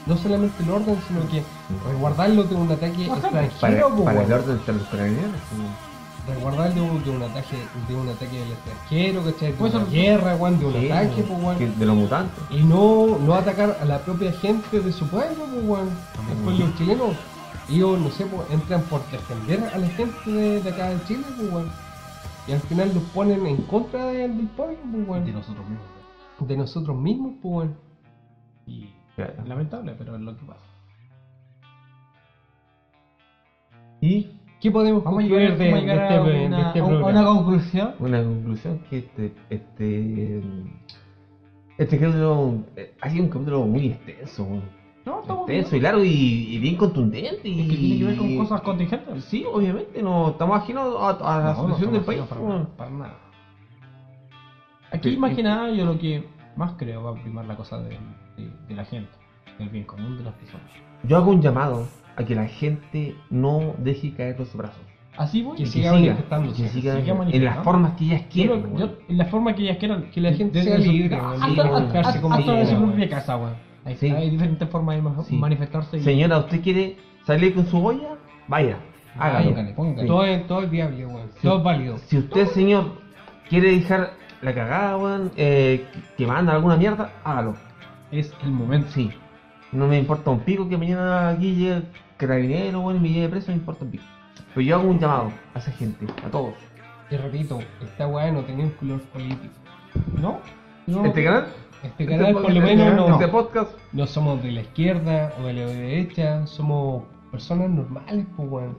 [SPEAKER 3] no solamente el orden, sino que resguardarlo de un ataque
[SPEAKER 4] Ajá,
[SPEAKER 1] para,
[SPEAKER 3] extranjero, pues,
[SPEAKER 1] para
[SPEAKER 3] weón.
[SPEAKER 1] el orden están los carabineros, weón.
[SPEAKER 3] resguardar de un, de un ataque de un ataque del extranjero, ¿cachai? De
[SPEAKER 4] Pues
[SPEAKER 3] una
[SPEAKER 4] eso-
[SPEAKER 3] guerra, weón, de un
[SPEAKER 1] Sí,
[SPEAKER 3] ataque,
[SPEAKER 1] weón.
[SPEAKER 3] pues, weón.
[SPEAKER 1] Que- De los mutantes.
[SPEAKER 3] Y no, no atacar a la propia gente de su pueblo, pues, weón. Después los chilenos, ellos, no sé, pues, entran por defender a la gente de, de acá de Chile, pues, weón. Y al final los ponen en contra de- del pueblo, pues,
[SPEAKER 9] de
[SPEAKER 3] weón.
[SPEAKER 9] nosotros mismos.
[SPEAKER 3] De nosotros mismos, pues, weón.
[SPEAKER 9] Y
[SPEAKER 1] Claro.
[SPEAKER 9] lamentable, pero es lo que pasa.
[SPEAKER 1] Y
[SPEAKER 3] ¿Qué podemos
[SPEAKER 4] Vamos a
[SPEAKER 3] concluir
[SPEAKER 4] llegar, vamos a llegar a,
[SPEAKER 3] de
[SPEAKER 4] una,
[SPEAKER 3] este
[SPEAKER 4] a un- a
[SPEAKER 3] programa?
[SPEAKER 4] una
[SPEAKER 3] ¿Ah?
[SPEAKER 4] conclusión.
[SPEAKER 1] una conclusión que este este este capítulo eh, ha sido un capítulo muy extenso weón.
[SPEAKER 4] No, estamos bien.
[SPEAKER 1] extenso y largo y, y bien contundente y
[SPEAKER 4] Es que tiene que ver con cosas contingentes.
[SPEAKER 1] sí obviamente no estamos ajenos a, a la
[SPEAKER 4] No, no
[SPEAKER 1] situación del
[SPEAKER 4] estamos
[SPEAKER 1] país
[SPEAKER 4] haciendo para
[SPEAKER 1] weón.
[SPEAKER 4] nada, para nada. Aquí
[SPEAKER 1] Sí,
[SPEAKER 4] más
[SPEAKER 1] es
[SPEAKER 4] que nada yo lo que más creo va a primar la cosa de, de- de la gente, del bien común de las personas.
[SPEAKER 1] yo hago un llamado a que la gente no deje caer los brazos
[SPEAKER 4] Así voy.
[SPEAKER 3] Que
[SPEAKER 1] que
[SPEAKER 3] siga
[SPEAKER 1] siga,
[SPEAKER 3] manifestándose,
[SPEAKER 1] que
[SPEAKER 3] que
[SPEAKER 1] siga
[SPEAKER 4] siga
[SPEAKER 1] en
[SPEAKER 4] manifestando.
[SPEAKER 1] las formas que ellas
[SPEAKER 4] Yo
[SPEAKER 1] quieren
[SPEAKER 4] lo-
[SPEAKER 1] weón.
[SPEAKER 4] yo- en la forma que ellas quieran, que
[SPEAKER 3] Que
[SPEAKER 4] la
[SPEAKER 3] la
[SPEAKER 4] gente
[SPEAKER 3] gente
[SPEAKER 4] desde
[SPEAKER 3] sea
[SPEAKER 4] su-
[SPEAKER 3] libre, weón,
[SPEAKER 4] hasta,
[SPEAKER 3] y
[SPEAKER 4] hasta-
[SPEAKER 3] buscarse
[SPEAKER 4] hasta-
[SPEAKER 3] como
[SPEAKER 4] hasta
[SPEAKER 3] quiera,
[SPEAKER 4] de su
[SPEAKER 3] weón.
[SPEAKER 4] propia casa, weón. Hay,
[SPEAKER 1] Sí.
[SPEAKER 4] hay diferentes formas de ma-
[SPEAKER 1] Sí.
[SPEAKER 4] manifestarse. y-
[SPEAKER 1] señora usted quiere salir con su olla vaya hágalo
[SPEAKER 9] Póngale, póngale.
[SPEAKER 1] Sí.
[SPEAKER 3] Todo es, todo es viable, weón. Todo es válido.
[SPEAKER 1] Si usted, señor, quiere dejar la cagada, weón, eh, que manda alguna mierda, hágalo.
[SPEAKER 4] Es el momento.
[SPEAKER 1] Sí. No me importa un pico que mañana aquí llegue el carabinero, weón, y me lleve preso, no me importa un pico. Pero yo hago un llamado a esa gente, a todos.
[SPEAKER 3] Y repito, esta weá no tenía un color político.
[SPEAKER 4] ¿No? No.
[SPEAKER 1] Este canal,
[SPEAKER 3] Este canal, por lo
[SPEAKER 1] este
[SPEAKER 3] menos,
[SPEAKER 1] canal,
[SPEAKER 3] no.
[SPEAKER 1] este podcast,
[SPEAKER 3] No somos de la izquierda o de la derecha, somos personas normales, pues weón.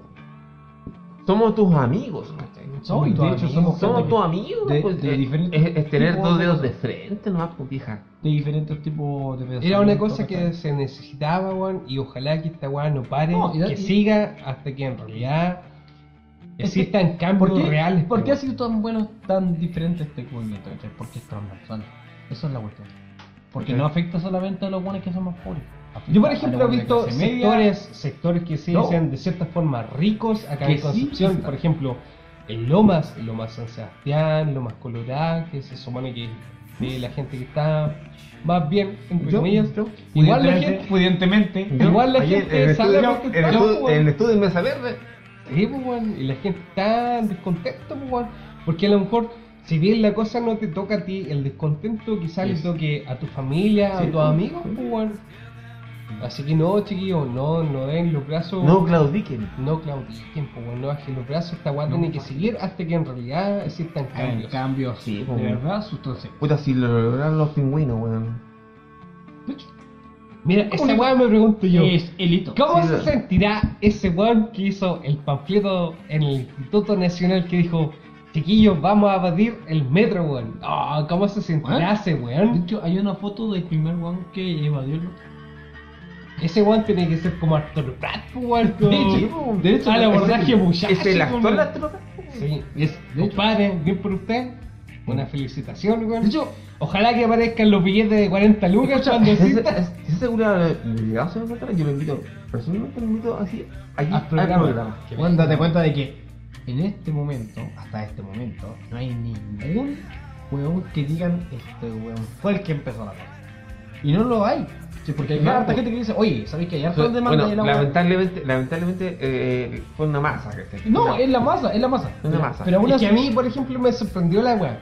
[SPEAKER 1] somos tus amigos. ¿cachai?
[SPEAKER 4] No, y de hecho somos,
[SPEAKER 1] Somos
[SPEAKER 4] gente
[SPEAKER 1] tus amigos,
[SPEAKER 4] de-
[SPEAKER 1] pues,
[SPEAKER 4] de
[SPEAKER 1] eh,
[SPEAKER 4] diferentes
[SPEAKER 1] es, es tener
[SPEAKER 4] tipos
[SPEAKER 1] dos
[SPEAKER 4] de
[SPEAKER 1] dedos de
[SPEAKER 4] cosas.
[SPEAKER 1] frente, no pues vieja.
[SPEAKER 4] de diferentes tipos de pensamientos.
[SPEAKER 3] Era una cosa que
[SPEAKER 4] ¿cachai?
[SPEAKER 3] se necesitaba, weón, y ojalá que esta weá no pare,
[SPEAKER 4] No, y da-
[SPEAKER 3] que
[SPEAKER 4] y-
[SPEAKER 3] siga hasta que en realidad
[SPEAKER 4] Es
[SPEAKER 3] existan cambios
[SPEAKER 4] ¿Por qué,
[SPEAKER 3] reales.
[SPEAKER 4] ¿por qué ha
[SPEAKER 3] pues,
[SPEAKER 4] sido tan bueno, tan diferente este movimiento? ¿cachai? ¿Por qué es transversal? Eso es la cuestión. Porque
[SPEAKER 1] Ok.
[SPEAKER 4] no afecta solamente a los buenos que son más pobres.
[SPEAKER 3] weón. Yo, por
[SPEAKER 4] Afecta a
[SPEAKER 3] ejemplo,
[SPEAKER 4] los
[SPEAKER 3] he
[SPEAKER 4] buenos
[SPEAKER 3] visto
[SPEAKER 4] de clase media.
[SPEAKER 3] sectores, sectores que sí
[SPEAKER 4] No.
[SPEAKER 3] sean de cierta forma ricos acá
[SPEAKER 4] Que
[SPEAKER 3] en
[SPEAKER 4] sí
[SPEAKER 3] Concepción,
[SPEAKER 4] están.
[SPEAKER 3] por ejemplo, en Lomas, en Lomas San Sebastián, Lomas Colorado, que se supone que es de la gente que está más bien, entre comillas. Igual la gente,
[SPEAKER 4] pudientemente.
[SPEAKER 3] Pues Igual la
[SPEAKER 1] Ayer,
[SPEAKER 3] gente
[SPEAKER 1] en el
[SPEAKER 3] sale a
[SPEAKER 1] estudio- en el
[SPEAKER 3] protestar, po,
[SPEAKER 1] estudio- en el
[SPEAKER 3] weón.
[SPEAKER 1] estudio de Mesa Verde,
[SPEAKER 3] Sí, po, weón, Y la gente está en descontento, po, weón. Porque a lo mejor, si bien la cosa no te toca a ti, el descontento quizás le toque a tu familia, a tus amigos, po, weón. Así que no, chiquillos, no, no den los brazos.
[SPEAKER 1] no claudiquen.
[SPEAKER 3] No claudiquen, po, weón, no bajen los brazos, esta weá tiene que seguir hasta que en realidad existan
[SPEAKER 4] En
[SPEAKER 3] cambios.
[SPEAKER 4] cambio,
[SPEAKER 1] Sí,
[SPEAKER 4] sí,
[SPEAKER 1] pues,
[SPEAKER 4] de verdad, sustancia.
[SPEAKER 1] Puta, si lo lograron los pingüinos, weón.
[SPEAKER 3] Mira, esa weá me pregunto yo.
[SPEAKER 4] Es el hito.
[SPEAKER 3] ¿Cómo
[SPEAKER 1] Sí,
[SPEAKER 3] se
[SPEAKER 1] lo-
[SPEAKER 3] sentirá ese weón que hizo el panfleto en el Instituto Nacional que dijo, chiquillos, vamos a abatir el metro, weón? Ah, ¿Cómo se sentirá
[SPEAKER 4] Weón.
[SPEAKER 3] ese
[SPEAKER 4] De
[SPEAKER 3] weón?
[SPEAKER 4] hecho, hay una foto del primer one que evadió el
[SPEAKER 3] Ese weón tiene que ser como Arturo Prat, po, weón. De
[SPEAKER 1] Sí,
[SPEAKER 3] hecho,
[SPEAKER 1] po.
[SPEAKER 3] de hecho, al abordaje muchacho.
[SPEAKER 1] ¿Es el actor
[SPEAKER 3] weón.
[SPEAKER 1] la troca?
[SPEAKER 3] Sí, es, compadre, bien por usted. Una felicitación, weón. De hecho, ojalá que aparezcan los billetes de 40 lucas cuando
[SPEAKER 1] ¿Es, es,
[SPEAKER 3] exista.
[SPEAKER 1] es seguro de llegado a ser una Yo lo invito, personalmente lo invito así, aquí
[SPEAKER 3] Al
[SPEAKER 1] al
[SPEAKER 3] programa.
[SPEAKER 1] programa.
[SPEAKER 4] Juan, date cuenta de que en este momento, hasta este momento, no hay ningún huevón que digan este huevón fue el que empezó la cosa. Y no lo hay. Sí, porque hay
[SPEAKER 1] Claro.
[SPEAKER 4] harta gente que dice, oye, ¿sabéis que hay harta
[SPEAKER 1] Bueno,
[SPEAKER 4] demanda de la hueá?"
[SPEAKER 1] lamentablemente, lamentablemente eh, fue una masa. ¿cachai?
[SPEAKER 4] No,
[SPEAKER 1] Una-
[SPEAKER 4] es la masa, es la masa.
[SPEAKER 1] Es una masa.
[SPEAKER 3] Pero aún
[SPEAKER 4] Es
[SPEAKER 3] así,
[SPEAKER 4] que
[SPEAKER 3] a mí, por ejemplo, me sorprendió la weá.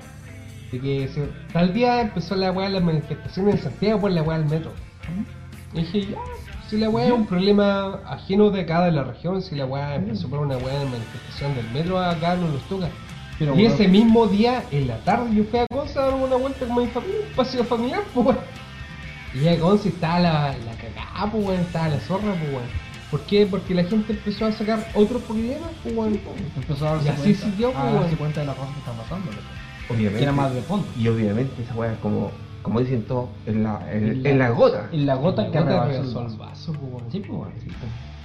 [SPEAKER 3] De que se- tal día empezó la weá de las manifestaciones en Santiago por la weá del metro. Y dije, ya, si la weá es un problema ajeno de acá de la región, si la weá empezó por una weá de manifestación del metro, acá no nos toca.
[SPEAKER 4] Pero
[SPEAKER 3] y
[SPEAKER 4] weón,
[SPEAKER 3] ese mismo día, en la tarde, yo fui a Conce a dar una vuelta con mi familia, un paseo familiar, pues weón. Y a Conce estaba la, la cagada, pues weón, estaba la zorra, pues weón. ¿Por qué? Porque la gente empezó a sacar otros problemas, pues weón.
[SPEAKER 4] empezó a darse
[SPEAKER 3] Y así
[SPEAKER 4] cuenta,
[SPEAKER 2] Ah,
[SPEAKER 3] siguió,
[SPEAKER 4] a
[SPEAKER 3] pues,
[SPEAKER 4] darse
[SPEAKER 3] weón.
[SPEAKER 4] cuenta de las cosas que están pasando. ¿cachai? Que
[SPEAKER 1] obviamente.
[SPEAKER 4] era más de fondo.
[SPEAKER 1] Y obviamente esa weá es como como dicen todos, en la, en, en la gota.
[SPEAKER 2] En la gota que
[SPEAKER 3] Puta,
[SPEAKER 2] rebasó
[SPEAKER 3] pues, weón.
[SPEAKER 2] el vaso, po, weón. Sí, po, weón.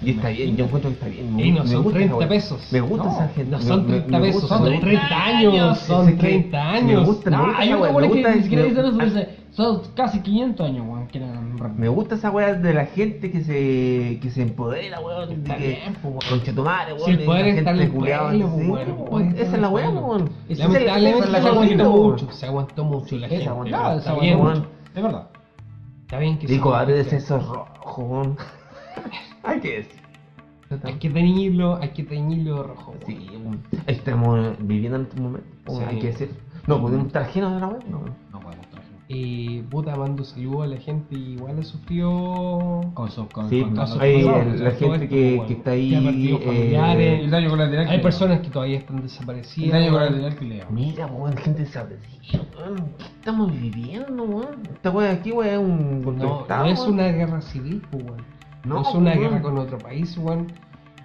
[SPEAKER 1] Y está bien, yo encuentro que está bien.
[SPEAKER 2] Y no son
[SPEAKER 1] gusta esa
[SPEAKER 2] 30
[SPEAKER 1] weá.
[SPEAKER 2] pesos.
[SPEAKER 1] Me gusta
[SPEAKER 2] No,
[SPEAKER 1] esa gente.
[SPEAKER 2] no
[SPEAKER 1] me-
[SPEAKER 2] son
[SPEAKER 1] me-
[SPEAKER 2] 30
[SPEAKER 1] me
[SPEAKER 2] pesos,
[SPEAKER 1] gusta
[SPEAKER 2] son
[SPEAKER 1] esa
[SPEAKER 3] Son
[SPEAKER 1] weá.
[SPEAKER 3] 30 años,
[SPEAKER 1] Ese
[SPEAKER 3] son
[SPEAKER 1] que
[SPEAKER 3] 30
[SPEAKER 1] Me
[SPEAKER 3] años.
[SPEAKER 1] gusta, me
[SPEAKER 2] No,
[SPEAKER 1] gusta
[SPEAKER 2] hay
[SPEAKER 1] esa
[SPEAKER 2] unos
[SPEAKER 1] weá,
[SPEAKER 2] weones
[SPEAKER 1] me gusta-
[SPEAKER 2] que ni siquiera
[SPEAKER 1] me-
[SPEAKER 2] dicen eso,
[SPEAKER 1] a-
[SPEAKER 2] dice, son casi 500 años, weón, que eran
[SPEAKER 1] Me gusta esa weá de la gente que se, que se empodera, weón. De
[SPEAKER 2] Está
[SPEAKER 1] que,
[SPEAKER 2] bien, po, weón.
[SPEAKER 1] concha tu madre, weón.
[SPEAKER 2] Si el
[SPEAKER 1] y
[SPEAKER 2] poder
[SPEAKER 1] la
[SPEAKER 2] está en el
[SPEAKER 1] culiada,
[SPEAKER 2] pueblo,
[SPEAKER 1] sí,
[SPEAKER 2] weón,
[SPEAKER 1] po,
[SPEAKER 3] pues,
[SPEAKER 2] weón,
[SPEAKER 1] weón.
[SPEAKER 2] está
[SPEAKER 1] Esa
[SPEAKER 2] en
[SPEAKER 1] es la
[SPEAKER 2] el
[SPEAKER 1] weá,
[SPEAKER 2] pueblo.
[SPEAKER 1] weón. Esa es la- esa
[SPEAKER 3] Lamentablemente
[SPEAKER 1] es
[SPEAKER 3] se
[SPEAKER 1] la
[SPEAKER 3] aguantó
[SPEAKER 1] cuestión, weón.
[SPEAKER 3] mucho, se aguantó mucho la
[SPEAKER 1] Sí, se
[SPEAKER 3] gente.
[SPEAKER 1] aguantó,
[SPEAKER 3] weón.
[SPEAKER 1] se
[SPEAKER 3] Está
[SPEAKER 1] aguantó
[SPEAKER 3] bien,
[SPEAKER 1] mucho.
[SPEAKER 3] Es verdad. Está bien que se
[SPEAKER 1] Digo, a
[SPEAKER 3] aguante.
[SPEAKER 1] veces eso es rojo, weón. Hay que decir.
[SPEAKER 3] Hay que teñirlo, hay que teñirlo rojo. weón.
[SPEAKER 1] Sí, weón. estamos viviendo en este momento. weón,
[SPEAKER 3] Sí.
[SPEAKER 1] Hay que decir. No, podemos estar ajenos de la weá, no, weón.
[SPEAKER 4] No podemos traer.
[SPEAKER 3] Eh, puta, mando saludos a la gente que igual ha sufrido
[SPEAKER 4] Con su- con-
[SPEAKER 1] Sí,
[SPEAKER 4] con
[SPEAKER 1] pues,
[SPEAKER 4] todo lo-
[SPEAKER 1] hay
[SPEAKER 3] pasado,
[SPEAKER 1] el-
[SPEAKER 3] todo
[SPEAKER 1] la
[SPEAKER 3] esto,
[SPEAKER 1] gente que,
[SPEAKER 3] bueno,
[SPEAKER 1] que está
[SPEAKER 3] que eh, ha
[SPEAKER 1] ahí.
[SPEAKER 3] perdido familiares.
[SPEAKER 2] El daño colateral.
[SPEAKER 3] Hay
[SPEAKER 2] que-
[SPEAKER 3] personas que todavía están
[SPEAKER 2] El
[SPEAKER 3] desaparecidas.
[SPEAKER 2] daño
[SPEAKER 3] weón.
[SPEAKER 2] colateral que le da.
[SPEAKER 1] Mira, weón, gente desagradecida, weón. ¿Qué estamos viviendo, weón? Esta weá de aquí, weón, es un golpe de
[SPEAKER 3] No,
[SPEAKER 1] estado,
[SPEAKER 3] no es
[SPEAKER 1] weón.
[SPEAKER 3] una guerra civil, pues, weón.
[SPEAKER 1] No,
[SPEAKER 3] No, es una
[SPEAKER 1] weón.
[SPEAKER 3] guerra con otro país, weón.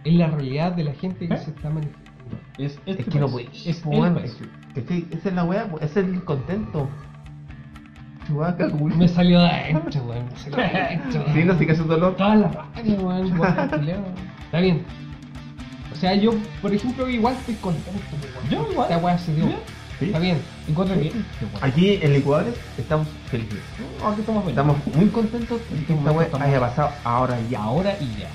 [SPEAKER 3] Es la realidad de la gente que
[SPEAKER 2] ¿Eh?
[SPEAKER 3] se está manifestando.
[SPEAKER 2] Es, este
[SPEAKER 1] Es que no
[SPEAKER 2] país.
[SPEAKER 1] puede.
[SPEAKER 2] Es el
[SPEAKER 1] weón,
[SPEAKER 2] país.
[SPEAKER 1] es- que sí, esa es la weá, weón, ese es el contento. Chubaca, culo.
[SPEAKER 3] Me salió de adentro, weón. Me salió de adentro.
[SPEAKER 1] Sí,
[SPEAKER 3] weón.
[SPEAKER 1] no sé qué es un dolor.
[SPEAKER 3] Toda la rabia, weón. weón, culiao. Está bien. O sea, yo, por ejemplo, igual estoy contento, pues, weón.
[SPEAKER 2] Yo igual.
[SPEAKER 3] Esta weá se dio.
[SPEAKER 2] Bien.
[SPEAKER 1] Sí.
[SPEAKER 3] Está bien.
[SPEAKER 2] Encuentro que.
[SPEAKER 1] Aquí en Ecuador estamos felices.
[SPEAKER 2] Aquí estamos bien.
[SPEAKER 1] Estamos muy contentos de que esta weá
[SPEAKER 2] Estamos-
[SPEAKER 1] haya pasado ahora y ahora.
[SPEAKER 2] ahora y ya.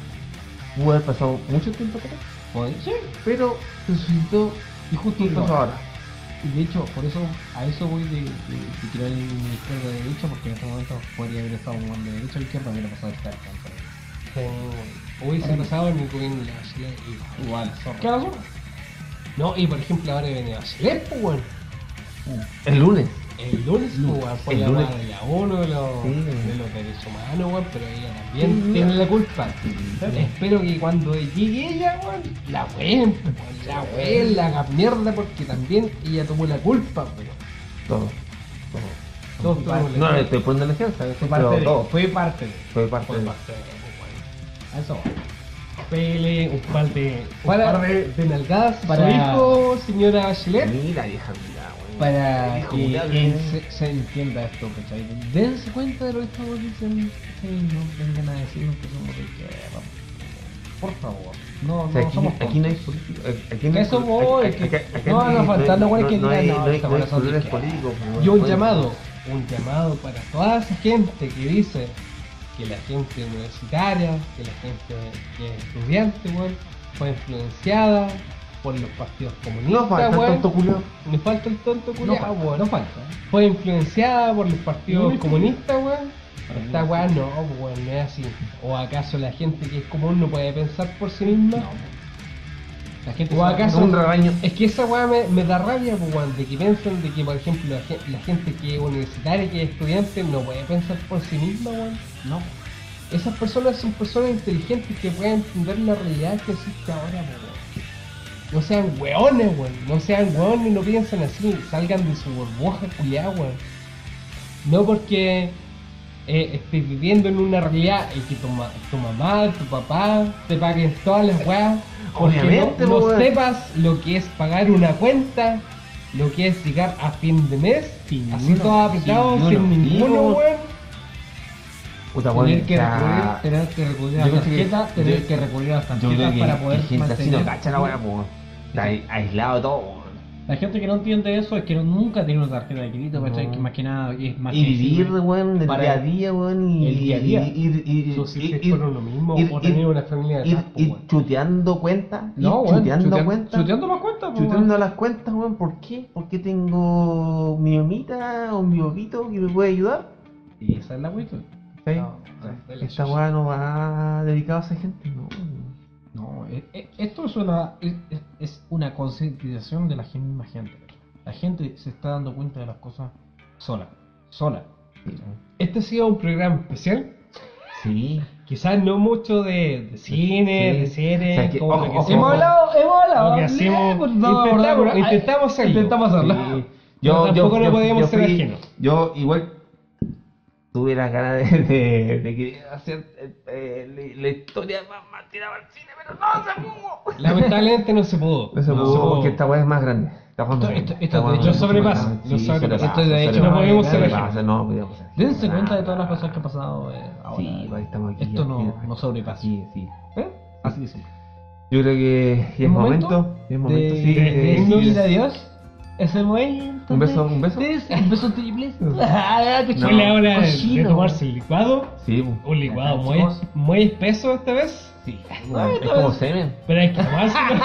[SPEAKER 1] Pudo haber pasado mucho tiempo atrás,
[SPEAKER 2] Pues, sí.
[SPEAKER 1] pero se suscitó
[SPEAKER 2] Y justo
[SPEAKER 1] y pasó
[SPEAKER 2] ahora.
[SPEAKER 1] ahora.
[SPEAKER 2] Y de hecho, por eso, a eso voy de, de, de tirar el ministerio de derecha, porque en este momento podría haber estado jugando de derecha o izquierda, hubiera pasado esta alcanza.
[SPEAKER 3] Eh, Hubiese pasado en el gobierno de la Bachelet y igual, zorra.
[SPEAKER 2] Claro, zorra.
[SPEAKER 3] No, y por ejemplo, ahora viene Bachelet, pues, weón.
[SPEAKER 1] Uh, El lunes.
[SPEAKER 3] El lunes, pues, weón, por
[SPEAKER 1] El
[SPEAKER 3] la
[SPEAKER 1] lunes.
[SPEAKER 3] madre de la ONU, de los,
[SPEAKER 1] Sí.
[SPEAKER 3] de los derechos humanos, weón, pero ella también
[SPEAKER 1] Sí.
[SPEAKER 3] tiene la culpa. Espero que cuando llegue ella, weón, la ween, pues, weón, la ween, la haga mierda, porque también ella tomó la culpa, weón.
[SPEAKER 1] Todo. todo.
[SPEAKER 3] Todos tomamos la
[SPEAKER 1] No,
[SPEAKER 3] culpa.
[SPEAKER 1] estoy poniendo el ejemplo, ¿sabes?
[SPEAKER 2] Fue parte
[SPEAKER 1] Pero
[SPEAKER 2] de.
[SPEAKER 1] todo.
[SPEAKER 2] Fue parte de.
[SPEAKER 1] Fue parte
[SPEAKER 3] Fue
[SPEAKER 1] de.
[SPEAKER 3] parte de, pues,
[SPEAKER 2] A eso voy.
[SPEAKER 3] weón. Pele, un par de, un
[SPEAKER 2] Para-
[SPEAKER 3] par de, de nalgadas a
[SPEAKER 2] para-
[SPEAKER 3] su hijo, señora Bachelet.
[SPEAKER 1] Mira, vieja, mira, weón.
[SPEAKER 2] Para
[SPEAKER 1] Hijo,
[SPEAKER 2] que,
[SPEAKER 1] mira,
[SPEAKER 2] que
[SPEAKER 1] weón.
[SPEAKER 2] se, se entienda esto, ¿cachai? Dense cuenta de lo que estamos diciendo, ¿cachai? No vengan a decirnos que somos de izquierda. Por favor. No,
[SPEAKER 1] O sea,
[SPEAKER 2] no
[SPEAKER 1] aquí,
[SPEAKER 2] somos
[SPEAKER 1] aquí no hay político. eh, Aquí no
[SPEAKER 2] Que
[SPEAKER 1] hay
[SPEAKER 2] eso
[SPEAKER 1] poli-
[SPEAKER 2] voy,
[SPEAKER 1] aquí-
[SPEAKER 2] que-
[SPEAKER 1] acá- acá
[SPEAKER 2] no van a faltar los
[SPEAKER 1] no,
[SPEAKER 2] güeyes que
[SPEAKER 1] no, hay-
[SPEAKER 2] digan,
[SPEAKER 1] no
[SPEAKER 2] no,
[SPEAKER 1] hay-
[SPEAKER 2] esta
[SPEAKER 1] no hay
[SPEAKER 2] weá son de
[SPEAKER 1] colores
[SPEAKER 2] izquierda.
[SPEAKER 1] políticos.
[SPEAKER 3] Y un
[SPEAKER 1] weón.
[SPEAKER 3] llamado, un llamado para toda esa gente que dice que la gente universitaria, que la gente que es estudiante, weón, fue influenciada por los partidos comunistas,
[SPEAKER 1] No pues, falta
[SPEAKER 3] weón.
[SPEAKER 1] tanto culo.
[SPEAKER 3] Me falta el tonto
[SPEAKER 2] No,
[SPEAKER 3] culiao,
[SPEAKER 2] falta,
[SPEAKER 3] weón.
[SPEAKER 2] no falta.
[SPEAKER 3] Fue influenciada por los partidos
[SPEAKER 2] Muy
[SPEAKER 3] comunistas, weón. Esta weá no, weón, no es así. ¿O acaso la gente que es común no puede pensar por sí misma? La gente
[SPEAKER 2] ¿O
[SPEAKER 3] se-
[SPEAKER 2] acaso-
[SPEAKER 1] Un rebaño.
[SPEAKER 3] es que esa weá me, me da rabia, pues, weón, de que piensan de que, por ejemplo, la, gen- la gente que es universitaria, que es estudiante, no puede pensar por sí misma, weón.
[SPEAKER 2] No.
[SPEAKER 3] Esas personas son personas inteligentes que pueden entender la realidad que existe ahora, pues, weón. No sean weones, weón. No sean weones, no piensen así. Salgan de su burbuja culiada, weón. No porque eh, estés viviendo en una realidad en que tu, ma- tu mamá, tu papá te paguen todas las weas. Porque
[SPEAKER 1] Obviamente,
[SPEAKER 3] no, no
[SPEAKER 1] weón.
[SPEAKER 3] sepas lo que es pagar una cuenta, lo que es llegar a fin de mes,
[SPEAKER 2] Sin
[SPEAKER 3] así
[SPEAKER 2] ninguno,
[SPEAKER 3] todo apretado,
[SPEAKER 2] sin
[SPEAKER 3] sin,
[SPEAKER 2] ninguno.
[SPEAKER 3] ninguno, weón.
[SPEAKER 1] Puta, weón,
[SPEAKER 2] Tener que
[SPEAKER 1] está-
[SPEAKER 2] recurrir, tener que recurrir a
[SPEAKER 1] Yo creo
[SPEAKER 2] las
[SPEAKER 1] que-
[SPEAKER 2] tarjetas, tener
[SPEAKER 1] yo-
[SPEAKER 2] que recurrir a
[SPEAKER 1] Yo
[SPEAKER 2] las
[SPEAKER 1] creo
[SPEAKER 2] tarjetas
[SPEAKER 1] que
[SPEAKER 2] para
[SPEAKER 1] que
[SPEAKER 2] poder
[SPEAKER 1] gente así no
[SPEAKER 2] mantener.
[SPEAKER 1] cacha la weá, weón. Está ahí aislado todo, weón.
[SPEAKER 2] La gente que no entiende eso es que no- nunca tiene una tarjeta de crédito, ¿cachai?
[SPEAKER 1] No.
[SPEAKER 2] Que más que nada es más
[SPEAKER 1] Y vivir,
[SPEAKER 2] sensible.
[SPEAKER 1] weón, del
[SPEAKER 2] Para
[SPEAKER 1] día a día, weón. Y
[SPEAKER 2] el día a día.
[SPEAKER 1] y- y- y- y-
[SPEAKER 3] Subsistir
[SPEAKER 1] y- y-
[SPEAKER 3] con lo mismo
[SPEAKER 1] ir-
[SPEAKER 3] o
[SPEAKER 1] ir-
[SPEAKER 3] tener una familia de
[SPEAKER 1] ir,
[SPEAKER 3] más, pues,
[SPEAKER 1] ir
[SPEAKER 3] weón.
[SPEAKER 1] chuteando cuentas, ir
[SPEAKER 2] No, weón,
[SPEAKER 1] chuteando
[SPEAKER 2] chutean-
[SPEAKER 1] cuentas,
[SPEAKER 2] Chuteando las cuentas, pues, weón.
[SPEAKER 1] chuteando las cuentas, weón, ¿por qué? ¿Por qué tengo mi mamita o mi papito que me puede ayudar?
[SPEAKER 2] Y esa es la cuestión.
[SPEAKER 1] ¿Sí?
[SPEAKER 3] No, no, no,
[SPEAKER 1] Esta
[SPEAKER 3] no,
[SPEAKER 1] weá no va dedicada a esa gente, no. weón.
[SPEAKER 2] No, eh, eh, esto es una, es, es- es una concientización de la gen- misma gente. La gente se está dando cuenta de las cosas sola. Sola.
[SPEAKER 3] Este ha sido un programa especial.
[SPEAKER 1] Sí.
[SPEAKER 3] Quizás no mucho de, de cine,
[SPEAKER 1] Sí.
[SPEAKER 3] de series,
[SPEAKER 1] O sea que-
[SPEAKER 3] como lo
[SPEAKER 1] ojo,
[SPEAKER 3] que
[SPEAKER 1] ojo,
[SPEAKER 3] hacemos.
[SPEAKER 1] ojo.
[SPEAKER 2] hemos
[SPEAKER 3] Lo que hacemos,
[SPEAKER 2] eh, pues, no,
[SPEAKER 3] intentamos,
[SPEAKER 2] ¿verdad?
[SPEAKER 3] eh, intentamos hacerlo.
[SPEAKER 2] Intentamos hacerlo.
[SPEAKER 1] Sí.
[SPEAKER 3] Pero tampoco no podíamos ser
[SPEAKER 1] fui-
[SPEAKER 3] ajenos.
[SPEAKER 1] Yo igual tuve las ganas de, de, de querer hacer eh, eh, la, la historia más, más tirada al cine, pero no se pudo.
[SPEAKER 3] Lamentablemente no se pudo.
[SPEAKER 1] No se pudo porque esta weá es más grande. Esta Está jugando
[SPEAKER 4] Esto-
[SPEAKER 1] bien.
[SPEAKER 4] esto- esto
[SPEAKER 1] Está
[SPEAKER 4] de
[SPEAKER 1] jugando
[SPEAKER 4] hecho
[SPEAKER 1] bien.
[SPEAKER 3] sobrepasa,
[SPEAKER 1] Sí,
[SPEAKER 3] lo
[SPEAKER 1] se
[SPEAKER 3] sobrepasa.
[SPEAKER 1] le
[SPEAKER 4] Esto de
[SPEAKER 1] pasa,
[SPEAKER 4] hecho
[SPEAKER 1] se le
[SPEAKER 4] no
[SPEAKER 1] pasa,
[SPEAKER 3] podemos
[SPEAKER 1] se
[SPEAKER 3] ser
[SPEAKER 1] le
[SPEAKER 3] así.
[SPEAKER 1] pasa, no podemos ser así.
[SPEAKER 4] Dense cuenta de todas las
[SPEAKER 1] Nada.
[SPEAKER 4] cosas que han pasado eh, ahora.
[SPEAKER 1] Sí, pues, estamos aquí,
[SPEAKER 4] Esto no,
[SPEAKER 1] aquí,
[SPEAKER 4] no sobrepasa. ¿Eh?
[SPEAKER 1] Sí, sí.
[SPEAKER 4] Así que sí.
[SPEAKER 1] Yo creo que ya es momento. ya es momento, sí.
[SPEAKER 4] de,
[SPEAKER 1] de-
[SPEAKER 4] decir adiós. Es el momento.
[SPEAKER 1] un beso, un beso.
[SPEAKER 4] de- Un beso triple.
[SPEAKER 1] No.
[SPEAKER 3] Ah, Fue la hora de- de
[SPEAKER 4] Cochino.
[SPEAKER 3] tomarse el licuado.
[SPEAKER 1] Sí, pues. bu.
[SPEAKER 3] Un licuado
[SPEAKER 4] Ya,
[SPEAKER 3] muy,
[SPEAKER 4] chicos.
[SPEAKER 3] muy espeso esta vez.
[SPEAKER 4] Sí.
[SPEAKER 1] es como semen.
[SPEAKER 3] Pero hay que tomárselo.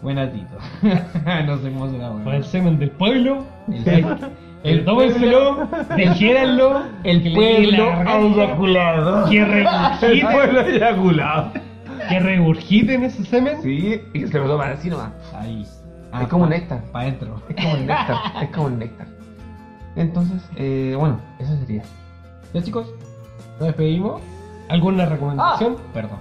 [SPEAKER 4] Buena Tito. no sé cómo será,
[SPEAKER 3] Fue
[SPEAKER 4] weón.
[SPEAKER 1] Pues,
[SPEAKER 3] el semen del pueblo. Hay que-
[SPEAKER 4] el
[SPEAKER 3] Tómenselo, dijéranlo.
[SPEAKER 4] El
[SPEAKER 3] que le
[SPEAKER 4] pueblo
[SPEAKER 3] llegue la
[SPEAKER 4] ha
[SPEAKER 3] raja,
[SPEAKER 4] eyaculado.
[SPEAKER 3] Que regurgiten,
[SPEAKER 1] eyaculado.
[SPEAKER 3] que regurgiten ese semen.
[SPEAKER 1] Sí, y que se lo toman así nomás.
[SPEAKER 4] Ahí. Ah,
[SPEAKER 1] es como un néctar.
[SPEAKER 4] Para adentro.
[SPEAKER 1] Es como un néctar. es como un néctar. Entonces, eh, bueno, eso sería.
[SPEAKER 4] Ya chicos, nos despedimos.
[SPEAKER 3] ¿Alguna recomendación?
[SPEAKER 4] Perdón.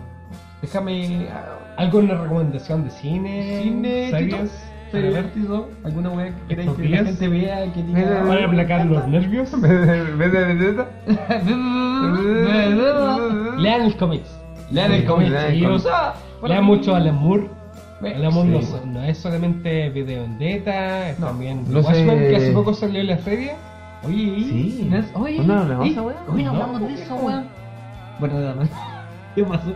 [SPEAKER 4] Déjame. eh,
[SPEAKER 3] ah, ¿Alguna recomendación de cine?
[SPEAKER 4] Cine,
[SPEAKER 3] ¿Series?
[SPEAKER 4] Serie
[SPEAKER 3] Para ver,
[SPEAKER 4] vertido, alguna wea que queráis que la
[SPEAKER 3] ¿Estupidez?
[SPEAKER 4] gente vea que
[SPEAKER 1] Mira,
[SPEAKER 4] diga.
[SPEAKER 3] Para aplacar los nervios.
[SPEAKER 1] ¿Ves de vendetta?
[SPEAKER 3] Lean el cómics.
[SPEAKER 4] Lean el cómic,
[SPEAKER 1] Lean el
[SPEAKER 4] amigos.
[SPEAKER 1] cómic.
[SPEAKER 4] Ah, bueno.
[SPEAKER 3] Lean mucho al amor.
[SPEAKER 4] Ve-
[SPEAKER 3] El amor
[SPEAKER 1] Sí,
[SPEAKER 3] no,
[SPEAKER 1] bueno.
[SPEAKER 3] no es solamente video vendetta, es también
[SPEAKER 1] no
[SPEAKER 3] Watchmen,
[SPEAKER 1] sé.
[SPEAKER 3] que hace poco salió en la serie.
[SPEAKER 4] Oye, ¿y?
[SPEAKER 1] Sí.
[SPEAKER 4] ¿No es- Oye,
[SPEAKER 1] ¿No hablamos
[SPEAKER 4] ¿y?
[SPEAKER 1] de esa wea?
[SPEAKER 4] Oye, no
[SPEAKER 3] No,
[SPEAKER 4] hablamos de eso,
[SPEAKER 3] pues,
[SPEAKER 4] weón. Bueno, nada más. ¿Qué pasó?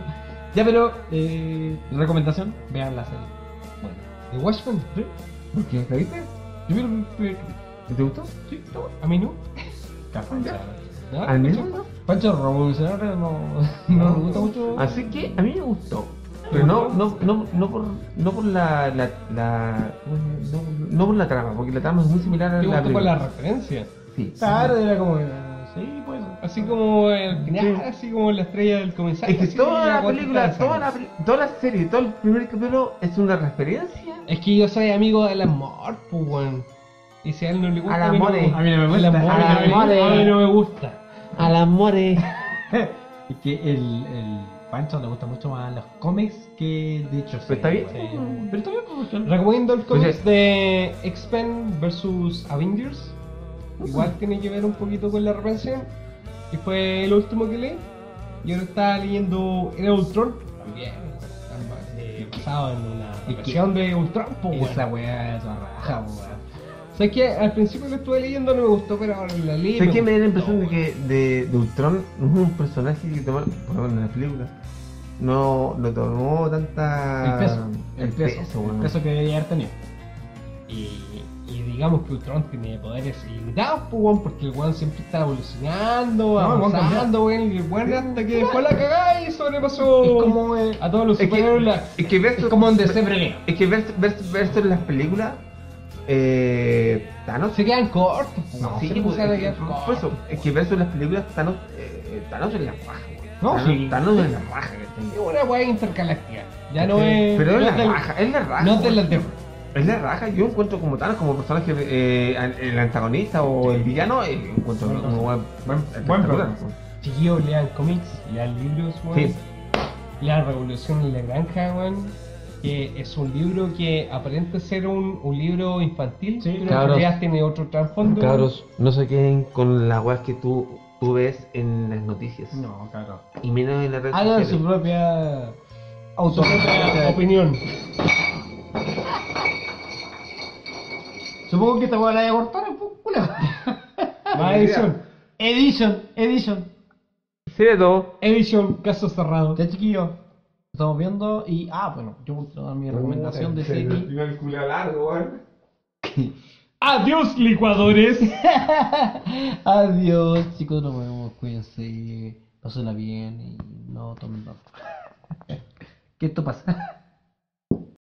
[SPEAKER 4] Ya, pero, eh, recomendación: vean la serie. Bueno,
[SPEAKER 3] ¿De Watchmen?
[SPEAKER 1] ¿Por qué? ¿La viste?
[SPEAKER 3] Yo vi el primer capítulo.
[SPEAKER 1] ¿Te gustó?
[SPEAKER 3] Sí, está bueno. A mí no. ¿No?
[SPEAKER 1] ¿Al menos?
[SPEAKER 4] Pancho Revolucionario no, no nos gusta mucho.
[SPEAKER 1] Así que a mí me gustó. Pero no, no, no, no por, no por la, la, la ¿cómo se llama? no, no por la trama, porque la trama es muy similar a
[SPEAKER 3] Te
[SPEAKER 1] la
[SPEAKER 3] gustó con
[SPEAKER 1] primera.
[SPEAKER 3] la referencia.
[SPEAKER 1] Sí.
[SPEAKER 4] Tarde era como. Sí, pues.
[SPEAKER 3] Así como el final, así como la estrella del comensal.
[SPEAKER 1] Es que
[SPEAKER 3] así
[SPEAKER 1] toda
[SPEAKER 3] una
[SPEAKER 1] la
[SPEAKER 3] gotita de
[SPEAKER 1] película,
[SPEAKER 3] sangre.
[SPEAKER 1] toda la, peli- toda la serie, todo el primer capítulo es una referencia
[SPEAKER 3] Es que yo soy amigo del amor, pues, weón. Y si a él no le gusta.
[SPEAKER 1] Al
[SPEAKER 3] a mí no me
[SPEAKER 1] amore.
[SPEAKER 3] gusta. Ah.
[SPEAKER 1] A
[SPEAKER 10] mí no me gusta.
[SPEAKER 3] Al amore,
[SPEAKER 1] Al
[SPEAKER 3] a
[SPEAKER 1] amore.
[SPEAKER 3] mí no me- A mí no me gusta.
[SPEAKER 1] al amor.
[SPEAKER 4] Es que el, el Pancho le gusta mucho más los cómics que de hecho.
[SPEAKER 1] Pero está bien.
[SPEAKER 4] Pero está bien, pues. porque-
[SPEAKER 3] Recomiendo el cómic
[SPEAKER 1] Oye.
[SPEAKER 3] de X-Men vs Avengers. Igual tiene que ver un poquito con la represión. Y fue el último que leí. Y ahora estaba leyendo Era Ultron. También, eh, basado en una represión de Ultron, pues, weón.
[SPEAKER 4] Esa weá es una raja, weá.
[SPEAKER 3] Sabes que al principio lo estuve leyendo, no me gustó, pero ahora la leí.
[SPEAKER 1] Sé que me da la
[SPEAKER 3] gustó,
[SPEAKER 1] impresión de
[SPEAKER 3] weón.
[SPEAKER 1] que de, de Ultron no es un personaje que tomó, por lo menos en la película, no, no tomó tanta.
[SPEAKER 4] El peso. El,
[SPEAKER 1] el
[SPEAKER 4] peso.
[SPEAKER 1] weón.
[SPEAKER 4] el peso que debería haber tenido.
[SPEAKER 3] Y, y digamos que Ultron tiene poderes ilimitados, pues, weón, porque el weón siempre está evolucionando,
[SPEAKER 4] el weón
[SPEAKER 3] avanzando, weón, y el weón hasta que dejó la cagada y sobrepasó
[SPEAKER 4] Es como, eh,
[SPEAKER 3] a todos los
[SPEAKER 1] Es que,
[SPEAKER 3] superhéroes. la-
[SPEAKER 1] es que
[SPEAKER 4] Es
[SPEAKER 1] versus,
[SPEAKER 4] como en DC Brega.
[SPEAKER 1] es que versus, versus, versus las películas, eh, Thanos
[SPEAKER 3] Se quedan cortos, pues,
[SPEAKER 1] No,
[SPEAKER 3] weón,
[SPEAKER 1] sí,
[SPEAKER 3] siempre
[SPEAKER 1] pues,
[SPEAKER 3] se van a
[SPEAKER 1] es,
[SPEAKER 3] quedar
[SPEAKER 1] que-
[SPEAKER 3] cortos.
[SPEAKER 1] por eso, es que versus las películas Thanos, eh, Thanos en la raja, weón.
[SPEAKER 3] No,
[SPEAKER 1] Thanos,
[SPEAKER 3] sí.
[SPEAKER 1] Thanos en la raja, ¿cachai?
[SPEAKER 3] Es una weá intergaláctica. Ya no es.
[SPEAKER 1] Pero
[SPEAKER 3] no
[SPEAKER 1] es
[SPEAKER 3] es
[SPEAKER 1] la
[SPEAKER 3] del-
[SPEAKER 1] raja, es la raja.
[SPEAKER 3] No es de
[SPEAKER 1] weón.
[SPEAKER 3] la Tierra.
[SPEAKER 1] Es la raja, yo encuentro como Thanos, como personaje, eh, an- el antagonista o el villano, eh, encuentro
[SPEAKER 3] Buen
[SPEAKER 1] como buen, buen,
[SPEAKER 3] buen
[SPEAKER 1] espectacular.
[SPEAKER 3] Chiquillos, lean cómics, lean libros, weón.
[SPEAKER 1] Sí.
[SPEAKER 3] La Revolución en la Granja, weón. Que es un libro que aparenta ser un, un libro infantil, pero
[SPEAKER 1] Cabros.
[SPEAKER 3] en realidad tiene otro trasfondo.
[SPEAKER 1] Cabros, no se queden con las weas que tú, tú ves en las noticias.
[SPEAKER 4] No, claro.
[SPEAKER 1] Y menos en las
[SPEAKER 3] Ah,
[SPEAKER 1] redes
[SPEAKER 4] Hagan su
[SPEAKER 1] sociales.
[SPEAKER 4] propia.
[SPEAKER 3] Su propia opinión.
[SPEAKER 4] Supongo que esta weá la haya cortado, pues, culo.
[SPEAKER 3] Más edición.
[SPEAKER 4] Edition, edition.
[SPEAKER 1] Cero.
[SPEAKER 3] Edición, caso cerrado.
[SPEAKER 4] Ya chiquillo, nos estamos viendo y ah bueno, yo voy a dar mi recomendación de serie.
[SPEAKER 1] el culo largo, weón.
[SPEAKER 3] Adiós, licuadores.
[SPEAKER 4] Adiós chicos, nos vemos, cuídense, pásenla bien y no tomen tanto. que esto pasa?